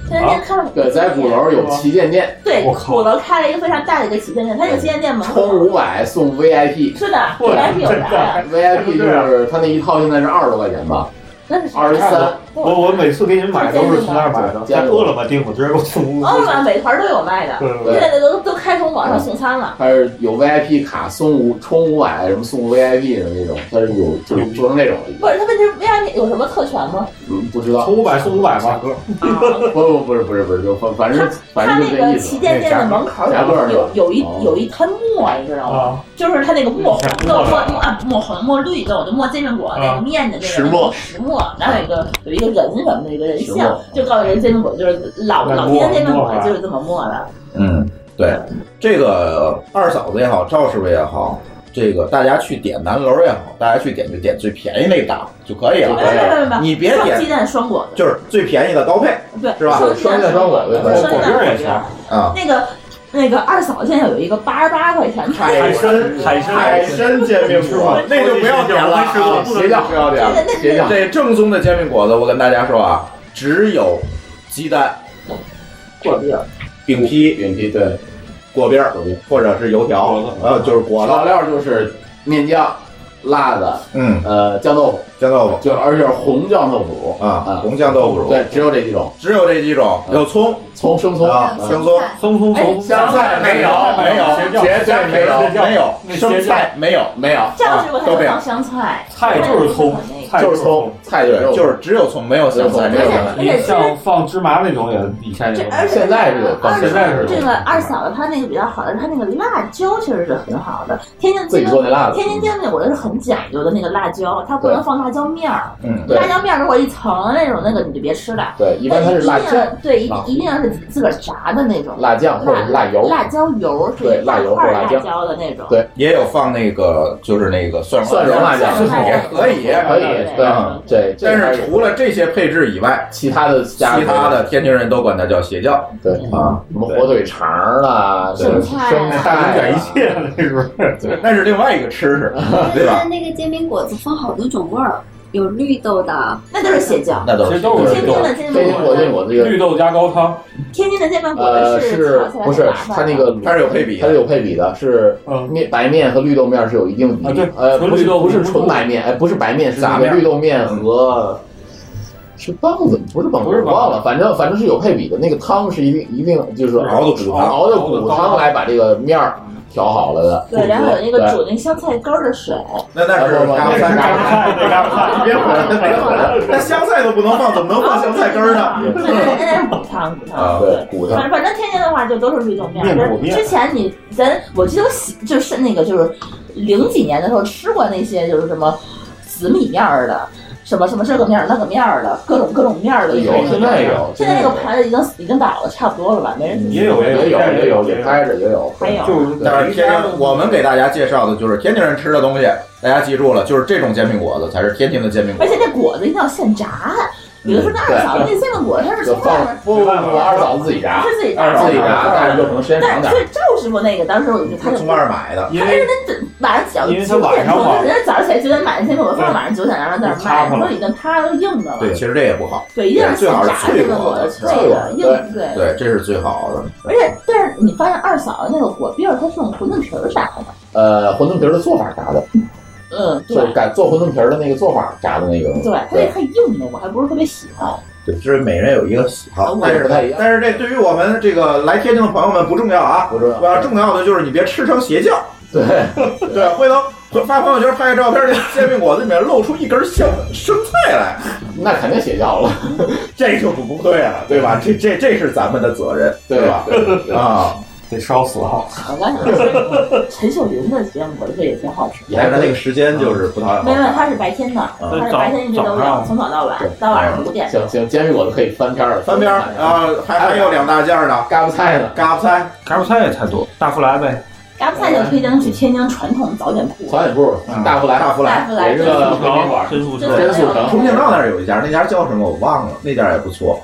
[SPEAKER 5] 她那天开了
[SPEAKER 3] 啊对，在鼓楼有旗舰 店，
[SPEAKER 5] 对
[SPEAKER 3] 我靠
[SPEAKER 5] 鼓楼开了一个非常大的一个旗舰店，它那个旗舰店门口
[SPEAKER 3] 充五百送 VIP。
[SPEAKER 5] 是的，VIP 有啥呀？
[SPEAKER 3] VIP
[SPEAKER 1] 啊
[SPEAKER 3] 就是他那一套现在是二十多块钱吧，
[SPEAKER 5] 那是
[SPEAKER 3] 二十三。
[SPEAKER 6] 啊我我每次给你们买都是从那儿买的，在饿了么订，我直接给我送公
[SPEAKER 5] 奥
[SPEAKER 6] 司。
[SPEAKER 5] 软哦美团都有卖的，
[SPEAKER 6] 对
[SPEAKER 5] 现在都都开通网上送餐了。
[SPEAKER 3] 还是有 VIP 卡送五充五百什么送 VIP 的那种，他是有就是做成那种
[SPEAKER 5] 不是，他问题是 VIP 有什么特权吗？啊
[SPEAKER 3] 嗯不知道。
[SPEAKER 6] 充五百送五百吧，哥。
[SPEAKER 3] 不不不是不是不是，就反反正嗯 反
[SPEAKER 5] 他
[SPEAKER 3] 正就
[SPEAKER 5] 那
[SPEAKER 3] 这
[SPEAKER 5] 个
[SPEAKER 3] 意
[SPEAKER 5] 旗
[SPEAKER 3] 思。
[SPEAKER 5] 舰店的门口
[SPEAKER 3] 夹克
[SPEAKER 5] 有
[SPEAKER 3] 是
[SPEAKER 5] 有
[SPEAKER 3] 吧
[SPEAKER 5] 有一
[SPEAKER 3] 哦
[SPEAKER 5] 有一滩沫，你知道
[SPEAKER 6] 啊
[SPEAKER 5] 吗？就是他那个墨红的
[SPEAKER 6] 哦
[SPEAKER 5] 墨墨啊墨红墨绿的，我就墨煎饼
[SPEAKER 6] 啊
[SPEAKER 5] 果那个面的那个
[SPEAKER 3] 石墨
[SPEAKER 5] 石墨，然后有一个有一个人什么的，有一个人
[SPEAKER 3] 石
[SPEAKER 5] 像
[SPEAKER 3] 墨，
[SPEAKER 5] 就告诉人煎饼果就是老
[SPEAKER 6] 那
[SPEAKER 5] 老
[SPEAKER 6] 墨
[SPEAKER 5] 煎煎饼果
[SPEAKER 6] 墨啊
[SPEAKER 5] 就是这么磨的。
[SPEAKER 1] 嗯，对，这个二嫂子也好，赵师傅也好，这个大家去点南楼也好，大家去点就点最便宜那个档就可以了。
[SPEAKER 5] 没有没有没有没有，
[SPEAKER 1] 你别
[SPEAKER 5] 双
[SPEAKER 1] 点
[SPEAKER 5] 鸡蛋双果子，
[SPEAKER 1] 就是最便宜的高配
[SPEAKER 5] 对，
[SPEAKER 1] 是吧
[SPEAKER 5] 双
[SPEAKER 3] 双
[SPEAKER 5] 鸡蛋
[SPEAKER 3] 鸡蛋
[SPEAKER 5] 双
[SPEAKER 3] 双
[SPEAKER 5] 果
[SPEAKER 3] 果子，
[SPEAKER 5] 子双鸡
[SPEAKER 6] 果
[SPEAKER 5] 蛋
[SPEAKER 6] 冰
[SPEAKER 5] 双果
[SPEAKER 6] 也行
[SPEAKER 5] 子。
[SPEAKER 1] 啊。
[SPEAKER 5] 那个那个二嫂现在有一个八十八块钱的，
[SPEAKER 1] 海参
[SPEAKER 2] 海参
[SPEAKER 1] 海参煎饼果子，那就不要点了
[SPEAKER 2] 我没吃过
[SPEAKER 1] 啊，
[SPEAKER 3] 邪教
[SPEAKER 1] 不要点了。
[SPEAKER 3] 邪教，
[SPEAKER 1] 这正宗的煎饼果子，我跟大家说啊，只有鸡蛋、
[SPEAKER 5] 果饼，
[SPEAKER 1] 饼皮、
[SPEAKER 3] 饼皮对，
[SPEAKER 1] 果边儿
[SPEAKER 3] 果边，
[SPEAKER 1] 或者是油条
[SPEAKER 6] 果，子
[SPEAKER 1] 呃，就是果
[SPEAKER 3] 调
[SPEAKER 1] 子，
[SPEAKER 3] 料就是面酱、辣子、
[SPEAKER 1] 嗯，
[SPEAKER 3] 呃酱豆腐，
[SPEAKER 1] 酱豆
[SPEAKER 3] 就而且是红酱豆腐
[SPEAKER 1] 腐啊，红酱豆腐乳，
[SPEAKER 3] 对，只有这几种，
[SPEAKER 1] 只有这几种，有葱
[SPEAKER 3] 葱生葱
[SPEAKER 1] 啊，
[SPEAKER 3] 嗯
[SPEAKER 1] 生葱。
[SPEAKER 2] 松松松，
[SPEAKER 3] 香菜没有，
[SPEAKER 1] 没有
[SPEAKER 3] 有，绝对没有，
[SPEAKER 1] 没有
[SPEAKER 2] 那
[SPEAKER 1] 生
[SPEAKER 2] 些
[SPEAKER 1] 菜没有，
[SPEAKER 3] 没有，
[SPEAKER 5] 赵师傅他
[SPEAKER 1] 都
[SPEAKER 5] 就
[SPEAKER 1] 这样
[SPEAKER 5] 放香菜，
[SPEAKER 2] 菜就是葱，菜
[SPEAKER 3] 就是
[SPEAKER 2] 是
[SPEAKER 3] 葱，，菜
[SPEAKER 1] 对，
[SPEAKER 3] 就
[SPEAKER 1] 就是只有葱没有香菜，没有香菜。
[SPEAKER 5] 而且
[SPEAKER 6] 你
[SPEAKER 5] 其实
[SPEAKER 6] 像放芝麻那种也以前
[SPEAKER 5] 这
[SPEAKER 6] 也
[SPEAKER 5] 而且
[SPEAKER 3] 现在是有
[SPEAKER 5] 二
[SPEAKER 3] 放
[SPEAKER 5] 嫂
[SPEAKER 6] 现在是
[SPEAKER 5] 这个二嫂子她那个比较好的是她那个辣椒其实是很好的，天津
[SPEAKER 3] 自己
[SPEAKER 5] 煎
[SPEAKER 3] 做那辣子，
[SPEAKER 5] 天津煎饼果子是很讲究的那个辣椒，它不能放辣椒面儿，
[SPEAKER 1] 嗯，
[SPEAKER 3] 对
[SPEAKER 5] 辣椒面儿如果一层那种那个你就别吃了，
[SPEAKER 3] 对，一般它是辣
[SPEAKER 5] 一定要
[SPEAKER 3] 酱、
[SPEAKER 5] 对一
[SPEAKER 3] 啊
[SPEAKER 5] 定一定要是自个儿炸的那种。
[SPEAKER 3] 辣酱或者是辣油，
[SPEAKER 5] 辣椒油是
[SPEAKER 3] 对
[SPEAKER 5] 一
[SPEAKER 3] 辣
[SPEAKER 5] 大
[SPEAKER 3] 油或
[SPEAKER 5] 块
[SPEAKER 3] 辣
[SPEAKER 5] 辣
[SPEAKER 3] 椒
[SPEAKER 5] 椒的那种，
[SPEAKER 3] 对
[SPEAKER 1] 也有放那个就是那个蒜
[SPEAKER 3] 蒜蓉辣椒
[SPEAKER 5] 蒜蓉辣椒
[SPEAKER 1] 也可以，
[SPEAKER 3] 可以，对
[SPEAKER 1] 嗯，
[SPEAKER 3] 对，这
[SPEAKER 1] 但
[SPEAKER 3] 还
[SPEAKER 1] 是除了这些配置以外，
[SPEAKER 3] 其他的其
[SPEAKER 1] 其他的天津人都管它叫邪教
[SPEAKER 3] 对
[SPEAKER 1] 啊，
[SPEAKER 3] 什么火腿肠儿啦，对
[SPEAKER 5] 生菜啊
[SPEAKER 3] 生
[SPEAKER 6] 大
[SPEAKER 3] 菜
[SPEAKER 6] 人卷一
[SPEAKER 3] 啊，
[SPEAKER 6] 切那时候。
[SPEAKER 1] 那是另外一个吃食，对吧？
[SPEAKER 4] 那个煎饼果子分好多种味儿，有绿豆
[SPEAKER 1] 啊
[SPEAKER 4] 的，
[SPEAKER 5] 那都是邪教
[SPEAKER 12] 那都
[SPEAKER 6] 其实都是
[SPEAKER 5] 天津的煎饼果子，
[SPEAKER 6] 这个绿豆加高汤，
[SPEAKER 5] 天津的煎饼果
[SPEAKER 3] 呃，
[SPEAKER 5] 子
[SPEAKER 3] 是
[SPEAKER 5] 炒起来
[SPEAKER 3] 不是
[SPEAKER 5] 麻烦的
[SPEAKER 3] 它那个
[SPEAKER 1] 它是有配比的
[SPEAKER 3] 它是有配比的，是
[SPEAKER 6] 嗯
[SPEAKER 3] 面白面和绿豆面是有一定比例。呃，
[SPEAKER 6] 啊纯
[SPEAKER 3] 不是
[SPEAKER 6] 绿豆
[SPEAKER 3] 不是
[SPEAKER 6] 不是
[SPEAKER 3] 纯白面，哎，不是白面，是那个
[SPEAKER 6] 杂面嗯
[SPEAKER 3] 绿豆面和是棒子，不是棒子，
[SPEAKER 6] 不是棒子
[SPEAKER 3] 我忘了，反正反正是有配比的。那个汤是一定一定就是
[SPEAKER 1] 熬的骨汤
[SPEAKER 3] 熬的骨汤来把这个面儿调好了的。
[SPEAKER 5] 对，然后有
[SPEAKER 3] 对
[SPEAKER 5] 那个煮那香菜根儿的水，
[SPEAKER 1] 那那是
[SPEAKER 3] 然后
[SPEAKER 1] 嘎巴菜，嘎巴菜，
[SPEAKER 3] 嘎巴菜
[SPEAKER 1] 别混了，别混了，那香菜都不能放，怎么能放香菜根儿呢？
[SPEAKER 5] 那那那是补汤补汤，对。
[SPEAKER 3] 对骨汤
[SPEAKER 5] 反正反正天津的话就都是绿豆面儿。
[SPEAKER 6] 面骨面
[SPEAKER 5] 之前你咱我记得我喜就是那个就是零几年的时候吃过那些就是什么紫米面儿的，什么什么这个面儿那个面儿的，各种各种面儿的。
[SPEAKER 3] 有现在有
[SPEAKER 5] 现在那个牌子已经已经倒了差不多了吧？没人
[SPEAKER 6] 也有
[SPEAKER 3] 也
[SPEAKER 6] 也
[SPEAKER 3] 有
[SPEAKER 6] 有
[SPEAKER 3] 也
[SPEAKER 6] 也
[SPEAKER 3] 有
[SPEAKER 6] 有
[SPEAKER 3] 也开着也有，
[SPEAKER 5] 还有。
[SPEAKER 6] 就是
[SPEAKER 1] 但是天津，我们给大家介绍的就是天津人吃的东西，大家记住了，就是这种煎饼果子才是天津的煎饼果
[SPEAKER 5] 而
[SPEAKER 1] 子。
[SPEAKER 5] 且那果子一定要现炸，有的时候那
[SPEAKER 3] 对
[SPEAKER 5] 二嫂子那煎饼果子它是
[SPEAKER 3] 就
[SPEAKER 5] 从 外
[SPEAKER 3] 放
[SPEAKER 5] 面
[SPEAKER 3] 不不不，二嫂子自己炸
[SPEAKER 5] 它，是自己炸
[SPEAKER 3] 二
[SPEAKER 5] 的。
[SPEAKER 3] 嫂自己炸，但是就可能时间长
[SPEAKER 5] 但
[SPEAKER 3] 点
[SPEAKER 5] 所。以赵师傅那个当时我就他就
[SPEAKER 1] 从外面买的，
[SPEAKER 6] 因
[SPEAKER 5] 但是
[SPEAKER 6] 为
[SPEAKER 5] 那这晚上九
[SPEAKER 6] 因为他晚
[SPEAKER 5] 点
[SPEAKER 6] 上
[SPEAKER 5] 钟，
[SPEAKER 6] 嘛
[SPEAKER 5] 人家早上起来九点买那些我放到晚上九点，然后在那儿卖，
[SPEAKER 6] 就塌了
[SPEAKER 5] 说已经塌了，都硬的了。
[SPEAKER 1] 对，其实这也不好，
[SPEAKER 5] 对，一定要
[SPEAKER 1] 最
[SPEAKER 5] 现
[SPEAKER 1] 好是
[SPEAKER 5] 炸
[SPEAKER 1] 脆
[SPEAKER 5] 这个
[SPEAKER 1] 果
[SPEAKER 5] 果
[SPEAKER 1] 的
[SPEAKER 5] 子，
[SPEAKER 1] 是吧
[SPEAKER 5] 脆的
[SPEAKER 3] 对
[SPEAKER 5] 硬对。
[SPEAKER 1] 对，这是最好的。
[SPEAKER 5] 而且，但是你发现二嫂的那个果篦儿，它是用馄饨皮儿炸的。
[SPEAKER 3] 呃，馄饨皮儿的做法炸的，
[SPEAKER 5] 嗯，对
[SPEAKER 3] 就是改做馄饨皮儿的那个做法炸的那个东西
[SPEAKER 5] 对，它那太硬了，我还不是特别喜欢。
[SPEAKER 1] 对，这是每人有一个
[SPEAKER 3] 啊
[SPEAKER 1] 喜好，但是
[SPEAKER 3] 不太一样
[SPEAKER 1] 但是这对于我们这个来天津的朋友们不重要啊，
[SPEAKER 3] 不重要
[SPEAKER 1] 我要重要的就是你别吃成邪教。
[SPEAKER 3] 对，
[SPEAKER 1] 对，回头发朋友圈拍个照片，这煎饼果子里面露出一根香生菜来，
[SPEAKER 3] 那肯定邪教了，
[SPEAKER 1] 这就不对了，对吧？这这这是咱们的责任，
[SPEAKER 3] 对
[SPEAKER 1] 吧？？啊，
[SPEAKER 6] 得烧死哈，
[SPEAKER 5] 我刚想，陈秀云的煎饼果子也挺好吃。
[SPEAKER 1] 但是它那个时间就是不太好
[SPEAKER 5] 没有，它是白天的，它是白天一直都
[SPEAKER 6] 早上
[SPEAKER 5] 有，从早到晚
[SPEAKER 3] 对，
[SPEAKER 5] 到晚上五点。
[SPEAKER 3] 行行，煎饼果子可以翻篇儿了，
[SPEAKER 1] 翻边儿，啊，还还有两大件儿呢，
[SPEAKER 3] 嘎巴菜呢，
[SPEAKER 1] 嘎巴菜，
[SPEAKER 6] 嘎巴菜也太多，大福来呗，
[SPEAKER 5] 嘎巴菜就推荐去天津传统早点铺，
[SPEAKER 3] 早点铺，大福来，
[SPEAKER 1] 啊大福来
[SPEAKER 5] 大。福来
[SPEAKER 3] 也是
[SPEAKER 5] 真
[SPEAKER 3] 个
[SPEAKER 5] 是
[SPEAKER 3] 面馆
[SPEAKER 6] 真不
[SPEAKER 5] 真
[SPEAKER 6] 错。
[SPEAKER 5] 的
[SPEAKER 3] 真速成
[SPEAKER 1] 重庆道那儿有一家，那家叫什么我忘了，那家也不错，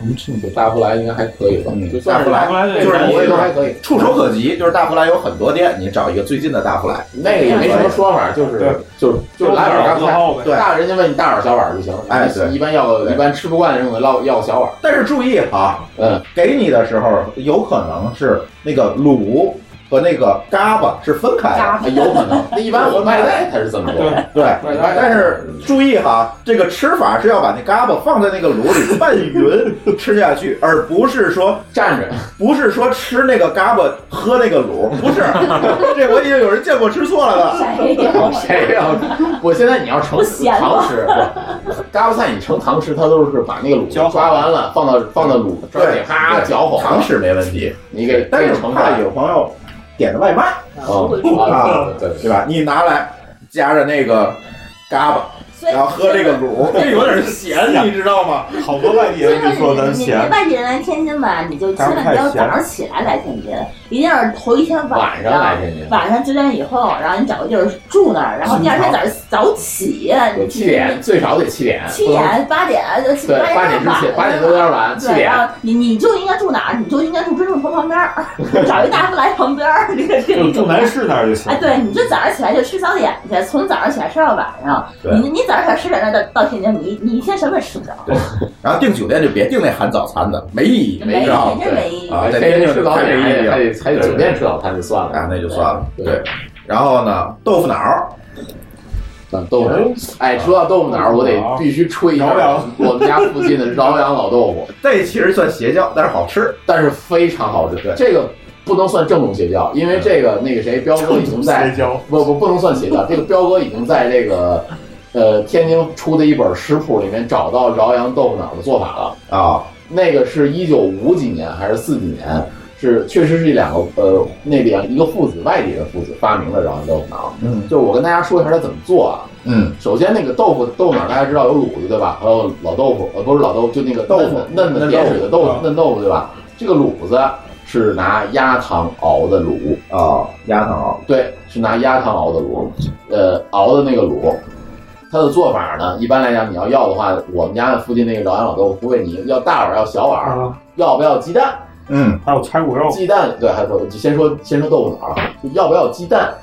[SPEAKER 3] 大福来应该还可以吧，
[SPEAKER 1] 嗯
[SPEAKER 3] 就算是
[SPEAKER 6] 大福来这
[SPEAKER 1] 就是
[SPEAKER 3] 口
[SPEAKER 1] 你
[SPEAKER 3] 味都还可以，
[SPEAKER 1] 触手可及，就是大福来有很多店，你找一个最近的大福来，
[SPEAKER 3] 那个也没什么说法，就是就是就是来碗
[SPEAKER 6] 点
[SPEAKER 3] 嘎巴
[SPEAKER 6] 字
[SPEAKER 3] 菜。
[SPEAKER 6] 号呗，
[SPEAKER 1] 对
[SPEAKER 3] 大人家问你大碗小碗就行了。
[SPEAKER 1] 哎对
[SPEAKER 3] 一般要个一般吃不惯的人，我要要个小碗。
[SPEAKER 1] 但是注意啊，
[SPEAKER 3] 嗯，
[SPEAKER 1] 给你的时候有可能是那个卤和那个嘎巴是分开的。
[SPEAKER 3] 啊有可能。那一般我外带他是这么做的，
[SPEAKER 1] 对，
[SPEAKER 3] 对
[SPEAKER 1] 哎但是注意哈，这个吃法是要把那嘎巴放在那个炉里拌匀吃下去，而不是说
[SPEAKER 3] 站着
[SPEAKER 1] 不是说吃那个嘎巴喝那个卤，不是，这我已经有人见过吃错了的。
[SPEAKER 5] 谁 有
[SPEAKER 3] 谁要？我现在你要盛
[SPEAKER 5] 不咸吗
[SPEAKER 3] 糖吃，不是嘎巴菜你盛糖吃，它都是把那个卤
[SPEAKER 6] 搅好
[SPEAKER 3] 抓完了，放到放到卤抓里，哈
[SPEAKER 1] 对
[SPEAKER 3] 搅好
[SPEAKER 1] 常
[SPEAKER 3] 了，
[SPEAKER 1] 识没问题，
[SPEAKER 3] 你给
[SPEAKER 1] 但是
[SPEAKER 3] 给盛
[SPEAKER 1] 怕
[SPEAKER 3] 上
[SPEAKER 1] 有朋友点的外卖，
[SPEAKER 3] 哦啊，对
[SPEAKER 1] 对
[SPEAKER 3] 对
[SPEAKER 1] 吧？你拿来夹着那个嘎巴，
[SPEAKER 3] 哦
[SPEAKER 5] 所以
[SPEAKER 1] 然后喝这个卤，这有点咸，你知道吗？
[SPEAKER 13] 好多外地
[SPEAKER 5] 所以
[SPEAKER 13] 人就说
[SPEAKER 5] 说
[SPEAKER 13] 咱
[SPEAKER 5] 你你你
[SPEAKER 13] 闲，
[SPEAKER 5] 外地人来天津吧，你就千万不要早上起来来天津，一定要是头一天
[SPEAKER 3] 晚上来
[SPEAKER 5] 上。
[SPEAKER 3] 天津，
[SPEAKER 5] 晚上九点以后，然后你找个地儿住那儿，然后第二天早上早起，
[SPEAKER 3] 对七点最少得七点，
[SPEAKER 5] 七点八点，
[SPEAKER 3] 对八点之前八点都有点晚，七
[SPEAKER 5] 对，
[SPEAKER 3] 点
[SPEAKER 5] 然后你你就应该住哪儿？你就应该住真顺坡旁边 儿，找一大福来旁边儿，这个这
[SPEAKER 13] 就
[SPEAKER 5] 个
[SPEAKER 13] 住南市那儿就行
[SPEAKER 5] 哎，。对，你就早上起来就吃早点去，从早上起来吃到晚上。
[SPEAKER 1] 对
[SPEAKER 5] 你你早上起来十点钟到到天津，你你一天什么也吃不着，
[SPEAKER 1] 然后订酒店就别订那含早餐的，没意义，
[SPEAKER 5] 没
[SPEAKER 1] 知道
[SPEAKER 5] 天
[SPEAKER 1] 吗？
[SPEAKER 5] 天没意义。
[SPEAKER 1] 啊，在
[SPEAKER 3] 哎天
[SPEAKER 1] 天
[SPEAKER 3] 津
[SPEAKER 1] 津
[SPEAKER 3] 吃早
[SPEAKER 1] 太
[SPEAKER 3] 点
[SPEAKER 1] 没
[SPEAKER 3] 还
[SPEAKER 1] 意义了
[SPEAKER 3] 得还得还得酒店吃早餐就算
[SPEAKER 1] 啊
[SPEAKER 3] 了，，
[SPEAKER 1] 那就算了。
[SPEAKER 3] 对
[SPEAKER 1] 对，然后呢，豆腐脑儿，
[SPEAKER 3] 嗯豆腐脑儿，哎，说到豆腐脑儿，我得必须吹一下
[SPEAKER 13] 饶阳
[SPEAKER 3] 我们家附近的饶阳老豆腐，
[SPEAKER 1] 这其实算邪教，但是好吃。
[SPEAKER 3] 但是非常好吃
[SPEAKER 1] 对。
[SPEAKER 3] 这个不能算正宗邪教，因为这个那个谁，彪哥已经在
[SPEAKER 13] 交，
[SPEAKER 3] 不不不能算邪教，这个彪哥已经在这个呃天津出的一本食谱里面找到饶阳豆腐脑儿的做法了。
[SPEAKER 1] 啊，
[SPEAKER 3] 那个是一九五几年还是四几年？是确实是两个呃那两一个父子外地的父子发明的饶阳豆腐脑儿。
[SPEAKER 1] 嗯
[SPEAKER 3] 就是我跟大家说一下它怎么做啊。
[SPEAKER 1] 嗯，
[SPEAKER 3] 首先，那个豆腐豆腐脑儿大家知道有卤子对吧？还有老豆腐，呃，不是老豆腐，就那个
[SPEAKER 1] 豆腐
[SPEAKER 3] 嫩的嫩的
[SPEAKER 1] 嫩
[SPEAKER 3] 点水的
[SPEAKER 1] 豆
[SPEAKER 3] 豆腐啊
[SPEAKER 1] 腐，
[SPEAKER 3] 嫩豆腐对吧？这个卤子是拿鸭汤熬的卤，
[SPEAKER 1] 啊，鸭汤熬，
[SPEAKER 3] 对，是拿鸭汤熬的卤，呃，熬的那个卤。它的做法呢，一般来讲，你要要的话，我们家附近那个饶阳老豆腐不喂你要大碗儿要小碗儿，
[SPEAKER 13] 啊，
[SPEAKER 3] 要不要鸡蛋？
[SPEAKER 1] 嗯
[SPEAKER 13] 还有拆骨肉，
[SPEAKER 3] 鸡蛋对，还有先说先说豆腐脑儿，就要不要鸡蛋？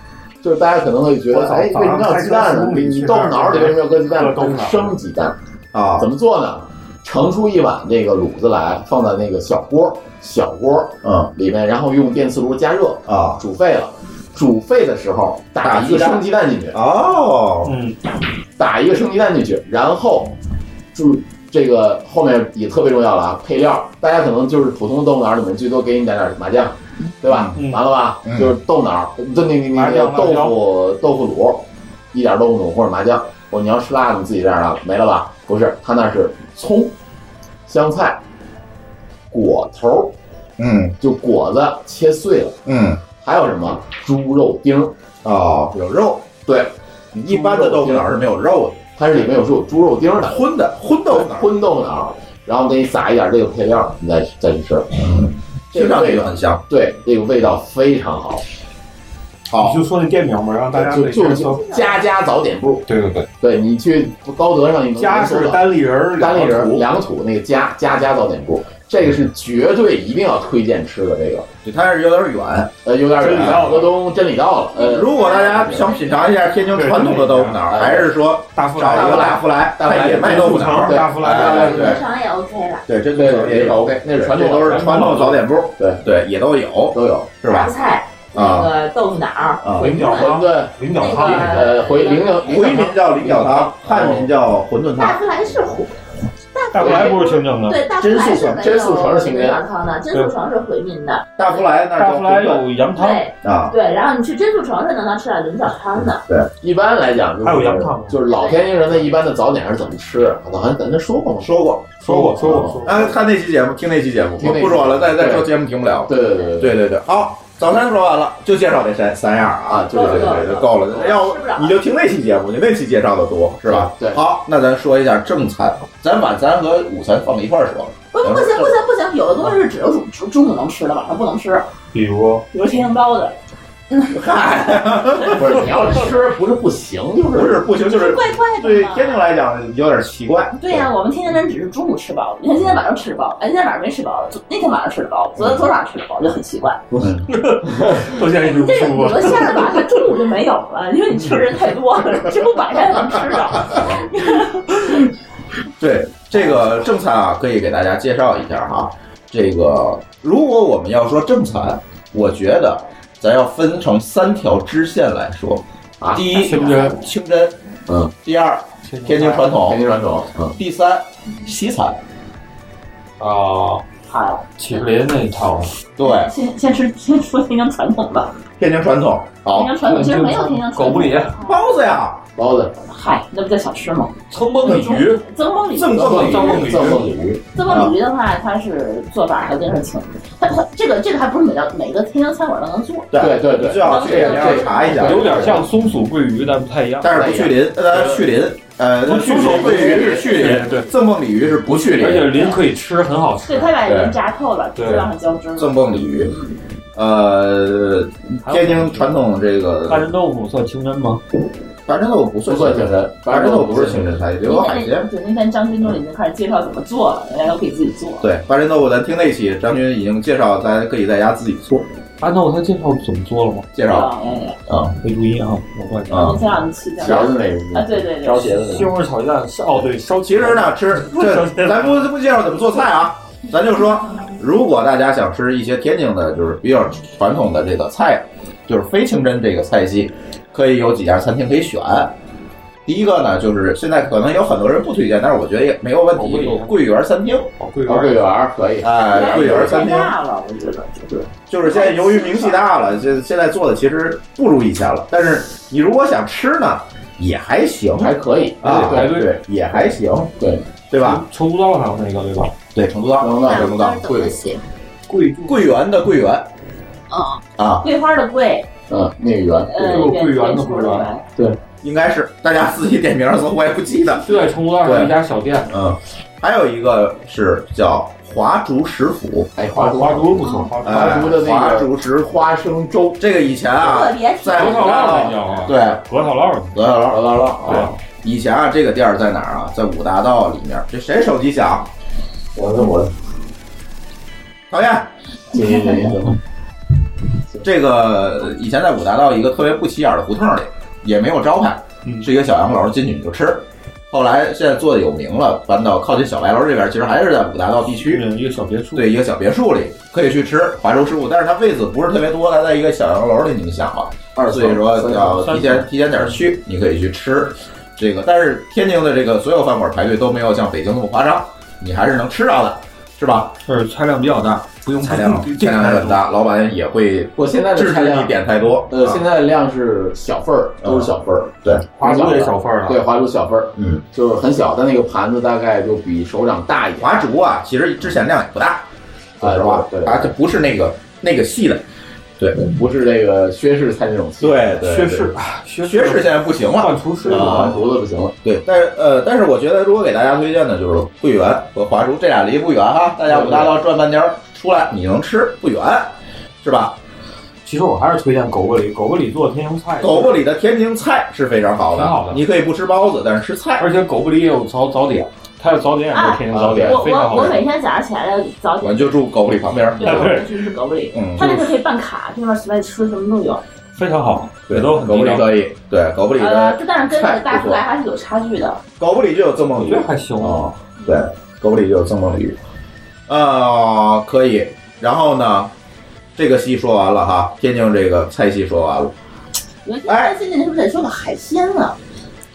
[SPEAKER 3] 就是大家可能会觉
[SPEAKER 1] 我
[SPEAKER 3] 得，
[SPEAKER 1] 操
[SPEAKER 3] 哎，为
[SPEAKER 1] 早
[SPEAKER 3] 什
[SPEAKER 1] 上
[SPEAKER 3] 么要
[SPEAKER 1] 开
[SPEAKER 3] 鸡
[SPEAKER 1] 车
[SPEAKER 3] 蛋呢
[SPEAKER 1] 15？
[SPEAKER 3] 你
[SPEAKER 1] 米
[SPEAKER 3] 你
[SPEAKER 1] 去
[SPEAKER 3] 豆
[SPEAKER 1] 那儿
[SPEAKER 3] 腐脑儿里为什么要搁鸡蛋呢？
[SPEAKER 1] 搁豆腐脑儿
[SPEAKER 3] 生鸡蛋
[SPEAKER 1] 啊？
[SPEAKER 3] 怎么做呢？盛出一碗这个卤子来，放在那个小锅小锅
[SPEAKER 1] 嗯
[SPEAKER 3] 里面，然后用电磁炉加热
[SPEAKER 1] 啊，
[SPEAKER 3] 煮沸了。煮沸的时候打一个生鸡蛋进去
[SPEAKER 1] 哦，
[SPEAKER 3] 嗯，打一个生鸡蛋进去，然后注这个后面也特别重要了啊，配料大家可能就是普通的豆腐脑里面最多给你点点麻酱，对吧？完了吧，
[SPEAKER 1] 嗯
[SPEAKER 3] 就是豆脑，就那那那
[SPEAKER 1] 麻
[SPEAKER 3] 个
[SPEAKER 1] 酱
[SPEAKER 3] 豆
[SPEAKER 1] 辣椒
[SPEAKER 3] 腐豆腐卤，一点豆腐乳或者麻酱。我你要吃辣的，你自己这样辣，没了吧？不是，他那是葱、香菜、果头，
[SPEAKER 1] 嗯
[SPEAKER 3] 就果子切碎了，
[SPEAKER 1] 嗯，
[SPEAKER 3] 还有什么猪肉丁儿
[SPEAKER 1] 哦，有肉，
[SPEAKER 3] 对，
[SPEAKER 1] 一般的豆腐脑是没有肉的，
[SPEAKER 3] 它是里面有是有猪肉丁儿的，
[SPEAKER 1] 荤的荤豆腐脑，
[SPEAKER 3] 荤豆腐脑，然后给你撒一点这个配料，你再再去吃，
[SPEAKER 1] 听上去就
[SPEAKER 3] 很
[SPEAKER 1] 香，
[SPEAKER 3] 对，这个味道非常好。
[SPEAKER 1] 好，
[SPEAKER 3] 你就说那店名吧，让
[SPEAKER 6] 大家
[SPEAKER 3] 就
[SPEAKER 6] 每个
[SPEAKER 3] 就
[SPEAKER 6] 人
[SPEAKER 3] 就
[SPEAKER 6] 搜
[SPEAKER 3] 家家早点部，
[SPEAKER 6] 对对对，
[SPEAKER 3] 对你去高德上你能
[SPEAKER 6] 家
[SPEAKER 3] 能搜
[SPEAKER 6] 是
[SPEAKER 3] 到
[SPEAKER 6] 单立人儿
[SPEAKER 3] 单立人儿
[SPEAKER 6] 两土
[SPEAKER 3] 两土那个家家家早点部，这个是绝对一定要推荐吃的这个。
[SPEAKER 1] 对，它是有点远，
[SPEAKER 3] 呃，有点
[SPEAKER 1] 真理
[SPEAKER 3] 远，
[SPEAKER 1] 到了
[SPEAKER 3] 河东真理到了。呃，
[SPEAKER 1] 如果大家想品尝一下天津传统的豆腐脑，还是说
[SPEAKER 3] 大
[SPEAKER 1] 福来找一个大福来
[SPEAKER 3] 大福来
[SPEAKER 1] 也卖豆腐脑
[SPEAKER 3] 对
[SPEAKER 1] 大福来
[SPEAKER 3] 大福来
[SPEAKER 1] 对
[SPEAKER 5] 日常也 OK 了。
[SPEAKER 1] 对，这
[SPEAKER 3] 对
[SPEAKER 1] 个也
[SPEAKER 3] 这
[SPEAKER 1] 有
[SPEAKER 3] 个 OK，那是
[SPEAKER 1] 对
[SPEAKER 3] 传统
[SPEAKER 1] 这都是传统早点部，
[SPEAKER 3] 对
[SPEAKER 1] 对，也都有
[SPEAKER 3] 都有，
[SPEAKER 1] 是吧？
[SPEAKER 5] 菜，那
[SPEAKER 1] 啊
[SPEAKER 5] 个豆腐脑儿
[SPEAKER 1] 啊，
[SPEAKER 5] 馄饨，
[SPEAKER 3] 对，
[SPEAKER 6] 菱
[SPEAKER 5] 角汤呃
[SPEAKER 3] 回菱角
[SPEAKER 1] 回民叫菱角汤，汉民叫馄饨
[SPEAKER 5] 大
[SPEAKER 1] 汤，
[SPEAKER 5] 福来是馄，
[SPEAKER 6] 大福来不是清蒸的，
[SPEAKER 5] 对，大福
[SPEAKER 1] 真
[SPEAKER 5] 来
[SPEAKER 1] 素
[SPEAKER 5] 是
[SPEAKER 1] 城
[SPEAKER 5] 没
[SPEAKER 1] 真素城
[SPEAKER 5] 有
[SPEAKER 1] 是清
[SPEAKER 5] 没
[SPEAKER 1] 真
[SPEAKER 5] 有汤的，真素城是回民的。
[SPEAKER 1] 大福来那儿
[SPEAKER 6] 大福来有羊汤
[SPEAKER 5] 对
[SPEAKER 1] 啊
[SPEAKER 5] 对，然后你去真素城是能能吃到菱角汤的。
[SPEAKER 1] 对，
[SPEAKER 3] 一般来讲就是
[SPEAKER 6] 还有羊汤
[SPEAKER 3] 就是老天津人的一般的早点是怎么吃？好像咱咱说过吗？
[SPEAKER 1] 说过，
[SPEAKER 3] 说过，说过。
[SPEAKER 1] 啊，看那期节目，听那期节目，
[SPEAKER 3] 听那期
[SPEAKER 1] 不说了，再再说
[SPEAKER 3] 对
[SPEAKER 1] 节目听不了。
[SPEAKER 3] 对对对
[SPEAKER 1] 对对对，好，早餐说完了，就介绍这三三样啊，对对对对，就够了。要不你就听那期节目，你那期介绍的多是吧？
[SPEAKER 3] 对。
[SPEAKER 1] 好，那咱说一下正餐，咱晚餐和午餐放一块儿说。
[SPEAKER 5] 不不行不行不行，有的东西是只有中中中午能吃的，晚上不能吃，
[SPEAKER 6] 比如
[SPEAKER 5] 比如天津包子。
[SPEAKER 3] 不是你要吃不是不行，就是
[SPEAKER 1] 不是不行，就是
[SPEAKER 5] 怪怪的嘛
[SPEAKER 1] 对天津来讲有点奇怪。
[SPEAKER 5] 对呀、我们天津人只是中午吃包子，你看今天晚上吃的包子，哎，今天晚上没吃包子，那天晚上吃的包子，昨天昨天晚上吃的包子就很奇怪。
[SPEAKER 1] 嗯
[SPEAKER 6] 都现在一直不
[SPEAKER 5] 这个
[SPEAKER 6] 舒
[SPEAKER 5] 有
[SPEAKER 6] 服。
[SPEAKER 5] 的馅儿吧，它中午就没有了，因为你吃的人太多了，这不晚上也能吃到。
[SPEAKER 1] 对这个正餐啊，可以给大家介绍一下哈。这个如果我们要说正餐，我觉得咱要分成三条支线来说。
[SPEAKER 3] 啊
[SPEAKER 1] 第一，
[SPEAKER 3] 清真
[SPEAKER 1] 清真，
[SPEAKER 3] 嗯。
[SPEAKER 1] 第二，天津传统，
[SPEAKER 3] 天津传统。嗯。
[SPEAKER 1] 第三，西餐。
[SPEAKER 6] 啊，
[SPEAKER 5] 好，
[SPEAKER 6] 起林那一套，
[SPEAKER 1] 对，
[SPEAKER 6] 嗯
[SPEAKER 5] 先先吃，先说天津传统吧。
[SPEAKER 1] 天津传统，好
[SPEAKER 5] 天津传统其实没有天津传统
[SPEAKER 6] 狗不理，
[SPEAKER 1] 包子呀，
[SPEAKER 3] 包子，
[SPEAKER 5] 嗨，那不叫小吃吗？
[SPEAKER 6] 噌蹦鲤鱼，
[SPEAKER 5] 曾崩鲤
[SPEAKER 6] 赠赠
[SPEAKER 5] 鱼，
[SPEAKER 6] 赠赠鲤鱼
[SPEAKER 3] 赠鲤鱼，
[SPEAKER 5] 曾啊崩鲤鱼的话，它是做法还真是挺，它它这个这个还不是每个每个天津餐馆都能做。
[SPEAKER 1] 对
[SPEAKER 3] 对对
[SPEAKER 1] 最好去
[SPEAKER 3] 这
[SPEAKER 1] 这要查一下，
[SPEAKER 6] 有点像松鼠桂鱼，但不太一样。
[SPEAKER 1] 但是不去鳞，呃，去鳞，呃，
[SPEAKER 6] 不去
[SPEAKER 1] 松
[SPEAKER 6] 鳞
[SPEAKER 1] 鼠桂鱼是去鳞，
[SPEAKER 6] 对
[SPEAKER 1] 赠蹦鲤鱼是不去
[SPEAKER 6] 而且
[SPEAKER 1] 鳞，
[SPEAKER 6] 鳞可以吃，很好吃。
[SPEAKER 5] 对，它把
[SPEAKER 1] 对
[SPEAKER 5] 鱼炸透了，
[SPEAKER 6] 对
[SPEAKER 5] 就让它浇汁儿。
[SPEAKER 1] 赠蹦鲤鱼，呃，天津传统这个
[SPEAKER 6] 大。仁豆腐算清真吗？
[SPEAKER 1] 八珍豆腐不
[SPEAKER 3] 不算清真
[SPEAKER 1] 八珍豆腐不是清真菜，留
[SPEAKER 5] 那
[SPEAKER 1] 个
[SPEAKER 5] 那
[SPEAKER 1] 海鲜。
[SPEAKER 5] 对，那天张军都已经开始介绍怎么做了，人家都可以自己做。
[SPEAKER 1] 对，八珍豆腐咱听那期张军已经介绍，咱可以在家自己做，
[SPEAKER 6] 啊，那我他介绍怎么做了吗？
[SPEAKER 1] 介绍
[SPEAKER 5] 啊，哎哎
[SPEAKER 1] 啊
[SPEAKER 6] 没注意啊，我怪你。
[SPEAKER 5] 那天让你吃
[SPEAKER 1] 嗯
[SPEAKER 3] 小子那个
[SPEAKER 5] 啊，对对对，
[SPEAKER 3] 烧茄子
[SPEAKER 6] 西红柿炒鸡蛋是哦，对，烧
[SPEAKER 1] 其实呢，吃这咱不不介绍怎么做菜啊，咱就说，如果大家想吃一些天津的，就是比较传统的这个菜，就是非清真这个菜系，可以有几家餐厅可以选。第一个呢，就是现在可能有很多人不推荐，但是我觉得也没有问题。桂园餐厅，
[SPEAKER 6] 哦桂
[SPEAKER 3] 儿桂圆儿可以。
[SPEAKER 1] 哎，桂园餐厅
[SPEAKER 5] 太大
[SPEAKER 1] 嗯
[SPEAKER 5] 了，我觉得就是
[SPEAKER 1] 就是现在由于名气大了，现现在做的其实不如以前了。但是你如果想吃呢，也还行，
[SPEAKER 3] 还可以
[SPEAKER 1] 啊，
[SPEAKER 3] 对对
[SPEAKER 1] 对，也还行，
[SPEAKER 3] 对
[SPEAKER 1] 对吧？
[SPEAKER 6] 成都道上那个对吧？
[SPEAKER 1] 对，成都道，
[SPEAKER 3] 成都道
[SPEAKER 1] 成都道，桂
[SPEAKER 4] 写，
[SPEAKER 6] 桂
[SPEAKER 1] 桂园的桂园
[SPEAKER 4] 嗯，
[SPEAKER 1] 啊，
[SPEAKER 5] 桂花的桂，
[SPEAKER 3] 嗯，那个圆，
[SPEAKER 5] 呃，
[SPEAKER 6] 这个桂
[SPEAKER 5] 圆
[SPEAKER 6] 圆的桂圆
[SPEAKER 5] 圆，
[SPEAKER 3] 对，
[SPEAKER 1] 应该是大家自己点名字，我也不记 得。
[SPEAKER 6] 对，成都道上一家小店，
[SPEAKER 1] 嗯，还有一个是叫华竹食府，
[SPEAKER 3] 哎，花
[SPEAKER 6] 华
[SPEAKER 3] 竹
[SPEAKER 6] 华竹不错，华竹
[SPEAKER 1] 哎
[SPEAKER 3] 华竹的那个
[SPEAKER 1] 华竹食府
[SPEAKER 3] 花生粥，
[SPEAKER 1] 这个以前啊
[SPEAKER 5] 特别，
[SPEAKER 1] 在
[SPEAKER 6] 核
[SPEAKER 1] 我
[SPEAKER 6] 桃
[SPEAKER 1] 们
[SPEAKER 6] 烙那
[SPEAKER 1] 大道，
[SPEAKER 6] 叫啊，
[SPEAKER 1] 对，
[SPEAKER 6] 核桃烙
[SPEAKER 1] 德小
[SPEAKER 3] 啦
[SPEAKER 1] 楼
[SPEAKER 3] 啦啦
[SPEAKER 6] 对
[SPEAKER 3] 啊！
[SPEAKER 1] 以前啊，这个店儿在哪儿啊？在五大道里面。这谁手机响？
[SPEAKER 3] 我我
[SPEAKER 1] 讨厌，
[SPEAKER 3] 行行行行，
[SPEAKER 1] 这个以前在五大道一个特别不起眼的胡同里，也没有招牌，
[SPEAKER 14] 嗯
[SPEAKER 1] 是一个小洋楼，进去你就吃。后来现在做的有名了，搬到靠近小白楼这边，其实还是在五大道地区，
[SPEAKER 14] 一个小别墅，
[SPEAKER 1] 对，一个小别墅里可以去吃华州师傅，但是它位子不是特别多，它在一个小洋楼里，你们想吧，
[SPEAKER 2] 二
[SPEAKER 1] 所以说
[SPEAKER 2] 层
[SPEAKER 1] 要
[SPEAKER 2] 三层
[SPEAKER 1] 提前提前点儿去，你可以去吃这个，但是天津的这个所有饭馆排队都没有像北京那么夸张，你还是能吃到的，是吧？
[SPEAKER 14] 是菜量比较大，不
[SPEAKER 6] 嗯
[SPEAKER 14] 用
[SPEAKER 1] 菜 量
[SPEAKER 14] 不用
[SPEAKER 1] 菜量还很大，老板也会
[SPEAKER 3] 我现在的
[SPEAKER 1] 制
[SPEAKER 3] 菜
[SPEAKER 1] 止
[SPEAKER 3] 量
[SPEAKER 1] 你点太多。
[SPEAKER 3] 呃，
[SPEAKER 1] 啊
[SPEAKER 3] 现在的量是小份儿，都是小份儿，对，
[SPEAKER 1] 华
[SPEAKER 3] 竹
[SPEAKER 1] 竹也小份儿啊
[SPEAKER 3] 对，华竹小份儿，
[SPEAKER 1] 嗯，
[SPEAKER 3] 就是很小，但那个盘子大概就比手掌大一点。
[SPEAKER 1] 华竹啊，其实之前量也不大，哎
[SPEAKER 3] 说实话，对，
[SPEAKER 1] 它啊不是那个那个细的，对，
[SPEAKER 3] 不是那个薛氏菜那种细的，
[SPEAKER 1] 对
[SPEAKER 3] 薛
[SPEAKER 1] 薛
[SPEAKER 3] 氏
[SPEAKER 1] 氏
[SPEAKER 6] 啊
[SPEAKER 1] 学士现在不行了，换
[SPEAKER 14] 厨
[SPEAKER 1] 师
[SPEAKER 3] 换厨子不行了。
[SPEAKER 1] 对，但是呃，但是我觉得如果给大家推荐的就是桂圆和华叔这俩离不远哈，大家五大道转半天儿出来你能吃不远，是吧？
[SPEAKER 6] 其实我还是推荐狗不理，狗不理做天津菜，
[SPEAKER 1] 狗不理的天津菜是非常好的，
[SPEAKER 6] 挺好的
[SPEAKER 1] 你可以不吃包子，但是吃菜，
[SPEAKER 6] 而且狗不理也有早早点，它有早点也
[SPEAKER 5] 啊
[SPEAKER 6] 是天津早点
[SPEAKER 5] 我，
[SPEAKER 6] 非常
[SPEAKER 5] 我
[SPEAKER 6] 好
[SPEAKER 5] 我每
[SPEAKER 6] 吃。嗯
[SPEAKER 5] 天早上起来的早
[SPEAKER 1] 我
[SPEAKER 5] 点，
[SPEAKER 1] 就住狗不理旁边儿。
[SPEAKER 5] 对，我去吃狗不理
[SPEAKER 1] 嗯，
[SPEAKER 5] 他那个可以办卡，那边随便吃什么都有。
[SPEAKER 6] 非常好，
[SPEAKER 1] 对，狗不理可以，对，狗不理
[SPEAKER 5] 呃，
[SPEAKER 1] 的
[SPEAKER 5] 这但是跟那个
[SPEAKER 1] 菜
[SPEAKER 5] 大
[SPEAKER 1] 不
[SPEAKER 5] 福
[SPEAKER 1] 错
[SPEAKER 5] 来还是有差距的。
[SPEAKER 1] 狗不理就有赠梦鱼，
[SPEAKER 6] 还行
[SPEAKER 1] 啊。对，狗不理就有赠梦鱼，呃，可以。然后呢，这个戏说完了哈，天津这个菜系说完了。
[SPEAKER 5] 有一
[SPEAKER 1] 哎
[SPEAKER 5] 天最近是不是得说个海鲜了？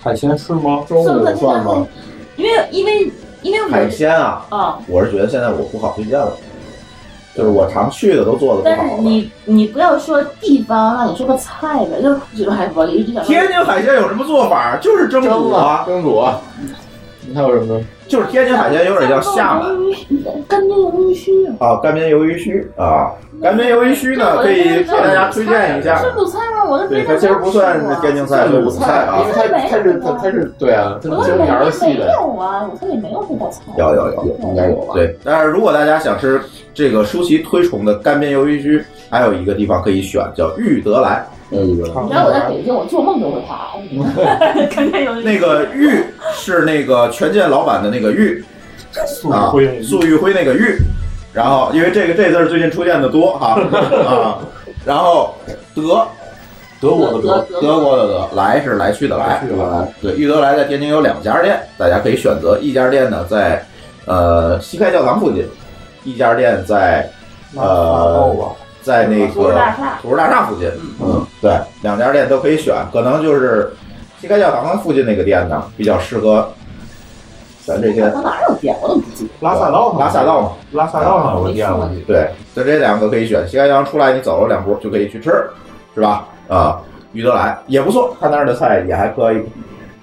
[SPEAKER 6] 海鲜是吗？
[SPEAKER 3] 中
[SPEAKER 5] 算不算天津菜？因为因为因为
[SPEAKER 1] 海
[SPEAKER 5] 我
[SPEAKER 1] 鲜啊，
[SPEAKER 5] 啊，
[SPEAKER 1] 我是觉得现在我不好推荐了，就是我常去的都做的
[SPEAKER 5] 但
[SPEAKER 1] 不好
[SPEAKER 5] 是
[SPEAKER 1] 了。
[SPEAKER 5] 你你不要说地方，那你说个菜呗，就是这种海我一直想说
[SPEAKER 1] 天津海鲜有什么做法？就是蒸煮啊，
[SPEAKER 3] 蒸煮啊。你还有什么呢？
[SPEAKER 1] 就是天津海鲜有点像厦门
[SPEAKER 5] 门干煸鱿鱼须，
[SPEAKER 1] 啊，干煸鱿鱼须啊，干煸鱿鱼须呢，可以给大家推荐一下。
[SPEAKER 5] 是鲁菜吗？我都
[SPEAKER 1] 对，它其实不算天津菜，
[SPEAKER 3] 算
[SPEAKER 1] 算
[SPEAKER 3] 鲁菜
[SPEAKER 1] 菜
[SPEAKER 3] 啊
[SPEAKER 1] 啊。，
[SPEAKER 3] 它它是它它是对啊，它
[SPEAKER 5] 我
[SPEAKER 3] 其实
[SPEAKER 5] 北
[SPEAKER 3] 条是
[SPEAKER 5] 京
[SPEAKER 3] 细
[SPEAKER 5] 没
[SPEAKER 3] 的。
[SPEAKER 5] 有啊，我这里没有这道菜。啊
[SPEAKER 1] 有有有，
[SPEAKER 3] 应该有吧
[SPEAKER 1] 哦对，但是如果大家想吃这个舒淇推崇的干煸鱿鱼须，还有一个地方可以选，叫玉德来。
[SPEAKER 3] 嗯，
[SPEAKER 5] 你知道我
[SPEAKER 6] 啊
[SPEAKER 5] 在北京，我做梦都会 怕。干煸鱿鱼
[SPEAKER 1] 那个玉是那个全健老板的那个玉，
[SPEAKER 6] 素
[SPEAKER 1] 啊，
[SPEAKER 6] 灰
[SPEAKER 1] 粟裕辉那个玉，然后因为这个这字儿最近出现的多哈 啊，然后德
[SPEAKER 6] 德国
[SPEAKER 5] 德
[SPEAKER 6] 的德，
[SPEAKER 5] 德
[SPEAKER 1] 德国的德，来是来去的来，
[SPEAKER 3] 去的来
[SPEAKER 1] 对，玉德来在天津有两家店，大家可以选择，一家店呢在呃西开教堂附近，一家店在
[SPEAKER 6] 哦
[SPEAKER 1] 呃
[SPEAKER 6] 吧，
[SPEAKER 1] 在那
[SPEAKER 5] 图书
[SPEAKER 1] 个
[SPEAKER 5] 大厦
[SPEAKER 1] 图书大厦附近，嗯，对，两家店都可以选，可能就是西开教堂附近那个店呢比较适合咱这些
[SPEAKER 5] 我哪有店？我都不记得。
[SPEAKER 6] 拉萨道上，
[SPEAKER 1] 呃拉萨道嘛。
[SPEAKER 6] 拉萨道上有个店嘛，
[SPEAKER 1] 对，就这两个可以选。西开阳出来，你走了两步就可以去吃，是吧？啊，于德来也不错，他那儿的菜也还可以。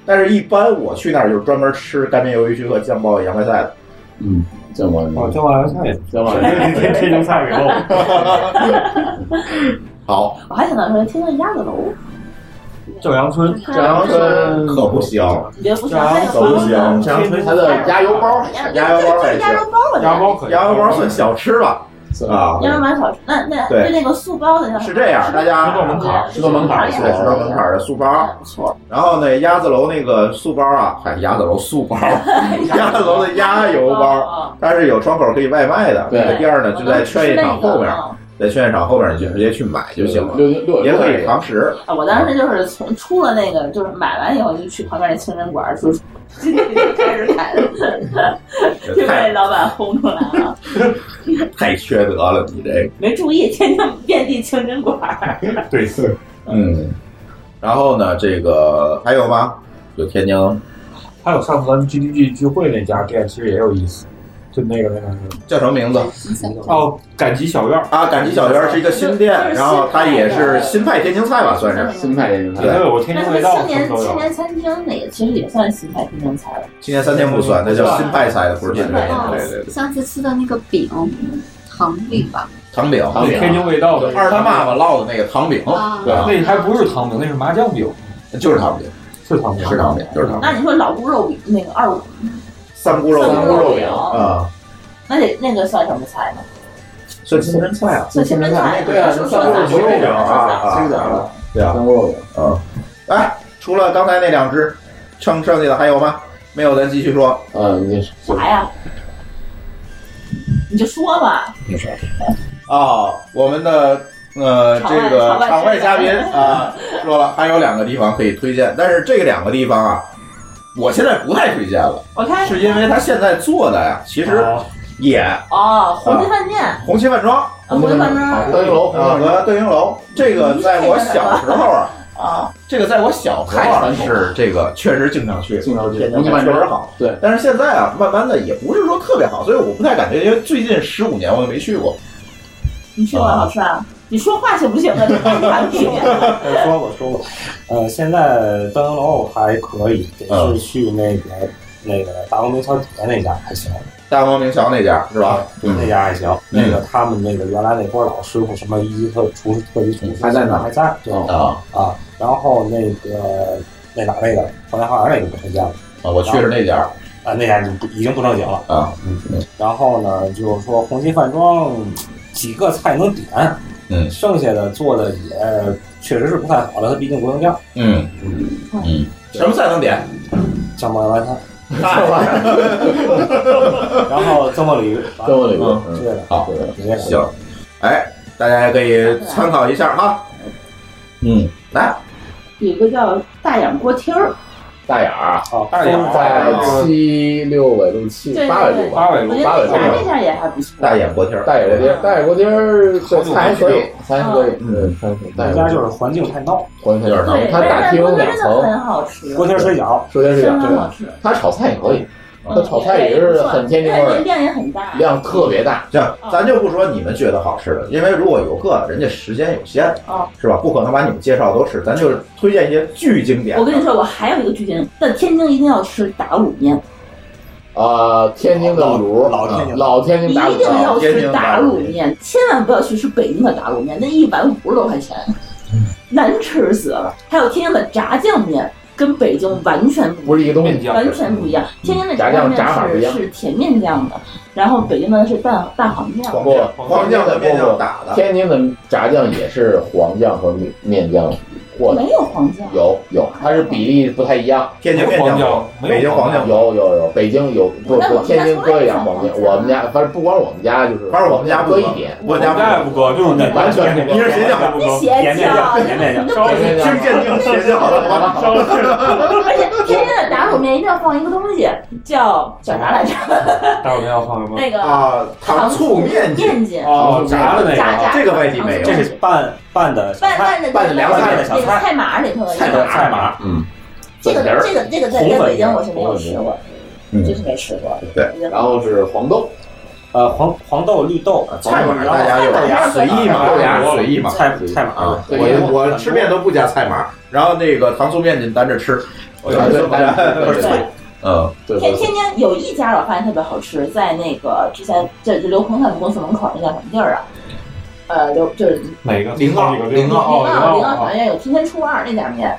[SPEAKER 1] 但是，一般我去那儿就是专门吃干煸鱿鱼须和酱爆洋白菜的。
[SPEAKER 3] 嗯，见过见
[SPEAKER 6] 哦，
[SPEAKER 3] 过
[SPEAKER 6] 叫麻辣菜，
[SPEAKER 3] 见过。
[SPEAKER 6] 天天津菜给我，
[SPEAKER 1] 好，
[SPEAKER 5] 我还想到说天津鸭子楼，
[SPEAKER 6] 正阳村，
[SPEAKER 4] 啊
[SPEAKER 3] 正阳村
[SPEAKER 1] 可不香，
[SPEAKER 5] 你觉得不行？
[SPEAKER 6] 鸭
[SPEAKER 5] 还有
[SPEAKER 1] 可不
[SPEAKER 5] 房子
[SPEAKER 1] 香。
[SPEAKER 6] 正阳村
[SPEAKER 3] 它的鸭油包，
[SPEAKER 1] 鸭油包也
[SPEAKER 5] 鸭
[SPEAKER 1] 行，
[SPEAKER 5] 肉包了，
[SPEAKER 6] 鸭包可以，
[SPEAKER 1] 鸭油包算小吃吧？啊，
[SPEAKER 5] 鸭肉蛮小吃。那那
[SPEAKER 1] 对
[SPEAKER 5] 就那个素包的叫什么
[SPEAKER 1] 是这样，大
[SPEAKER 6] 石头
[SPEAKER 1] 家
[SPEAKER 6] 门槛儿，
[SPEAKER 3] 石头门槛
[SPEAKER 5] 哎
[SPEAKER 3] 儿
[SPEAKER 1] 对吃到门槛儿的素包，
[SPEAKER 5] 不错，
[SPEAKER 1] 然后呢，鸭子楼那个素包啊，哎，鸭子楼素包，鸭子楼的鸭油包，
[SPEAKER 5] 包，
[SPEAKER 1] 它是有窗口可以外卖的。
[SPEAKER 3] 对
[SPEAKER 1] 这个店儿呢就在劝业场后面。
[SPEAKER 5] 啊
[SPEAKER 1] 在劝业场后边，你就直接去买就行了，
[SPEAKER 3] 六六
[SPEAKER 1] 也可以堂食。
[SPEAKER 5] 啊，我当时就是从出了那个，就是买完以后就去旁边那清真馆儿，就是 开始 砍，就被
[SPEAKER 1] 太
[SPEAKER 5] 老板轰出来了。
[SPEAKER 1] 太缺德了，你这个。
[SPEAKER 5] 没注意，天天遍地清真馆儿。
[SPEAKER 6] 对，
[SPEAKER 1] 嗯。然后呢，这个还有吗？有天津
[SPEAKER 6] 还有上次咱们 GDG 聚会那家店，其实也有意思，就那个那个
[SPEAKER 1] 叫什么名字
[SPEAKER 6] 哦，赶集小院儿，
[SPEAKER 1] 啊？赶集小园是一个新嗯店，然后它也是新派天津菜吧，算是
[SPEAKER 3] 新派人
[SPEAKER 6] 也
[SPEAKER 3] 才。
[SPEAKER 6] 都有天
[SPEAKER 5] 那
[SPEAKER 6] 津
[SPEAKER 5] 什
[SPEAKER 6] 味
[SPEAKER 5] 么
[SPEAKER 6] 道，
[SPEAKER 5] 青
[SPEAKER 6] 什
[SPEAKER 5] 年
[SPEAKER 6] 么都
[SPEAKER 5] 青
[SPEAKER 6] 有。
[SPEAKER 5] 年餐厅那个其实也算新派青年菜了。
[SPEAKER 1] 今年三天不算，那叫新派菜，不是天津菜。
[SPEAKER 4] 哦
[SPEAKER 1] 对对对，
[SPEAKER 4] 上次吃的那个饼，糖饼吧，
[SPEAKER 1] 糖饼，
[SPEAKER 3] 糖饼
[SPEAKER 6] 天津味道的
[SPEAKER 1] 二他妈妈烙的那个糖饼，
[SPEAKER 4] 啊
[SPEAKER 1] 哦对
[SPEAKER 6] 那还不是汤饼，那是麻酱饼，
[SPEAKER 1] 就是糖饼，
[SPEAKER 6] 是汤饼，
[SPEAKER 1] 是糖饼，就是糖饼。
[SPEAKER 5] 那你说老姑肉饼那个二五，
[SPEAKER 1] 三嗯菇肉
[SPEAKER 5] 三菇肉饼
[SPEAKER 1] 啊，
[SPEAKER 5] 那得那个算什么菜呢？
[SPEAKER 1] 算清真菜啊，
[SPEAKER 5] 算清真菜。
[SPEAKER 3] 对啊，
[SPEAKER 5] 说
[SPEAKER 3] 三
[SPEAKER 5] 说
[SPEAKER 3] 锅
[SPEAKER 5] 咋
[SPEAKER 3] 牛肉饼
[SPEAKER 1] 啊
[SPEAKER 3] 啊，这个
[SPEAKER 1] 对啊。
[SPEAKER 3] 三锅肉饼。
[SPEAKER 1] 哎，除了刚才那两只，剩剩下的还有吗？没有，咱继续说。
[SPEAKER 3] 嗯，你
[SPEAKER 5] 啥呀？你就说吧，
[SPEAKER 1] 啊、我们的呃，
[SPEAKER 15] 场外
[SPEAKER 1] 这个
[SPEAKER 15] 场
[SPEAKER 1] 场
[SPEAKER 15] 外
[SPEAKER 1] 外
[SPEAKER 15] 嘉
[SPEAKER 1] 嘉
[SPEAKER 15] 宾
[SPEAKER 1] 宾啊，说了还有两个地方可以推荐，但是这个两个地方啊，我现在不太推荐了。
[SPEAKER 5] OK
[SPEAKER 1] 是因为他现在做的呀，其实也
[SPEAKER 5] 哦，红旗饭店，
[SPEAKER 3] 啊
[SPEAKER 1] 红旗饭庄、
[SPEAKER 5] 红旗饭庄
[SPEAKER 1] 德云楼啊和德云楼，这个在我小时候啊，
[SPEAKER 5] 啊，
[SPEAKER 1] 这个在我小时候啊是这个确实经常去，
[SPEAKER 16] 经常去
[SPEAKER 1] 红旗饭
[SPEAKER 16] 确
[SPEAKER 1] 庄
[SPEAKER 16] 实好。
[SPEAKER 1] 对，但是现在啊，慢慢的也不是说特别好，所以我不太感觉，因为最近十五年我也没去过。
[SPEAKER 5] 你去过老师啊？你说话行不行啊？你看你还不行啊？
[SPEAKER 17] 呃说过说过，呃，现在登云楼还可以，
[SPEAKER 1] 嗯
[SPEAKER 17] 得是去那个、那个大光明桥底下那家还行。
[SPEAKER 1] 大光明桥那家是吧？
[SPEAKER 17] 对，那家还行。
[SPEAKER 1] 嗯
[SPEAKER 17] 那个他们那个原来那波老师傅，什么一级特厨师、特级厨师
[SPEAKER 1] 还在那儿
[SPEAKER 17] 还在对
[SPEAKER 1] 啊
[SPEAKER 17] 啊。然后那个那哪那个黄家花园那个不推荐了
[SPEAKER 1] 啊，我去是那家。
[SPEAKER 17] 啊，那家就不已经不正经了
[SPEAKER 1] 啊。
[SPEAKER 17] 嗯。然后呢，就是说红旗饭庄几个菜能点，
[SPEAKER 1] 嗯，
[SPEAKER 17] 剩下的做的也确实是不太好了，它毕竟国营酱。
[SPEAKER 1] 嗯嗯，什么菜能点？
[SPEAKER 17] 酱爆白菜。 然后蒸墨鲤鱼，
[SPEAKER 1] 蒸墨鲤鱼
[SPEAKER 17] 嗯
[SPEAKER 1] 嗯
[SPEAKER 17] 对的，
[SPEAKER 1] 好
[SPEAKER 17] 直接，
[SPEAKER 1] 行，哎，大家也可以参考一下哈。嗯，来，
[SPEAKER 5] 有个叫大眼锅厅儿，
[SPEAKER 16] 大眼儿，
[SPEAKER 17] 哦，
[SPEAKER 16] 大眼
[SPEAKER 3] 都在
[SPEAKER 16] 儿，
[SPEAKER 3] 七六纬路七
[SPEAKER 5] 对
[SPEAKER 3] 八纬
[SPEAKER 5] 对
[SPEAKER 3] 路
[SPEAKER 5] 对
[SPEAKER 3] 吧，
[SPEAKER 5] 我觉得那家那家也还不错。
[SPEAKER 1] 大眼锅贴
[SPEAKER 3] 大眼锅贴，大眼锅贴儿对菜还可以，
[SPEAKER 16] 菜
[SPEAKER 5] 还
[SPEAKER 3] 可以，
[SPEAKER 1] 嗯，
[SPEAKER 3] 菜还可以。
[SPEAKER 17] 大家就是环境太闹，
[SPEAKER 3] 环境太闹
[SPEAKER 5] 对，
[SPEAKER 3] 它大厅
[SPEAKER 5] 但是
[SPEAKER 3] 两
[SPEAKER 5] 那锅真的很
[SPEAKER 3] 层，
[SPEAKER 5] 好吃。
[SPEAKER 17] 锅贴水饺，
[SPEAKER 3] 首先是
[SPEAKER 5] 真的
[SPEAKER 3] 对
[SPEAKER 5] 好吃
[SPEAKER 3] 它炒菜也可以，它
[SPEAKER 5] 嗯
[SPEAKER 3] 炒菜也是很天津味
[SPEAKER 5] 对
[SPEAKER 3] 儿，
[SPEAKER 5] 量也很大。
[SPEAKER 3] 量特别大。
[SPEAKER 1] 这样咱就不说你们觉得好吃的，因为如果游客啊人家时间有限，
[SPEAKER 5] 哦，
[SPEAKER 1] 是吧？不可能把你们介绍都吃，咱就是推荐一些巨经典的。
[SPEAKER 5] 我跟你说，我还有一个剧情，在天津一定要吃打卤面，
[SPEAKER 3] 啊，天津的卤，老天津，老天
[SPEAKER 5] 一
[SPEAKER 3] 津打卤，
[SPEAKER 5] 定要吃打
[SPEAKER 3] 卤
[SPEAKER 5] 卤，面，千万不要去吃北京的打卤面，那一碗五十多块钱，难吃死了。还有天津的炸酱面，跟北京完全
[SPEAKER 3] 不是一个东西，
[SPEAKER 5] 完全不一样。天津的
[SPEAKER 3] 炸
[SPEAKER 5] 酱
[SPEAKER 3] 酱炸法不一
[SPEAKER 5] 面
[SPEAKER 3] 样
[SPEAKER 5] 是是甜面酱的，然后北京的是蛋蛋黄面。
[SPEAKER 3] 不，黄酱和面酱打的，天津的炸酱也是黄酱和面酱和的
[SPEAKER 5] 没，有黄酱，
[SPEAKER 3] 有有，它是比例不太一样。
[SPEAKER 1] 天津面酱没有黄酱北京黄酱
[SPEAKER 3] 有有有，北京有不
[SPEAKER 5] 那我
[SPEAKER 3] 不，
[SPEAKER 5] 们家
[SPEAKER 3] 天津
[SPEAKER 5] 从
[SPEAKER 3] 搁
[SPEAKER 5] 来
[SPEAKER 3] 一
[SPEAKER 5] 没
[SPEAKER 3] 点
[SPEAKER 5] 放
[SPEAKER 3] 黄酱，
[SPEAKER 5] 黄酱
[SPEAKER 3] 我们家反正不光我们家就是，
[SPEAKER 1] 反正我们家不
[SPEAKER 3] 搁一
[SPEAKER 1] 搁
[SPEAKER 3] 点，
[SPEAKER 1] 我们家不
[SPEAKER 6] 不搁，就是你
[SPEAKER 3] 完全不搁
[SPEAKER 1] 你是谁酱？
[SPEAKER 5] 那邪
[SPEAKER 6] 甜面
[SPEAKER 5] 教，
[SPEAKER 6] 酱甜面酱
[SPEAKER 5] 那
[SPEAKER 1] 天津鉴定邪教
[SPEAKER 5] 而且天津的打卤面一定要放一个东西，叫叫啥来着？
[SPEAKER 6] 大卤面要
[SPEAKER 17] 嗯
[SPEAKER 6] 放什么？
[SPEAKER 5] 那个
[SPEAKER 1] 啊，糖醋面筋
[SPEAKER 5] 面筋
[SPEAKER 6] 哦，炸的那
[SPEAKER 5] 炸炸
[SPEAKER 6] 个，
[SPEAKER 1] 这个外地没有
[SPEAKER 17] 这是拌拌的小
[SPEAKER 5] 拌
[SPEAKER 17] 菜，
[SPEAKER 5] 拌的
[SPEAKER 17] 拌的凉菜的
[SPEAKER 5] 那
[SPEAKER 17] 小
[SPEAKER 5] 个菜
[SPEAKER 17] 菜，
[SPEAKER 5] 码里头的
[SPEAKER 17] 菜码菜码，
[SPEAKER 3] 嗯，
[SPEAKER 5] 这个
[SPEAKER 3] 粉皮儿
[SPEAKER 5] 这个这个在
[SPEAKER 17] 红
[SPEAKER 5] 在
[SPEAKER 17] 粉
[SPEAKER 5] 北京
[SPEAKER 17] 皮儿
[SPEAKER 5] 我是没有吃过的，
[SPEAKER 1] 嗯
[SPEAKER 5] 就是没吃过。
[SPEAKER 1] 对
[SPEAKER 3] 然后是黄豆，
[SPEAKER 17] 呃，黄黄豆、绿豆，
[SPEAKER 1] 菜码大家就随意嘛，大家随意嘛。
[SPEAKER 17] 菜菜码
[SPEAKER 1] 啊，我我吃面都不加菜码，然后那个糖醋面筋单着吃，我
[SPEAKER 3] 对对
[SPEAKER 1] 不是
[SPEAKER 5] 对
[SPEAKER 1] 脆，嗯，
[SPEAKER 3] 对
[SPEAKER 5] 天天津有一家我发现特别好吃，在那个之前这刘鹏他们公司门口那叫什么地儿啊？呃，刘就是
[SPEAKER 6] 哪个？
[SPEAKER 1] 零
[SPEAKER 6] 奥
[SPEAKER 1] 号，
[SPEAKER 6] 零
[SPEAKER 1] 零号，
[SPEAKER 5] 零二零二
[SPEAKER 6] 哦
[SPEAKER 5] 好像有天天初二那家面，啊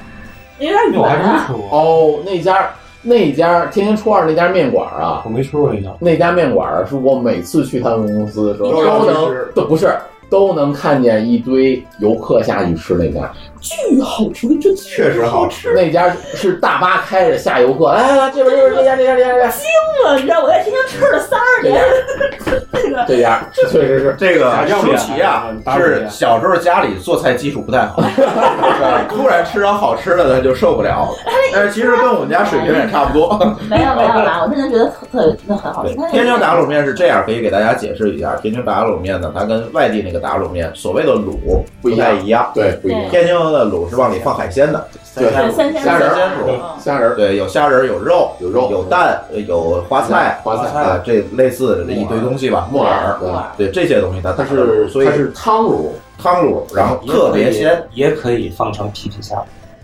[SPEAKER 5] 有点
[SPEAKER 6] 那我还
[SPEAKER 5] 远
[SPEAKER 6] 真没
[SPEAKER 5] 啊。
[SPEAKER 6] 吃过，
[SPEAKER 3] 哦，那家那家天津初二那家面馆啊
[SPEAKER 6] 我，没吃过那家。
[SPEAKER 3] 那家面馆儿是我每次去他们公司的时候
[SPEAKER 1] 都要去
[SPEAKER 3] 能
[SPEAKER 1] 吃
[SPEAKER 3] 都不是都能看见一堆游客下去吃那家，
[SPEAKER 5] 巨好吃，真巨
[SPEAKER 1] 确实好吃。
[SPEAKER 3] 那家是大巴开着下游客，来哎来来，这边这边这家这家这家这家
[SPEAKER 5] 了，你知道我在天津吃 了三十年，这个
[SPEAKER 3] 这家，确实是
[SPEAKER 1] 这个舒淇啊，是小时候家里做菜技术不太好，突然吃着好吃的他就受不了了。
[SPEAKER 5] 哎
[SPEAKER 1] 但是其实跟我们家水平也差不多。
[SPEAKER 5] 没有没有啦，我真的觉得特特真的很好吃。它那个
[SPEAKER 1] 天津打卤面是这样，可以给大家解释一下，天津打卤面呢，它跟外地那个打卤面所谓的卤不太一样。
[SPEAKER 3] 对不一样，
[SPEAKER 1] 天津的卤是往里放海鲜的，
[SPEAKER 3] 对
[SPEAKER 5] 是三鲜
[SPEAKER 1] 虾仁儿
[SPEAKER 5] 儿嗯
[SPEAKER 3] 虾仁儿
[SPEAKER 1] 对，有虾仁儿，有肉，
[SPEAKER 3] 有肉
[SPEAKER 1] 有蛋，呃有花菜，
[SPEAKER 3] 花菜
[SPEAKER 1] 啊，这类似的一堆东西吧，木耳，
[SPEAKER 3] 木耳
[SPEAKER 1] 对这些东西它
[SPEAKER 3] 它
[SPEAKER 1] 它
[SPEAKER 3] 是
[SPEAKER 1] 所以
[SPEAKER 3] 它是汤卤，
[SPEAKER 1] 汤卤，然后特别鲜，
[SPEAKER 17] 也可以放成皮皮虾，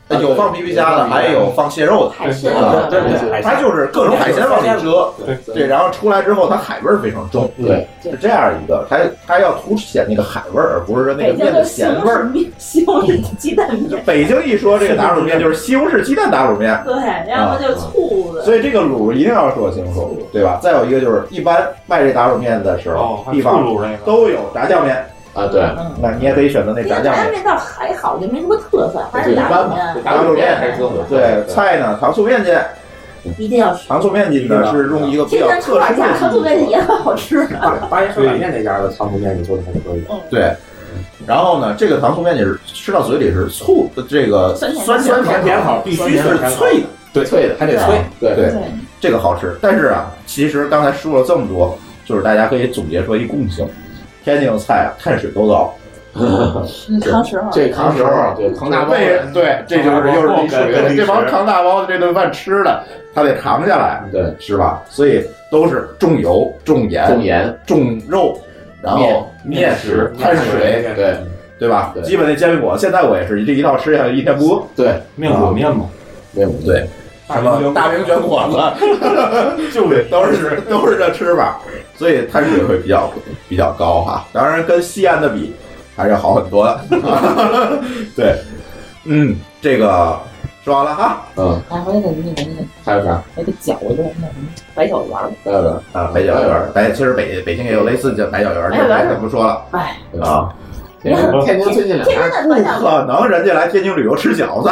[SPEAKER 3] 对
[SPEAKER 1] 有放皮皮虾的，还有放蟹肉的，
[SPEAKER 5] 海鲜
[SPEAKER 1] 啊
[SPEAKER 17] 对对
[SPEAKER 1] 它就是各种海鲜往里遮，对，然后出来之后它海味儿非常重，
[SPEAKER 3] 对，
[SPEAKER 1] 是这样一个，它它要凸显那个海味儿，而不是说那
[SPEAKER 5] 北
[SPEAKER 1] 个
[SPEAKER 5] 京
[SPEAKER 1] 面
[SPEAKER 5] 的
[SPEAKER 1] 的
[SPEAKER 5] 西
[SPEAKER 1] 咸
[SPEAKER 5] 红
[SPEAKER 1] 味儿。
[SPEAKER 5] 柿面、西红柿鸡蛋面，
[SPEAKER 1] 北京一说这个打卤面就是西红柿鸡蛋打卤面，
[SPEAKER 5] 对，然
[SPEAKER 3] 啊
[SPEAKER 5] 后就醋的，
[SPEAKER 1] 所以这个卤一定要说清楚，对吧？再有一个就是，一般卖这打卤面的时候
[SPEAKER 6] 哦，，还
[SPEAKER 1] 地
[SPEAKER 6] 有醋
[SPEAKER 1] 方
[SPEAKER 6] 卤那个，
[SPEAKER 1] 都有炸酱面，
[SPEAKER 3] 啊对，
[SPEAKER 1] 那你也可以选择那
[SPEAKER 5] 那
[SPEAKER 1] 炸酱
[SPEAKER 5] 个炸酱
[SPEAKER 1] 面。
[SPEAKER 5] 面倒还好，就没什么特色，还
[SPEAKER 3] 就是一
[SPEAKER 5] 打
[SPEAKER 3] 般
[SPEAKER 5] 卤
[SPEAKER 3] 吧，
[SPEAKER 5] 面
[SPEAKER 3] 就打卤面还是挺好吃
[SPEAKER 1] 对，菜呢，糖醋面筋，
[SPEAKER 5] 一定要吃。
[SPEAKER 1] 糖醋面筋呢是用一个比
[SPEAKER 5] 天
[SPEAKER 1] 较
[SPEAKER 5] 津
[SPEAKER 1] 特
[SPEAKER 5] 二
[SPEAKER 1] 殊的
[SPEAKER 5] 家
[SPEAKER 1] 技
[SPEAKER 5] 糖醋面
[SPEAKER 1] 术，
[SPEAKER 5] 也很好吃，
[SPEAKER 17] 八八一烧烤面那家的糖醋面筋做的还可以，
[SPEAKER 1] 对，然后呢，这个糖醋面筋儿吃到嘴里是醋，这个
[SPEAKER 5] 酸甜
[SPEAKER 1] 酸
[SPEAKER 5] 酸
[SPEAKER 1] 甜
[SPEAKER 5] 甜
[SPEAKER 1] 甜
[SPEAKER 5] 甜
[SPEAKER 1] 口
[SPEAKER 5] 口
[SPEAKER 1] 必须
[SPEAKER 5] 酸甜
[SPEAKER 1] 是
[SPEAKER 5] 甜口
[SPEAKER 1] 脆的，
[SPEAKER 18] 对，脆
[SPEAKER 5] 的
[SPEAKER 1] 还得
[SPEAKER 5] 对
[SPEAKER 1] 脆，
[SPEAKER 18] 对
[SPEAKER 1] 对
[SPEAKER 5] 对，
[SPEAKER 1] 这个好吃。但是啊，其实刚才说了这么多，就是大家可以总结出一共性：天津菜啊，碳水都高。
[SPEAKER 5] 嗯扛时候
[SPEAKER 3] 这扛时候对扛大包的
[SPEAKER 1] 为
[SPEAKER 3] 嗯
[SPEAKER 1] 对，这就是又是你属于的这帮扛大包的这顿饭吃的，他得扛下来，
[SPEAKER 3] 对，
[SPEAKER 1] 是吧？所以都是重油、重盐、
[SPEAKER 3] 重盐、
[SPEAKER 1] 重肉，然后
[SPEAKER 3] 面面食
[SPEAKER 1] 碳
[SPEAKER 3] 面
[SPEAKER 1] 水
[SPEAKER 3] 食，对
[SPEAKER 1] 对吧
[SPEAKER 3] 对？
[SPEAKER 1] 基本那煎饼果，现在我也是这一道吃下来一天不饿。
[SPEAKER 3] 对，
[SPEAKER 1] 面果面
[SPEAKER 6] 嘛，
[SPEAKER 3] 面果
[SPEAKER 1] 对。什么大饼卷果子， 就都是都是这吃法，所以碳水会比较比较高哈。当然跟西安的比还是好很多的。 对，嗯，这个说完了哈。
[SPEAKER 3] 嗯，
[SPEAKER 5] 哎，回那个那个那个
[SPEAKER 3] 还有啥？
[SPEAKER 5] 那个饺子，那什么白饺子丸儿，
[SPEAKER 3] 还有啥？
[SPEAKER 1] 啊，白饺圆，白其实北北京也有类似的白饺圆，
[SPEAKER 5] 白饺圆
[SPEAKER 1] 这不说了
[SPEAKER 5] 哎，
[SPEAKER 1] 啊。
[SPEAKER 3] 天津天津最近两
[SPEAKER 5] 天
[SPEAKER 3] 家
[SPEAKER 5] 津的白饺
[SPEAKER 1] 可能人家来天津旅游吃饺子，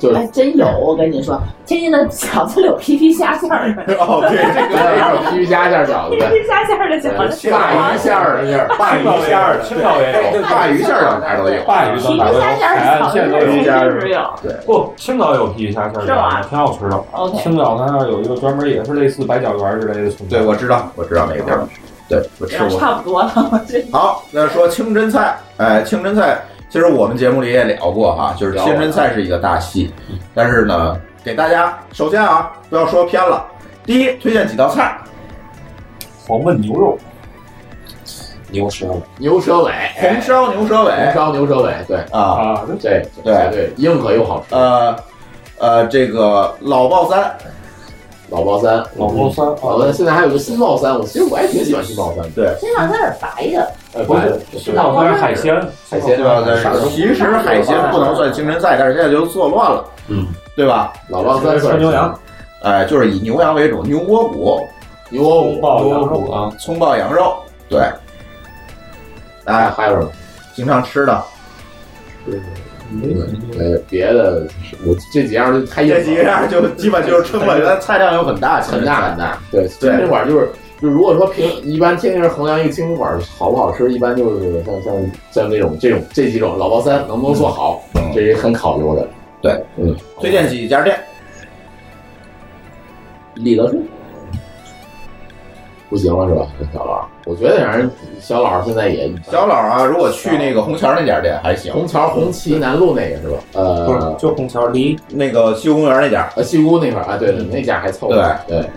[SPEAKER 3] 就
[SPEAKER 5] 子还哎真有，我跟你说，天津的饺子里有皮皮虾馅儿 的，
[SPEAKER 1] 哦，对，这个
[SPEAKER 3] 还有皮皮虾馅儿饺子，
[SPEAKER 5] 皮皮虾馅儿的饺子，
[SPEAKER 3] 鲅鱼馅儿的，
[SPEAKER 1] 鲅鱼馅儿的，
[SPEAKER 6] 青岛也有，
[SPEAKER 1] 鲅鱼馅儿的哪儿都有。
[SPEAKER 6] 鲅
[SPEAKER 5] 皮
[SPEAKER 6] 鱼都哪
[SPEAKER 5] 皮
[SPEAKER 6] 都有，
[SPEAKER 5] 虾馅
[SPEAKER 6] 海
[SPEAKER 5] 儿的
[SPEAKER 6] 岸
[SPEAKER 5] 饺
[SPEAKER 6] 线都
[SPEAKER 5] 子
[SPEAKER 6] 有。
[SPEAKER 5] 天津是有，
[SPEAKER 6] 不，青岛有皮皮虾馅儿
[SPEAKER 5] 是吧哎
[SPEAKER 6] 的，挺好吃的。
[SPEAKER 5] OK
[SPEAKER 6] 青岛它那儿有一个专门也是类似白饺圆之类的东西。
[SPEAKER 1] 对，我知道，我知道那个地儿，对我吃过。
[SPEAKER 5] 差不多了， 我这
[SPEAKER 1] 好，那说清真菜，哎，清真菜，其实我们节目里也聊过哈，就是清真菜是一个大戏，但是呢，给大家首先啊，不要说偏了。第一，推荐几道菜，
[SPEAKER 6] 黄焖牛肉，
[SPEAKER 17] 牛舌了，
[SPEAKER 3] 牛舌尾，
[SPEAKER 1] 红烧牛舌尾
[SPEAKER 3] 红烧牛舌尾，对
[SPEAKER 1] 啊，
[SPEAKER 6] 啊，
[SPEAKER 3] 对
[SPEAKER 1] 哎对
[SPEAKER 3] 对，硬核又好吃。
[SPEAKER 1] 呃呃，这个老爆三，
[SPEAKER 3] 老包三，
[SPEAKER 17] 哦
[SPEAKER 6] 老包三
[SPEAKER 3] 老包
[SPEAKER 6] 啊，
[SPEAKER 3] 三，现在还有个新包三，我其实我还挺喜欢新包三的，
[SPEAKER 1] 对，
[SPEAKER 5] 身上它是白的，
[SPEAKER 3] 呃，
[SPEAKER 6] 不
[SPEAKER 3] 白的
[SPEAKER 6] 是，新老三是海鲜，
[SPEAKER 3] 海鲜
[SPEAKER 1] 对啊吧？其实海鲜不能算清真菜，但是现在就做乱了，
[SPEAKER 6] 嗯，
[SPEAKER 1] 对吧？
[SPEAKER 3] 老包三
[SPEAKER 6] 吃牛羊、
[SPEAKER 1] 哎，就是以牛羊为主，牛窝骨、
[SPEAKER 3] 牛窝
[SPEAKER 6] 宫
[SPEAKER 3] 骨，
[SPEAKER 6] 爆羊肉
[SPEAKER 17] 嗯
[SPEAKER 6] 啊，
[SPEAKER 1] 葱爆羊肉，对，
[SPEAKER 3] 哎，
[SPEAKER 1] 哎，
[SPEAKER 3] 还有什么？
[SPEAKER 1] 经常吃的。
[SPEAKER 3] 呃，别的我这几样就太硬
[SPEAKER 1] 这
[SPEAKER 3] 了，
[SPEAKER 1] 几个样就基本就是撑过来，但菜量又很大，
[SPEAKER 3] 很大很大。对，清
[SPEAKER 1] 对
[SPEAKER 3] 真馆就是，就如果说平一般天津人衡量一个清真馆好不好吃，一般就是像像像这种这种这几种老包三能不能做好，
[SPEAKER 1] 嗯
[SPEAKER 3] 这是很考究的。
[SPEAKER 1] 对，
[SPEAKER 3] 嗯，
[SPEAKER 1] 推荐几家店，
[SPEAKER 3] 李德顺不行了是吧？小老，我觉得反正小老现在也
[SPEAKER 1] 小老啊，如果去那个红桥那家店还行，
[SPEAKER 3] 虹桥红旗南路那个是吧？
[SPEAKER 17] 不
[SPEAKER 3] 呃
[SPEAKER 17] 是，就虹桥离
[SPEAKER 1] 那个西湖公园那家。
[SPEAKER 3] 呃西屋那块儿啊，对对，那家还凑合。对对，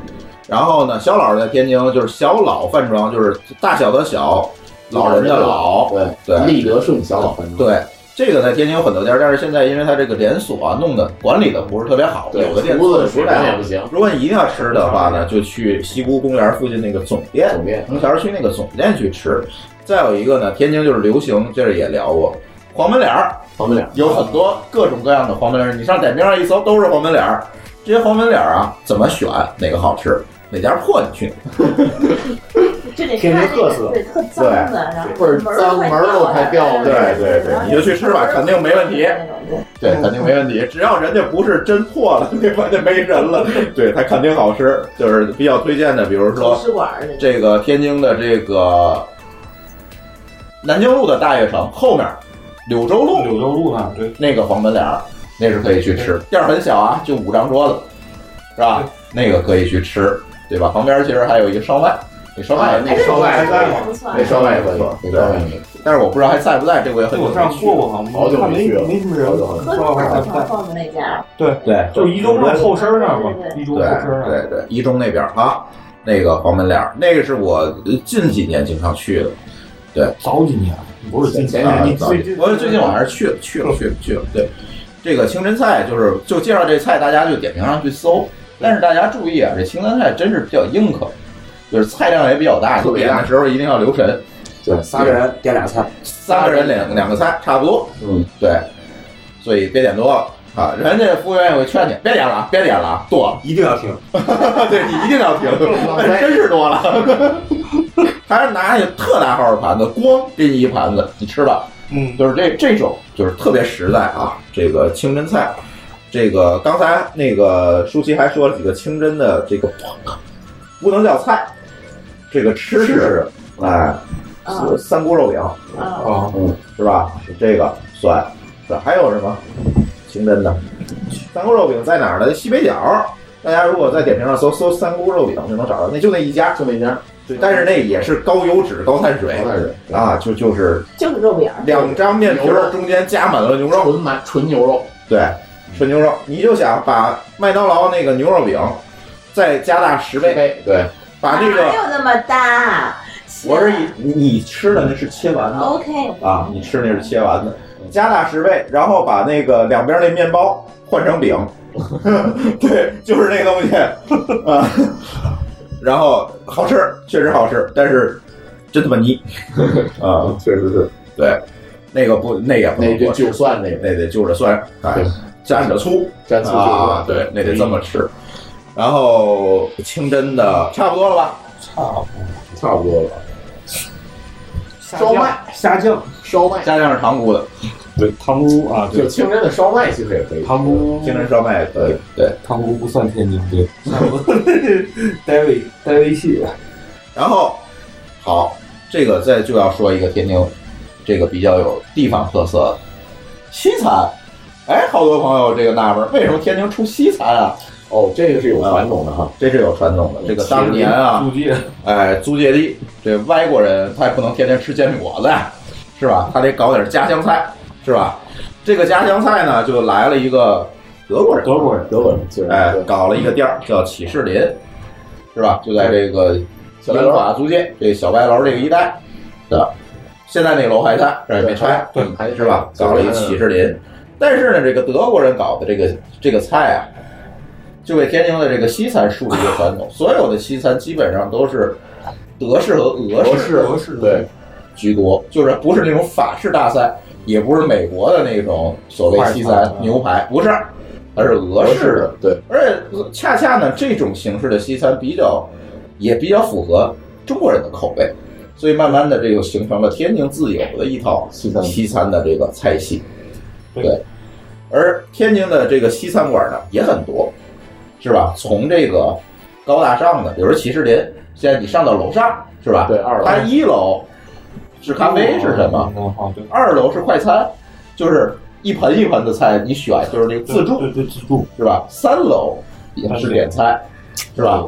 [SPEAKER 1] 然后呢，小老在天津就是小老饭庄，就是大小的小，老人的老，
[SPEAKER 3] 对
[SPEAKER 1] 对
[SPEAKER 3] 立德顺小老饭庄。
[SPEAKER 1] 对。这个在天津有很多家，但是现在因为它这个连锁啊，弄的管理的不是特别好，
[SPEAKER 3] 对
[SPEAKER 1] 有的店
[SPEAKER 3] 厨
[SPEAKER 1] 做
[SPEAKER 3] 子
[SPEAKER 1] 的不
[SPEAKER 3] 水
[SPEAKER 1] 太
[SPEAKER 3] 平
[SPEAKER 1] 好
[SPEAKER 3] 也。不行，
[SPEAKER 1] 如果你一定要吃的话呢，就去西湖公园附近那个总店，
[SPEAKER 3] 总店
[SPEAKER 1] 红桥区那个总店去吃。再有一个呢，天津就是流行，这也聊过黄焖脸儿，
[SPEAKER 3] 旁边俩
[SPEAKER 1] 有很多各种各样的黄焖脸儿，你上点评上一搜都是黄焖脸儿。这些黄焖脸儿啊，怎么选哪个好吃，哪家破你去
[SPEAKER 5] 这得
[SPEAKER 17] 天津
[SPEAKER 5] 看这
[SPEAKER 17] 特
[SPEAKER 5] 个
[SPEAKER 17] 色
[SPEAKER 5] 对特脏的，然后
[SPEAKER 3] 倍儿脏门儿
[SPEAKER 5] 啊
[SPEAKER 3] 都快掉了
[SPEAKER 1] 对对对你就去吃吧肯定没问题
[SPEAKER 5] 那种对
[SPEAKER 1] 对，肯定没问题。 只要人家不是真破了，那关键没人了，对它肯定好吃。就是比较推荐的，比如
[SPEAKER 5] 狗
[SPEAKER 1] 说
[SPEAKER 5] 食馆儿那种，
[SPEAKER 1] 这个天津的这个南京路的大悦城后面，柳州
[SPEAKER 3] 嗯
[SPEAKER 1] 路
[SPEAKER 6] 柳州路那对，
[SPEAKER 1] 那个黄焖脸儿，那是可以去吃。店儿很小啊，就五张桌子，是吧？那个可以去吃，对吧？旁边其实还有一个烧麦，那烧麦
[SPEAKER 3] 啊
[SPEAKER 1] 也，
[SPEAKER 3] 那烧麦
[SPEAKER 5] 还
[SPEAKER 3] 也可以，
[SPEAKER 5] 不错
[SPEAKER 3] 那烧麦也可以，那烧麦也可以。
[SPEAKER 1] 但是我不知道还在不在，这我也很
[SPEAKER 6] 我上
[SPEAKER 1] 去
[SPEAKER 6] 过过，好像
[SPEAKER 3] 好久
[SPEAKER 6] 看
[SPEAKER 3] 没
[SPEAKER 6] 没
[SPEAKER 3] 去了
[SPEAKER 6] 没什么
[SPEAKER 3] 好
[SPEAKER 6] 人，
[SPEAKER 3] 久好久
[SPEAKER 5] 喝
[SPEAKER 6] 不知道还
[SPEAKER 5] 馆
[SPEAKER 6] 在不在
[SPEAKER 5] 儿后面那家，
[SPEAKER 6] 对，
[SPEAKER 1] 对，
[SPEAKER 6] 就是一中路后身儿那儿嘛，一中路
[SPEAKER 1] 对
[SPEAKER 6] 后身儿那儿。
[SPEAKER 1] 对对，一中那边儿啊，那个黄焖脸儿，那个是我近几年经常去的。
[SPEAKER 6] 早几年不是今
[SPEAKER 3] 前
[SPEAKER 6] 年，
[SPEAKER 3] 年
[SPEAKER 1] 啊
[SPEAKER 6] 你
[SPEAKER 1] 早
[SPEAKER 6] 最近
[SPEAKER 1] 我最近我还是去了去了去了去了。对，这个清真菜就是就介绍这菜，大家就点评上去搜。但是大家注意啊，这清真菜真是比较硬核，就是菜量也比较大，
[SPEAKER 3] 特
[SPEAKER 1] 就
[SPEAKER 3] 别
[SPEAKER 1] 点
[SPEAKER 3] 大
[SPEAKER 1] 的时候一定要留神。
[SPEAKER 3] 对，
[SPEAKER 17] 仨人点俩菜，
[SPEAKER 1] 三个人两两个菜差不多，
[SPEAKER 3] 嗯，
[SPEAKER 1] 对，所以别点多了啊。人家服务员也会劝你，别点了啊，别点了啊，多了，
[SPEAKER 17] 一定要听。
[SPEAKER 1] 对你一定要停，真是多了。 还是拿那特大号的盘子，咣给你一盘子，你吃吧。
[SPEAKER 17] 嗯，
[SPEAKER 1] 就是这这种，就是特别实在啊。这个清真菜，这个刚才那个舒淇还说了几个清真的这个，不能叫菜，这个吃食，哎，
[SPEAKER 5] 嗯
[SPEAKER 1] 三锅肉饼，
[SPEAKER 5] 嗯，
[SPEAKER 1] 啊，嗯，是吧？这个算算，还有什么？清真的三锅肉饼在哪儿呢？西北角。大家如果在点评上搜搜三锅肉饼，就能找到，那就那一家，就那一家。对，但是那也是高油脂、高碳水，高碳水啊，就就是
[SPEAKER 5] 就是肉饼。
[SPEAKER 1] 两张面皮儿中间加满了牛肉，纯满纯牛肉，对，纯牛肉。你就想把麦当劳那个牛肉饼再加大十倍，对，把啊那
[SPEAKER 5] 哪
[SPEAKER 1] 个
[SPEAKER 5] 有那么大啊
[SPEAKER 1] 我是以你你吃的那是切完的
[SPEAKER 5] ？OK，
[SPEAKER 1] 啊，你吃那是切完的，加大十倍，然后把那个两边那面包换成饼， 对，就是那个东西 啊，然后好吃，确实好吃，但是真他妈 腻啊，确实是，对，那个不，那也不那就就蒜那个，那得就着蒜，哎，蘸着醋，蘸
[SPEAKER 3] 醋
[SPEAKER 1] 啊，
[SPEAKER 3] 就
[SPEAKER 1] 对，那得这么吃，然后清真的差不多了吧？差
[SPEAKER 17] 啊
[SPEAKER 1] 差不多了吧。
[SPEAKER 3] 烧麦
[SPEAKER 1] 虾酱，
[SPEAKER 3] 烧麦，
[SPEAKER 1] 虾酱是塘沽的，
[SPEAKER 17] 对，塘沽啊，
[SPEAKER 3] 就清真的烧麦其实也可以，
[SPEAKER 17] 塘沽
[SPEAKER 1] 清真烧麦也可以，对，
[SPEAKER 6] 塘沽不算天津， 对，待微待微信，
[SPEAKER 1] 然后好，这个再就要说一个天津，这个比较有地方特色的西餐。哎，好多朋友这个纳闷儿，为什么天津出西餐啊？哦，这个是有传统的哈，这是有传统的。这个当年啊，
[SPEAKER 17] 租界，
[SPEAKER 1] 哎，租界地，这外国人他也不能天天吃煎饼果子呀，是吧？他得搞点家乡菜，是吧？这个家乡菜呢，就来了一个德国人，德国人，德国人，哎，搞了一个店儿叫启士林，是吧？就在这个小白法租界这小白楼这个一带的，现在那个楼还在，这也没拆，对，还是吧？搞了一启士林，但是呢，这个德国人搞的这个这个菜啊，就为天津的这个西餐树立了传 统。所有的西餐基本上都是德式和俄式，俄式对居多，就是不是那种法式大餐，也不是美国的那种所谓西
[SPEAKER 3] 快
[SPEAKER 1] 餐
[SPEAKER 3] 餐
[SPEAKER 1] 牛排，不是，而是俄式的。
[SPEAKER 3] 对，
[SPEAKER 1] 而且恰恰呢，这种形式的西餐比较也比较符合中国人的口味，所以慢慢的这就形成了天津自有的一套西餐西餐的这个菜系。对，而天津的这个西餐馆呢也很多，是吧？从这个高大上的，比如说骑士林，现在你上到楼上是吧？对，二
[SPEAKER 3] 楼
[SPEAKER 1] 它一楼是咖
[SPEAKER 6] 哎
[SPEAKER 1] 啡是什么？二楼啊是快餐，就是一盆一盆的菜你选，就是那个自助，对对自助是吧？三楼也是点菜，是吧？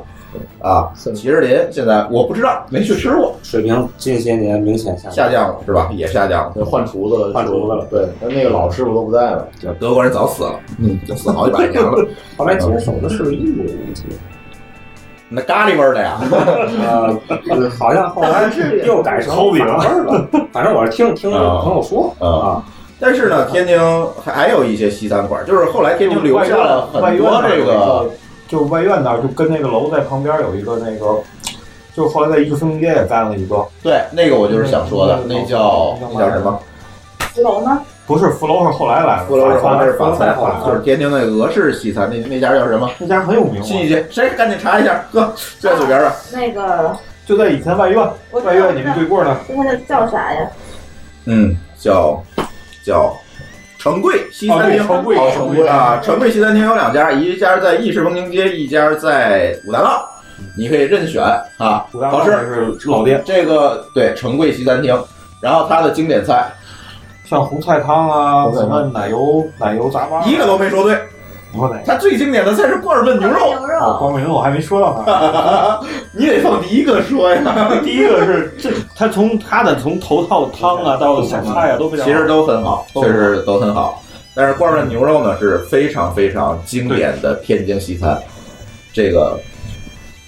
[SPEAKER 1] 啊，骑士林现在我不知道，没去吃过，
[SPEAKER 6] 水平近些年明显下
[SPEAKER 1] 下降了是吧？也下降了，
[SPEAKER 3] 换厨子了，
[SPEAKER 6] 换厨子了
[SPEAKER 3] 对，但那个老师傅都不在了，
[SPEAKER 1] 德国人早死了，嗯，就死好几百年了。
[SPEAKER 6] 后来接手的是印度人，
[SPEAKER 1] 那咖喱味儿的呀，
[SPEAKER 6] 呃，好像后来又改 成
[SPEAKER 1] 烤饼
[SPEAKER 6] 法式了，反正我是听听朋友说
[SPEAKER 1] 啊。但是呢，天津还有一些西餐馆，就是后来天津留下了
[SPEAKER 6] 外
[SPEAKER 1] 很
[SPEAKER 6] 院
[SPEAKER 1] 多
[SPEAKER 6] 那
[SPEAKER 1] 这个，
[SPEAKER 6] 就外院那儿就跟那个楼在旁边有一个那个，就后来在一个分街也干了一个，
[SPEAKER 1] 对，那个我就是想说的，那叫那叫什么？
[SPEAKER 5] 石楼呢？
[SPEAKER 6] 不是福楼是后来来的，
[SPEAKER 1] 佛罗伦是法
[SPEAKER 6] 法
[SPEAKER 1] 餐
[SPEAKER 6] 后来，
[SPEAKER 1] 就是天津那个俄式西餐，那那家叫什么？
[SPEAKER 6] 那家很有名，
[SPEAKER 1] 新一街，谁赶紧查一下，哥，就在左边吧。
[SPEAKER 5] 那个
[SPEAKER 6] 就在以前外院，
[SPEAKER 5] 我知道
[SPEAKER 6] 外院你们对过呢，
[SPEAKER 5] 那个叫啥呀？
[SPEAKER 1] 嗯，叫叫成贵西餐厅，
[SPEAKER 6] 哦对成贵
[SPEAKER 1] 哦
[SPEAKER 6] 成贵
[SPEAKER 1] 啊，成贵西餐厅有两家，一家在意式风情街，一家在五大道，你可以任选啊，
[SPEAKER 6] 大道
[SPEAKER 1] 好吃
[SPEAKER 6] 是老店
[SPEAKER 1] 这个对成贵西餐厅，然后它的经典菜
[SPEAKER 6] 像红菜汤啊，什么奶油奶油杂巴，
[SPEAKER 1] 一个都没说对，
[SPEAKER 6] 你说哪个？
[SPEAKER 1] 它最经典的菜是罐儿焖牛
[SPEAKER 5] 啊
[SPEAKER 1] 肉，啊
[SPEAKER 6] 哦，光明我还没说到 呢。
[SPEAKER 1] 你得放第一个说呀。
[SPEAKER 17] 第一个是这，他从他的从头套汤 啊到小菜啊都非常好，
[SPEAKER 1] 其实都很好，确实都很好。但是罐焖牛肉呢是非常非常经典的天津西餐，这个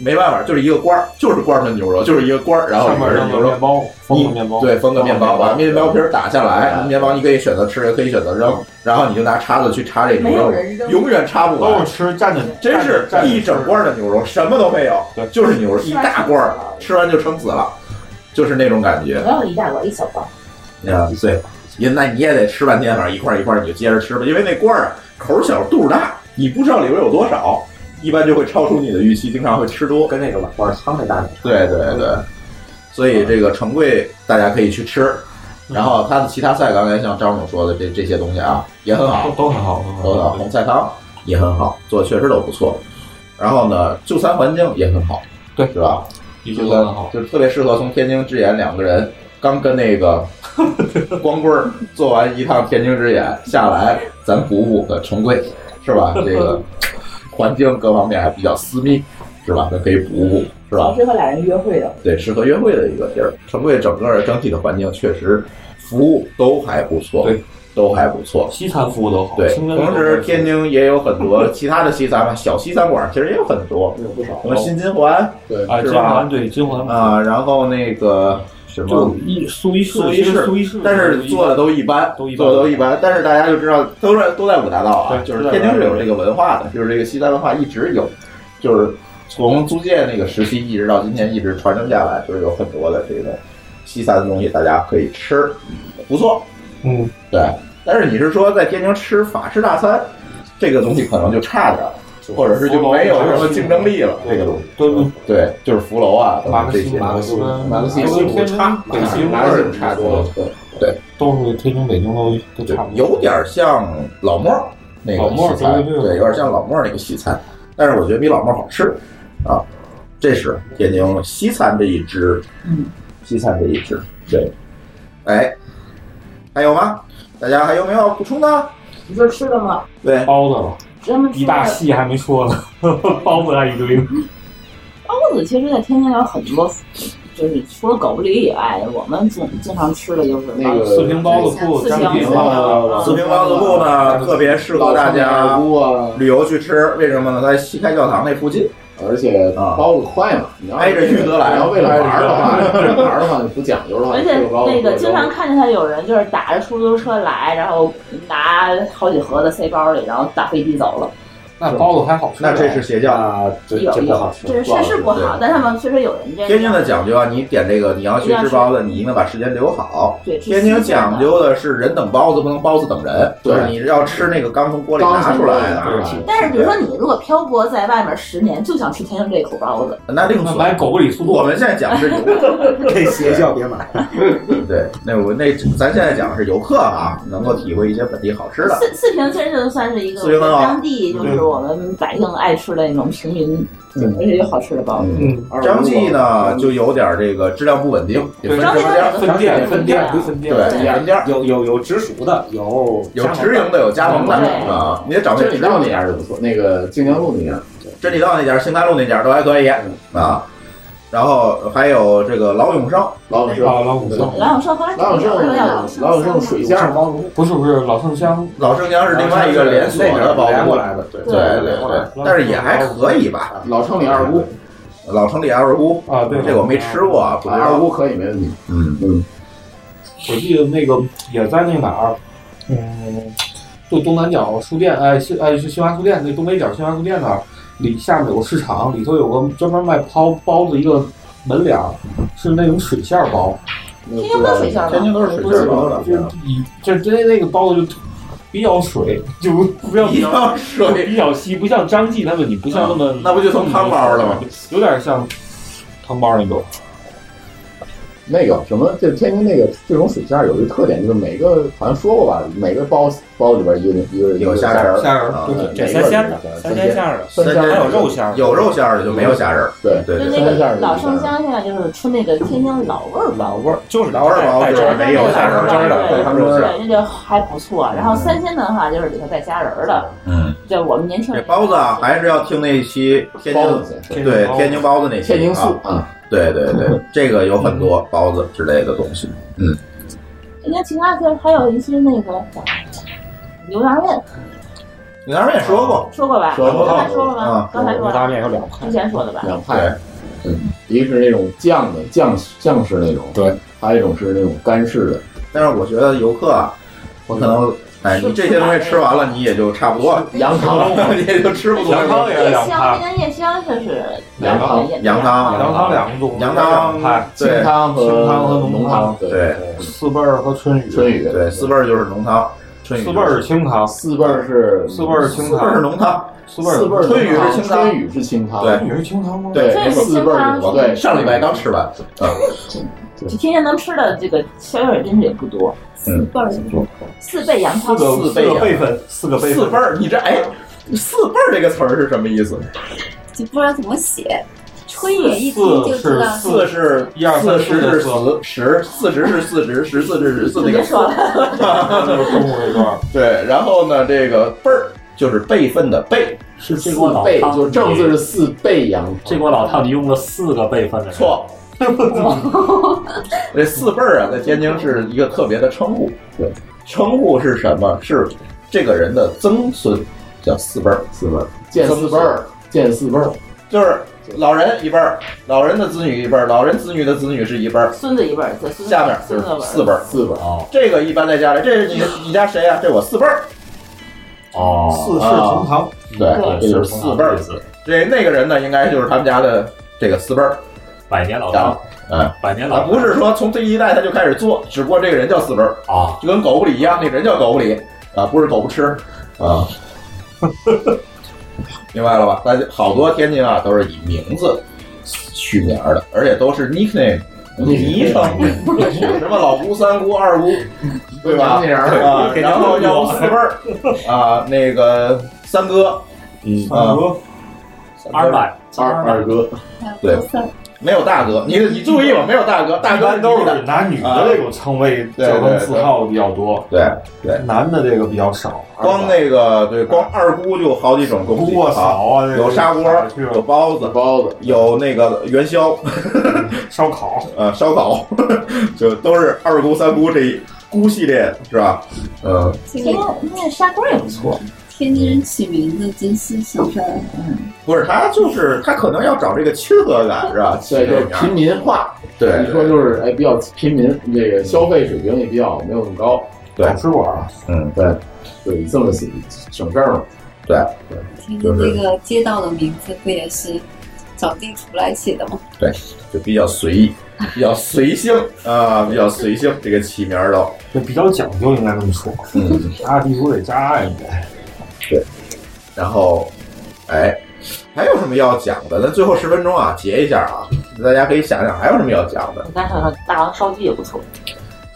[SPEAKER 1] 没办法，就是一个罐儿，就是罐焖牛肉，就是一个罐儿，然后里
[SPEAKER 6] 上面
[SPEAKER 1] 面是牛
[SPEAKER 6] 弄个
[SPEAKER 1] 肉
[SPEAKER 6] 面包，封个
[SPEAKER 1] 你
[SPEAKER 6] 面包，哦
[SPEAKER 1] 对，封个面包，把
[SPEAKER 6] 把
[SPEAKER 1] 面包皮儿打下来，面包你可以选择吃，也可以选择扔，然后你就拿叉子去插这牛
[SPEAKER 6] 没有
[SPEAKER 1] 肉
[SPEAKER 6] 人，扔
[SPEAKER 1] 永远插不完。
[SPEAKER 6] 都是吃蘸着，
[SPEAKER 1] 真是
[SPEAKER 6] 哦蘸着
[SPEAKER 1] 一整罐的牛肉，什么都没有，就是牛肉一大罐儿，吃完就撑死了，就是那种感觉
[SPEAKER 5] 没。有一大碗，一小罐。
[SPEAKER 1] 啊，对，也那你也得吃半天，反正一块儿一块儿你就接着吃吧，因为那罐儿啊口儿小肚儿大，你不知道里边有多少，一般就会超出你的预期，经常会吃多，
[SPEAKER 6] 跟那个碗罐汤那大
[SPEAKER 1] 对对对，所以这个成贵大家可以去吃，然后它的其他菜，刚才像张总说的这这些东西啊也很好，
[SPEAKER 6] 都很好，
[SPEAKER 1] 都很好，红菜汤也很好，做的确实都不错，然后呢，就餐环境也很好，对，是吧？
[SPEAKER 6] 一
[SPEAKER 1] 就餐就是特别适合从天津之眼两个人刚跟那 个光棍儿做完一趟天津之眼下来，咱补补个重归，是 吧？这个环境各方面还比较私密，是吧？咱可以补补，是吧？
[SPEAKER 5] 适合俩人约会的。
[SPEAKER 1] 对，适合约会的一个地儿。城贵整个整体的环境确实服务都还不错，对，都还不错。
[SPEAKER 6] 西餐服务都好
[SPEAKER 1] 对，
[SPEAKER 6] 清真都好
[SPEAKER 1] 同时天津也有很多其他的西餐吧，小西餐馆其实也有很多，有不少什么新金环，
[SPEAKER 3] 对
[SPEAKER 6] 啊，
[SPEAKER 1] 是
[SPEAKER 6] 金
[SPEAKER 1] 吧
[SPEAKER 6] 环？对金环
[SPEAKER 1] 啊，然后那个什么
[SPEAKER 6] 就一苏伊士
[SPEAKER 1] 苏
[SPEAKER 6] 其
[SPEAKER 1] 伊
[SPEAKER 6] 实
[SPEAKER 1] 士，
[SPEAKER 6] 苏伊士
[SPEAKER 1] 但是
[SPEAKER 6] 都一般
[SPEAKER 1] 做的都一般，
[SPEAKER 6] 都一般
[SPEAKER 1] 做的都一般。但是大家就知道，都在都在五大道啊，
[SPEAKER 6] 对
[SPEAKER 1] 就是
[SPEAKER 6] 都在
[SPEAKER 1] 天津
[SPEAKER 6] 五大
[SPEAKER 1] 是
[SPEAKER 6] 道
[SPEAKER 1] 有这个文化的，就是这个西单文化一直有，就是从租界那个时期一直到今天一直传承下来，就是有很多的这个西餐的东西，大家可以吃，不错。
[SPEAKER 17] 嗯，
[SPEAKER 1] 对。但是你是说在天津吃法式大餐，这个东西可能就差点儿。或者是就没有什么竞争力了，这个东西，对对，就是福楼啊，等等这些
[SPEAKER 17] 马克西
[SPEAKER 1] 马克西
[SPEAKER 17] 跟
[SPEAKER 1] 西服
[SPEAKER 17] 天津
[SPEAKER 1] 差，
[SPEAKER 17] 北京
[SPEAKER 1] 马克西服差多了，对，
[SPEAKER 17] 都是天津、北京都都差不多，
[SPEAKER 1] 有点像老莫儿那
[SPEAKER 17] 老
[SPEAKER 1] 个
[SPEAKER 17] 莫儿
[SPEAKER 1] 西餐，
[SPEAKER 17] 对对对
[SPEAKER 1] 对，有点像老莫儿那个西餐，但是我觉得比老莫儿好吃啊。这是天津西餐这一支，
[SPEAKER 5] 嗯，
[SPEAKER 1] 西餐这一支，对，哎，还有吗？大家还有没有要补充的？
[SPEAKER 5] 你说吃的吗？
[SPEAKER 1] 对，
[SPEAKER 6] 包子了，
[SPEAKER 5] 咱们吃
[SPEAKER 6] 一大戏还没说呢，包子还一堆。
[SPEAKER 5] 包子，其实在天津有很多，就是除了狗不理以外，我们经经常吃的就是
[SPEAKER 3] 那
[SPEAKER 1] 呃
[SPEAKER 3] 个四平包子铺
[SPEAKER 5] 四平
[SPEAKER 3] 张平
[SPEAKER 5] 啊
[SPEAKER 3] 啊
[SPEAKER 1] 四平包子铺呢，特别适合大家
[SPEAKER 3] 啊
[SPEAKER 1] 旅游去吃，为什么呢？在西开教堂那附近，
[SPEAKER 3] 而且包子快嘛，你要
[SPEAKER 1] 啊挨着玉德来
[SPEAKER 3] 你要为了玩儿的话，玩儿的话你不讲究的话，
[SPEAKER 5] 而
[SPEAKER 3] 你
[SPEAKER 5] 且
[SPEAKER 3] 这个包子
[SPEAKER 5] 那个
[SPEAKER 3] 做
[SPEAKER 5] 经
[SPEAKER 3] 得
[SPEAKER 5] 常看见他有人就是打着出租车来，然后拿好几盒子塞包里，然后打飞机走了。
[SPEAKER 17] 那包子还好吃，
[SPEAKER 1] 那这是邪教
[SPEAKER 17] 啊，对，
[SPEAKER 5] 有
[SPEAKER 17] 这不好
[SPEAKER 5] 有，
[SPEAKER 17] 吃，
[SPEAKER 5] 这是是不好，但他们确实有人这样。
[SPEAKER 1] 天津的讲究啊，你点这个，你要去吃包子，你一定要把时间留好。
[SPEAKER 5] 对
[SPEAKER 1] 天津讲究的是人等包子，不能包子等人，
[SPEAKER 3] 对
[SPEAKER 1] 就是你要吃那个刚从锅里拿出来的。啊
[SPEAKER 3] 刚从锅里拿出
[SPEAKER 1] 对
[SPEAKER 5] 但是比如说你如果漂泊在外面十年，就想吃天津这口包子，
[SPEAKER 1] 那另说，买
[SPEAKER 6] 狗不理速
[SPEAKER 1] 度。我们现在讲的是游客，
[SPEAKER 17] 这邪教别买。
[SPEAKER 1] 对，那我那咱现在讲的是游客啊，能够体会一些本地好吃的。
[SPEAKER 5] 四四平其实就算是一个
[SPEAKER 1] 四平很好
[SPEAKER 5] 当地就是我们百姓爱吃的那种平民，而且有好吃的包子。
[SPEAKER 1] 嗯，张记呢就有点这个质量不稳定，也分
[SPEAKER 5] 张记
[SPEAKER 1] 什么店儿
[SPEAKER 5] 分店分店
[SPEAKER 17] 归分
[SPEAKER 1] 店对
[SPEAKER 17] 分
[SPEAKER 1] 店
[SPEAKER 17] 有有有直属的，有
[SPEAKER 1] 有直营的，有加盟的
[SPEAKER 5] 对
[SPEAKER 1] 啊。你得找那
[SPEAKER 3] 真理道那家就不错，那个静江路那家，
[SPEAKER 1] 真理道那家、兴安路那家都还可以啊。然后还有这个老永生，
[SPEAKER 3] 老永生
[SPEAKER 6] 啊老永生
[SPEAKER 5] 老永生后来
[SPEAKER 3] 老永生
[SPEAKER 5] 改名了
[SPEAKER 3] 老永生水巷
[SPEAKER 17] 包子
[SPEAKER 6] 不是不是，老圣香，
[SPEAKER 1] 老盛江是另外一个连锁的包
[SPEAKER 17] 连
[SPEAKER 1] 子
[SPEAKER 17] 过
[SPEAKER 1] 铺
[SPEAKER 17] 来的，对
[SPEAKER 1] 对对对，但是也还可以吧。
[SPEAKER 3] 老城里二姑，
[SPEAKER 1] 老城里二姑
[SPEAKER 6] 啊对
[SPEAKER 1] 这个我没吃过啊，不知
[SPEAKER 3] 二
[SPEAKER 1] 道。
[SPEAKER 3] 姑可以没问题。
[SPEAKER 1] 嗯
[SPEAKER 3] 嗯，
[SPEAKER 6] 我记得那个也在那哪儿，嗯，就东南角书店，哎新哎是新华书店，那东北角新华书店那儿，里下面有个市场，里头有个专门卖包包子一个门脸儿，是那种水馅儿包，
[SPEAKER 5] 天津不是水饺
[SPEAKER 1] 天
[SPEAKER 5] 吗？
[SPEAKER 1] 津都是水
[SPEAKER 6] 不
[SPEAKER 1] 馅
[SPEAKER 6] 是
[SPEAKER 1] 儿包子，
[SPEAKER 6] 就是以这这那个包子就比较水，就不要
[SPEAKER 1] 一
[SPEAKER 6] 比
[SPEAKER 1] 定
[SPEAKER 6] 较
[SPEAKER 1] 要水，
[SPEAKER 6] 比较稀，不像张记他们，你不像那么、
[SPEAKER 1] 那不就成汤包了吗？
[SPEAKER 6] 有点像汤包那种。
[SPEAKER 3] 那个什么，这天津那个这种水馅儿有一个特点，就是每个好像说过吧，每个包包里边一个一个
[SPEAKER 1] 有虾仁儿，
[SPEAKER 3] 仁，
[SPEAKER 6] 虾仁儿
[SPEAKER 1] 啊
[SPEAKER 6] 对
[SPEAKER 3] 对
[SPEAKER 17] 三鲜的，三鲜馅儿的，
[SPEAKER 3] 三
[SPEAKER 1] 三
[SPEAKER 3] 鲜
[SPEAKER 1] 鲜
[SPEAKER 17] 还有肉馅儿，
[SPEAKER 1] 有肉馅儿的就没有虾仁儿。
[SPEAKER 3] 对
[SPEAKER 1] 对
[SPEAKER 5] 就
[SPEAKER 1] 对
[SPEAKER 5] 那个老圣香现在就是出那个天津老味儿包
[SPEAKER 17] 老味儿，就是
[SPEAKER 1] 老味儿包
[SPEAKER 17] 带
[SPEAKER 1] 子
[SPEAKER 17] 汁
[SPEAKER 1] 就是
[SPEAKER 17] 儿
[SPEAKER 1] 没有虾仁儿，
[SPEAKER 5] 对
[SPEAKER 1] 对，他们肉馅儿。
[SPEAKER 5] 对，那就还不错。然后三鲜的话就是里头带虾仁儿的，
[SPEAKER 1] 嗯，
[SPEAKER 5] 就我们年轻
[SPEAKER 1] 这
[SPEAKER 5] 人
[SPEAKER 1] 包子啊，还是要听那一期天
[SPEAKER 3] 包
[SPEAKER 1] 津
[SPEAKER 3] 子馅儿，
[SPEAKER 1] 对天津包子那期
[SPEAKER 3] 天津素
[SPEAKER 1] 啊
[SPEAKER 3] 啊，
[SPEAKER 1] 对对对，这个有很多包子之类的东西。
[SPEAKER 5] 人家其他地儿还有一些那个呃牛杂面，
[SPEAKER 1] 你刚才也说过，
[SPEAKER 5] 说过吧？
[SPEAKER 3] 说过
[SPEAKER 5] 刚才说了吗
[SPEAKER 1] 啊？
[SPEAKER 5] 刚才说
[SPEAKER 17] 牛杂
[SPEAKER 5] 了，
[SPEAKER 17] 面有两块
[SPEAKER 5] 之，前说的吧？
[SPEAKER 3] 两派，嗯，一个是那种酱的酱酱式那种，
[SPEAKER 17] 对，
[SPEAKER 3] 还有一种是那种干式的，
[SPEAKER 1] 但是我觉得游客啊，我可能，哎，你这些东西吃完了，你也就差不多了，
[SPEAKER 3] 羊汤
[SPEAKER 1] 你也就吃不多
[SPEAKER 6] 羊
[SPEAKER 1] 了。
[SPEAKER 6] 汤也是
[SPEAKER 5] 夜
[SPEAKER 6] 两
[SPEAKER 5] 宵，
[SPEAKER 6] 派，
[SPEAKER 5] 天津夜宵就是
[SPEAKER 3] 羊汤
[SPEAKER 1] 羊，汤，啊
[SPEAKER 6] 羊汤两种，
[SPEAKER 1] 羊汤
[SPEAKER 6] 两派，，
[SPEAKER 3] 清
[SPEAKER 1] 对
[SPEAKER 3] 汤和
[SPEAKER 6] 清汤和浓
[SPEAKER 3] 浓
[SPEAKER 6] 汤
[SPEAKER 3] 对，
[SPEAKER 1] 对
[SPEAKER 6] 四辈儿和春雨，
[SPEAKER 3] 春雨
[SPEAKER 1] 对，四辈儿就是浓汤，春雨
[SPEAKER 6] 四辈儿是清汤，
[SPEAKER 3] 四辈儿是
[SPEAKER 6] 四辈儿是清
[SPEAKER 1] 四辈儿是
[SPEAKER 6] 汤，
[SPEAKER 1] 浓汤，
[SPEAKER 6] 四
[SPEAKER 3] 四
[SPEAKER 6] 辈儿
[SPEAKER 3] 辈儿
[SPEAKER 1] 春雨是清汤
[SPEAKER 3] 春雨是清汤，
[SPEAKER 1] 对
[SPEAKER 6] 春
[SPEAKER 3] 对
[SPEAKER 5] 春雨
[SPEAKER 6] 雨是清汤吗？
[SPEAKER 5] 是
[SPEAKER 3] 四
[SPEAKER 5] 清
[SPEAKER 3] 辈儿
[SPEAKER 5] 汤
[SPEAKER 3] 是浓对，
[SPEAKER 1] 上礼拜刚吃完，呃
[SPEAKER 5] 就天津能吃的这个宵夜真是也不多，四倍儿四倍羊汤
[SPEAKER 6] 四个
[SPEAKER 1] 四
[SPEAKER 6] 四
[SPEAKER 1] 倍
[SPEAKER 6] 个辈分，四个辈
[SPEAKER 1] 四
[SPEAKER 6] 分
[SPEAKER 1] 辈，儿，你这哎，四辈儿这个词儿是什么意思？
[SPEAKER 4] 就不知道怎么写，吹也一听就知道
[SPEAKER 6] 四四
[SPEAKER 1] 是
[SPEAKER 6] 一二三
[SPEAKER 1] 四十
[SPEAKER 6] 四
[SPEAKER 1] 是十十四十是四十十四是十四那个
[SPEAKER 5] 说了，
[SPEAKER 6] 啊就是中午那段，
[SPEAKER 1] 对，然后呢，这个辈儿就是辈分的辈，
[SPEAKER 6] 是
[SPEAKER 3] 这锅老汤就是正字是四倍羊汤。
[SPEAKER 2] 这锅老汤你用了四个辈分的人，
[SPEAKER 1] 错，这四辈儿啊，在天津是一个特别的称呼。对，称呼是什么？是这个人的曾孙，叫四辈儿。
[SPEAKER 3] 四辈儿，见四辈儿，见四辈儿，
[SPEAKER 1] 就是老人一辈儿，老人的子女一辈儿，老人子女的子女是一辈儿。
[SPEAKER 5] 孙子一辈儿，孙子
[SPEAKER 1] 下面就
[SPEAKER 5] 孙
[SPEAKER 1] 是
[SPEAKER 5] 子
[SPEAKER 1] 四
[SPEAKER 5] 辈儿
[SPEAKER 1] 辈儿，
[SPEAKER 3] 四辈儿。
[SPEAKER 1] 这个一般在家里，这是你你家谁呀、啊这我四辈儿。
[SPEAKER 2] 哦，
[SPEAKER 6] 四世同堂，
[SPEAKER 1] 对，这就是四辈儿。这那个人呢，应该就是他们家的这个四辈儿。
[SPEAKER 2] 百年
[SPEAKER 1] 啊
[SPEAKER 2] 老汤，，
[SPEAKER 1] 嗯，
[SPEAKER 2] 百年
[SPEAKER 1] 啊，
[SPEAKER 2] 老汤
[SPEAKER 1] 不是说从第一代他就开始做，只不过这个人叫四辈儿，
[SPEAKER 2] 啊，
[SPEAKER 1] 就跟狗不理一样，那人叫狗不理啊，不是狗不吃啊。 明白了吧？大家好多天津啊都是以名字取名儿的，而且都是 nickname 昵称， 什么老姑、三姑、二姑，对吧？
[SPEAKER 3] 那样儿
[SPEAKER 1] 啊，然后要不四辈儿 啊，那个三哥，
[SPEAKER 3] 嗯
[SPEAKER 1] 啊，
[SPEAKER 2] 二百
[SPEAKER 3] 二二哥，
[SPEAKER 4] 还有
[SPEAKER 1] 对
[SPEAKER 4] 高三
[SPEAKER 1] 没有大哥，你你注意吧，没有大哥，大
[SPEAKER 6] 一
[SPEAKER 1] 哥
[SPEAKER 6] 般啊都
[SPEAKER 1] 的
[SPEAKER 6] 是拿女的这种称谓叫成字号比较多，
[SPEAKER 1] 对，
[SPEAKER 6] 男的这个比较少。
[SPEAKER 1] 光那个对，光二姑就好几种东西，
[SPEAKER 6] 锅
[SPEAKER 1] 啊，
[SPEAKER 6] 嫂啊，这个
[SPEAKER 1] 有砂锅，
[SPEAKER 6] 去
[SPEAKER 1] 有
[SPEAKER 6] 了
[SPEAKER 1] 包子，
[SPEAKER 3] 包子，
[SPEAKER 1] 有那个元宵，
[SPEAKER 6] 烧烤，
[SPEAKER 1] 呃，烧烤， 就都是二姑三姑这一姑系列是吧？嗯，
[SPEAKER 4] 这
[SPEAKER 5] 那
[SPEAKER 4] 个
[SPEAKER 5] 个那个砂锅也不错，
[SPEAKER 4] 天津人起名字真是想出来了。
[SPEAKER 1] 不是，他就是他可能要找这个亲和感是吧？
[SPEAKER 3] 对，就是
[SPEAKER 1] 这名
[SPEAKER 3] 平民化。
[SPEAKER 1] 对
[SPEAKER 3] 你说就是哎，比较平民，这个消费水平也比较没有那么高。
[SPEAKER 1] 对
[SPEAKER 6] 小吃馆，
[SPEAKER 1] 嗯，
[SPEAKER 3] 对，对，这么省省事儿嘛。
[SPEAKER 4] 天津这个街道的名字不也是找地图来写的吗？
[SPEAKER 1] 就比较随意，比较随性啊，比较随性这个起名儿都，
[SPEAKER 6] 这比较讲究，应该这么说。
[SPEAKER 1] 嗯。
[SPEAKER 6] 加地图得加暗一点，
[SPEAKER 1] 然后，哎，还有什么要讲的？咱最后十分钟啊，截一下啊，大家可以想想还有什么要讲的。
[SPEAKER 5] 我刚想说大王烧鸡也不错，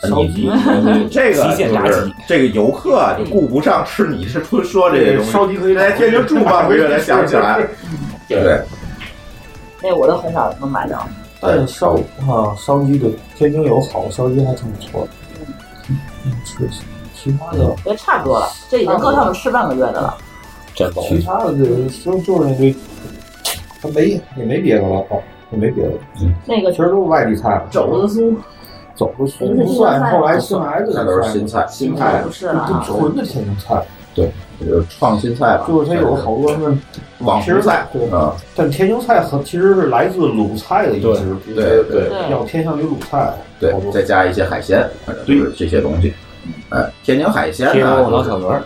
[SPEAKER 6] 烧鸡，
[SPEAKER 1] 你这 个
[SPEAKER 2] 极限
[SPEAKER 1] 就
[SPEAKER 2] 炸
[SPEAKER 1] 是
[SPEAKER 2] 鸡
[SPEAKER 1] 这个游客啊，就顾不上吃你是说说这些东西，
[SPEAKER 6] 烧鸡可以
[SPEAKER 1] 来天津住 半个月才想起来。对，
[SPEAKER 5] 那我都很少能买到。
[SPEAKER 6] 但烧啊，烧鸡的天津有好烧鸡还挺不错的。嗯，吃其他的，
[SPEAKER 5] 也差不多了，这已经够他们吃半个月的了。
[SPEAKER 2] 真懂
[SPEAKER 6] 其他的就是就就是那堆，它没也没别的了，哦，也没别的，
[SPEAKER 5] 那个
[SPEAKER 6] 其实都是外地菜。
[SPEAKER 1] 肘
[SPEAKER 6] 子酥，肘子酥
[SPEAKER 5] 那
[SPEAKER 6] 不
[SPEAKER 5] 是
[SPEAKER 6] 算，
[SPEAKER 5] 新菜啊
[SPEAKER 6] 后来新来的
[SPEAKER 1] 那都是新菜，新
[SPEAKER 5] 菜不是了
[SPEAKER 6] 就
[SPEAKER 5] 啊，
[SPEAKER 6] 纯的天津菜，
[SPEAKER 1] 就是创新菜吧，
[SPEAKER 6] 就是它有好多什么
[SPEAKER 1] 网红菜
[SPEAKER 6] 对
[SPEAKER 1] 啊，
[SPEAKER 6] 但天津菜很其实是来自鲁菜的一支，
[SPEAKER 1] 对对
[SPEAKER 5] 对
[SPEAKER 6] 比较偏向于鲁菜。好
[SPEAKER 1] 对，
[SPEAKER 6] 多
[SPEAKER 1] 再加一些海鲜，反正就是这些东西。哎，天津海鲜
[SPEAKER 2] 天
[SPEAKER 1] 呢，
[SPEAKER 2] 宫老
[SPEAKER 1] 就是
[SPEAKER 2] 小鱼儿，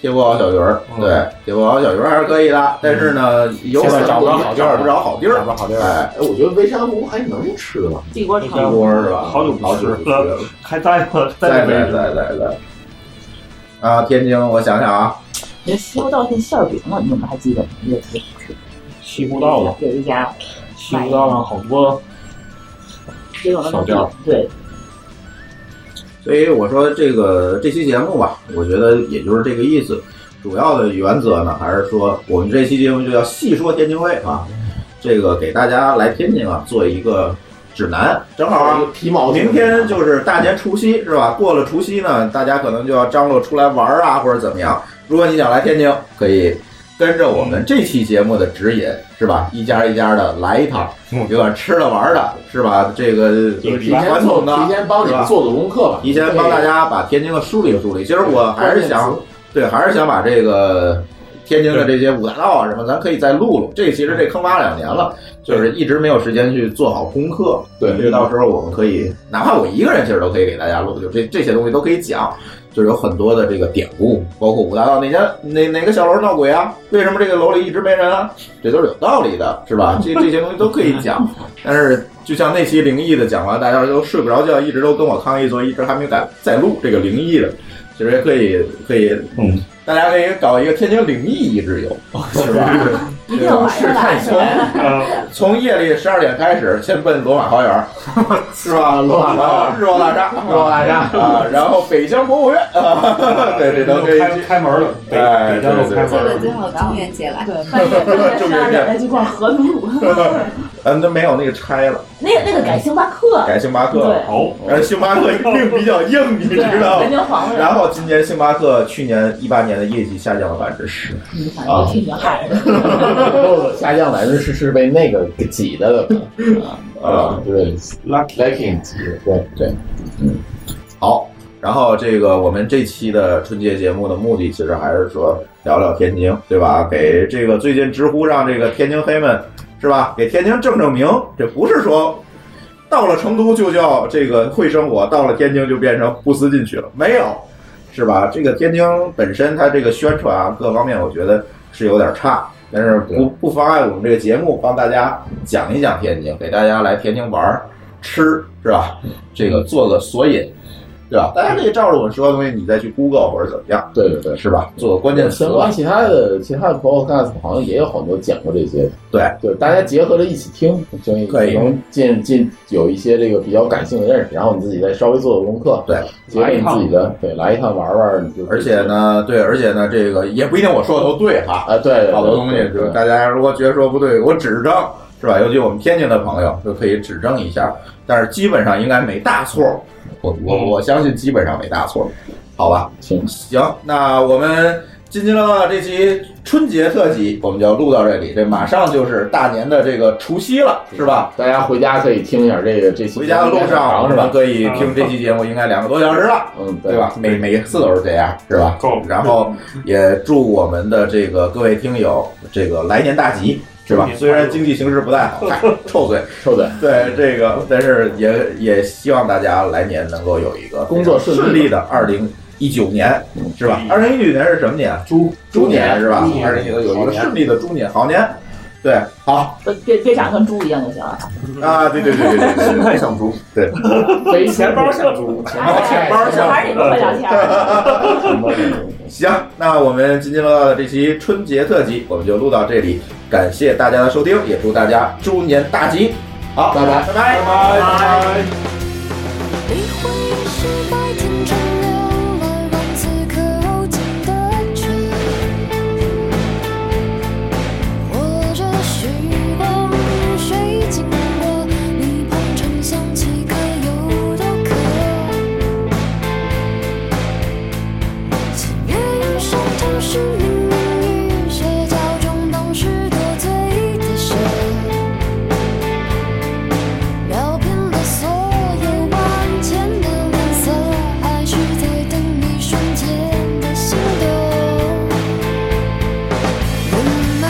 [SPEAKER 1] 铁锅熬小鱼儿，
[SPEAKER 6] 嗯
[SPEAKER 1] 对，铁锅熬小鱼儿还是可以的，但是呢，有可能
[SPEAKER 3] 现在找不着好地儿
[SPEAKER 1] 找不着好地
[SPEAKER 2] 找
[SPEAKER 1] 儿，
[SPEAKER 2] 不着好地儿
[SPEAKER 1] 哎，
[SPEAKER 3] 哎，我觉得微山湖还能吃了，
[SPEAKER 5] 地锅
[SPEAKER 1] 一
[SPEAKER 5] 城
[SPEAKER 1] 锅是吧？
[SPEAKER 2] 好久
[SPEAKER 1] 好
[SPEAKER 2] 不吃
[SPEAKER 1] 久
[SPEAKER 2] 了
[SPEAKER 1] 不吃了，
[SPEAKER 2] 还待过，
[SPEAKER 1] 来
[SPEAKER 2] 待
[SPEAKER 1] 来
[SPEAKER 2] 过。
[SPEAKER 1] 来来来，啊，天津，我想想啊，
[SPEAKER 5] 有西湖道县馅儿饼，我你们还记得吗？也挺好吃。
[SPEAKER 2] 西湖道嘛，
[SPEAKER 5] 有一家
[SPEAKER 2] 西湖道上好多
[SPEAKER 5] 这种的
[SPEAKER 2] 小店儿
[SPEAKER 5] 对，
[SPEAKER 1] 所以我说这个这期节目吧，我觉得也就是这个意思。主要的原则呢，还是说我们这期节目就叫细说天津卫啊，这个给大家来天津啊做一个指南，正好啊
[SPEAKER 3] 一，个皮毛的。
[SPEAKER 1] 明天就是大年除夕，是吧？过了除夕呢，大家可能就要张罗出来玩儿啊，或者怎么样。如果你想来天津，可以跟着我们这期节目的指引，是吧？一家一家的来一趟，
[SPEAKER 2] 嗯
[SPEAKER 1] 有点吃的玩儿的，是吧？这个
[SPEAKER 3] 提
[SPEAKER 2] 有礼
[SPEAKER 3] 前
[SPEAKER 1] 传
[SPEAKER 3] 做，
[SPEAKER 1] 统的
[SPEAKER 3] 提，前帮你
[SPEAKER 1] 是吧
[SPEAKER 3] 们做做功课吧，
[SPEAKER 1] 提前帮大家把天津的梳理梳理。其实我还是想，对，还是想把这个天津的这些五大道啊什么，咱可以再录录。这其实这坑挖两年了，就是一直没有时间去做好功课。
[SPEAKER 3] 对
[SPEAKER 1] 这个到时候我们可以，哪怕我一个人，其实都可以给大家录，就这这些东西都可以讲。就是有很多的这个典故，包括五大道那家哪哪个小楼闹鬼啊？为什么这个楼里一直没人啊？这都是有道理的，是吧？这这些东西都可以讲。但是就像那期灵异的讲完，大家都睡不着觉，一直都跟我抗议说，一直还没敢再录这个灵异的。其实也可以，可以，
[SPEAKER 2] 嗯，
[SPEAKER 1] 大家可以搞一个天津灵异一日游，是吧？
[SPEAKER 5] 一定要买
[SPEAKER 1] 是
[SPEAKER 5] 回
[SPEAKER 1] 看
[SPEAKER 5] 来。
[SPEAKER 1] 从从夜里十二点开始，先奔罗马花园，啊 是吧？罗马花园，日光大厦，日光大厦啊，然后北京博物院，啊、 对，这都可以
[SPEAKER 6] 开
[SPEAKER 1] 去。
[SPEAKER 6] 开门了，北
[SPEAKER 1] 哎
[SPEAKER 6] 北京
[SPEAKER 1] 对
[SPEAKER 6] 都开
[SPEAKER 1] 对
[SPEAKER 4] 这
[SPEAKER 6] 门
[SPEAKER 4] 个
[SPEAKER 6] 了。
[SPEAKER 4] 最好中元节来，
[SPEAKER 5] 对，半夜半夜十二点再去逛和平路，
[SPEAKER 1] 嗯，那没有那个拆了，
[SPEAKER 5] 那个那个改星巴克，
[SPEAKER 1] 改星巴克
[SPEAKER 5] 对
[SPEAKER 1] 了。哦，然后星巴克命比较硬，你知道
[SPEAKER 5] 对，
[SPEAKER 1] 吗
[SPEAKER 5] 北？京黄了。
[SPEAKER 1] 然后今年星巴克去年一八年的业绩下降了百分之十，
[SPEAKER 5] 你看，我听着嗨，
[SPEAKER 3] 下降百分之十是被那个给挤的
[SPEAKER 1] 啊，
[SPEAKER 3] 对，lucky 挤的，对
[SPEAKER 1] 对，嗯，好。然后这个我们这期的春节节目的目的，其实还是说聊聊天津，对吧？给这个最近知乎上这个天津黑们，是吧？给天津正正名，这不是说到了成都就叫这个会生活，到了天津就变成不思进取了，没有，是吧？这个天津本身它这个宣传啊，各方面我觉得是有点差，但是不不妨碍我们这个节目帮大家讲一讲天津，给大家来天津玩儿、吃，是吧？这个做个索引。对吧？大家可以照着我说的东西，你再去 Google 或者怎么样，
[SPEAKER 3] 对对对，
[SPEAKER 1] 是吧？做个关键词
[SPEAKER 3] 相关其他的其他的 podcast 好像也有很多讲过这些，
[SPEAKER 1] 对
[SPEAKER 3] 对，大家结合着一起听，就
[SPEAKER 1] 可以
[SPEAKER 3] 能进进有一些这个比较感性的认识，然后你自己再稍微做做功课，
[SPEAKER 1] 对，
[SPEAKER 3] 结合你自己的，对，来一趟玩玩，你就
[SPEAKER 1] 而且呢，对，而且呢，这个也不一定我说的都对哈。
[SPEAKER 3] 啊，对，
[SPEAKER 1] 好多东西，就是大家如果觉得说不对，我指正是吧？尤其我们天津的朋友就可以指正一下，但是基本上应该没大错。我
[SPEAKER 3] 嗯
[SPEAKER 1] 我我相信基本上没大错，好吧？
[SPEAKER 3] 行
[SPEAKER 1] 行，那我们津津乐道这期春节特辑我们就要录到这里，这马上就是大年的这个除夕了，是吧？
[SPEAKER 3] 大家回家可以听一下这个这期
[SPEAKER 1] 回家的路上，
[SPEAKER 3] 是
[SPEAKER 1] 我
[SPEAKER 3] 吧
[SPEAKER 1] 们？可以听这期节目，应该两个多小时了，
[SPEAKER 3] 嗯，
[SPEAKER 1] 对吧？每每一次都是这样，是吧？
[SPEAKER 6] 够
[SPEAKER 1] 然后也祝我们的这个各位听友这个来年大吉，是吧
[SPEAKER 6] 新年快？乐
[SPEAKER 1] 虽然经济形势不太好，嗨，臭嘴，
[SPEAKER 3] 臭嘴，
[SPEAKER 1] 对这个，但是也也希望大家来年能够有一个
[SPEAKER 3] 工作顺利
[SPEAKER 1] 顺利的二零一九年，是吧？二零一九年是什么年？啊
[SPEAKER 6] 猪
[SPEAKER 1] 猪年是吧
[SPEAKER 6] 猪？年
[SPEAKER 1] 二零一九有一
[SPEAKER 6] 好
[SPEAKER 1] 个
[SPEAKER 6] 年
[SPEAKER 1] 顺利的猪年，好年。对，好
[SPEAKER 5] 别别别长得跟猪一样就行了。
[SPEAKER 1] 啊，对对对对对对，
[SPEAKER 6] 太像猪，
[SPEAKER 1] 对，
[SPEAKER 3] 肥
[SPEAKER 6] 钱包像猪，
[SPEAKER 5] 哎，小孩儿你不会聊天儿。
[SPEAKER 1] 行，那我们津津乐道的这期春节特辑我们就录到这里，感谢大家的收听，也祝大家猪年大吉！好，
[SPEAKER 3] 拜拜
[SPEAKER 1] 拜拜，
[SPEAKER 6] 拜拜。
[SPEAKER 7] 一晃眼时代天真流了，让此刻无尽的痴，或者时光水经过，你旁城想起可有多可？七月云上城市淋雨，斜角中当时多醉的谁？绕遍了所有万千的颜色，还是在等一瞬间的心动。人们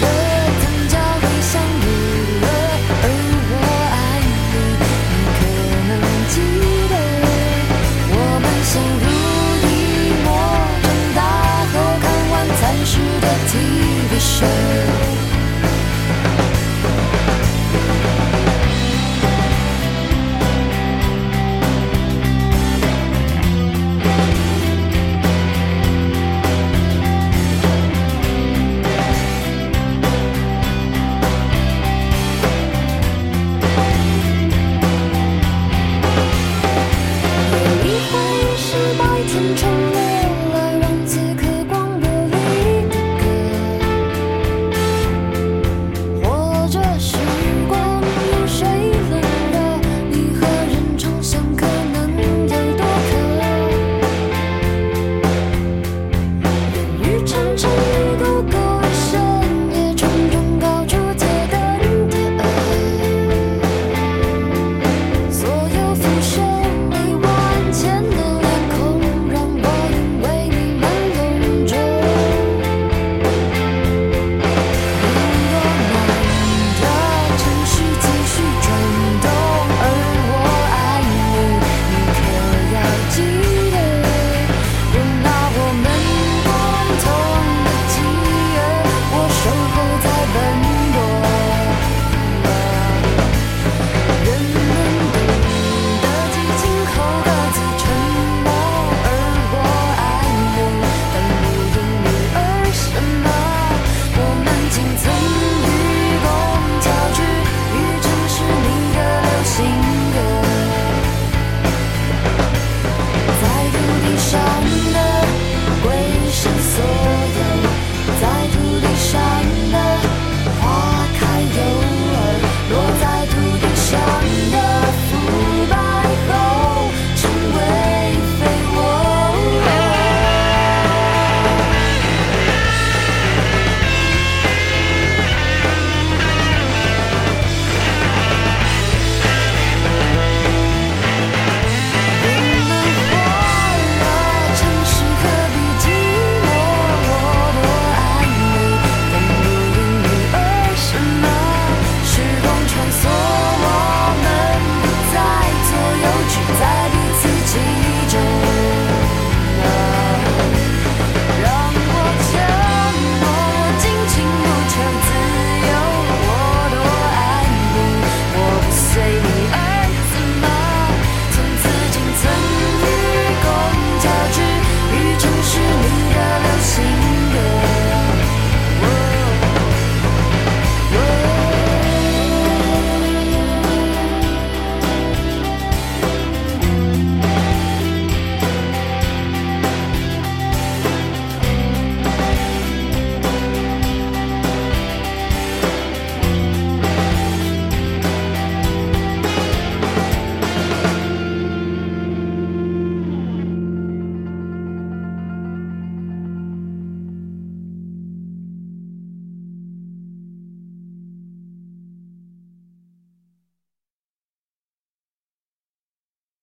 [SPEAKER 7] 活得更加理想娱乐，而我爱你，你可能记得。我们相濡以沫，长大后看完残时的 TV show。